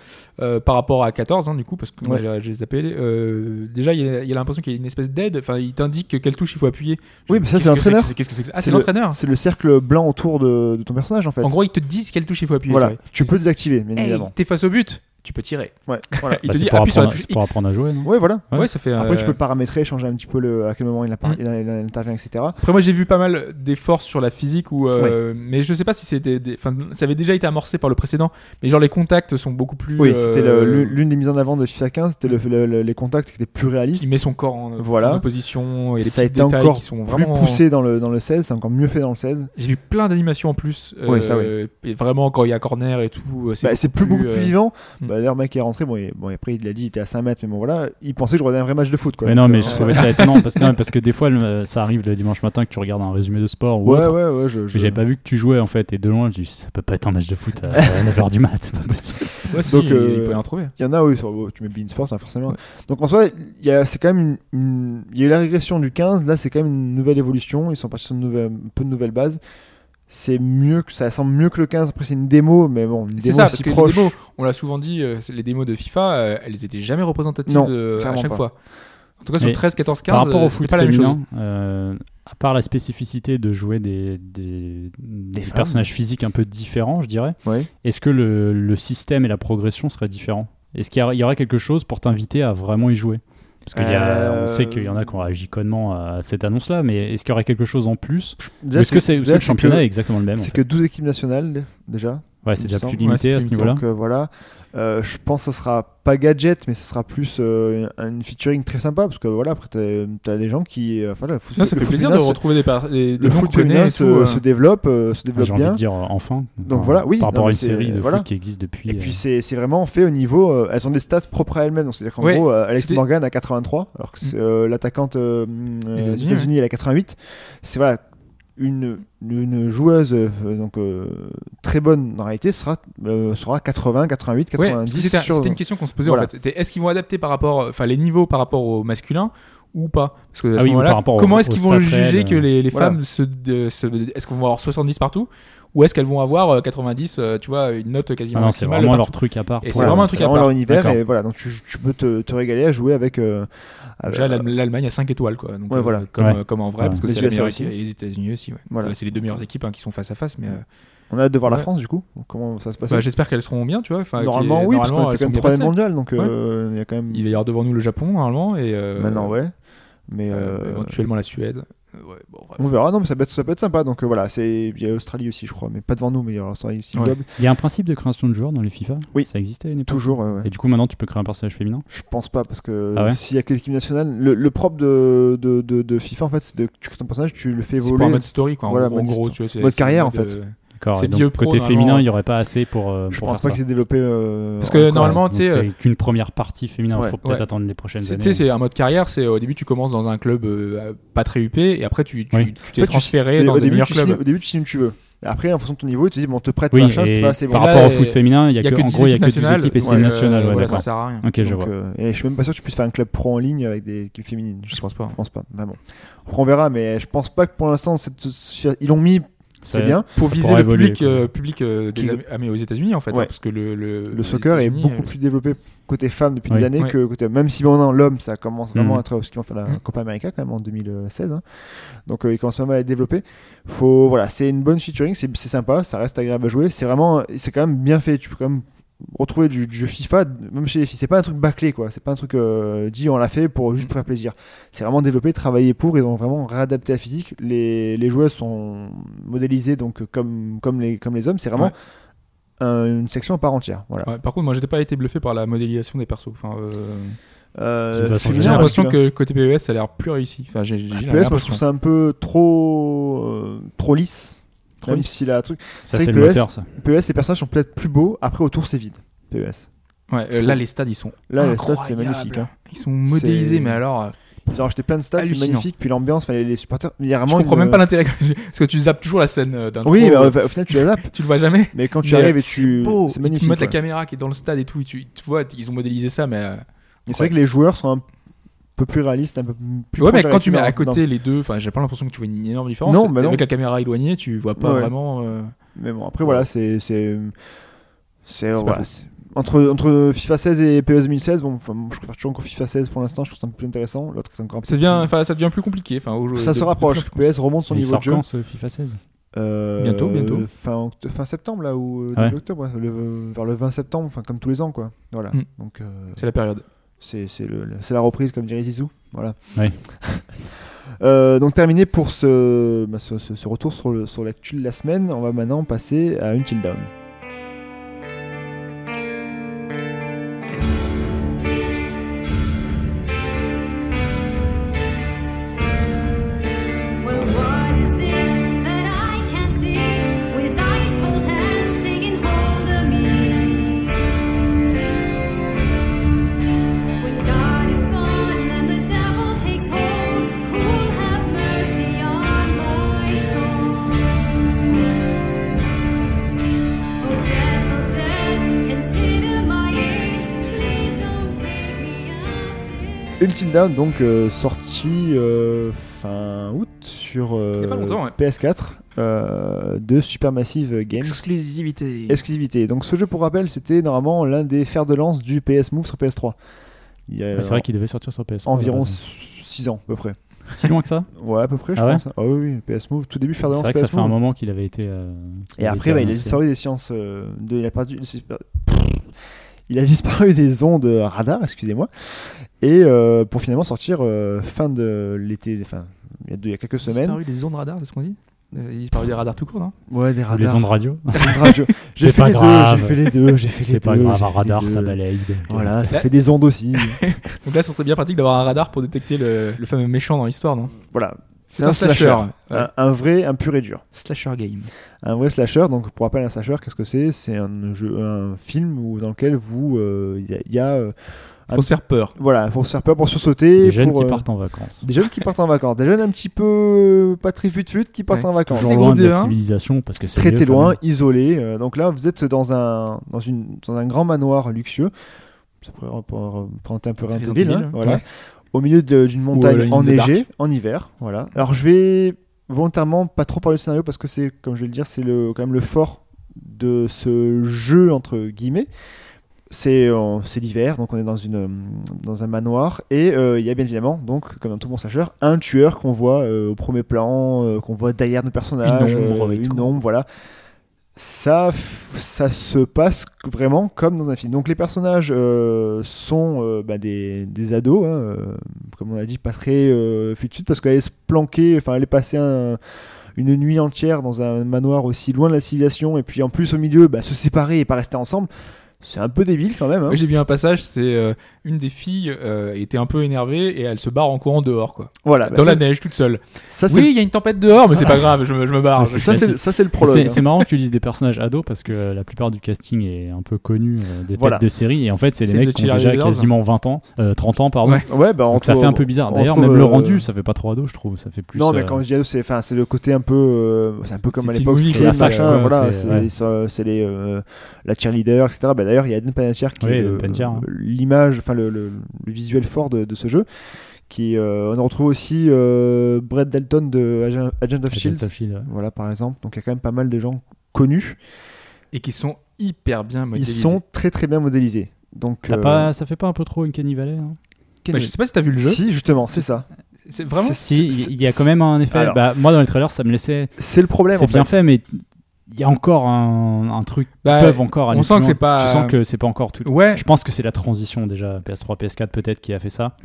S3: euh, par rapport à 14 hein, du coup parce que moi
S2: Ouais.
S3: j'ai- j'ai zappé euh, déjà il y a, il y a l'impression qu'il y a une espèce d'aide enfin il t'indique quelle touche il faut appuyer
S2: Oui, mais ça,
S3: Qu'est-ce
S2: c'est
S3: que
S2: l'entraîneur.
S3: que c'est- qu'est-ce que c'est que ça ah
S2: C'est
S3: c'est
S2: le-
S3: l'entraîneur
S2: C'est le cercle blanc autour de, de ton personnage en fait.
S3: en gros ils te disent quelle touche il faut appuyer
S2: voilà,
S3: tu vois.
S2: tu peux désactiver, bien
S3: Hey,
S2: évidemment.
S3: t'es face au but tu peux tirer [laughs]
S2: Ouais, voilà.
S3: il
S4: bah,
S3: te
S4: c'est
S3: dit
S4: pour,
S3: appuie sur la
S4: apprendre,
S3: touche
S4: c'est pour
S3: X
S4: apprendre à jouer. Non
S2: Ouais, voilà.
S3: ouais.
S4: Ouais.
S3: ça fait
S2: Après,
S3: euh,
S2: tu peux le paramétrer, changer un petit peu le, à quel moment il, appara-
S3: Mm.
S2: il, il- il intervient, etc.
S3: Après moi j'ai vu pas mal d'efforts sur la physique ou euh, mais je sais pas si c'était des- enfin ça avait déjà été amorcé par le précédent mais genre les contacts sont beaucoup plus
S2: Oui, c'était
S3: euh,
S2: le- l'une des mises en avant de FIFA 15, c'était le- le- le- les contacts qui étaient plus réalistes.
S3: il met son corps en,
S2: Voilà.
S3: en opposition et les
S2: ça a
S3: petits
S2: été
S3: détails
S2: encore
S3: qui sont
S2: plus
S3: vraiment
S2: poussé dans le, dans le 16, c'est encore mieux fait dans le 16.
S3: J'ai vu plein d'animations en plus. euh,
S2: Oui, ça,
S3: Et vraiment, quand il y a corner et tout, euh, c'est
S2: Bah, C'est plus, beaucoup plus
S3: euh,
S2: vivant.
S3: mm.
S2: Bah, D'ailleurs, le mec qui est rentré, bon, il- bon, et après il l'a dit, il était à 5 mètres, mais bon voilà, il pensait que je regardais un vrai match de foot. Quoi.
S4: Mais
S2: Donc,
S4: non, mais
S2: euh,
S4: je trouvais ça étonnant parce, non, parce que des fois, le- ça arrive le dimanche matin que tu regardes un résumé de sport ou
S2: Ouais,
S4: autre.
S2: ouais, ouais. Je,
S4: Mais
S2: je-
S4: j'avais pas vu que tu jouais en fait, et de loin, je dis ça peut pas être un match de foot à 9h du mat, c'est pas possible.
S3: Ouais, si,
S2: Donc,
S3: il-
S2: euh,
S3: il peut y en trouver.
S2: Il y en a, oui, sur, oh, tu mets Beansport, hein, forcément.
S3: Ouais.
S2: Donc en soi, il y a- c'est quand même une, une- Il y a eu la régression du 15, là c'est quand même une nouvelle évolution, ils sont partis sur une nouvelle, un peu de nouvelles bases. C'est mieux que ça semble mieux que le 15, après c'est une démo, mais bon, une
S3: C'est
S2: démo
S3: ça, parce
S2: aussi
S3: que
S2: proche.
S3: les démos, on l'a souvent dit, euh, c'est- les démos de FIFA, euh, elles étaient jamais représentatives
S2: Non,
S3: euh, à
S2: clairement
S3: chaque
S2: pas.
S3: fois. En tout cas, sur
S4: Mais
S3: 13, 14, 15,
S4: Par rapport
S3: euh,
S4: au
S3: c'était
S4: foot
S3: pas la même chose.
S4: féminin, euh, à part la spécificité de jouer des, des, des
S2: femmes.
S4: personnages physiques un peu différents, je dirais,
S2: Ouais.
S4: est-ce que le, le système et la progression seraient différents Est-ce qu'il y, a- il y aurait quelque chose pour t'inviter à vraiment y jouer Parce qu'on
S2: Euh,
S4: sait qu'il y en a qui ont réagi connement à cette annonce-là, mais est-ce qu'il y aurait quelque chose en plus
S2: Déjà,
S4: Ou Est-ce que c'est,
S2: déjà,
S4: le
S2: c'est
S4: championnat
S2: que-
S4: est exactement le même en
S2: C'est que
S4: fait
S2: 12 équipes nationales déjà.
S4: Ouais,
S2: il
S4: c'est
S2: me
S4: déjà
S2: semble.
S4: plus
S3: Ouais,
S4: limité
S3: c'est
S4: à
S3: plus
S4: ce
S3: limité.
S4: niveau-là.
S2: Donc euh, voilà, Euh, je pense que ce sera pas gadget, mais ce sera plus euh, une featuring très sympa parce que voilà, après t'as- t'as des gens qui, euh, voilà, le foot-
S3: Non, ça
S2: le
S3: fait
S2: foot
S3: plaisir de
S2: féminin se-
S3: retrouver des, par- des, des
S2: le
S3: noms
S2: foot
S3: qu'on connaît
S2: féminin
S3: et
S2: se,
S3: tout, euh.
S2: se développe, euh, se développe
S4: J'ai envie
S2: bien.
S4: de dire euh, enfin.
S2: Donc
S4: Enfin,
S2: voilà, oui,
S4: Par rapport
S2: non,
S4: à
S2: mais
S4: une
S2: c'est-
S4: série de
S2: voilà.
S4: foot qui existe depuis.
S2: Et
S4: euh,
S2: puis c'est c'est vraiment fait au niveau. euh, elles ont des stats propres à elles-mêmes. Donc C'est-à-dire qu'en
S3: Ouais,
S2: gros, euh, Alex
S3: c'était- Mm.
S2: Morgan a 83, alors que c'est, euh, l'attaquante euh, euh, des
S3: États-Unis,
S2: États-Unis elle a 88. C'est voilà une, une joueuse euh, donc euh, très bonne en réalité sera euh, sera 80, 88,
S3: Ouais, parce
S2: 90.
S3: que c'était
S2: sur-
S3: c'était une question qu'on se posait
S2: Voilà.
S3: en fait. C'était est-ce qu'ils vont adapter par rapport, enfin les niveaux par rapport au masculin ou pas Parce que à
S4: Ah
S3: ce
S4: oui, ou
S3: moment-là,
S4: par rapport au-
S3: comment est-ce
S4: au
S3: qu'ils vont
S4: stat réel,
S3: juger que
S4: euh.
S3: les, les
S2: Voilà.
S3: femmes se, de- se- est-ce qu'on va avoir 70 partout ou est-ce qu'elles vont avoir euh, 90 euh, Tu vois, une note
S4: Ah
S3: quasiment
S4: non, c'est
S3: maximale.
S4: vraiment leur
S3: partout.
S4: truc à part.
S3: Et
S4: pour-
S3: c'est vraiment un truc à part.
S2: leur univers
S4: D'accord.
S2: et voilà donc tu, tu peux te, te régaler à jouer avec. euh, avec-
S3: Déjà, l'Allem- l'Allemagne a 5 étoiles, quoi. Donc,
S2: Ouais,
S3: euh,
S2: voilà.
S3: comme,
S4: Ouais.
S3: euh, comme en vrai,
S4: Ouais.
S3: parce que
S2: Les
S3: c'est la
S2: USA
S3: meilleure
S2: aussi.
S3: équipe, et les États-unis aussi. ouais.
S2: Voilà.
S3: Ouais, c'est les deux meilleures équipes hein, qui sont face à face, mais euh,
S2: on a hâte de voir la
S3: Ouais.
S2: France du coup. Comment ça se passe
S3: bah, j'espère qu'elles seront bien, tu vois. Enfin,
S2: Normalement
S3: qu'il-
S2: oui parce qu'on
S3: normalement,
S2: était quand
S3: elles sont
S2: même
S3: bien
S2: troisième
S3: passées.
S2: mondial donc euh, il y a quand même
S3: Il va y avoir devant nous le Japon normalement et euh,
S2: maintenant ouais mais
S3: euh,
S2: euh,
S3: éventuellement la Suède. Euh, ouais, bon, bref.
S2: On verra, non, mais ça peut être, ça peut être sympa. Donc euh, voilà, c'est il y a l'Australie aussi, je crois, mais pas devant nous, mais il y a l'Australie aussi.
S3: Ouais.
S2: jouable.
S4: Il y a un principe de création de joueurs dans les FIFA
S2: Oui.
S4: Ça existait à une époque
S2: Toujours, ouais, ouais.
S4: Et du coup, maintenant, tu peux créer un personnage féminin
S2: je pense pas, parce que
S4: Ah ouais
S2: s'il y a que l'équipe nationale, le, le propre de, de, de, de FIFA, en fait, c'est de tu crées ton personnage, tu le fais
S3: C'est pour un
S2: évoluer.
S3: mode story, quoi. En
S2: Voilà,
S3: gros, en
S2: mode
S3: gros,
S2: histo-
S3: tu vois, c'est-
S2: mode
S3: c'est
S2: carrière,
S3: un
S2: en
S3: mode,
S2: fait.
S3: euh,
S4: D'accord.
S3: C'est
S4: et donc,
S3: bio pro,
S4: côté féminin,
S3: normalement.
S4: il n'y aurait pas assez pour. euh,
S2: Je
S4: pour
S2: pense
S4: faire
S2: pas que
S4: ça.
S2: c'est développé. euh,
S3: Parce que
S2: encore,
S3: normalement,
S4: Ouais,
S3: tu sais,
S4: donc
S3: euh,
S4: C'est qu'une première partie féminin.
S2: Ouais.
S4: Faut peut-être
S3: Ouais.
S4: attendre les prochaines
S3: c'est-
S4: années.
S3: Tu sais, c'est un mode carrière, c'est au début, tu commences dans un club euh, pas très huppé, et après, tu tu-
S4: Oui.
S3: tu
S2: En fait,
S3: t'es
S2: tu-
S3: transféré
S2: mais
S3: dans
S2: au,
S3: des
S2: début,
S3: meilleurs
S2: tu signes,
S3: clubs.
S2: au début, tu signes où tu veux. Et Après, en fonction de ton niveau, ils te disent, bon, on te prête
S4: Oui,
S2: machin, c'est
S4: et
S2: pas assez bon.
S3: Là,
S4: par rapport au
S3: et-
S4: foot féminin, il n'y a,
S3: Il y a
S4: que,
S3: que
S4: en
S3: des
S4: gros, il y a que
S3: équipes
S4: deux équipes et c'est
S3: nationales,
S4: national.
S3: euh,
S4: ouais,
S3: voilà, ça
S4: d'accord.
S3: sert à rien.
S4: Ok, je
S2: Donc,
S4: vois.
S2: euh, et je suis même pas sûr que tu puisses faire un club pro en ligne avec des équipes féminines. Je,
S3: Je pense pas.
S2: je pense pas, vraiment. Après, on verra, mais je pense pas que pour l'instant, cette- ils l'ont mis,
S4: Ça-
S2: c'est bien.
S3: Pour
S4: ça
S3: viser
S4: pourra
S3: le
S4: évoluer,
S3: public,
S4: quoi.
S3: euh, public euh, des
S2: Qui-
S3: Am- ah, mais aux États-Unis, en fait,
S2: Ouais.
S3: hein, parce que le le-
S2: le
S3: les
S2: soccer est
S3: États-Unis,
S2: beaucoup
S3: euh,
S2: plus développé côté femme depuis des
S4: Ouais.
S2: années
S3: Ouais.
S2: que côté même si maintenant l'homme ça commence vraiment
S4: Mhm.
S2: à être parce qu'ils ont fait la
S3: Mhm.
S2: Copa América quand même en 2016 hein. donc euh, ils commencent pas mal à être développés faut voilà c'est une bonne featuring c'est c'est sympa ça reste agréable à jouer c'est vraiment c'est quand même bien fait tu peux quand même retrouver du, du jeu FIFA même chez les filles c'est pas un truc bâclé quoi c'est pas un truc euh, dit on l'a fait pour
S3: Mm.
S2: juste pour faire plaisir c'est vraiment développé travaillé pour ils ont vraiment réadapté la physique les, les joueuses sont modélisées donc comme comme les comme les hommes c'est vraiment un- une section à part entière voilà
S3: Ouais, par contre, moi, j'étais pas été bluffé par la modélisation des persos. Enfin, euh,
S2: Euh,
S4: De toute façon,
S2: féminin,
S3: j'ai
S4: Non,
S3: l'impression
S2: parce Ah,
S3: que côté PES, ça a l'air plus réussi. Enfin, j'ai j'ai
S2: PES, E moi je trouve
S3: l'impression.
S2: ça un peu trop euh, trop lisse.
S3: Trop
S2: Même
S3: lisse.
S2: si la truc
S4: Ça,
S2: c'est
S4: c'est
S2: que
S4: le
S2: le
S4: moteur, ça.
S2: PES, les personnages sont peut-être plus beaux. Après autour c'est vide. PES.
S3: Ouais, euh, Là, les stades, ils sont
S2: Là la stade c'est
S3: incroyables.
S2: magnifique. hein.
S3: Ils sont modélisés,
S2: C'est-
S3: mais alors. euh,
S2: Ils ont acheté plein de stades, c'est
S3: Hallucinant.
S2: magnifique. Puis l'ambiance, enfin, les, les supporters. mais Il y a
S3: Je
S2: vraiment.
S3: comprends
S2: Ah, une- euh,
S3: même pas l'intérêt. [laughs] Parce que tu zappes toujours la scène euh, d'intro.
S2: Oui, bah, au final tu les zappes.
S3: Tu le vois jamais.
S2: Mais quand tu
S3: Mais, euh,
S2: arrives et
S3: c'est
S2: tu,
S3: beau.
S2: c'est
S3: Ils te
S2: magnifique.
S3: mettent la
S2: ouais.
S3: caméra qui est dans le stade et tout. Et tu, tu vois, ils ont modélisé ça, mais. euh,
S2: Et c'est vrai que les joueurs sont un peu plus réalistes, un peu plus.
S3: ouais,
S2: proches
S3: mais
S2: de la
S3: quand tu mets à
S2: réalité.
S3: côté les deux, enfin, j'ai pas l'impression que tu vois une énorme différence.
S2: Non, bah
S3: avec
S2: non.
S3: la caméra éloignée, tu vois pas
S2: Ouais.
S3: vraiment. euh,
S2: Mais bon, après voilà, c'est c'est c'est voilà,
S3: faux.
S2: c'est- entre entre FIFA 16 et PES 2016. Bon, enfin, moi, je préfère toujours encore FIFA 16 pour l'instant. Je trouve ça un peu plus intéressant. L'autre c'est encore un peu
S3: Ça devient, enfin, ça devient plus compliqué. Enfin, au-
S2: Ça
S3: de-
S2: se rapproche.
S3: de plus en plus
S2: PS remonte son
S4: Il
S2: niveau
S4: sort
S2: de jeu.
S4: quand, ce FIFA 16
S2: Euh,
S3: Bientôt, bientôt.
S2: Fin, oct- fin septembre, là, ou euh,
S4: Ah ouais.
S2: début octobre, ouais, le- vers le 20 septembre, enfin, comme tous les ans, quoi. Voilà.
S3: Mm.
S2: Donc, euh,
S3: C'est la période.
S2: c'est c'est le- le- c'est la reprise, comme dirait Zizou. Voilà.
S4: Ouais.
S2: [laughs] Euh, donc, terminé pour ce, bah, ce, ce- ce retour sur le- sur l'actu de la semaine, on va maintenant passer à Until Down.
S6: Well, what is this that I can see with ice cold hands taking hold of me? When God is gone and the devil takes hold, who'll have mercy on my soul? Oh death, oh death, consider my age. Please don't take me at this.
S2: Until Down, donc euh, sorti euh, fin août sur euh,
S3: Il y a pas longtemps, ouais.
S2: PS4 euh, de Supermassive Games.
S3: Exclusivité.
S2: Exclusivité. Donc ce jeu, pour rappel, c'était normalement l'un des fers de lance du PS Move sur PS3. Il y a
S4: Ouais, C'est vrai qu'il devait sortir sur PS.
S2: environ
S4: si
S2: 6 ans à peu près.
S4: loin que ça.
S2: Ouais, à peu près, je
S4: Ah ouais
S2: pense. Ah oui, oui, PS Move, tout début fer de
S4: C'est
S2: lance
S4: vrai que
S2: PS
S4: ça fait
S2: Move.
S4: un moment qu'il avait été. euh, qu'il
S2: Et
S4: avait
S2: après,
S4: été
S2: bah, il a
S4: annoncé.
S2: disparu des sciences. euh, de, il, a perdu- il a [laughs] disparu des ondes euh, radar, excusez-moi. Et euh, pour finalement sortir euh, fin de l'été, enfin, il y a deux- il y a quelques semaines.
S3: Disparu des ondes radar, c'est ce qu'on dit Euh, Il parlait des radars tout court, non
S2: Ouais, des
S4: Ou
S2: radars.
S4: les ondes radio.
S2: Ondes
S4: [laughs]
S2: radio. J'ai
S4: C'est
S2: fait
S4: pas
S2: les deux,
S4: grave.
S2: j'ai fait les deux, j'ai fait les deux.
S4: C'est pas grave,
S2: j'ai
S4: un
S2: fait
S4: radar,
S2: les
S4: ça
S2: deux.
S4: balaye. donc,
S2: Voilà,
S4: euh,
S2: ça fait des ondes aussi.
S3: Donc là, ce serait bien pratique d'avoir un radar pour détecter le, le fameux méchant dans l'histoire, non
S2: [laughs] voilà,
S3: C'est un, slasher. Ouais.
S2: un, un vrai, un pur et dur.
S3: Ah. Slasher game.
S2: Un vrai slasher, donc pour rappel, un slasher, qu'est-ce que c'est C'est un, jeu- un film où, dans lequel vous, euh, il y a, il y a, euh,
S3: Pour se faire peur.
S2: voilà, pour se faire peur, pour sursauter,
S4: Des jeunes
S2: pour,
S4: qui
S2: euh,
S4: partent en vacances.
S2: des jeunes qui partent en vacances, des jeunes un petit peu euh, pas très fut-fut qui partent
S3: Ouais.
S2: en vacances,
S4: Toujours
S3: des
S4: loin
S3: groupes
S4: de la
S3: de un.
S4: civilisation parce que c'est
S2: hein. très
S4: mieux,
S2: très
S4: quand
S2: loin,
S4: même.
S2: isolés. euh, donc là, vous êtes dans un, dans une, dans un grand manoir luxueux. Ça pourrait représenter un peu Resident Evil, hein, voilà.
S3: Ouais.
S2: au milieu de- d'une
S3: Ou, euh,
S2: montagne
S3: In the
S2: enneigée en hiver. Voilà. Alors je vais volontairement pas trop parler du scénario parce que c'est, comme je vais le dire, c'est le, quand même le fort de ce jeu entre guillemets. C'est, euh, c'est l'hiver, donc on est dans, une, euh, dans un manoir, et euh, il y a bien évidemment, donc, comme dans tout bon sacheur, un tueur qu'on voit euh, au premier plan, euh, qu'on voit derrière nos personnages, euh,
S3: Une ombre et
S2: une
S3: tout.
S2: ombre, voilà. Ça, f- ça se passe vraiment comme dans un film. Donc les personnages euh, sont euh, bah, des, des ados, hein, euh, comme on a dit, pas très euh, fut parce qu'elle se planquer, enfin aller passer un- une nuit entière dans un manoir aussi loin de la civilisation, et puis en plus au milieu, bah, se séparer et pas rester ensemble, c'est un peu débile quand même. hein.
S3: Oui, J'ai vu un passage, c'est euh, une des filles euh, était un peu énervée et elle se barre en courant dehors, quoi.
S2: Voilà, bah,
S3: dans
S2: ça,
S3: la neige, toute seule.
S2: ça, c'est Bah,
S3: oui, il y a une tempête dehors, mais c'est pas grave, je me, je me barre.
S4: Ah,
S3: Je-
S2: ça, c'est- ça, c'est le prologue.
S4: C'est
S2: hein.
S4: c'est marrant que tu dises des personnages ados parce que euh, la plupart du casting est un peu connu euh, des
S2: Voilà.
S4: têtes de série et en fait c'est des
S3: C'est
S4: mecs
S3: le
S4: qui ont
S3: Cheerleaders.
S4: déjà quasiment 20 ans, euh, 30 ans pardon.
S3: Ouais.
S2: Ouais, bah, on
S4: Donc ça
S2: trouve-
S4: fait un peu bizarre.
S2: on
S4: D'ailleurs
S2: trouve,
S4: même le
S2: euh,
S4: rendu ça fait pas trop ado je trouve, ça fait plus.
S2: non, mais
S4: euh,
S2: quand je dis ado, c'est enfin, c'est le côté un peu. euh, c'est un peu comme
S3: C'est
S2: à
S3: teen
S2: l'époque,
S3: movie,
S2: Scream,
S4: quoi, la fac,
S2: machin,
S4: quoi,
S2: voilà,
S4: c'est-
S2: c'est
S4: ouais.
S2: c'est, euh, c'est les, euh, la cheerleader, etc. Bah, D'ailleurs, il y a Eden Panetier qui
S4: Oui,
S2: est
S4: Eden
S2: le-
S4: Panetier, hein.
S2: l'image, enfin, le, le- le visuel fort de, de ce jeu. Qui, euh, on en retrouve aussi euh, Brett Dalton de Agent, Agent of
S4: Agents
S2: Shield,
S4: of Shield, ouais.
S2: E voilà, par exemple. Donc, il y a quand même pas mal de gens connus.
S3: Et qui sont hyper bien
S2: Ils
S3: modélisés. Bah,
S2: sont très très bien modélisés. Donc,
S4: T'as
S2: euh,
S4: pas, ça fait pas un peu trop une Valley hein
S3: Bah, je sais pas si t'as vu le jeu.
S2: Si, justement, c'est ça.
S3: C'est vraiment.
S4: Si, il il y a quand même un effet.
S2: Alors-
S4: bah, moi dans les trailers ça me laissait.
S2: C'est le problème.
S4: C'est
S2: en
S4: bien
S2: fait.
S4: fait mais il y a encore un, un truc qu'ils
S3: Bah,
S4: peuvent encore. aller
S3: on
S4: plus
S3: sent que
S4: loin.
S3: c'est pas-
S4: Tu sens que c'est pas encore tout.
S3: Ouais.
S4: Je pense que c'est la transition déjà PS3 PS4 peut-être qui a fait ça.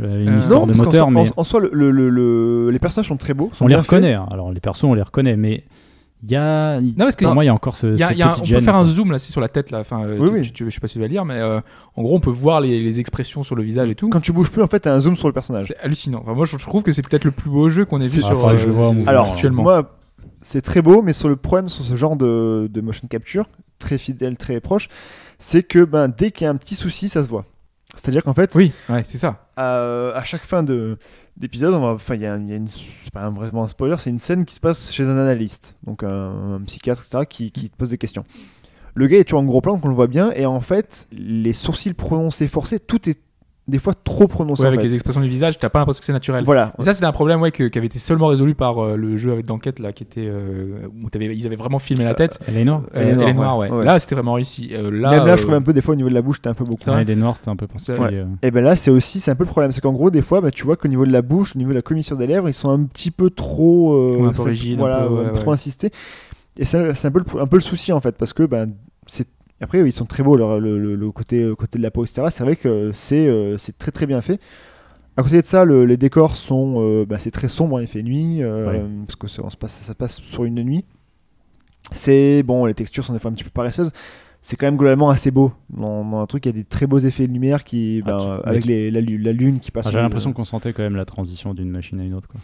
S4: Euh, Une
S3: Euh,
S4: histoire
S2: non,
S4: de
S2: parce qu'en
S4: moteur
S2: soi-
S4: mais.
S2: en, en soi, le- le- le- le- les personnages sont très beaux. sont
S4: on les
S2: bien faits.
S4: reconnaît. hein. Alors les persos, on les reconnaît, mais il y a.
S3: Non, parce que
S4: pour moi, il y a encore ce,
S3: Il y a-
S4: cette
S3: il y a un- on
S4: petite
S3: peut
S4: gêne.
S3: faire un zoom là, c'est sur la tête là. Enfin, euh,
S2: Oui,
S3: tu-
S2: oui.
S3: tu- tu- je sais pas si tu vas lire, mais euh, en gros, on peut voir les, les expressions sur le visage et tout.
S2: Quand tu bouges plus, en fait, t'as un zoom sur le personnage.
S3: C'est hallucinant. Enfin, moi, je je trouve que c'est peut-être le plus beau jeu qu'on ait vu
S2: C'est-
S4: Ah,
S3: sur. euh,
S4: faudrait que je le voie en mouvement,
S2: Alors,
S4: Voilà.
S3: actuellement.
S2: moi, c'est très beau, mais sur le problème, sur ce genre de, de motion capture, très fidèle, très proche, c'est que ben, dès qu'il y a un petit souci, ça se voit. C'est-à-dire qu'en fait,
S3: Oui, ouais, c'est ça.
S2: à, à chaque fin de d'épisode, on va- enfin, il y a, il y a une, c'est pas un- vraiment un spoiler, c'est une scène qui se passe chez un analyste, donc un, un psychiatre, etc., qui, qui te pose des questions. Le gars est toujours en gros plan, donc on le voit bien, et en fait, les sourcils prononcés, forcés, tout est des fois trop prononcé.
S3: Ouais,
S2: en
S3: avec
S2: fait.
S3: les expressions du visage, t'as pas l'impression que c'est naturel.
S2: Voilà,
S3: Et ça, c'était un problème ouais, que- qui avait été seulement résolu par euh, le jeu avec d'enquête là, qui était euh, où t'avais- ils avaient vraiment filmé la tête.
S4: Elle est noire.
S3: Euh,
S2: elle est
S3: elle est
S2: noire,
S3: noire, ouais.
S2: ouais.
S3: Là, c'était vraiment réussi. Euh, là,
S2: Même là,
S3: euh,
S2: je trouve un peu des fois au niveau de la bouche, t'es un peu beaucoup.
S3: C'est vrai.
S4: Elle est noire, c'était un peu pour ça.
S3: Ouais.
S4: et, euh,
S2: Et ben là, c'est aussi, c'est un peu le problème, c'est qu'en gros, des fois, bah, tu vois qu'au niveau de la bouche, au niveau de la commission des lèvres, ils sont un petit peu trop, euh,
S3: Ouais, un peu
S2: c'est-
S3: rigides, un
S2: voilà,
S3: peu, ouais,
S2: un peu
S3: ouais.
S2: trop insistés. Et ça, c'est un peu, le, un peu le souci en fait, parce que ben, c'est après, ils sont très beaux, leur- le, le- le côté, le côté de la peau, etc. C'est vrai que c'est, euh, c'est très très bien fait. À côté de ça, le- les décors sont, euh, bah, c'est très sombre, hein, il fait nuit, euh,
S4: Ouais.
S2: parce que ça, on se passe, ça se passe sur une nuit. C'est bon, les textures sont des fois un petit peu paresseuses. C'est quand même globalement assez beau. Dans, dans un truc, il y a des très beaux effets de lumière qui,
S4: Ah,
S2: ben,
S4: tu-
S2: euh,
S4: mais
S2: avec
S4: tu-
S2: les- la, lu- la lune qui passe.
S4: ah,
S2: sur
S4: J'ai
S2: le-
S4: l'impression qu'on sentait quand même la transition d'une machine à une autre. quoi.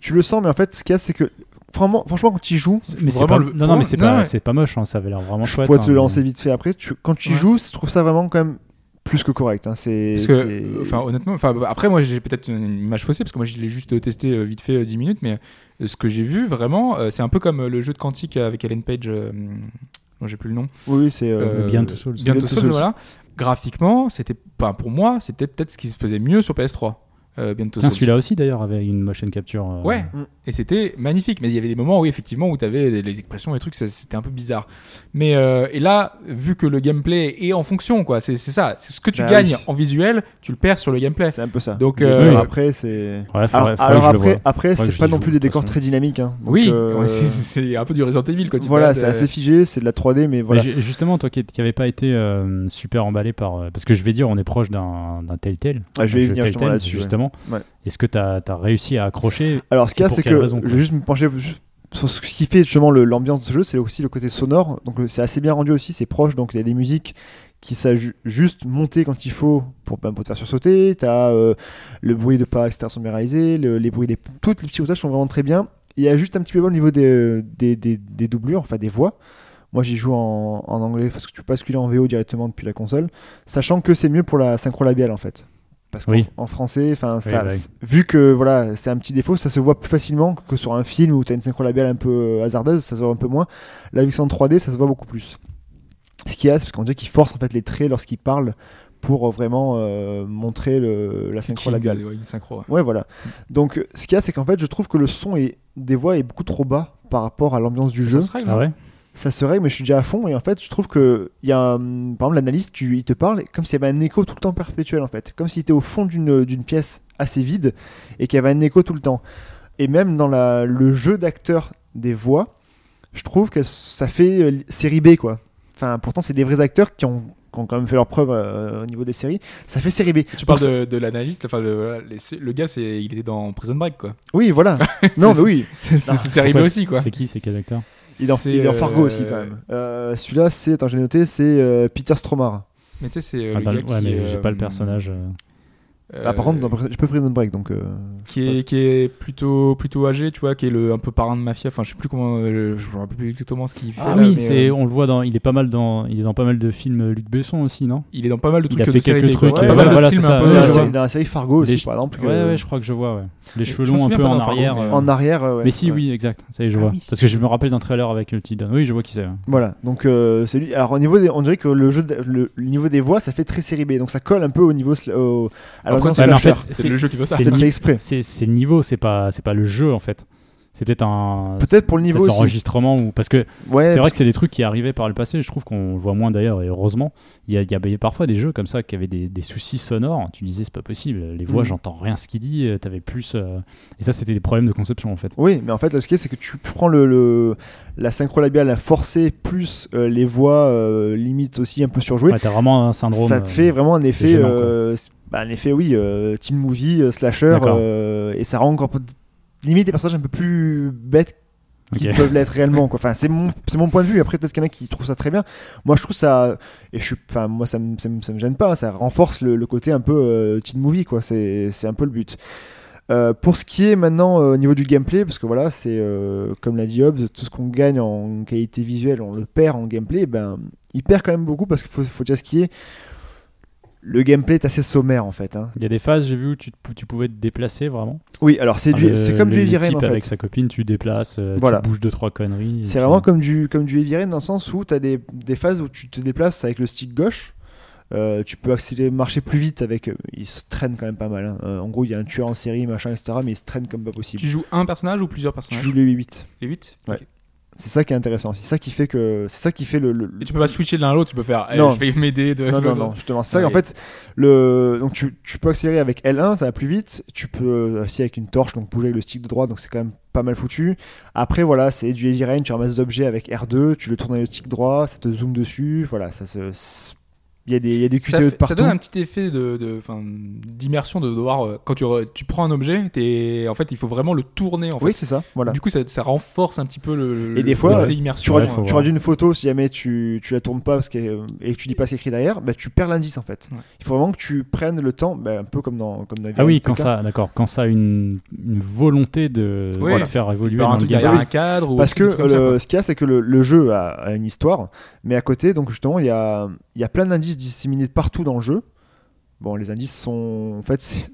S2: Tu le sens, mais en fait, ce qu'il y a, c'est que franchement, franchement, quand tu y joues,
S4: Mais c'est
S3: vraiment
S4: pas...
S3: le-
S4: Non, non, mais c'est pas,
S3: Ouais.
S4: c'est pas moche. hein, Ça avait l'air vraiment
S2: je
S4: chouette.
S2: pourrais
S4: hein,
S2: te le
S4: mais-
S2: lancer vite fait après. Tu, quand tu y
S3: Ouais.
S2: joues, je trouve ça vraiment quand même plus que correct. hein, C'est.
S3: Parce
S2: c'est-
S3: que, enfin, honnêtement, enfin, après, moi, j'ai peut-être une une image faussée, parce que moi, je l'ai juste testé euh, vite fait euh, 10 minutes, mais euh, ce que j'ai vu, vraiment, euh, c'est un peu comme euh, le jeu de Quantique avec Ellen Page, euh, hum, non, j'ai plus le nom.
S2: Oui, c'est. euh,
S3: Euh,
S4: Beyond Two Souls.
S3: Beyond Two
S2: Beyond Two
S3: Souls,
S2: Souls.
S3: voilà. Graphiquement, c'était, pas pour moi, c'était peut-être ce qui se faisait mieux sur PS3. Euh, Beyond Two
S4: Tiens,
S3: Souls.
S4: celui-là aussi d'ailleurs avait une motion capture. euh,
S3: Ouais,
S2: Mm.
S3: et c'était magnifique. Mais il y avait des moments où effectivement où t'avais les- les expressions et trucs, ça, c'était un peu bizarre. Mais euh, et là, vu que le gameplay est en fonction, quoi, c'est, c'est ça. C'est ce que tu
S2: Bah
S3: gagnes
S2: oui.
S3: en visuel, tu le perds sur le gameplay.
S2: C'est un peu ça.
S3: Donc,
S2: Mais
S3: euh,
S2: après, c'est.
S4: Ouais,
S2: Alors,
S4: faudrait-
S2: alors
S4: faudrait que je le
S2: après,
S4: voie.
S2: après
S4: Faudrait
S2: c'est
S4: que je
S2: pas
S4: y
S2: non
S4: joue,
S2: plus
S4: de
S2: des
S4: toute
S2: décors
S4: façon.
S2: très dynamiques. hein. Donc,
S3: oui,
S2: euh,
S3: ouais, c'est, c'est- c'est un peu du Resident Evil quand tu
S2: Voilà,
S3: balades,
S2: c'est
S3: euh,
S2: assez figé, c'est de la 3D, mais voilà.
S4: Mais ju- justement, toi qui n'avais pas été euh, super emballé par. euh, parce que je vais dire, on est proche d'un d'un Telltale.
S2: Ah, je vais
S4: un
S2: y
S4: jeu
S2: venir justement
S4: Telltale,
S2: là-dessus, ouais.
S4: justement.
S2: Ouais.
S4: Est-ce que tu as, réussi à accrocher
S2: Alors, ce qu'il y a,
S4: pour
S2: c'est
S4: quelle
S2: que
S4: raison,
S2: je
S4: quoi
S2: vais juste me pencher ju- sur ce qui fait justement le- l'ambiance de ce jeu, c'est aussi le côté sonore. Donc le- c'est assez bien rendu aussi, c'est proche. Donc il y a des musiques qui savent ju- juste monter quand il faut pour, bah, pour te faire sursauter. T'as euh, le bruit de pas, etc. sont bien réalisés. le- les bruits des toutes les petits otages sont vraiment très bien. Il y a juste un petit peu au niveau des, euh, des, des, des doublures, enfin des voix. Moi j'y joue en, en anglais parce que tu peux basculer en VO directement depuis la console, sachant que c'est mieux pour la synchro labiale en fait. Parce qu'en
S4: Oui.
S2: en français, enfin
S4: Oui,
S2: ça-
S4: bah oui.
S2: c- vu que voilà, c'est un petit défaut, ça se voit plus facilement que sur un film où tu as une synchro labiale un peu euh, hasardeuse, ça se voit un peu moins. La vue en 3D, ça se voit beaucoup plus. Ce qu'il y a, c'est parce qu'on dirait qu'ils forcent en fait les traits lorsqu'ils parlent pour euh, vraiment euh, montrer le, la synchro labiale.
S3: Ouais, une synchro, ouais.
S2: Ouais, voilà. Donc, euh, ce qu'il y a, c'est qu'en fait, je trouve que le son est- des voix est beaucoup trop bas par rapport à l'ambiance du jeu.
S3: Ça se règle,
S4: Ah ouais
S2: Ça se règle, mais je suis déjà à fond. Et en fait, je trouve que, il y a, hum, par exemple, l'analyste, tu- il te parle comme s'il y avait un écho tout le temps perpétuel, en fait. Comme s'il était au fond d'une d'une pièce assez vide et qu'il y avait un écho tout le temps. Et même dans la- le jeu d'acteur des voix, je trouve que ça fait euh, série B, quoi. Enfin, pourtant, c'est des vrais acteurs qui ont, qui ont quand même fait leur preuve euh, au niveau des séries. Ça fait série B.
S3: hein. Tu parles de, de l'analyste, enfin le, voilà, les- c'est- le gars, c'est, il était dans Prison
S2: [laughs]
S3: Break, quoi.
S2: Oui,
S3: [laughs]
S2: voilà. non, mais oui.
S3: C'est, c'est,
S2: Non,
S3: c'est arrivé
S4: Pourquoi-
S3: aussi, quoi.
S4: C'est qui C'est quel acteur
S2: Il est en,
S3: C'est,
S2: il est en Fargo
S3: euh,
S2: aussi quand même. Euh, Celui-là, c'est, attends, j'ai noté, c'est euh, Peter Stromare.
S3: Mais tu sais, c'est euh,
S4: Ah,
S3: le
S4: dans
S3: gars
S4: le-
S3: qui.
S4: Ouais, mais
S3: euh,
S4: j'ai pas le personnage. euh.
S3: euh,
S2: Ah, par contre, dans- je peux Prison Break donc. euh,
S3: qui est, qui est plutôt, plutôt âgé, tu vois, qui est le, un peu parrain de mafia. Enfin, je sais plus comment, euh, je me rappelle plus exactement ce qu'il fait.
S4: Ah
S3: là,
S4: oui,
S3: mais,
S4: c'est-
S3: euh,
S4: on le voit dans. Il est pas mal dans. Il est dans pas mal de films. euh, Luc Besson aussi, non
S3: il est dans pas mal de
S4: il
S3: trucs.
S4: a
S3: de
S4: fait
S3: séries
S4: quelques
S3: B, quoi.
S4: trucs,
S3: Pas
S2: euh,
S3: mal de
S4: voilà,
S3: films
S4: c'est ça,
S3: un
S4: ouais,
S3: peu, euh,
S2: dans, la
S3: tu vois.
S4: je vois.
S2: série, dans la série Fargo
S4: Les
S2: aussi,
S4: che-
S2: par exemple. que-
S4: Ouais, ouais, je crois que je vois. ouais. Les cheveux
S3: je me
S4: longs un
S3: souviens
S4: peu
S3: pas
S4: en
S3: d'un Fargo,
S4: arrière.
S3: mais,
S4: euh.
S3: euh,
S2: En arrière, ouais, ouais.
S4: Mais si,
S2: Ouais.
S4: oui, exact. Ça y est, je
S3: Ah
S4: vois.
S3: oui,
S4: Parce que je me rappelle d'un trailer avec le petit Don. Oui, je vois qui c'est. ouais.
S2: Voilà, donc euh, c'est lui. Alors, au niveau des- on dirait que le, jeu de- le, le niveau des voix, ça fait très série B, donc ça colle un peu au niveau. sl- au- à
S3: Après,
S2: l'ambiance
S3: c'est
S4: Ouais, mais en
S2: slasher.
S4: fait,
S3: c'est le jeu qui veut ça.
S4: c'est
S2: C'est peut-être
S4: ni-
S2: fait exprès.
S4: C'est c'est le niveau, c'est pas, c'est pas le jeu en fait. C'est peut-être un.
S2: Peut-être pour le
S4: peut-être
S2: niveau aussi.
S4: l'enregistrement ou parce que
S2: Ouais,
S4: c'est vrai que c'est des trucs qui arrivaient par le passé. Je trouve qu'on le voit moins d'ailleurs et heureusement. Il y, a, bah, il y avait parfois des jeux comme ça qui avaient des, des soucis sonores. Tu disais c'est pas possible. Les voix,
S2: Mm.
S4: j'entends rien ce qu'il dit. euh, T'avais plus. euh, Et ça, c'était des problèmes de conception en fait.
S2: Oui, mais en fait, là, ce qui est, c'est que tu prends le, le- la synchro labiale à forcer, plus euh, les voix euh, limites aussi un peu surjouées.
S4: Ouais, T'as vraiment un syndrome.
S2: Ça te
S4: euh,
S2: fait vraiment un
S4: c'est
S2: effet,
S4: gênant,
S2: euh, c'est- bah, un effet oui, euh, teen movie, euh, slasher,
S4: D'accord.
S2: euh, et ça rend encore p- limite les personnages un peu plus bêtes qu'ils
S4: Ok.
S2: peuvent l'être réellement. [laughs] Quoi. Enfin, c'est mon, c'est mon point de vue. Après, peut-être qu'il y en a qui trouvent ça très bien. Moi, je trouve ça, et je suis, enfin, moi, ça me, ça me- ça me gêne pas. hein. Ça renforce le, le côté un peu euh, teen movie, quoi. C'est, c'est un peu le but. Euh, pour ce qui est maintenant euh, au niveau du gameplay, parce que voilà, c'est euh, comme l'a dit Hobbs, tout ce qu'on gagne en qualité visuelle, on le perd en gameplay, ben, il perd quand même beaucoup parce qu'il faut, faut déjà ce qui est. Le gameplay est assez sommaire en fait. hein.
S4: Il y a des phases, j'ai vu, où tu, te- tu pouvais te déplacer vraiment.
S2: Oui, alors c'est du-
S4: Enfin,
S2: c'est
S4: le-
S2: comme
S4: Ah, le
S2: du Heavy Rain,
S4: type
S2: en fait.
S4: Avec sa copine, tu déplaces, euh,
S2: Voilà.
S4: tu bouges deux trois conneries. et
S2: C'est
S4: puis-
S2: vraiment comme du, comme du Heavy Rain dans le sens où tu as des, des phases où tu te déplaces avec le stick gauche. Euh, tu peux accélérer, marcher plus vite avec. euh, Il se traîne quand même pas mal. hein. Euh, en gros, il y a un tueur en série, machin, etc. Mais il se traîne comme pas possible.
S3: Tu joues un personnage ou plusieurs
S2: Tu
S3: personnages
S2: joues les 8.
S3: Les 8
S2: Ouais. C'est ça qui est intéressant. C'est ça qui fait que. C'est ça qui fait le. le-
S3: Et tu peux pas switcher de l'un à l'autre, tu peux faire. eh,
S2: Non.
S3: je vais m'aider de. [laughs]
S2: non, non, non, justement, c'est ça.
S3: Ouais.
S2: En fait, le... donc, tu, tu peux accélérer avec L1, ça va plus vite. Tu peux euh, aussi avec une torche, donc bouger avec le stick de droite, donc c'est quand même pas mal foutu. Après, voilà, c'est du heavy rain, tu ramasses des objets avec R2, tu le tournes avec le stick droit, ça te zoome dessus. Voilà, ça se. c'est- Il y a des, il y a des QTE
S3: Ça, fait-
S2: de
S3: ça
S2: partout.
S3: donne un petit effet de, de- enfin, d'immersion de devoir euh, quand tu, re- tu prends un objet, t'es, en fait il faut vraiment le tourner en fait.
S2: Oui, c'est ça. Voilà.
S3: Du coup ça, ça renforce un petit peu le.
S2: Et des
S3: le
S2: fois,
S3: côté
S2: euh, Tu
S3: immersion.
S4: Ouais,
S2: regardes
S4: faut
S2: tu
S4: voir.
S2: regardes une photo si jamais tu, tu la tournes pas parce que, euh, et que tu dis pas ce qui est écrit derrière, bah, tu perds l'indice en fait.
S3: Ouais.
S2: Il faut vraiment que tu prennes le temps, bah, un peu comme dans, comme dans Heavy
S4: Ah
S2: Rain,
S4: oui,
S2: c'était
S4: quand
S2: le cas.
S4: ça, d'accord, quand ça a une, une volonté de de
S3: Oui.
S4: le faire évoluer
S3: par
S4: dans
S3: un
S4: le
S3: truc
S4: gameplay.
S3: derrière
S2: Oui.
S3: un cadre ou
S2: Parce
S3: des
S2: que euh,
S3: trucs comme ça,
S2: le-
S3: quoi.
S2: ce qu'il y a, c'est que le, le jeu a, a une histoire, mais à côté, donc justement, il y a, il y a plein d'indices disséminés partout dans le jeu. Bon, les indices sont. En fait, c'est-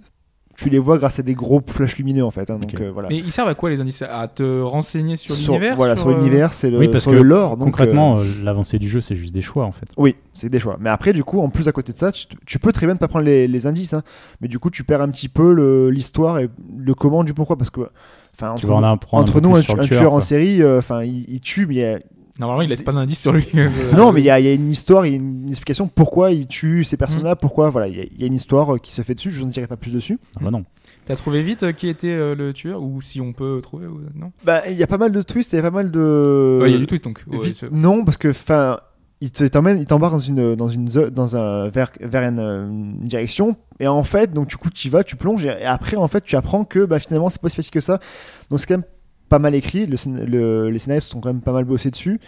S2: tu les vois grâce à des gros flashs lumineux, en fait. hein, donc
S4: Ok.
S2: euh, voilà.
S3: Mais ils servent à quoi les indices À te renseigner sur,
S2: Sur-
S3: l'univers
S2: Voilà, sur
S3: euh,
S2: l'univers, c'est le,
S4: Oui, parce
S2: sur
S4: que
S2: le lore. donc, euh,
S4: Concrètement, euh, l'avancée du jeu, c'est juste des choix en fait.
S2: oui, c'est des choix. Mais après, du coup, en plus à côté de ça, tu, tu peux très bien ne pas prendre les, les indices, hein, mais du coup, tu perds un petit peu le- l'histoire et le comment, du pourquoi. Parce que. Enfin, entre,
S4: Tu vas en apprendre un
S2: entre
S4: peu
S2: nous,
S4: plus
S2: un,
S4: sur
S2: tu-
S4: le
S2: un tueur, en
S4: quoi.
S2: série, euh, enfin, il, il tue, mais il y a-
S3: euh, Normalement il laisse pas d'indice sur lui.
S2: [laughs] Non, mais il y, a il y a une histoire, il y a une explication pourquoi il tue ces personnes-là, pourquoi. Voilà, il y, a- il y a une histoire euh, qui se fait dessus, je vous en dirai pas plus dessus.
S4: Ah bah non.
S3: T'as trouvé vite euh, qui était euh, le tueur ou si on peut trouver ou euh, non
S2: Bah, il y a pas mal de twists, il y a pas mal
S3: Ouais,
S2: de.
S3: Il y a du twist donc. Ouais,
S2: Euh, Vite-
S3: c'est-
S2: Non, parce que, enfin, il te- t'emmène, il t'embarque dans une, dans une, zo- dans un, vers, vers une, euh, une direction, et en fait, donc du coup, tu y vas, tu plonges, et et après, en fait, tu apprends que, bah, finalement, c'est pas si facile que ça. Donc, c'est quand même pas mal écrit, le scén- le- les scénaristes sont quand même pas mal bossés dessus.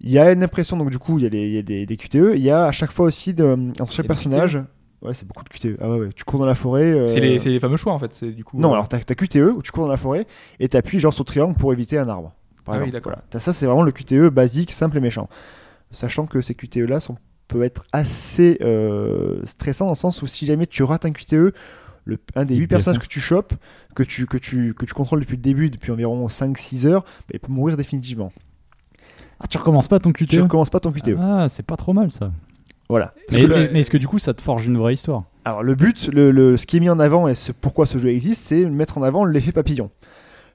S2: Il y a une impression, donc du coup, il y a, les- il y a des, des QTE, il y a à chaque fois aussi, de, entre chaque
S3: des E
S2: personnage, ouais, c'est beaucoup de QTE. Ah ouais, ouais, tu cours dans la forêt. euh,
S3: C'est les, c'est les fameux choix en fait. C'est du coup.
S2: Non,
S3: euh,
S2: alors t'as t'as QTE où tu cours dans la forêt et t'appuies genre sur le triangle pour éviter un arbre. Par
S3: Ah oui,
S2: exemple.
S3: d'accord.
S2: Voilà. T'as ça, c'est vraiment le QTE basique, simple et méchant. Sachant que ces QTE là sont peuvent être assez euh, stressants dans le sens où si jamais tu rates un QTE, le, un des
S4: Il
S2: 8
S4: te défend.
S2: personnages que tu chopes, que tu, que, tu, que tu contrôles depuis le début, depuis environ 5-6 heures, bah, il peut mourir définitivement.
S4: Ah, tu recommences pas ton QTE
S3: E
S2: Tu recommences pas ton E QTE.
S4: Ah, c'est pas trop mal ça.
S2: Voilà.
S4: Mais,
S3: que-
S4: mais- mais est-ce que du coup ça te forge une vraie histoire
S2: Alors le but, le, le- ce qui est mis en avant et ce, pourquoi ce jeu existe, c'est mettre en avant l'effet papillon.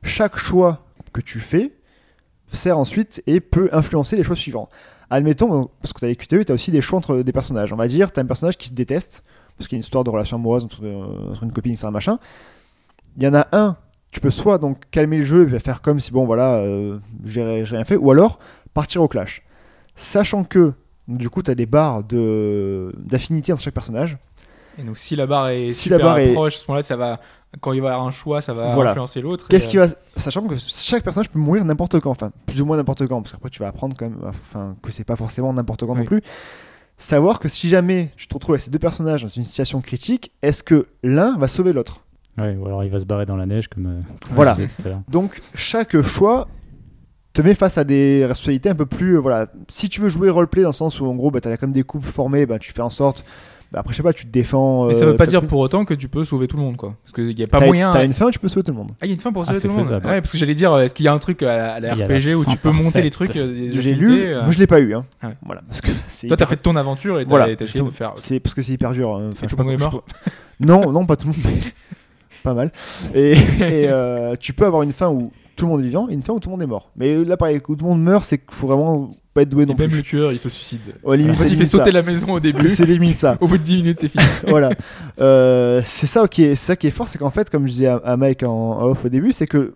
S2: Chaque choix que tu fais sert ensuite et peut influencer les choix suivants. Admettons, parce que tu as les QTE, tu as aussi des choix entre des personnages. On va dire, tu as un personnage qui se déteste, parce qu'il y a une histoire de relation amoureuse entre, euh, entre une copine, c'est un machin. Il y en a un, tu peux soit donc calmer le jeu et faire comme si, bon voilà, euh, j'ai j'ai rien fait, ou alors partir au clash. Sachant que, du coup, tu as des barres de- d'affinité entre chaque personnage.
S3: Et donc si la barre est
S2: Si la
S3: super
S2: barre est-
S3: proche, à ce moment-là, ça va. Quand il va y avoir un choix, ça va
S2: Voilà.
S3: influencer l'autre.
S2: Qu'est-ce
S3: et,
S2: qui va. Sachant que chaque personnage peut mourir n'importe quand, enfin, plus ou moins n'importe quand, parce qu'après tu vas apprendre quand même enfin, que c'est pas forcément n'importe quand non
S3: Oui.
S2: plus. Savoir que si jamais tu te retrouves avec ces deux personnages dans une situation critique, est-ce que l'un va sauver l'autre
S4: Ouais, ou alors il va se barrer dans la neige comme. euh,
S2: Voilà.
S4: je disais tout à l'heure.
S2: Donc chaque choix te met face à des responsabilités un peu plus euh, voilà si tu veux jouer roleplay dans le sens où en gros bah, t'as comme des couples formés bah, tu fais en sorte bah, après je sais pas tu te défends
S3: Mais ça veut
S2: euh,
S3: pas
S2: t'as-
S3: dire pour autant que tu peux sauver tout le monde, quoi. Parce qu'il n'y a pas
S2: t'as-
S3: moyen.
S2: t'as
S3: Ah,
S2: une fin tu peux sauver tout le monde
S3: il y a une fin pour sauver
S4: Ah,
S3: tout le
S4: c'est
S3: monde.
S4: faisable.
S3: Ouais, parce que j'allais dire, est-ce qu'il y a un truc à la, à la
S4: Il y a la
S3: RPG où
S4: fin
S3: tu peux monter les
S4: parfaite.
S3: trucs euh, des
S2: j'ai
S3: affinités,
S2: lu
S3: euh.
S2: moi je l'ai pas eu hein.
S3: Ah ouais.
S2: voilà parce que [laughs] c'est
S3: Toi, t'as
S2: hyper-
S3: fait ton aventure et t'as
S2: Voilà.
S3: t'as essayé de
S2: Surtout-
S3: faire.
S2: C'est parce que c'est hyper dur. hein. Enfin,
S3: Ah, Et
S2: je
S3: tout
S2: sais
S3: le monde est
S2: pas-
S3: mort.
S2: Non, non, pas tout le monde. mais [laughs] pas mal. Et,
S3: [laughs]
S2: et, euh, tu peux avoir une fin où tout le monde est vivant et une fin où tout le monde est mort. Mais là, pareil, où tout le monde meurt, c'est qu'il faut vraiment pas être doué
S3: Et
S2: non
S3: même
S2: plus.
S3: le tueur, il se suicide.
S2: Ouais, limite,
S3: Quand
S2: c'est
S3: il fait
S2: limite
S3: sauter
S2: ça.
S3: la maison au début,
S2: C'est limite
S3: [laughs]
S2: ça.
S3: au bout de 10 minutes, c'est fini.
S2: voilà. Euh, c'est ça qui est, c'est ça qui est fort, c'est qu'en fait, comme je disais à, à Mike en, en off au début, c'est que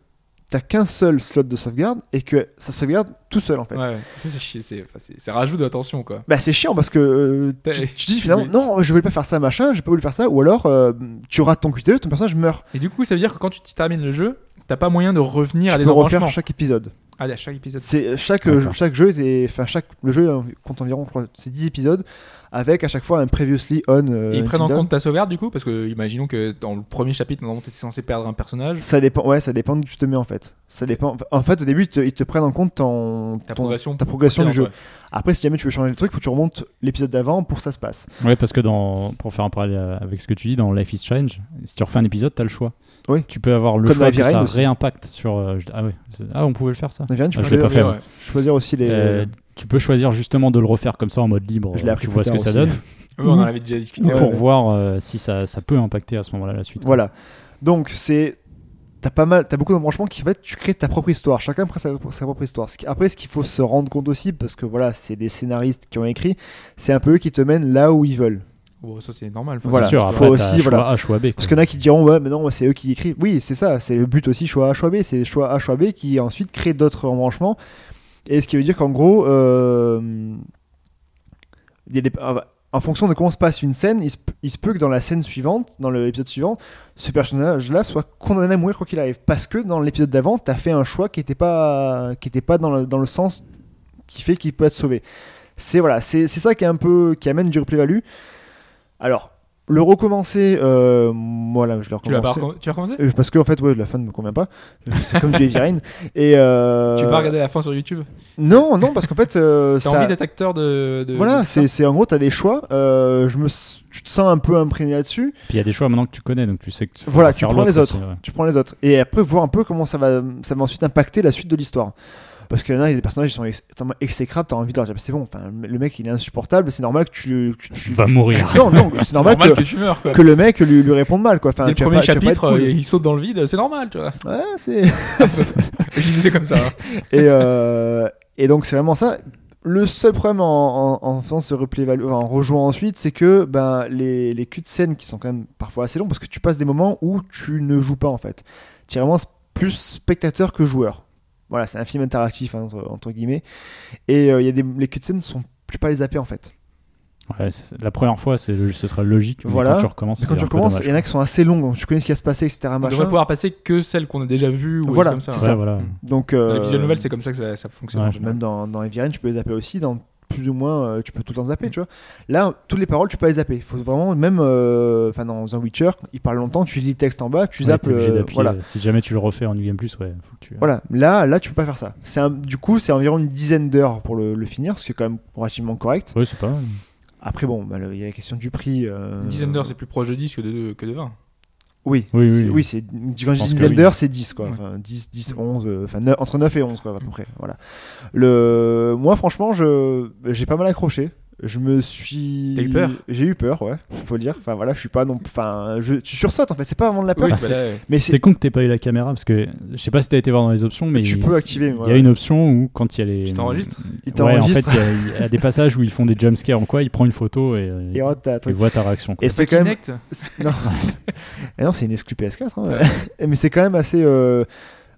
S2: t'as qu'un seul slot de sauvegarde et que ça sauvegarde tout seul en fait.
S3: Ouais, ouais. Ça, c'est chier. C'est enfin, c'est- ça rajoute de la tension, quoi.
S2: Bah c'est chiant parce que euh,
S3: T'as-
S2: tu, tu
S3: [laughs]
S2: dis finalement
S3: Mais-
S2: non je voulais pas faire ça machin j'ai pas voulu faire ça ou alors euh, tu rates ton QTE ton personnage meurt
S3: Et du coup, ça veut dire que quand tu termines le jeu, t'as pas moyen de revenir à
S2: tu
S3: des
S2: peux refaire
S3: embranchements.
S2: chaque épisode.
S3: Allez, à chaque épisode.
S2: C'est chaque
S4: D'accord.
S2: jeu- chaque jeu était enfin chaque le jeu euh, compte environ je crois, c'est 10 épisodes avec à chaque fois un previously on euh,
S3: Et ils prennent en
S2: until dawn.
S3: compte ta sauvegarde du coup Parce que imaginons que dans le premier chapitre, normalement t'es censé perdre un personnage.
S2: ça dépend ouais ça dépend d'où tu te mets en fait ça dépend en fait au début ils te, ils te prennent en compte ton,
S3: Ta
S2: ton-
S3: progression
S2: ta progression du
S3: précédente,
S2: jeu
S3: ouais.
S2: après si jamais tu veux changer le truc faut que tu remontes l'épisode d'avant pour que ça se passe
S4: Ouais, parce que dans, pour faire un parallèle euh, avec ce que tu dis, dans Life is Strange, si tu refais un épisode, t'as le choix.
S2: Oui.
S4: Tu peux avoir le
S2: Comme
S4: choix
S2: Heavy
S4: que ça
S2: Rain aussi.
S4: réimpacte sur. euh, je- ah ouais, c'est- ah, on pouvait le faire ça.
S2: Navian, tu
S4: Ah,
S2: peux
S4: je l'ai
S2: choisir,
S4: pas fait.
S3: Ouais,
S4: moi.
S2: choisir aussi les
S4: Euh, tu peux choisir justement de le refaire comme ça en mode libre.
S2: Je l'ai
S4: euh,
S2: appris
S4: Tu
S2: plus
S4: vois ce que
S2: tard
S4: ça
S2: aussi.
S4: donne.
S3: Ouais, on en avait déjà discuté.
S4: Ou
S3: ouais.
S4: pour voir euh, si ça, ça peut impacter à ce moment-là la suite. quoi.
S2: Voilà. Donc c'est t'as pas mal, t'as beaucoup d'embranchements qui en fait tu crées ta propre histoire. Chacun prend sa, sa propre histoire. Ce qui- Après, ce qu'il faut se rendre compte aussi, parce que voilà, c'est des scénaristes qui ont écrit, c'est un peu eux qui te mènent là où ils veulent.
S3: Bon, ça c'est normal.
S4: C'est
S2: Voilà.
S4: sûr,
S2: Faut
S4: après, t'as
S2: aussi,
S4: choix
S2: voilà.
S4: A, choix B. quoi.
S2: Parce qu'il y en a qui diront ouais, mais non, moi, c'est eux qui écrivent. Oui, c'est ça. C'est le but aussi choix A choix B. C'est choix A choix B qui ensuite crée d'autres embranchements. Et ce qui veut dire qu'en gros, euh, il y a des- en fonction de comment se passe une scène, il se, il se peut que dans la scène suivante, dans l'épisode suivant, ce personnage-là soit condamné à mourir quoi qu'il arrive. Parce que dans l'épisode d'avant, t'as fait un choix qui n'était pas, qui était pas dans, le, dans le sens qui fait qu'il peut être sauvé. C'est voilà, c'est c'est ça qui est un peu qui amène du replay value. Alors le recommencer, euh, voilà, je le
S3: Tu l'as pas
S2: recommence.
S3: recomm- tu as recommencé
S2: Euh, Parce que en fait, ouais, la fin ne me convient pas. Euh, C'est comme du
S3: [laughs]
S2: Heavy Rain. Et euh,
S3: Tu vas regarder la fin sur YouTube
S2: Non, non, parce qu'en fait, euh,
S3: T'as
S2: ça-
S3: envie d'être acteur de. de-
S2: voilà,
S3: de-
S2: c'est c'est- en gros, t'as des choix. euh, je me, s- tu te sens un peu imprégné là-dessus.
S4: Puis il y a des choix maintenant que tu connais, donc tu sais que tu
S2: Voilà,
S4: vas
S2: tu
S4: faire
S2: prends
S4: l'autre euh,
S2: les autres.
S4: aussi, ouais.
S2: Tu prends les autres. Et après, voir un peu comment ça va, ça va ensuite impacter la suite de l'histoire. Parce qu'il y en a, il y a des personnages qui sont ex- tellement exécrables, t'as envie de leur dire, Bah, c'est bon, enfin, le mec il est insupportable, c'est normal que tu. que tu-
S4: Tu vas mourir.
S2: Non, non, c'est
S3: C'est normal,
S2: normal,
S3: que...
S2: que,
S3: tu meurs quoi.
S2: que le mec lui, lui réponde mal, quoi. Enfin,
S3: Dès le
S2: tu vas
S3: premier
S2: pas- tu vas pas être
S3: chapitre,
S2: cool.
S3: euh, il saute dans le vide, c'est normal, tu vois.
S2: Ouais, c'est.
S3: Je disais comme ça. hein.
S2: et, euh, et donc c'est vraiment ça. Le seul problème en, en, en faisant ce replay value, enfin, en rejouant ensuite, c'est que ben, les, les culs de scène qui sont quand même parfois assez longs, parce que tu passes des moments où tu ne joues pas en fait. Tu es vraiment sp- plus spectateur que joueur. Voilà, c'est un film interactif hein, entre, entre guillemets. Et euh, il y a des, les cuts de scène sont plus pas les zapper en fait.
S4: Ouais, c'est- la première fois, c'est le- ce sera logique. mais
S2: Voilà.
S4: Quand tu recommences,
S2: Mais quand
S4: c'est
S2: tu
S4: un peu
S2: recommences,
S4: dommage,
S2: il y en a qui sont assez longs, donc tu connais ce qui va se passer, etc.
S3: On devrait
S2: Machin.
S3: pouvoir passer que celles qu'on a déjà vues ou
S2: Voilà,
S3: des trucs
S4: quoi.
S3: comme
S2: c'est
S3: ça.
S4: Ouais, voilà.
S2: Donc,
S3: Dans
S2: euh,
S3: les visual novels, c'est comme ça que ça, ça fonctionne
S4: ouais.
S3: en général.
S2: Même dans, dans Heavy Rain, tu peux les zapper aussi. Dans plus ou moins, euh, tu peux tout le temps
S4: Mmh.
S2: zapper, tu vois. Là, toutes les paroles, tu peux les zapper. Faut vraiment, même euh, enfin dans un Witcher, il parle longtemps, tu lis le texte en bas, tu
S4: Ouais,
S2: zappes.
S4: t'es obligé
S2: euh,
S4: d'appuyer.
S2: voilà.
S4: Si jamais tu le refais en New Game Plus, ouais, faut que tu.
S2: Voilà, là, là, tu peux pas faire ça. C'est un- du coup, c'est environ une dizaine d'heures pour le, le finir, ce qui est quand même relativement correct.
S4: Ouais, c'est pas. mal.
S2: Après, bon, bah, le- il y a la question du prix. euh,
S3: Une dizaine d'heures, c'est plus proche de 10 que de, que de 20.
S2: Oui,
S4: Oui,
S2: c'est-
S4: oui.
S2: oui, c'est quand je dis
S4: pense
S2: une
S4: que
S2: dizaine
S4: oui.
S2: d'heures, c'est 10 quoi,
S3: Ouais.
S2: enfin 10 10 11 euh, enfin neuf- entre 9 et 11 quoi à
S4: Mm.
S2: peu près, voilà. Le moi franchement, je j'ai pas mal accroché. Je me suis
S3: T'as eu peur
S2: J'ai eu peur, ouais, faut le dire. Enfin voilà, je suis pas non enfin je tu sursautes en fait, c'est pas vraiment de la peur.
S3: Oui,
S4: bah,
S3: c'est vrai.
S2: Mais
S4: C'est
S2: c'est
S4: con que t'aies pas eu la caméra parce que je sais pas si t'as été voir dans les options, mais
S2: tu
S4: il-
S2: peux activer,
S4: Il y a
S2: ouais.
S4: une option où quand il y a les.
S3: Tu t'enregistres
S2: il
S4: Ouais, en fait,
S2: t'enregistre
S4: il y a- il y, a des passages où ils font des jumpscares ou quoi, il prend une photo et, euh,
S2: et hop, t'as un
S4: il
S2: truc.
S4: voit ta réaction. quoi.
S2: Et c'est
S3: Pas
S2: quand même
S3: Kinect
S2: non. [laughs] Eh non, c'est une exclu PS4 hein. [laughs] mais c'est quand même assez euh,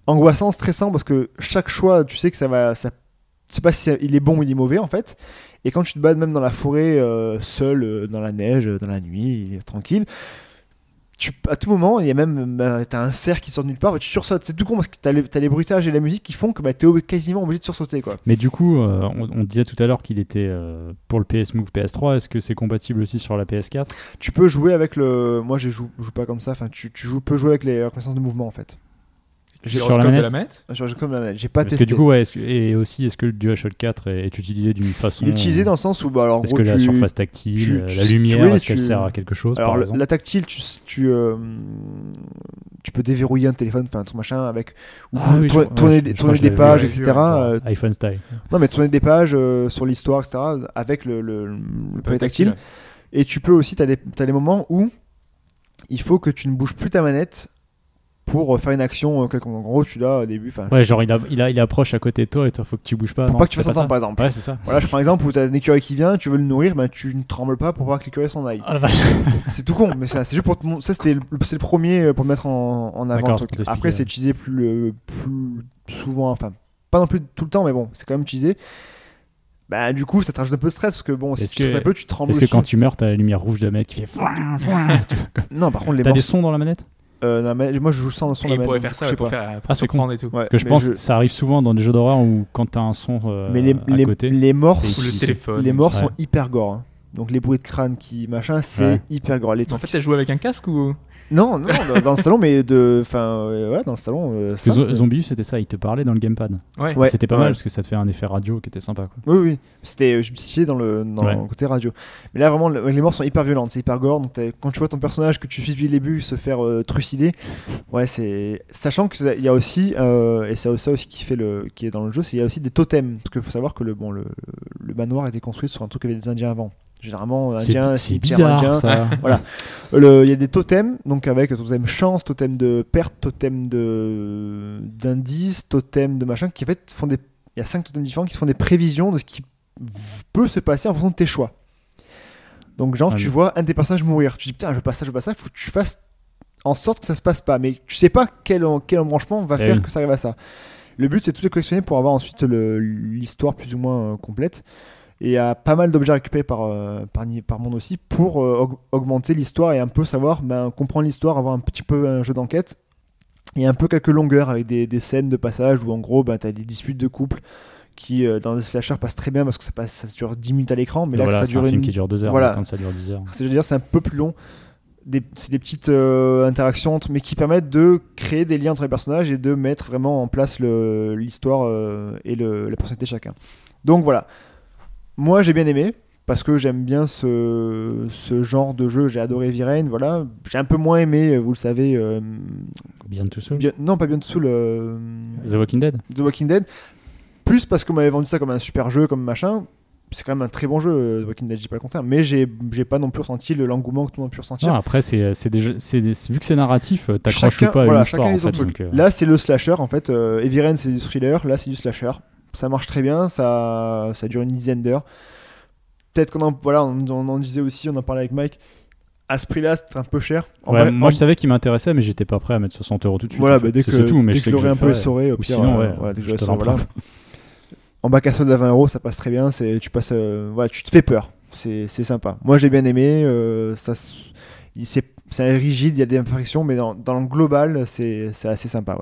S2: angoissant, stressant parce que chaque choix, tu sais que ça va ça tu sais pas si il est bon ou il est mauvais en fait. Et quand tu te balades même dans la forêt, euh, seul, euh, dans la neige, euh, dans la nuit, il est tranquille, tu, à tout moment, il y a même bah, t'as un cerf qui sort de nulle part, bah, tu sursautes. C'est tout con parce que t'as les, t'as les bruitages et la musique qui font que bah, t'es ob- quasiment obligé de sursauter. Quoi.
S4: Mais du coup, euh, on, on disait tout à l'heure qu'il était euh, pour le PS Move PS3. Est-ce que c'est compatible aussi sur la PS4
S2: Tu peux jouer avec le. Moi, je joue, je joue pas comme ça. Enfin, tu, tu joues, peux jouer avec les reconnaissances de mouvement en fait.
S4: Sur
S3: Gyroscope
S4: la
S3: de
S4: manette
S3: la manette
S2: Je- je- comme la- J'ai pas
S4: Parce
S2: testé.
S4: que du coup, ouais, est-ce que- et aussi, est-ce que le DualShock 4 est, est utilisé d'une façon.
S2: Il est utilisé dans le sens où, bah, alors, en
S4: Est-ce
S2: gros,
S4: que la
S2: tu-
S4: surface tactile,
S2: tu-
S4: euh,
S2: tu-
S4: la
S2: tu-
S4: lumière,
S2: oui,
S4: est-ce qu'elle
S2: tu-
S4: sert à quelque chose
S2: Alors,
S4: par
S2: la-
S4: exemple
S2: la tactile, tu, tu, euh, tu peux déverrouiller un téléphone, enfin ton machin avec ou
S4: Ah oui, je-
S2: tourner,
S4: ouais,
S2: tourner
S4: je-
S2: des-
S4: je crois
S2: tourner
S4: que je
S2: des
S4: l'avais
S2: pages,
S3: vu,
S2: etc.
S3: ouais,
S2: euh,
S4: iPhone style.
S2: non, mais tourner des pages euh, sur l'histoire, etc. Avec le, le, le palais tactile. Et tu peux aussi, tu as, des moments où il faut que tu ne bouges plus ta manette pour euh, faire une action euh, quelconque. En gros, tu dois au début, enfin,
S4: Ouais, genre il, a- il, a- il approche à côté de toi et toi, faut que tu bouges pas.
S2: pour
S4: non,
S2: pas que tu
S4: c'est
S2: fasses
S4: ça
S2: entendre, par exemple.
S4: Ouais, c'est ça.
S2: Voilà, je prends un exemple où tu as un écureuil qui vient, tu veux le nourrir, ben, tu ne trembles pas pour pas que l'écureuil s'en aille.
S4: Ah, la vache.
S2: c'est tout con, mais c'est c'est juste pour te mon- ça c'était le, c'est le premier euh, pour mettre en, en avant.
S4: D'accord,
S2: le
S4: c'est
S2: truc.
S4: pour t'expliquer,
S2: Après, c'est
S4: ouais.
S2: utilisé plus, euh, plus souvent, enfin pas non plus tout le temps, mais bon, c'est quand même utilisé. Bah du coup, ça te rajoute un peu de stress parce que bon, si
S4: Est-ce
S2: tu
S4: que-
S2: fais très peu, tu trembles
S4: Est-ce
S2: aussi.
S4: que quand tu meurs, t'as la lumière rouge de la manette qui fait. foin, foin Tu-
S2: Non, par contre, les
S4: T'as des
S2: morceaux.
S4: sons dans la manette
S2: euh, non, mais moi, je joue sans le son. de
S3: Et
S2: la
S3: il pourrait
S2: manette, donc je
S3: faire ça
S2: sais
S3: pour
S2: pas.
S3: faire
S4: Ah,
S3: pour
S4: c'est con.
S3: surprendre et tout.
S2: Ouais,
S4: Parce que je
S2: Euh, mais
S4: pense que ça arrive souvent dans des jeux d'horreur où quand t'as un son euh,
S2: Mais les,
S4: à
S2: les,
S4: côté.
S2: les morts,
S4: c'est-
S3: Ou le
S4: c'est-
S3: téléphone.
S2: les morts sont
S4: Ouais.
S2: hyper gore. hein. Donc les bruits de crâne qui machin, c'est
S4: Ouais.
S2: hyper gore. Les
S3: En
S2: trucs
S3: fait,
S2: qui-
S3: t'as joué avec un casque ou
S2: Non, non, dans- dans le salon, mais de, enfin, euh, ouais, dans le salon. euh,
S4: Parce que
S2: simple.
S4: Zo- Zombius, c'était ça, il te parlait dans le gamepad.
S3: Ouais.
S2: Ouais.
S4: C'était pas
S2: ouais.
S4: mal parce que ça te fait un effet radio qui était sympa. Quoi.
S2: Oui, oui, c'était euh, justifié dans le dans
S4: Ouais.
S2: le côté radio. Mais là, vraiment, le- les morts sont hyper violentes, c'est hyper gore. Donc, t'as- quand tu vois ton personnage que tu suis depuis le début se faire euh, trucider, ouais, c'est. Sachant qu'il y a aussi, euh, et c'est ça aussi qui, fait le, qui est dans le jeu, c'est qu'il y a aussi des totems. Parce qu'il faut savoir que le, bon, le, le manoir était construit sur un truc avec des Indiens avant. Généralement,
S4: C'est
S2: Indiens,
S4: c'est
S2: cimetière
S4: bizarre
S2: indien. [laughs]
S4: ça.
S2: Le- Il y a des totems, donc avec totem chance, totem de perte, totem de d'indice, totem de machin, qui en fait font des. Il y a cinq totems différents qui font des prévisions de ce qui peut se passer en fonction de tes choix. Donc genre
S4: Ah
S2: tu
S4: oui.
S2: vois un des personnages mourir, tu dis putain je passe ça, je passe ça, faut que tu fasses en sorte que ça se passe pas, mais tu sais pas quel, en- quel embranchement va
S4: Eh
S2: faire
S4: oui.
S2: que ça arrive à ça. Le but c'est de tout les collectionner pour avoir ensuite le- l'histoire plus ou moins euh, complète. Et il y a pas mal d'objets récupérés par, euh, par, ni- par monde aussi pour euh, aug- augmenter l'histoire et un peu savoir, ben, comprendre l'histoire, avoir un petit peu un jeu d'enquête. Et un peu quelques longueurs avec des, des scènes de passage où en gros ben, t'as des disputes de couple qui euh, dans des slashers passent très bien parce que ça, passe, ça dure 10 minutes à l'écran, mais là que ça
S4: voilà, c'est un
S2: dure
S4: film
S2: une,
S4: qui dure deux heures.
S2: Voilà.
S4: Quand ça dure 10 heures.
S2: c'est-à-dire c'est un peu plus long. Des- C'est des petites euh, interactions, entre- mais qui permettent de créer des liens entre les personnages et de mettre vraiment en place le- l'histoire euh, et le- la personnalité de chacun. Donc voilà. Moi j'ai bien aimé parce que j'aime bien ce, ce genre de jeu. J'ai adoré Virane, voilà. J'ai un peu moins aimé, vous le savez. euh,
S4: Bien tout seul.
S2: Beyond- non, pas Beyond Soul. euh,
S4: The Walking Dead
S2: The Walking Dead. Plus parce qu'on m'avait vendu ça comme un super jeu, comme machin. C'est quand même un très bon jeu, euh, The Walking Dead, je dis pas le contraire. Mais j'ai j'ai pas non plus ressenti le- l'engouement que tout le monde a pu ressentir.
S4: Non, après, c'est c'est des jeux- c'est des- vu que c'est narratif, euh, t'accroches Ah, ou
S2: Chacun-
S4: pas à
S2: voilà,
S4: une
S2: chacun
S4: histoire. En
S2: les
S4: fait,
S2: autres
S4: donc, euh,
S2: Là, c'est le slasher en fait. Euh, Heavy Rain, c'est du thriller. Là, c'est du slasher. Ça marche très bien. Ça, ça dure une dizaine d'heures. Peut-être qu'on en, voilà, on, on en disait aussi, on en parlait avec Mike. À ce prix-là, c'est un peu cher. En
S4: ouais,
S2: vrai,
S4: moi,
S2: en-
S4: je savais qu'il m'intéressait, mais j'étais pas prêt à mettre 60 euros tout de suite.
S2: voilà,
S4: en fait.
S2: bah, dès
S4: C'est-
S2: que,
S4: c'est tout, mais
S2: dès
S4: je
S2: que
S4: sais
S2: je
S4: que
S2: l'aurai
S4: je
S2: un
S4: le
S2: peu
S4: ferai.
S2: essoré, au
S4: Ou
S2: pire,
S4: sinon,
S2: euh,
S4: ouais,
S2: voilà, dès que je
S4: je
S2: le [laughs]
S4: te
S2: sors, voilà.
S4: l'emprunte.
S2: En bac à solde à 20 euros, ça passe très bien. C'est, tu passes, euh, voilà, tu te fais peur. c'est c'est sympa. Moi, j'ai bien aimé. euh, ça, s- il- c'est c'est rigide, il y a des imperfections, mais dans, dans le global, c'est c'est assez sympa. Ouais.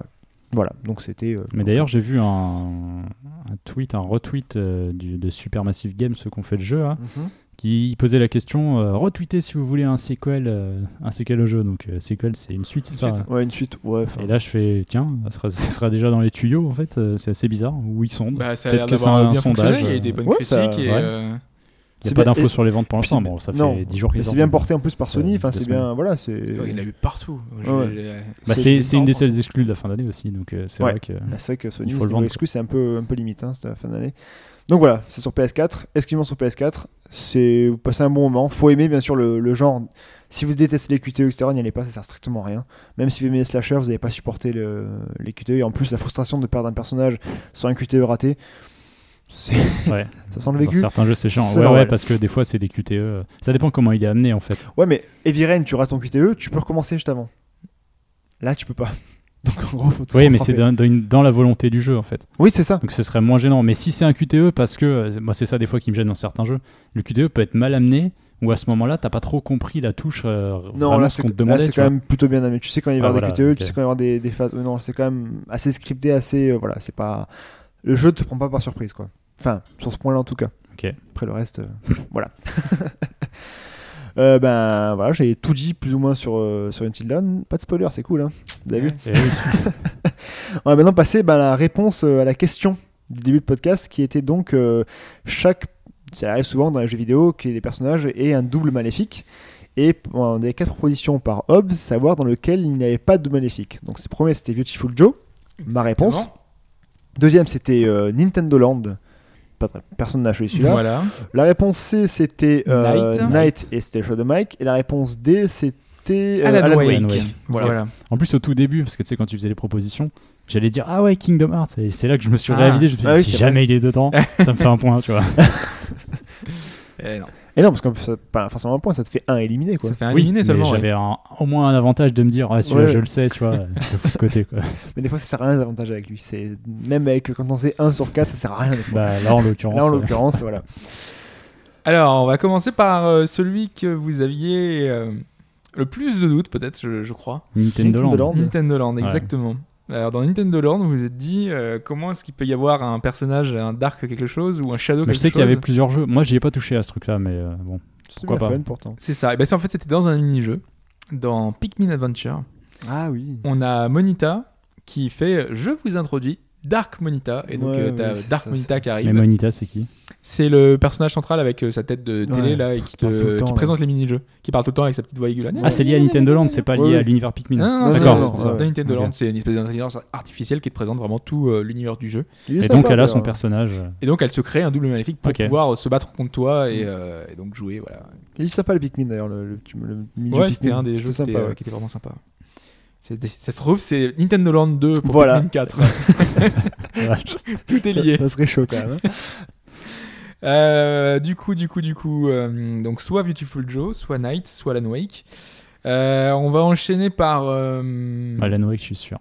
S2: Voilà, donc c'était. euh,
S4: Mais d'ailleurs, j'ai vu un, un tweet, un retweet euh, du- de Supermassive Games, ceux qu'on fait le jeu, hein,
S2: Mhm.
S4: qui posait la question euh, retweetez si vous voulez un sequel, euh, un sequel au jeu. Donc, euh, sequel, c'est une suite, c'est ça
S3: suite.
S2: Ouais, une suite. Ouais, enfin,
S4: Et là, je fais tiens, ça sera, ça sera déjà dans les tuyaux, en fait. euh, c'est assez bizarre. Où ils sont
S3: Bah, ça a
S4: Peut-être
S3: l'air
S4: que c'est
S3: d'avoir
S4: un
S3: bien
S4: sondage,
S3: fonctionné, Il y a eu des
S4: euh,
S3: bonnes
S2: ouais,
S3: critiques.
S2: ça-
S3: et,
S4: ouais.
S3: euh,
S4: Il n'y
S2: c'est
S4: a pas
S2: bien-
S4: d'infos
S2: et-
S4: sur les ventes pour l'instant.
S2: puis-
S4: Bon, ça
S2: non,
S4: fait 10 jours
S2: mais
S4: qu'ils
S2: c'est
S4: sortent.
S2: bien porté en plus par Sony.
S4: Euh,
S2: Enfin,
S4: deux
S2: c'est bien. Voilà, c'est.
S3: il y en a eu partout. J'ai-
S2: Ouais.
S3: j'ai-
S4: Bah, c'est c'est une des seules exclus de la fin d'année aussi. Donc, euh, c'est
S2: Ouais. [laughs]
S4: vrai que.
S2: Bah, c'est vrai que Sony,
S4: Il faut
S2: niveau
S4: le vendre,
S2: exclu, c'est un peu, un peu limite, hein, c'était la fin d'année. Donc voilà, c'est sur PS4, exclusivement sur PS4. C'est vous passez un bon moment. Faut aimer bien sûr le, le genre. Si vous détestez les QTE, etc., n'y allez pas, ça sert strictement à rien. Même si vous aimez les slashers, vous n'avez pas supporté le- les QTE. Et en plus, la frustration de perdre un personnage sur un QTE raté, c'est- [laughs]
S4: Ouais.
S2: ça sent le
S4: Dans
S2: vécu.
S4: certains jeux, c'est chiant.
S2: C'est
S4: Ouais, ouais,
S2: normal.
S4: parce que des fois, c'est des QTE. euh, Ça dépend comment il est amené, en fait.
S2: Ouais, mais Heavy Rain, tu rates ton QTE, tu peux recommencer juste avant. Là, tu peux pas. [laughs] Donc en gros, faut tout
S4: Oui,
S2: s'en
S4: mais c'est
S2: frapper.
S4: dans, dans une- dans la volonté du jeu, en fait.
S2: Oui, c'est ça.
S4: Donc ce serait moins gênant. Mais si c'est un QTE, parce que, euh, moi c'est ça des fois qui me gêne dans certains jeux, le QTE peut être mal amené, ou à ce moment-là, t'as pas trop compris la touche, euh,
S2: Non,
S4: vraiment
S2: là
S4: ce
S2: c'est
S4: qu'on te
S2: là,
S4: demandait.
S2: c'est
S4: tu
S2: quand
S4: vois.
S2: même plutôt bien amené. Tu sais quand il va y
S4: Ah,
S2: avoir
S4: voilà,
S2: des QTE,
S4: ok.
S2: tu sais quand il va y avoir des, des phases. Non, c'est quand même assez scripté, assez. euh, voilà, c'est pas. Le jeu te prend pas par surprise, quoi. Enfin, sur ce point-là en tout cas.
S4: Ok.
S2: Après le reste, euh, [laughs] voilà. Euh, ben voilà, j'ai tout dit plus ou moins sur, euh, sur Until Dawn. Pas de spoiler, c'est cool. Hein. Vous avez vu
S4: Eh oui.
S2: on va maintenant passer bah, à la réponse euh, à la question du début de podcast qui était donc euh, chaque. Ça arrive souvent dans les jeux vidéo qu'il y ait des personnages et un double maléfique. Et p- on avait quatre propositions par Hobbes, savoir dans lequel il n'y avait pas de maléfique. Donc, c'est premier, c'était Beautiful Joe. Ma réponse.
S3: Exactement.
S2: Deuxième, c'était euh, Nintendo Land. Pas- Personne n'a choisi celui-là.
S3: Voilà.
S2: La réponse C, c'était euh,
S3: Knight.
S2: Knight. et c'était le show de Mike. Et la réponse D, c'était euh,
S3: Alan, Wake.
S4: Alan Wake.
S3: Voilà.
S4: en plus, au tout début, parce que tu sais, quand tu faisais les propositions, j'allais dire Ah ouais, Kingdom Hearts, et c'est là que je me suis
S3: Ah.
S4: réalisé, je me suis dit,
S2: Ah oui,
S4: si
S2: c'est
S4: jamais il est dedans, ça me fait un point, tu vois.
S3: Eh non,
S2: Et non, parce que ça, pas forcément un point, ça te fait un éliminé. Quoi.
S3: ça fait un
S4: oui,
S3: éliminé
S4: mais
S3: seulement. ouais.
S4: j'avais un- au moins un avantage de me dire Ah, celui-là,
S2: Ouais.
S4: je le sais, tu vois, je le fous de côté,
S2: [laughs]
S4: quoi.
S2: Mais des fois, ça sert à rien les avantages avec lui. C'est même avec quand on sait 1 sur 4, ça sert à rien. Des fois.
S4: Bah, là, en l'occurrence.
S2: Là, en
S4: euh,
S2: l'occurrence, voilà.
S3: Alors, on va commencer par euh, celui que vous aviez euh, le plus de doutes, peut-être, je, je crois.
S4: euh, Nintendo
S2: Nintendo
S4: Land.
S2: Land.
S3: Nintendo Land,
S4: Ouais.
S3: exactement. Alors, dans Nintendo Land, vous vous êtes dit euh, comment est-ce qu'il peut y avoir un personnage, un Dark quelque chose ou un Shadow
S4: Mais
S3: quelque
S4: je sais
S3: chose
S4: qu'il y avait plusieurs jeux. Moi, j'y ai pas touché à ce truc-là, mais euh, bon.
S2: C'est
S4: Pourquoi
S2: bien
S4: pas.
S2: fun pourtant.
S3: C'est ça. Et ben, c'est- en fait, c'était dans un mini-jeu, dans Pikmin Adventure.
S2: Ah oui.
S3: on a Monita qui fait euh, je vous introduis Dark Monita et donc
S2: Ouais,
S3: euh, t'as
S2: ouais, c'est
S3: Dark
S2: ça,
S3: Monita qui
S4: Mais
S3: arrive
S4: Monita, c'est qui
S3: c'est le personnage central avec euh, sa tête de télé
S2: Ouais,
S3: là et qui,
S2: parle
S3: te-
S2: tout le
S3: qui
S2: temps, là.
S3: présente les mini-jeux qui parle tout le temps avec sa petite voix aiguë là.
S4: Ah, c'est lié à Nintendo Land, c'est pas lié
S2: Ouais,
S4: à
S2: ouais.
S4: l'univers Pikmin.
S3: Non, non, non,
S4: Ah, D'accord,
S3: non,
S4: c'est
S3: non,
S4: pour
S2: ouais.
S4: ça.
S3: dans Nintendo
S4: Ok.
S3: Land, c'est une espèce d'intelligence artificielle qui te présente vraiment tout euh, l'univers du jeu.
S2: Il est
S4: Et
S2: sympa,
S4: donc, elle a
S2: d'ailleurs.
S4: son personnage. euh,
S3: Et donc, elle se crée un double maléfique pour
S4: Ok. Mm.
S3: pouvoir euh, se battre contre toi et, euh, et donc jouer. Voilà.
S2: Il est sympa le Pikmin d'ailleurs, le, le, le, mini
S3: Ouais,
S2: Pikmin.
S3: c'était un des jeux qui
S2: sympa.
S3: était, euh,
S2: ouais.
S3: qui était vraiment sympa. C'est- Ça se trouve, c'est Nintendo Land 2 pour
S2: Voilà.
S3: Pikmin
S4: [laughs]
S3: 4.
S4: vache.
S3: tout est lié.
S2: Ça serait chaud quand même.
S3: [laughs]
S2: hein.
S3: Euh, du coup, du coup, du coup, euh, donc soit Beautiful Joe, soit Night, soit Alan Wake. Euh, on va enchaîner par euh,
S4: Alan Wake, je suis sûr.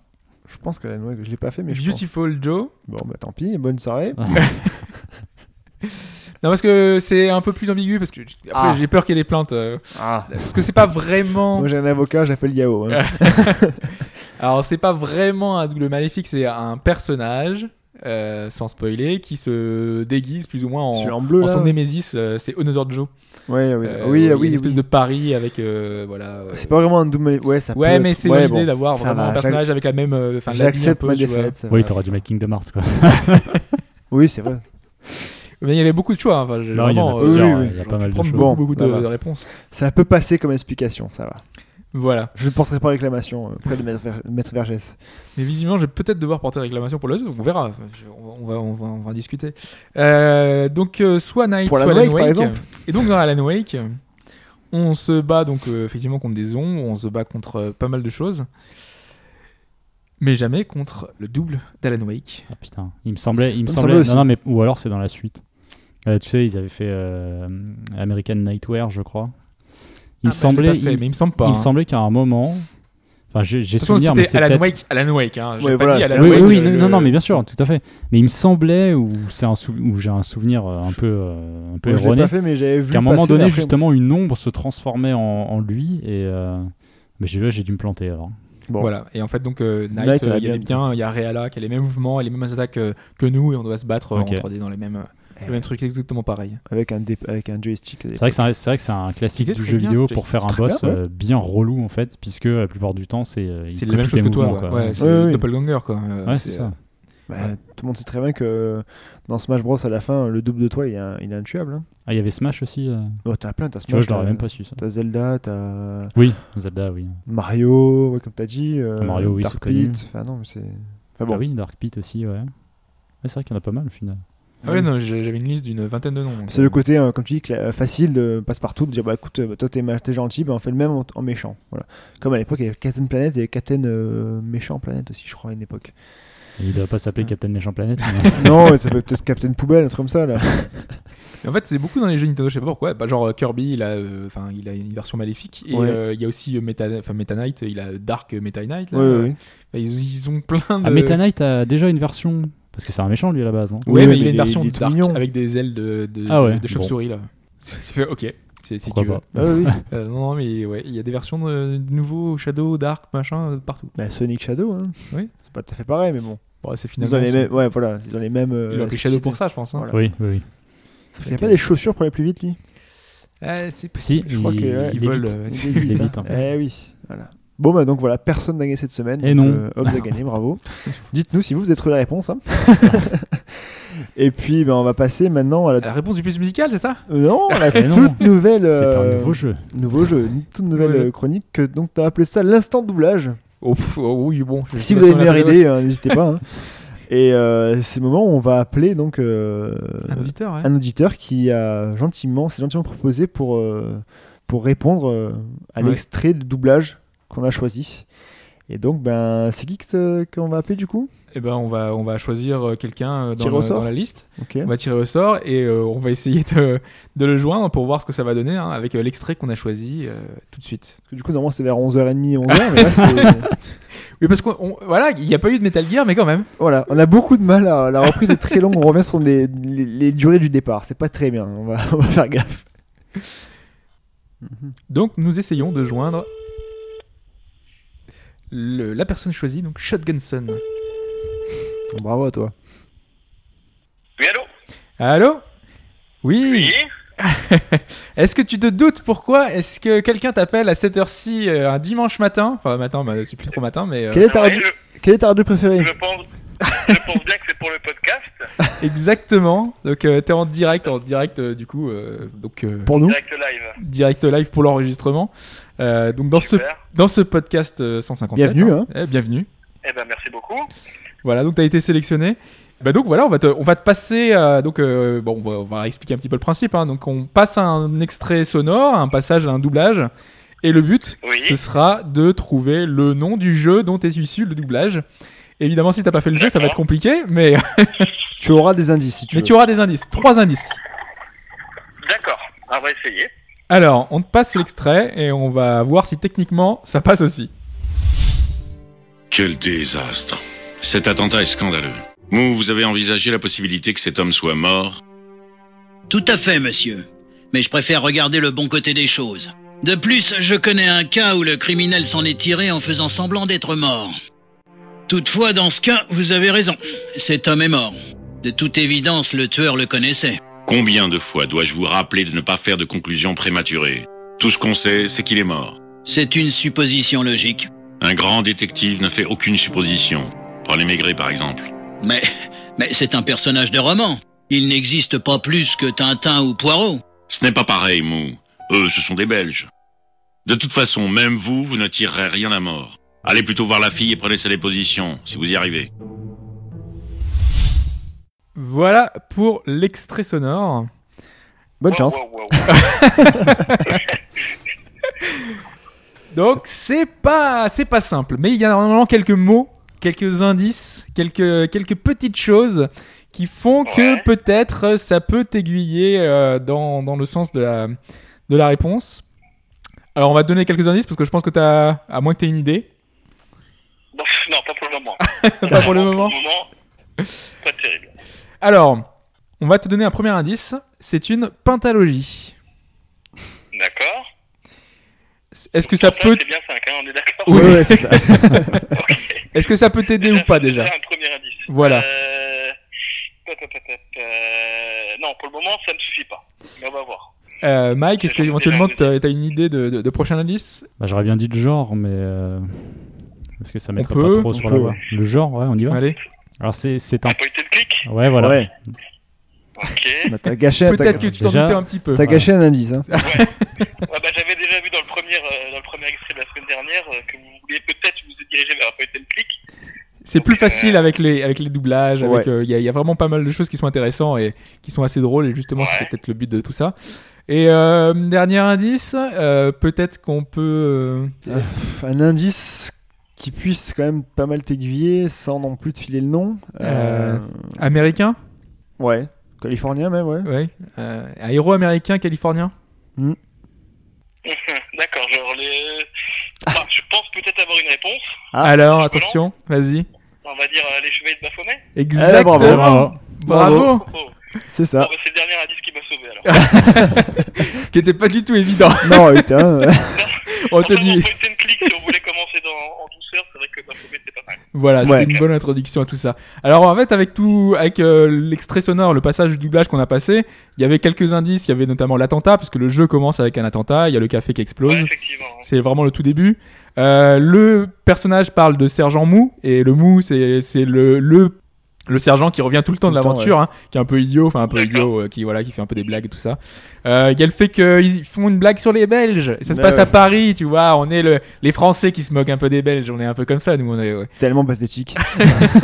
S2: je pense que la noix, je l'ai pas fait, mais je pense.
S3: Beautiful Joe.
S2: Bon, bah tant pis, bonne soirée.
S3: Non, parce que c'est un peu plus ambigu, parce que j- après,
S2: Ah.
S3: j'ai peur qu'il y ait des plaintes. euh,
S2: Ah.
S3: parce que c'est pas vraiment.
S2: Moi j'ai un avocat, j'appelle Yao. hein.
S3: Alors, c'est pas vraiment un double maléfique, c'est un personnage, euh, sans spoiler, qui se déguise plus ou moins
S2: Celui
S3: en,
S2: en bleu
S3: en
S2: là.
S3: son némésis. euh, c'est Another Joe.
S2: Ouais, ouais.
S3: Euh, où il y
S2: oui, ah
S3: a
S2: oui,
S3: Une
S2: oui.
S3: espèce de pari avec. euh, voilà. euh,
S2: C'est pas vraiment un double. Ouais, ça peut
S3: Ouais,
S2: être-
S3: mais c'est dans
S2: ouais,
S3: l'idée
S2: bon.
S3: d'avoir
S2: Ça
S3: vraiment
S2: va,
S3: un personnage avec la même. euh, enfin, l'habit un
S2: J'accepte
S3: peu,
S2: ma
S3: tu vois.
S2: défaite. ça
S4: Oui,
S2: va.
S4: t'aurais dû mettre Kingdom Hearts, quoi.
S2: Oui, c'est vrai.
S3: Mais il y avait beaucoup de choix. hein. Enfin, je-
S4: Non, il y en a
S3: vraiment, euh,
S4: plusieurs,
S2: oui,
S4: ouais,
S2: oui,
S4: il y a pas mal de
S3: prendre
S4: choses.
S3: beaucoup,
S2: Bon,
S3: beaucoup de,
S2: ça va.
S3: de réponses.
S2: Ça peut passer comme explication, ça va.
S3: Voilà.
S2: Je ne porterai pas réclamation euh, près de Maître Ver- Maître Vergès.
S3: Mais visiblement, je vais peut-être devoir porter réclamation pour le jeu. On verra. Enfin, je- on, va, on, va, on va en discuter. Euh, donc, euh, soit Night,
S2: Pour
S3: soit
S2: Alan
S3: Alan Wake.
S2: Wake, par exemple.
S3: Et donc, dans Alan Wake, on se bat donc euh, effectivement contre des ondes, on se bat contre euh, pas mal de choses. Mais jamais contre le double d'Alan Wake.
S4: Ah, putain. Il me semblait. Il me
S2: me
S4: semblait.
S2: semblait
S4: Non, non, mais. Ou alors, c'est dans la suite. Euh, tu sais, ils avaient fait euh, American Nightwear, je crois. Il me semblait.
S3: Ah, bah, Pas fait,
S4: il-
S3: mais il me semble pas.
S4: Il me
S3: hein.
S4: semblait qu'à un moment, enfin, Enfin, j'ai j'ai
S3: De toute façon,
S4: souvenir, mais
S3: c'était
S4: c'est
S3: Alan
S4: peut-être.
S3: Wake, Alan Wake, hein. J'ai
S2: Ouais,
S3: pas
S2: voilà,
S3: dit
S2: c'est-
S3: Alan
S4: Oui, oui,
S3: Wake.
S4: oui,
S3: euh,
S4: non, non, mais bien sûr, tout à fait. Mais il me semblait, ou c'est un sou- ou j'ai un souvenir euh, un peu, euh, un peu
S2: Moi, je l'ai
S4: erroné,
S2: pas fait, mais j'avais vu.
S4: qu'à un moment
S2: passer,
S4: donné,
S2: après,
S4: justement, une ombre se transformait en, en lui. Et euh, mais j'ai là, j'ai dû me planter alors.
S2: Bon.
S3: Voilà. Et en fait, donc, euh, Knight,
S2: Knight,
S3: euh,
S2: elle a
S3: il y a des
S2: bien-
S3: biens, il y a Reala qui a les mêmes mouvements et les mêmes attaques euh, que nous, et on doit se battre euh,
S4: Ok.
S3: en 3D dans les mêmes, euh, les mêmes trucs exactement pareil.
S2: Avec un, dé- avec un joystick.
S4: C'est vrai que c'est un, c'est vrai que c'est un classique
S3: C'était
S4: du
S3: très
S4: jeu
S3: bien,
S4: vidéo
S3: ce
S4: pour faire un
S2: très
S4: boss
S2: bien, ouais.
S4: euh, bien relou en fait, puisque la plupart du temps c'est euh, il
S3: C'est la
S4: copie
S3: même chose
S4: tes
S3: que toi,
S4: mouvements,
S3: ouais.
S4: quoi.
S3: Ouais, c'est
S2: Ouais,
S3: le
S2: oui.
S3: Doppelganger, quoi. Euh,
S4: Ouais, c'est
S3: euh,
S4: ça.
S2: Bah, Tout le monde sait très bien que euh, dans Smash Bros, à la fin, le double de toi, il est, un- il est intuable. hein.
S4: Ah, il y avait Smash aussi. euh.
S2: Oh, t'as plein, t'as Smash.
S4: Tu vois, je l'aurais
S2: t'as-
S4: même pas su ça.
S2: T'as Zelda, t'as
S4: Oui, Zelda, oui.
S2: Mario, ouais, comme t'as dit. euh,
S4: Mario, oui,
S2: Dark
S4: c'est connu.
S2: Pit. Enfin, non, mais c'est. Enfin,
S4: Ah
S2: bon.
S4: oui, Dark Pit aussi, ouais. Ouais, c'est vrai qu'il y en a pas mal au final.
S3: Ah ouais, non, j'ai- j'avais une liste d'une vingtaine de noms.
S2: C'est le côté, euh, comme tu dis, cla- facile de passe-partout, de dire bah écoute, euh, toi t'es ma- t'es gentil, bah, on fait le même en, en méchant. Voilà. Comme à l'époque, il y avait Captain Planet et Captain euh, Méchant Planet aussi, je crois, à une époque.
S4: Et Il devrait pas s'appeler Captain Méchant Planète. euh,
S2: non, mais ça peut peut-être Captain Poubelle, un truc comme ça
S3: [laughs]
S2: là.
S3: Mais En fait, c'est beaucoup dans les jeux Nintendo, je sais pas pourquoi. Bah, genre euh, Kirby, il a, euh, enfin, il a une version maléfique. Et
S2: Ouais.
S3: euh, il y a aussi euh, Meta, enfin, Meta Knight, il a Dark euh, Meta Knight. là.
S2: Ouais, ouais, ouais.
S3: Bah, Ils, ils ont plein de.
S4: Ah, Meta Knight a déjà une version. Parce que c'est un méchant lui à la base. hein.
S2: Oui,
S3: Ouais, mais
S2: mais
S3: il a
S2: il est-
S3: une version
S2: il est tout
S3: Dark
S2: mignon.
S3: avec des ailes de, de,
S4: Ah ouais,
S3: de- de
S4: bon.
S3: chauve-souris là. [laughs] Tu fais, ok, c'est- si
S4: Pourquoi
S3: tu veux.
S4: pas.
S2: Ah oui,
S3: [laughs]
S2: oui.
S3: Euh, non, non, mais ouais, il y a des versions de, de nouveaux Shadow, Dark, machin, euh, partout.
S2: Bah, Sonic Shadow, hein.
S3: Oui.
S2: C'est pas tout à fait pareil, mais bon.
S3: Bon, c'est
S2: Ils ont
S3: finalement.
S2: les
S3: son-
S2: mêmes. Ouais, voilà, ils ont les mêmes.
S3: Il a pris Shadow pour ça, je pense. hein.
S2: Voilà.
S4: Oui, oui, oui.
S2: Il n'y a pas des chaussures pour aller plus vite, lui
S3: Ah, c'est
S4: Si,
S3: Je
S4: il-
S3: crois
S2: que,
S4: il
S2: ouais,
S3: qu'ils
S4: évite.
S3: veulent,
S2: [laughs]
S3: [laughs] euh, c'est-
S4: Il évite,
S2: hein.
S4: en fait.
S2: Eh oui, voilà. Bon, bah donc voilà, personne n'a gagné cette semaine.
S4: Eh
S2: donc,
S4: non.
S2: euh, Hobbs a gagné,
S3: [laughs]
S2: bravo. Dites-nous si vous, vous avez trouvé la réponse. hein. [laughs] Et puis, ben, on va passer maintenant à la.
S3: La réponse du plus musical, c'est ça
S2: Euh, non, à la
S4: Eh non.
S2: toute nouvelle.
S4: C'est un
S2: euh,
S4: nouveau jeu.
S2: nouveau jeu, une toute nouvelle
S3: Nouvelle.
S2: euh, chronique. que- Donc, tu as appelé ça l'instant doublage.
S3: oh, pff, oh, oui, bon. je
S2: Si
S3: sais
S2: vous
S3: pas
S2: avez une
S3: on l'a
S2: meilleure
S3: fait- [laughs]
S2: idée, euh, n'hésitez pas. hein. Et euh, c'est le moment où on va appeler donc euh,
S3: Un auditeur, ouais.
S2: un auditeur qui a gentiment, s'est gentiment proposé pour, euh, pour répondre euh, à
S3: Ouais.
S2: l'extrait de doublage qu'on a choisi. Et donc, ben, c'est qui que te- qu'on va appeler du coup
S3: Eh ben, on va, on va choisir euh, quelqu'un euh, dans,
S2: Tirer au
S3: la-
S2: sort
S3: dans la liste.
S2: Ok.
S3: On va tirer au sort et euh, on va essayer de, de le joindre pour voir ce que ça va donner hein, avec euh, l'extrait qu'on a choisi euh, tout de suite.
S2: Parce que du coup, normalement, c'est vers 11h30, 11h, mais là,
S3: [laughs]
S2: c'est. [laughs]
S3: Oui, parce qu'on, on- voilà, il n'y a pas eu de Metal Gear, mais quand même.
S2: Voilà, on a beaucoup de mal. à- La reprise est très longue, on revient sur les, les- les durées du départ. C'est pas très bien, on va, [laughs] on va faire gaffe.
S3: Donc, nous essayons de joindre le- la personne choisie, donc Shotgunson.
S2: Bravo à toi.
S7: Oui, allô
S3: Allô Oui.
S7: Oui
S3: Est-ce que tu te doutes pourquoi est-ce que quelqu'un t'appelle à cette heure-ci euh, un dimanche matin Enfin, matin, bah, c'est plus trop matin, mais euh,
S2: Quelle est ta
S7: Ouais,
S2: radio, quelle est ta radio préférée
S7: je, je pense, je pense bien que c'est pour le podcast,
S3: exactement. Donc, euh, t'es en direct, en direct euh, du coup, euh, donc euh,
S2: Pour nous
S7: direct live.
S3: direct live pour l'enregistrement. Euh, donc, dans ce,
S7: Super.
S3: dans ce podcast euh, 157.
S2: Bienvenue, hein.
S3: Eh, bienvenue.
S7: Eh ben, merci beaucoup.
S3: Voilà, donc tu as été sélectionné. Bah donc voilà, on va te, on va te passer. euh, donc euh, bon, on va, on va expliquer un petit peu le principe. hein. Donc on passe un extrait sonore, un passage, un doublage, et le but,
S7: Oui.
S3: ce sera de trouver le nom du jeu dont est issu le doublage. Évidemment, si t'as pas fait le jeu, ça va être
S7: D'accord.
S3: compliqué, mais
S2: Tu auras des indices si tu
S3: mais
S2: veux.
S3: tu auras des indices, trois indices.
S7: D'accord, Ah, on va essayer.
S3: Alors, on te passe l'extrait et on va voir si techniquement ça passe aussi.
S8: Quel désastre. Cet attentat est scandaleux. Mou, vous avez envisagé la possibilité que cet homme soit mort
S9: Tout à fait, monsieur. Mais je préfère regarder le bon côté des choses. De plus, je connais un cas où le criminel s'en est tiré en faisant semblant d'être mort. Toutefois, dans ce cas, vous avez raison. Cet homme est mort. De toute évidence, le tueur le connaissait.
S8: Combien de fois dois-je vous rappeler de ne pas faire de conclusions prématurées Tout ce qu'on sait, c'est qu'il est mort.
S9: C'est une supposition logique.
S8: Un grand détective ne fait aucune supposition. Prenez Maigret, par exemple.
S9: Mais, mais c'est un personnage de roman. Il n'existe pas plus que Tintin ou Poirot.
S8: Ce n'est pas pareil, Mou. Eux, ce sont des Belges. De toute façon, même vous, vous ne tirerez rien à mort. Allez plutôt voir la fille et prenez sa déposition, si vous y arrivez.
S3: Voilà pour l'extrait sonore.
S2: Bonne
S7: Wow,
S2: chance.
S7: wow, wow, wow.
S3: Donc c'est pas c'est pas simple, mais il y a normalement quelques mots, quelques indices, quelques quelques petites choses qui font que
S7: Ouais.
S3: peut-être ça peut t'aiguiller euh, dans, dans le sens de la de la réponse. Alors on va te donner quelques indices parce que je pense que t'as à moins que t'aies une idée. [laughs]
S7: [laughs]
S3: Pas Ah, pour le moment.
S7: pas terrible.
S3: Alors, on va te donner un premier indice. C'est une pentalogie.
S7: D'accord.
S3: Est-ce que ça
S7: Ça,
S3: peut,
S7: C'est bien 5, on est d'accord
S3: Oui.
S2: Ouais, ouais, c'est ça.
S3: est-ce que ça peut t'aider ou pas déjà
S7: C'est un premier indice.
S3: Voilà.
S7: Euh, pop, pop, pop, pop, euh, Non, pour le moment, ça ne suffit pas. Mais on va voir.
S3: Euh, Mike, est-ce qu'éventuellement t'as as une idée de, de- de prochain indice
S4: Bah, J'aurais bien dit le genre, mais. euh, Est-ce que ça mettrait
S3: peut,
S4: pas trop
S3: on
S4: sur
S2: peut.
S4: la voie Le genre, ouais, on y va.
S3: Allez.
S4: Alors, c'est c'est un.
S7: Un point and click
S4: Ouais, [laughs] voilà.
S2: Ouais,
S3: [laughs]
S7: Ok.
S2: bah, t'as gâché, t'as-
S3: Peut-être que tu Ah. t'en
S4: Déjà-
S3: doutais un petit peu.
S2: t'as gâché un indice. hein.
S7: Ouais, bah, J'avais déjà vu dans le, premier, euh, dans le premier extrait de la semaine dernière euh, que vous vouliez peut-être vous diriger vers un point and click.
S3: C'est plus facile avec les, avec les doublages. Il
S2: Ouais.
S3: y, a- y a vraiment pas mal de choses qui sont intéressantes et qui sont assez drôles. Et justement,
S7: Ouais.
S3: c'est peut-être le but de tout ça. Et euh, dernier indice, euh, peut-être qu'on peut. euh,
S2: Euh, pff, un indice qui puisse quand même pas mal t'aiguiller sans non plus te filer le nom. Euh,
S3: américain
S2: Ouais. Californien même, ouais.
S3: Oui. Euh, un héros américain californien
S7: [laughs] D'accord, genre les... euh, Enfin, je pense peut-être avoir une réponse.
S2: Ah.
S3: Alors, attention, vas-y.
S7: On va dire euh, les chevaliers de Baphomet.
S3: Exactement.
S2: Eh, bravo.
S3: bravo.
S2: Bravo.
S7: Oh.
S2: C'est ça. [laughs]
S7: Bon,
S3: Ah.
S7: bah, c'est le dernier indice qui m'a sauvé alors.
S3: Qui était pas du tout évident. [laughs]
S2: non, putain. euh,
S3: On te
S7: Enfin,
S3: dit.
S7: bon, Point and click, si on voulait commencer dans, en douceur, c'est vrai que Baphomet c'était pas mal.
S3: Voilà,
S2: Ouais.
S3: c'était une bonne introduction à tout ça. Alors en fait, avec tout, avec euh, l'extrait sonore, le passage du doublage qu'on a passé, il y avait quelques indices. Il y avait notamment l'attentat, puisque le jeu commence avec un attentat. Il y a le café qui explose.
S7: Ouais, effectivement.
S3: C'est vraiment le tout début. Euh, le personnage parle de sergent Mou, et le Mou, c'est c'est le, le, le sergent qui revient tout le temps
S2: Tout
S3: de
S2: le temps,
S3: l'aventure, hein, qui est un peu idiot, enfin un peu
S7: D'accord.
S3: idiot, euh, qui, voilà, qui fait un peu des blagues et tout ça. Euh, Il y a le fait qu'ils font une blague sur les Belges. Ça se
S2: Ouais,
S3: passe
S2: ouais.
S3: à Paris, tu vois. On est le, les Français qui se moquent un peu des Belges. On est un peu comme ça, nous. On est, ouais.
S2: Tellement pathétique.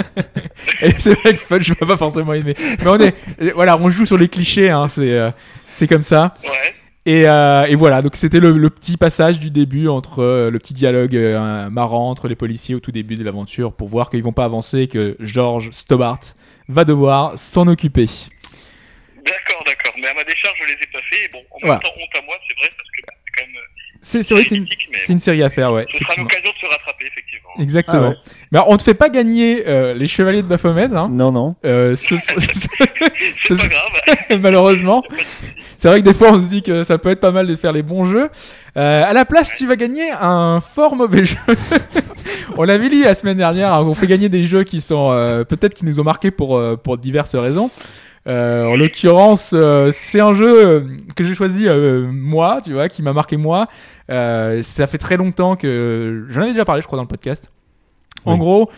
S3: [laughs] Et c'est vrai que Fudge, je vais pas forcément aimer. Mais on est, euh, voilà, on joue sur les clichés, hein, c'est, euh, c'est comme ça.
S7: hein. Ouais.
S3: Et, euh, et voilà, donc c'était le, le petit passage du début entre euh, le petit dialogue euh, marrant entre les policiers au tout début de l'aventure pour voir qu'ils vont pas avancer et que George Stobart va devoir s'en occuper.
S7: D'accord, d'accord. Mais à ma décharge, je les ai pas fait. Et Bon, en
S3: Voilà.
S7: même temps, honte à moi, c'est vrai, parce que bah, c'est quand même. euh,
S3: C'est, c'est vrai, c'est une,
S7: critique, mais
S3: c'est une série à faire, ouais.
S7: ce sera
S3: effectivement.
S7: l'occasion de se rattraper, effectivement.
S3: Exactement.
S2: Ah ouais.
S3: Mais alors, on te fait pas gagner euh, les Chevaliers de Baphomet, hein.
S2: Non, non.
S3: Euh, ce- ce-
S7: C'est
S3: ce-
S7: pas grave.
S3: malheureusement. C'est vrai que des fois on se dit que ça peut être pas mal de faire les bons jeux. Euh, à la place, tu vas gagner un fort mauvais jeu. [laughs] on l'avait dit la semaine dernière, hein, on fait gagner des jeux qui sont euh, peut-être qui nous ont marqués pour euh, pour diverses raisons. Euh, en l'occurrence, euh, c'est un jeu euh, que j'ai choisi euh, moi, tu vois, qui m'a marqué moi. Euh, ça fait très longtemps que j'en avais déjà parlé, je crois, dans le podcast. En
S4: Oui.
S3: gros,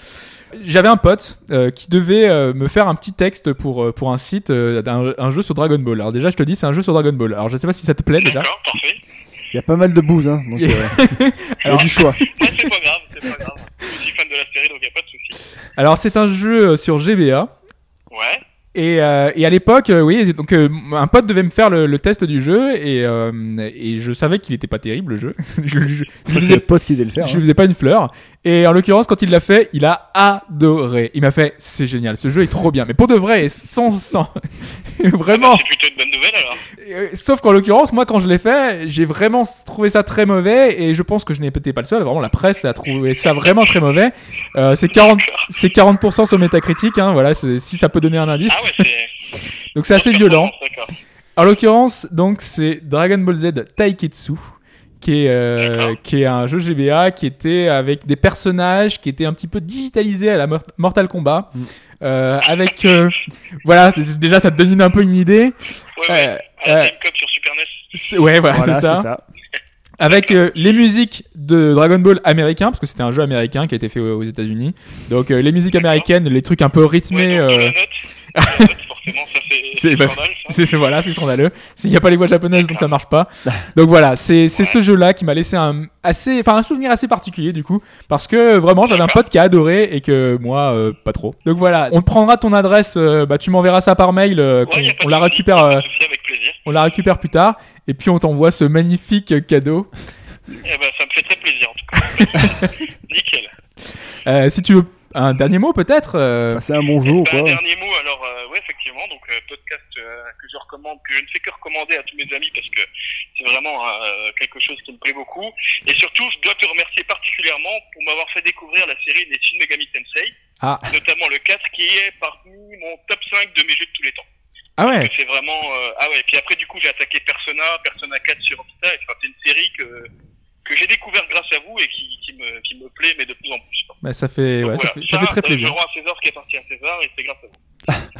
S3: j'avais un pote euh, qui devait euh, me faire un petit texte pour euh, pour un site euh, d'un un jeu sur Dragon Ball. Alors déjà, je te dis, c'est un jeu sur Dragon Ball. Alors je sais pas si ça te plaît [laughs] déjà.
S7: D'accord, parfait.
S2: Il y a pas mal de bouses, hein. Donc, euh,
S3: [laughs]
S2: il y a
S3: Alors-
S2: du choix.
S7: Ouais, Ah, c'est pas grave, c'est pas grave. Je suis aussi fan de la série, donc y a pas de souci.
S3: Alors c'est un jeu euh, sur GBA.
S7: Ouais.
S3: Et, euh, et à l'époque, euh, oui, donc euh, un pote devait me faire le, le test du jeu et, euh, et je savais qu'il était pas terrible le jeu. [laughs] je, je, je,
S2: C'est
S3: lisais-
S2: le pote qui devait le faire.
S3: Je
S2: hein.
S3: lui faisais pas une fleur. Et en l'occurrence, quand il l'a fait, il a adoré. Il m'a fait, c'est génial, ce jeu est trop bien. Mais pour de vrai, et sans, sans, [laughs] vraiment.
S7: C'est plutôt une bonne nouvelle alors.
S3: Euh, Sauf qu'en l'occurrence, moi, quand je l'ai fait, j'ai vraiment trouvé ça très mauvais. Et je pense que je n'étais pas le seul. Vraiment, la presse a trouvé ça vraiment très mauvais. Euh, c'est 40, c'est 40% sur Metacritic, hein. Voilà, c'est- si ça peut donner un indice.
S7: Ah ouais, c'est.
S3: Donc c'est assez violent.
S7: D'accord.
S3: En l'occurrence, donc c'est Dragon Ball Z Taiketsu, qui est, euh, qui est un jeu GBA qui était avec des personnages qui étaient un petit peu digitalisés à la Mor- Mortal Kombat.
S2: Mm.
S3: Euh, avec euh, voilà c'est- c'est- déjà ça te donne un peu une idée
S7: Ouais, ouais. Ah,
S3: Euh,
S7: Un
S3: euh,
S7: time code sur Super E NES.
S3: c'est- ouais voilà,
S2: Voilà,
S3: Ah, c'est ça avec euh, les musiques de Dragon Ball américain parce que c'était un jeu américain qui a été fait aux aux États-Unis donc euh, les musiques
S7: D'accord.
S3: américaines les trucs un peu rythmés
S7: Ouais, donc,
S3: euh,
S7: tu la notes.
S3: [laughs]
S7: Tu la notes, forcément, ça c'est.
S3: C'est
S7: C'est
S3: pas-
S7: pas mal. ça.
S3: C'est c'est- voilà, c'est scandaleux. S'il n'y a pas les voix japonaises, donc ça marche
S7: [laughs]
S3: pas. Donc voilà, c'est c'est ce jeu-là qui m'a laissé un assez, enfin un souvenir assez particulier du coup, parce que vraiment j'avais un pote qui a adoré et que moi euh, pas trop. Donc voilà, on te prendra ton adresse, euh, bah tu m'enverras ça par mail, euh, qu'on-
S7: Ouais, y a pas
S3: on
S7: de
S3: la
S7: souci,
S3: récupère,
S7: y a
S3: euh,
S7: pas de souci, avec plaisir.
S3: on la récupère plus tard, et puis on t'envoie ce magnifique cadeau.
S7: Eh ben, ça me fait très plaisir en tout
S3: [laughs]
S7: cas. Nickel.
S3: Euh, si tu veux un dernier mot peut-être. euh,
S2: Passer un bonjour,
S7: Bah,
S2: quoi.
S7: un dernier mot, alors, euh, ouais, effectivement, donc euh, podcast euh, que je recommande, que je ne fais que recommander à tous mes amis parce que c'est vraiment euh, quelque chose qui me plaît beaucoup. Et surtout, je dois te remercier particulièrement pour m'avoir fait découvrir la série des Shin Megami Tensei.
S3: Ah.
S7: notamment le 4 qui est parmi mon top 5 de mes jeux de tous les temps.
S3: Ah
S7: Parce
S3: ouais
S7: que C'est vraiment. euh, ah ouais, puis après, du coup, j'ai attaqué Persona, Persona 4 sur Vita, et enfin, c'est une série que, que j'ai découverte grâce à vous et qui, qui, me, qui me plaît, mais de plus en plus.
S3: bah, ça, fait,
S7: Donc
S3: ouais, ça,
S7: voilà,
S3: fait, ça fait très
S7: euh, Je
S3: plaisir.
S7: rends à César ce qui appartient à César, et c'est grâce à vous.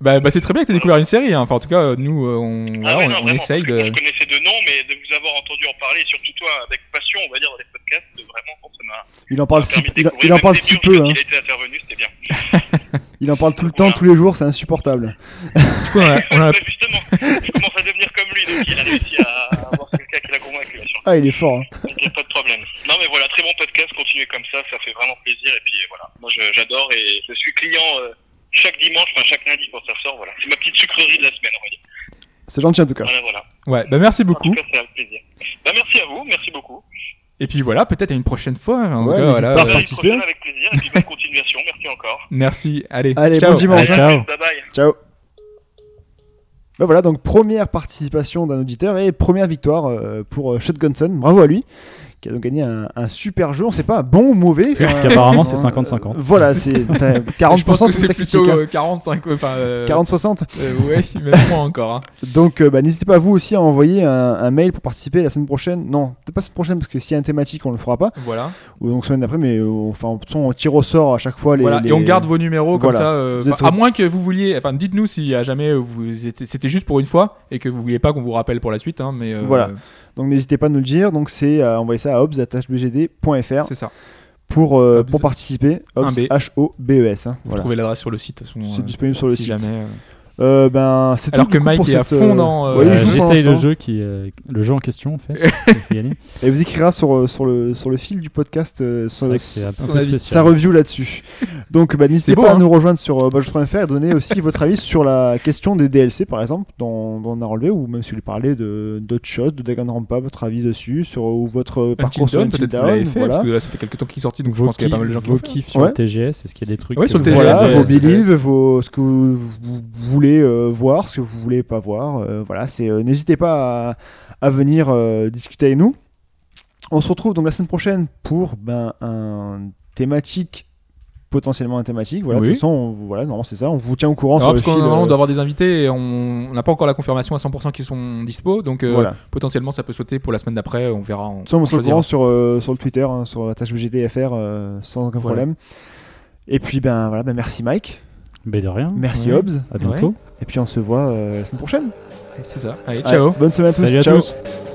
S3: Bah, bah, c'est très bien que tu découvert une série. hein. Enfin, en tout cas, euh, nous, euh, on,
S7: Ah
S3: voilà,
S7: ouais,
S3: on-
S7: non,
S3: on
S7: vraiment,
S3: essaye
S7: [laughs] parce que
S3: de.
S7: Je connaissais de nom, mais de vous avoir entendu en parler, et surtout toi, avec passion, on va dire, dans les podcasts, vraiment, bon, ça m'a
S2: Il en parle
S7: ça
S2: si,
S7: m'a permis de
S2: il,
S7: découvrir,
S2: il en
S7: même
S2: parle
S7: des
S2: si
S7: murs
S2: peu,
S7: quand
S2: hein.
S7: Il a été intervenu, c'était bien.
S2: il en parle tout le temps, tous les jours, c'est insupportable.
S3: Du coup, on a-
S7: [laughs]
S3: on a-
S7: Mais justement, je commence à devenir comme lui, donc il a réussi à avoir quelqu'un qui l'a convaincu. là, sur-
S2: Ah, il est fort. hein.
S7: Donc, il n'y a pas de problème. Non, mais voilà, très bon podcast, continuez comme ça, ça fait vraiment plaisir. Et puis voilà, moi je- j'adore et je suis client euh, chaque dimanche, enfin chaque lundi quand ça sort. Voilà, c'est ma petite sucrerie de la semaine, on va dire.
S2: C'est gentil en tout cas.
S7: Voilà, voilà.
S3: Ouais, bah, merci beaucoup.
S7: En tout cas, c'est un plaisir. Bah, merci à vous, merci beaucoup.
S3: Et puis voilà, peut-être à une prochaine fois. En tout
S2: Ouais,
S3: cas,
S2: n'hésite
S3: voilà,
S2: pas à
S3: euh,
S7: Bah, à une
S2: participer.
S7: prochaine avec plaisir et puis bonne continuation, merci encore.
S3: Merci. Allez,
S2: Allez,
S3: ciao.
S2: bon dimanche. hein.
S4: Allez, ciao.
S7: Bye bye.
S2: Ciao. Ben voilà, donc première participation d'un auditeur et première victoire euh, pour euh, Shotgunson. Bravo à lui, qui a donc gagné un, un super jeu. On sait pas, bon ou mauvais. enfin,
S3: [laughs]
S4: Parce qu'apparemment, c'est
S2: euh,
S4: 50-50.
S2: Voilà, c'est enfin,
S3: Je pense
S2: 40%
S3: que
S2: c'est
S3: c'est
S2: tactique. hein.
S3: plutôt euh, 45. Enfin, euh,
S2: 40-60.
S3: euh, ouais, [laughs] même moins encore. hein.
S2: Donc euh, bah, n'hésitez pas vous aussi à envoyer un, un mail pour participer la semaine prochaine. Non, peut-être pas la semaine prochaine parce que s'il y a un thématique on le fera pas.
S3: Voilà.
S2: Ou donc semaine d'après, mais euh, on- enfin, de toute façon, on tire au sort à chaque fois les.
S3: voilà.
S2: les-
S3: Et on garde vos numéros comme
S2: Voilà.
S3: ça. euh,
S2: Vous
S3: enfin,
S2: êtes au-
S3: À moins que vous vouliez. Enfin, dites-nous si à jamais vous étiez- c'était juste pour une fois et que vous vouliez pas qu'on vous rappelle pour la suite. hein, mais euh,
S2: Voilà. Donc n'hésitez pas à nous le dire. Donc c'est euh, envoyer ça à hobbs.hbgd.fr
S3: C'est ça.
S2: pour, euh,
S3: Hobbs.
S2: pour participer.
S3: Ah, Un
S2: Hobbs,
S3: B.
S2: H-O-B-E-S. hein.
S3: Vous
S2: Voilà.
S3: trouvez l'adresse sur le site. de toute façon,
S2: C'est
S3: euh,
S2: disponible sur le
S3: si
S2: site.
S3: jamais, euh.
S2: Euh, ben, c'est
S3: Alors
S2: tout,
S3: que
S2: du coup,
S3: Mike
S2: pour
S3: est à
S2: cette,
S3: fond dans, euh,
S2: Ouais, il
S4: Euh,
S2: joue pour
S4: J'essaye le
S2: l'instant.
S4: jeu qui, euh, le jeu en question
S3: [laughs]
S4: en fait. qui fait gagner.
S2: Et vous écrira sur, euh, sur, le, sur le fil du podcast euh,
S4: C'est
S2: sur-
S4: vrai que c'est un
S3: son
S4: peu
S3: avis.
S2: sa
S4: spécial.
S2: review là-dessus. Donc bah, n'hésitez
S3: C'est beau,
S2: pas à
S3: hein.
S2: nous rejoindre sur euh, Bajou.fr et donner aussi [laughs] votre avis sur la question des DLC par exemple dont, dont on a relevé ou même si vous voulez parler de- d'autres choses, de Danganronpa, votre avis dessus, sur ou votre euh,
S3: Until
S2: parcours sur
S3: Dawn,
S2: Until
S3: peut-être que vous l'avez
S2: Dawn,
S3: fait,
S2: voilà.
S3: parce que là, ça fait quelques temps qu'il est sorti, donc je
S4: Vos
S3: pense qu'il y a pas
S4: kiffs-
S3: mal de gens qui
S4: vos
S3: le font.
S4: kiffs sur
S2: Ouais.
S4: le TGS, est-ce qu'il y a des trucs
S3: Ouais, sur le
S4: que vous-
S3: TGS,
S2: Voilà,
S3: ouais,
S2: vos
S3: c'est intéressant.
S2: beliefs, vos, ce que vous, vous voulez euh, voir, ce que vous voulez pas voir. euh, voilà, c'est euh, n'hésitez pas à, à venir euh, discuter avec nous. On se retrouve donc la semaine prochaine pour ben, un thématique potentiellement un thématique. Voilà,
S3: Oui.
S2: de toute façon, on, vous- voilà, normalement c'est ça. On vous tient au courant
S3: Alors, parce
S2: sur
S3: qu'on
S2: le fil.
S3: normalement, on
S2: euh,
S3: doit avoir des invités et on on n'a pas encore la confirmation à 100% qu'ils sont dispo, donc euh,
S2: Voilà.
S3: potentiellement ça peut sauter pour la semaine d'après, on verra. On,
S2: Nous sommes
S3: on
S2: sur le
S3: choisira.
S2: courant sur, euh, sur le Twitter, hein, sur THBGDFR, euh, sans aucun
S3: Voilà.
S2: problème. Et puis, ben voilà, ben merci Mike,
S4: Ben, de rien.
S2: merci
S3: Ouais.
S2: Hobbs,
S4: À bientôt.
S2: et puis on se voit euh, la semaine prochaine.
S3: C'est ça. Allez, ciao.
S2: Allez, bonne semaine à tous,
S4: Salut à
S2: ciao.
S4: tous.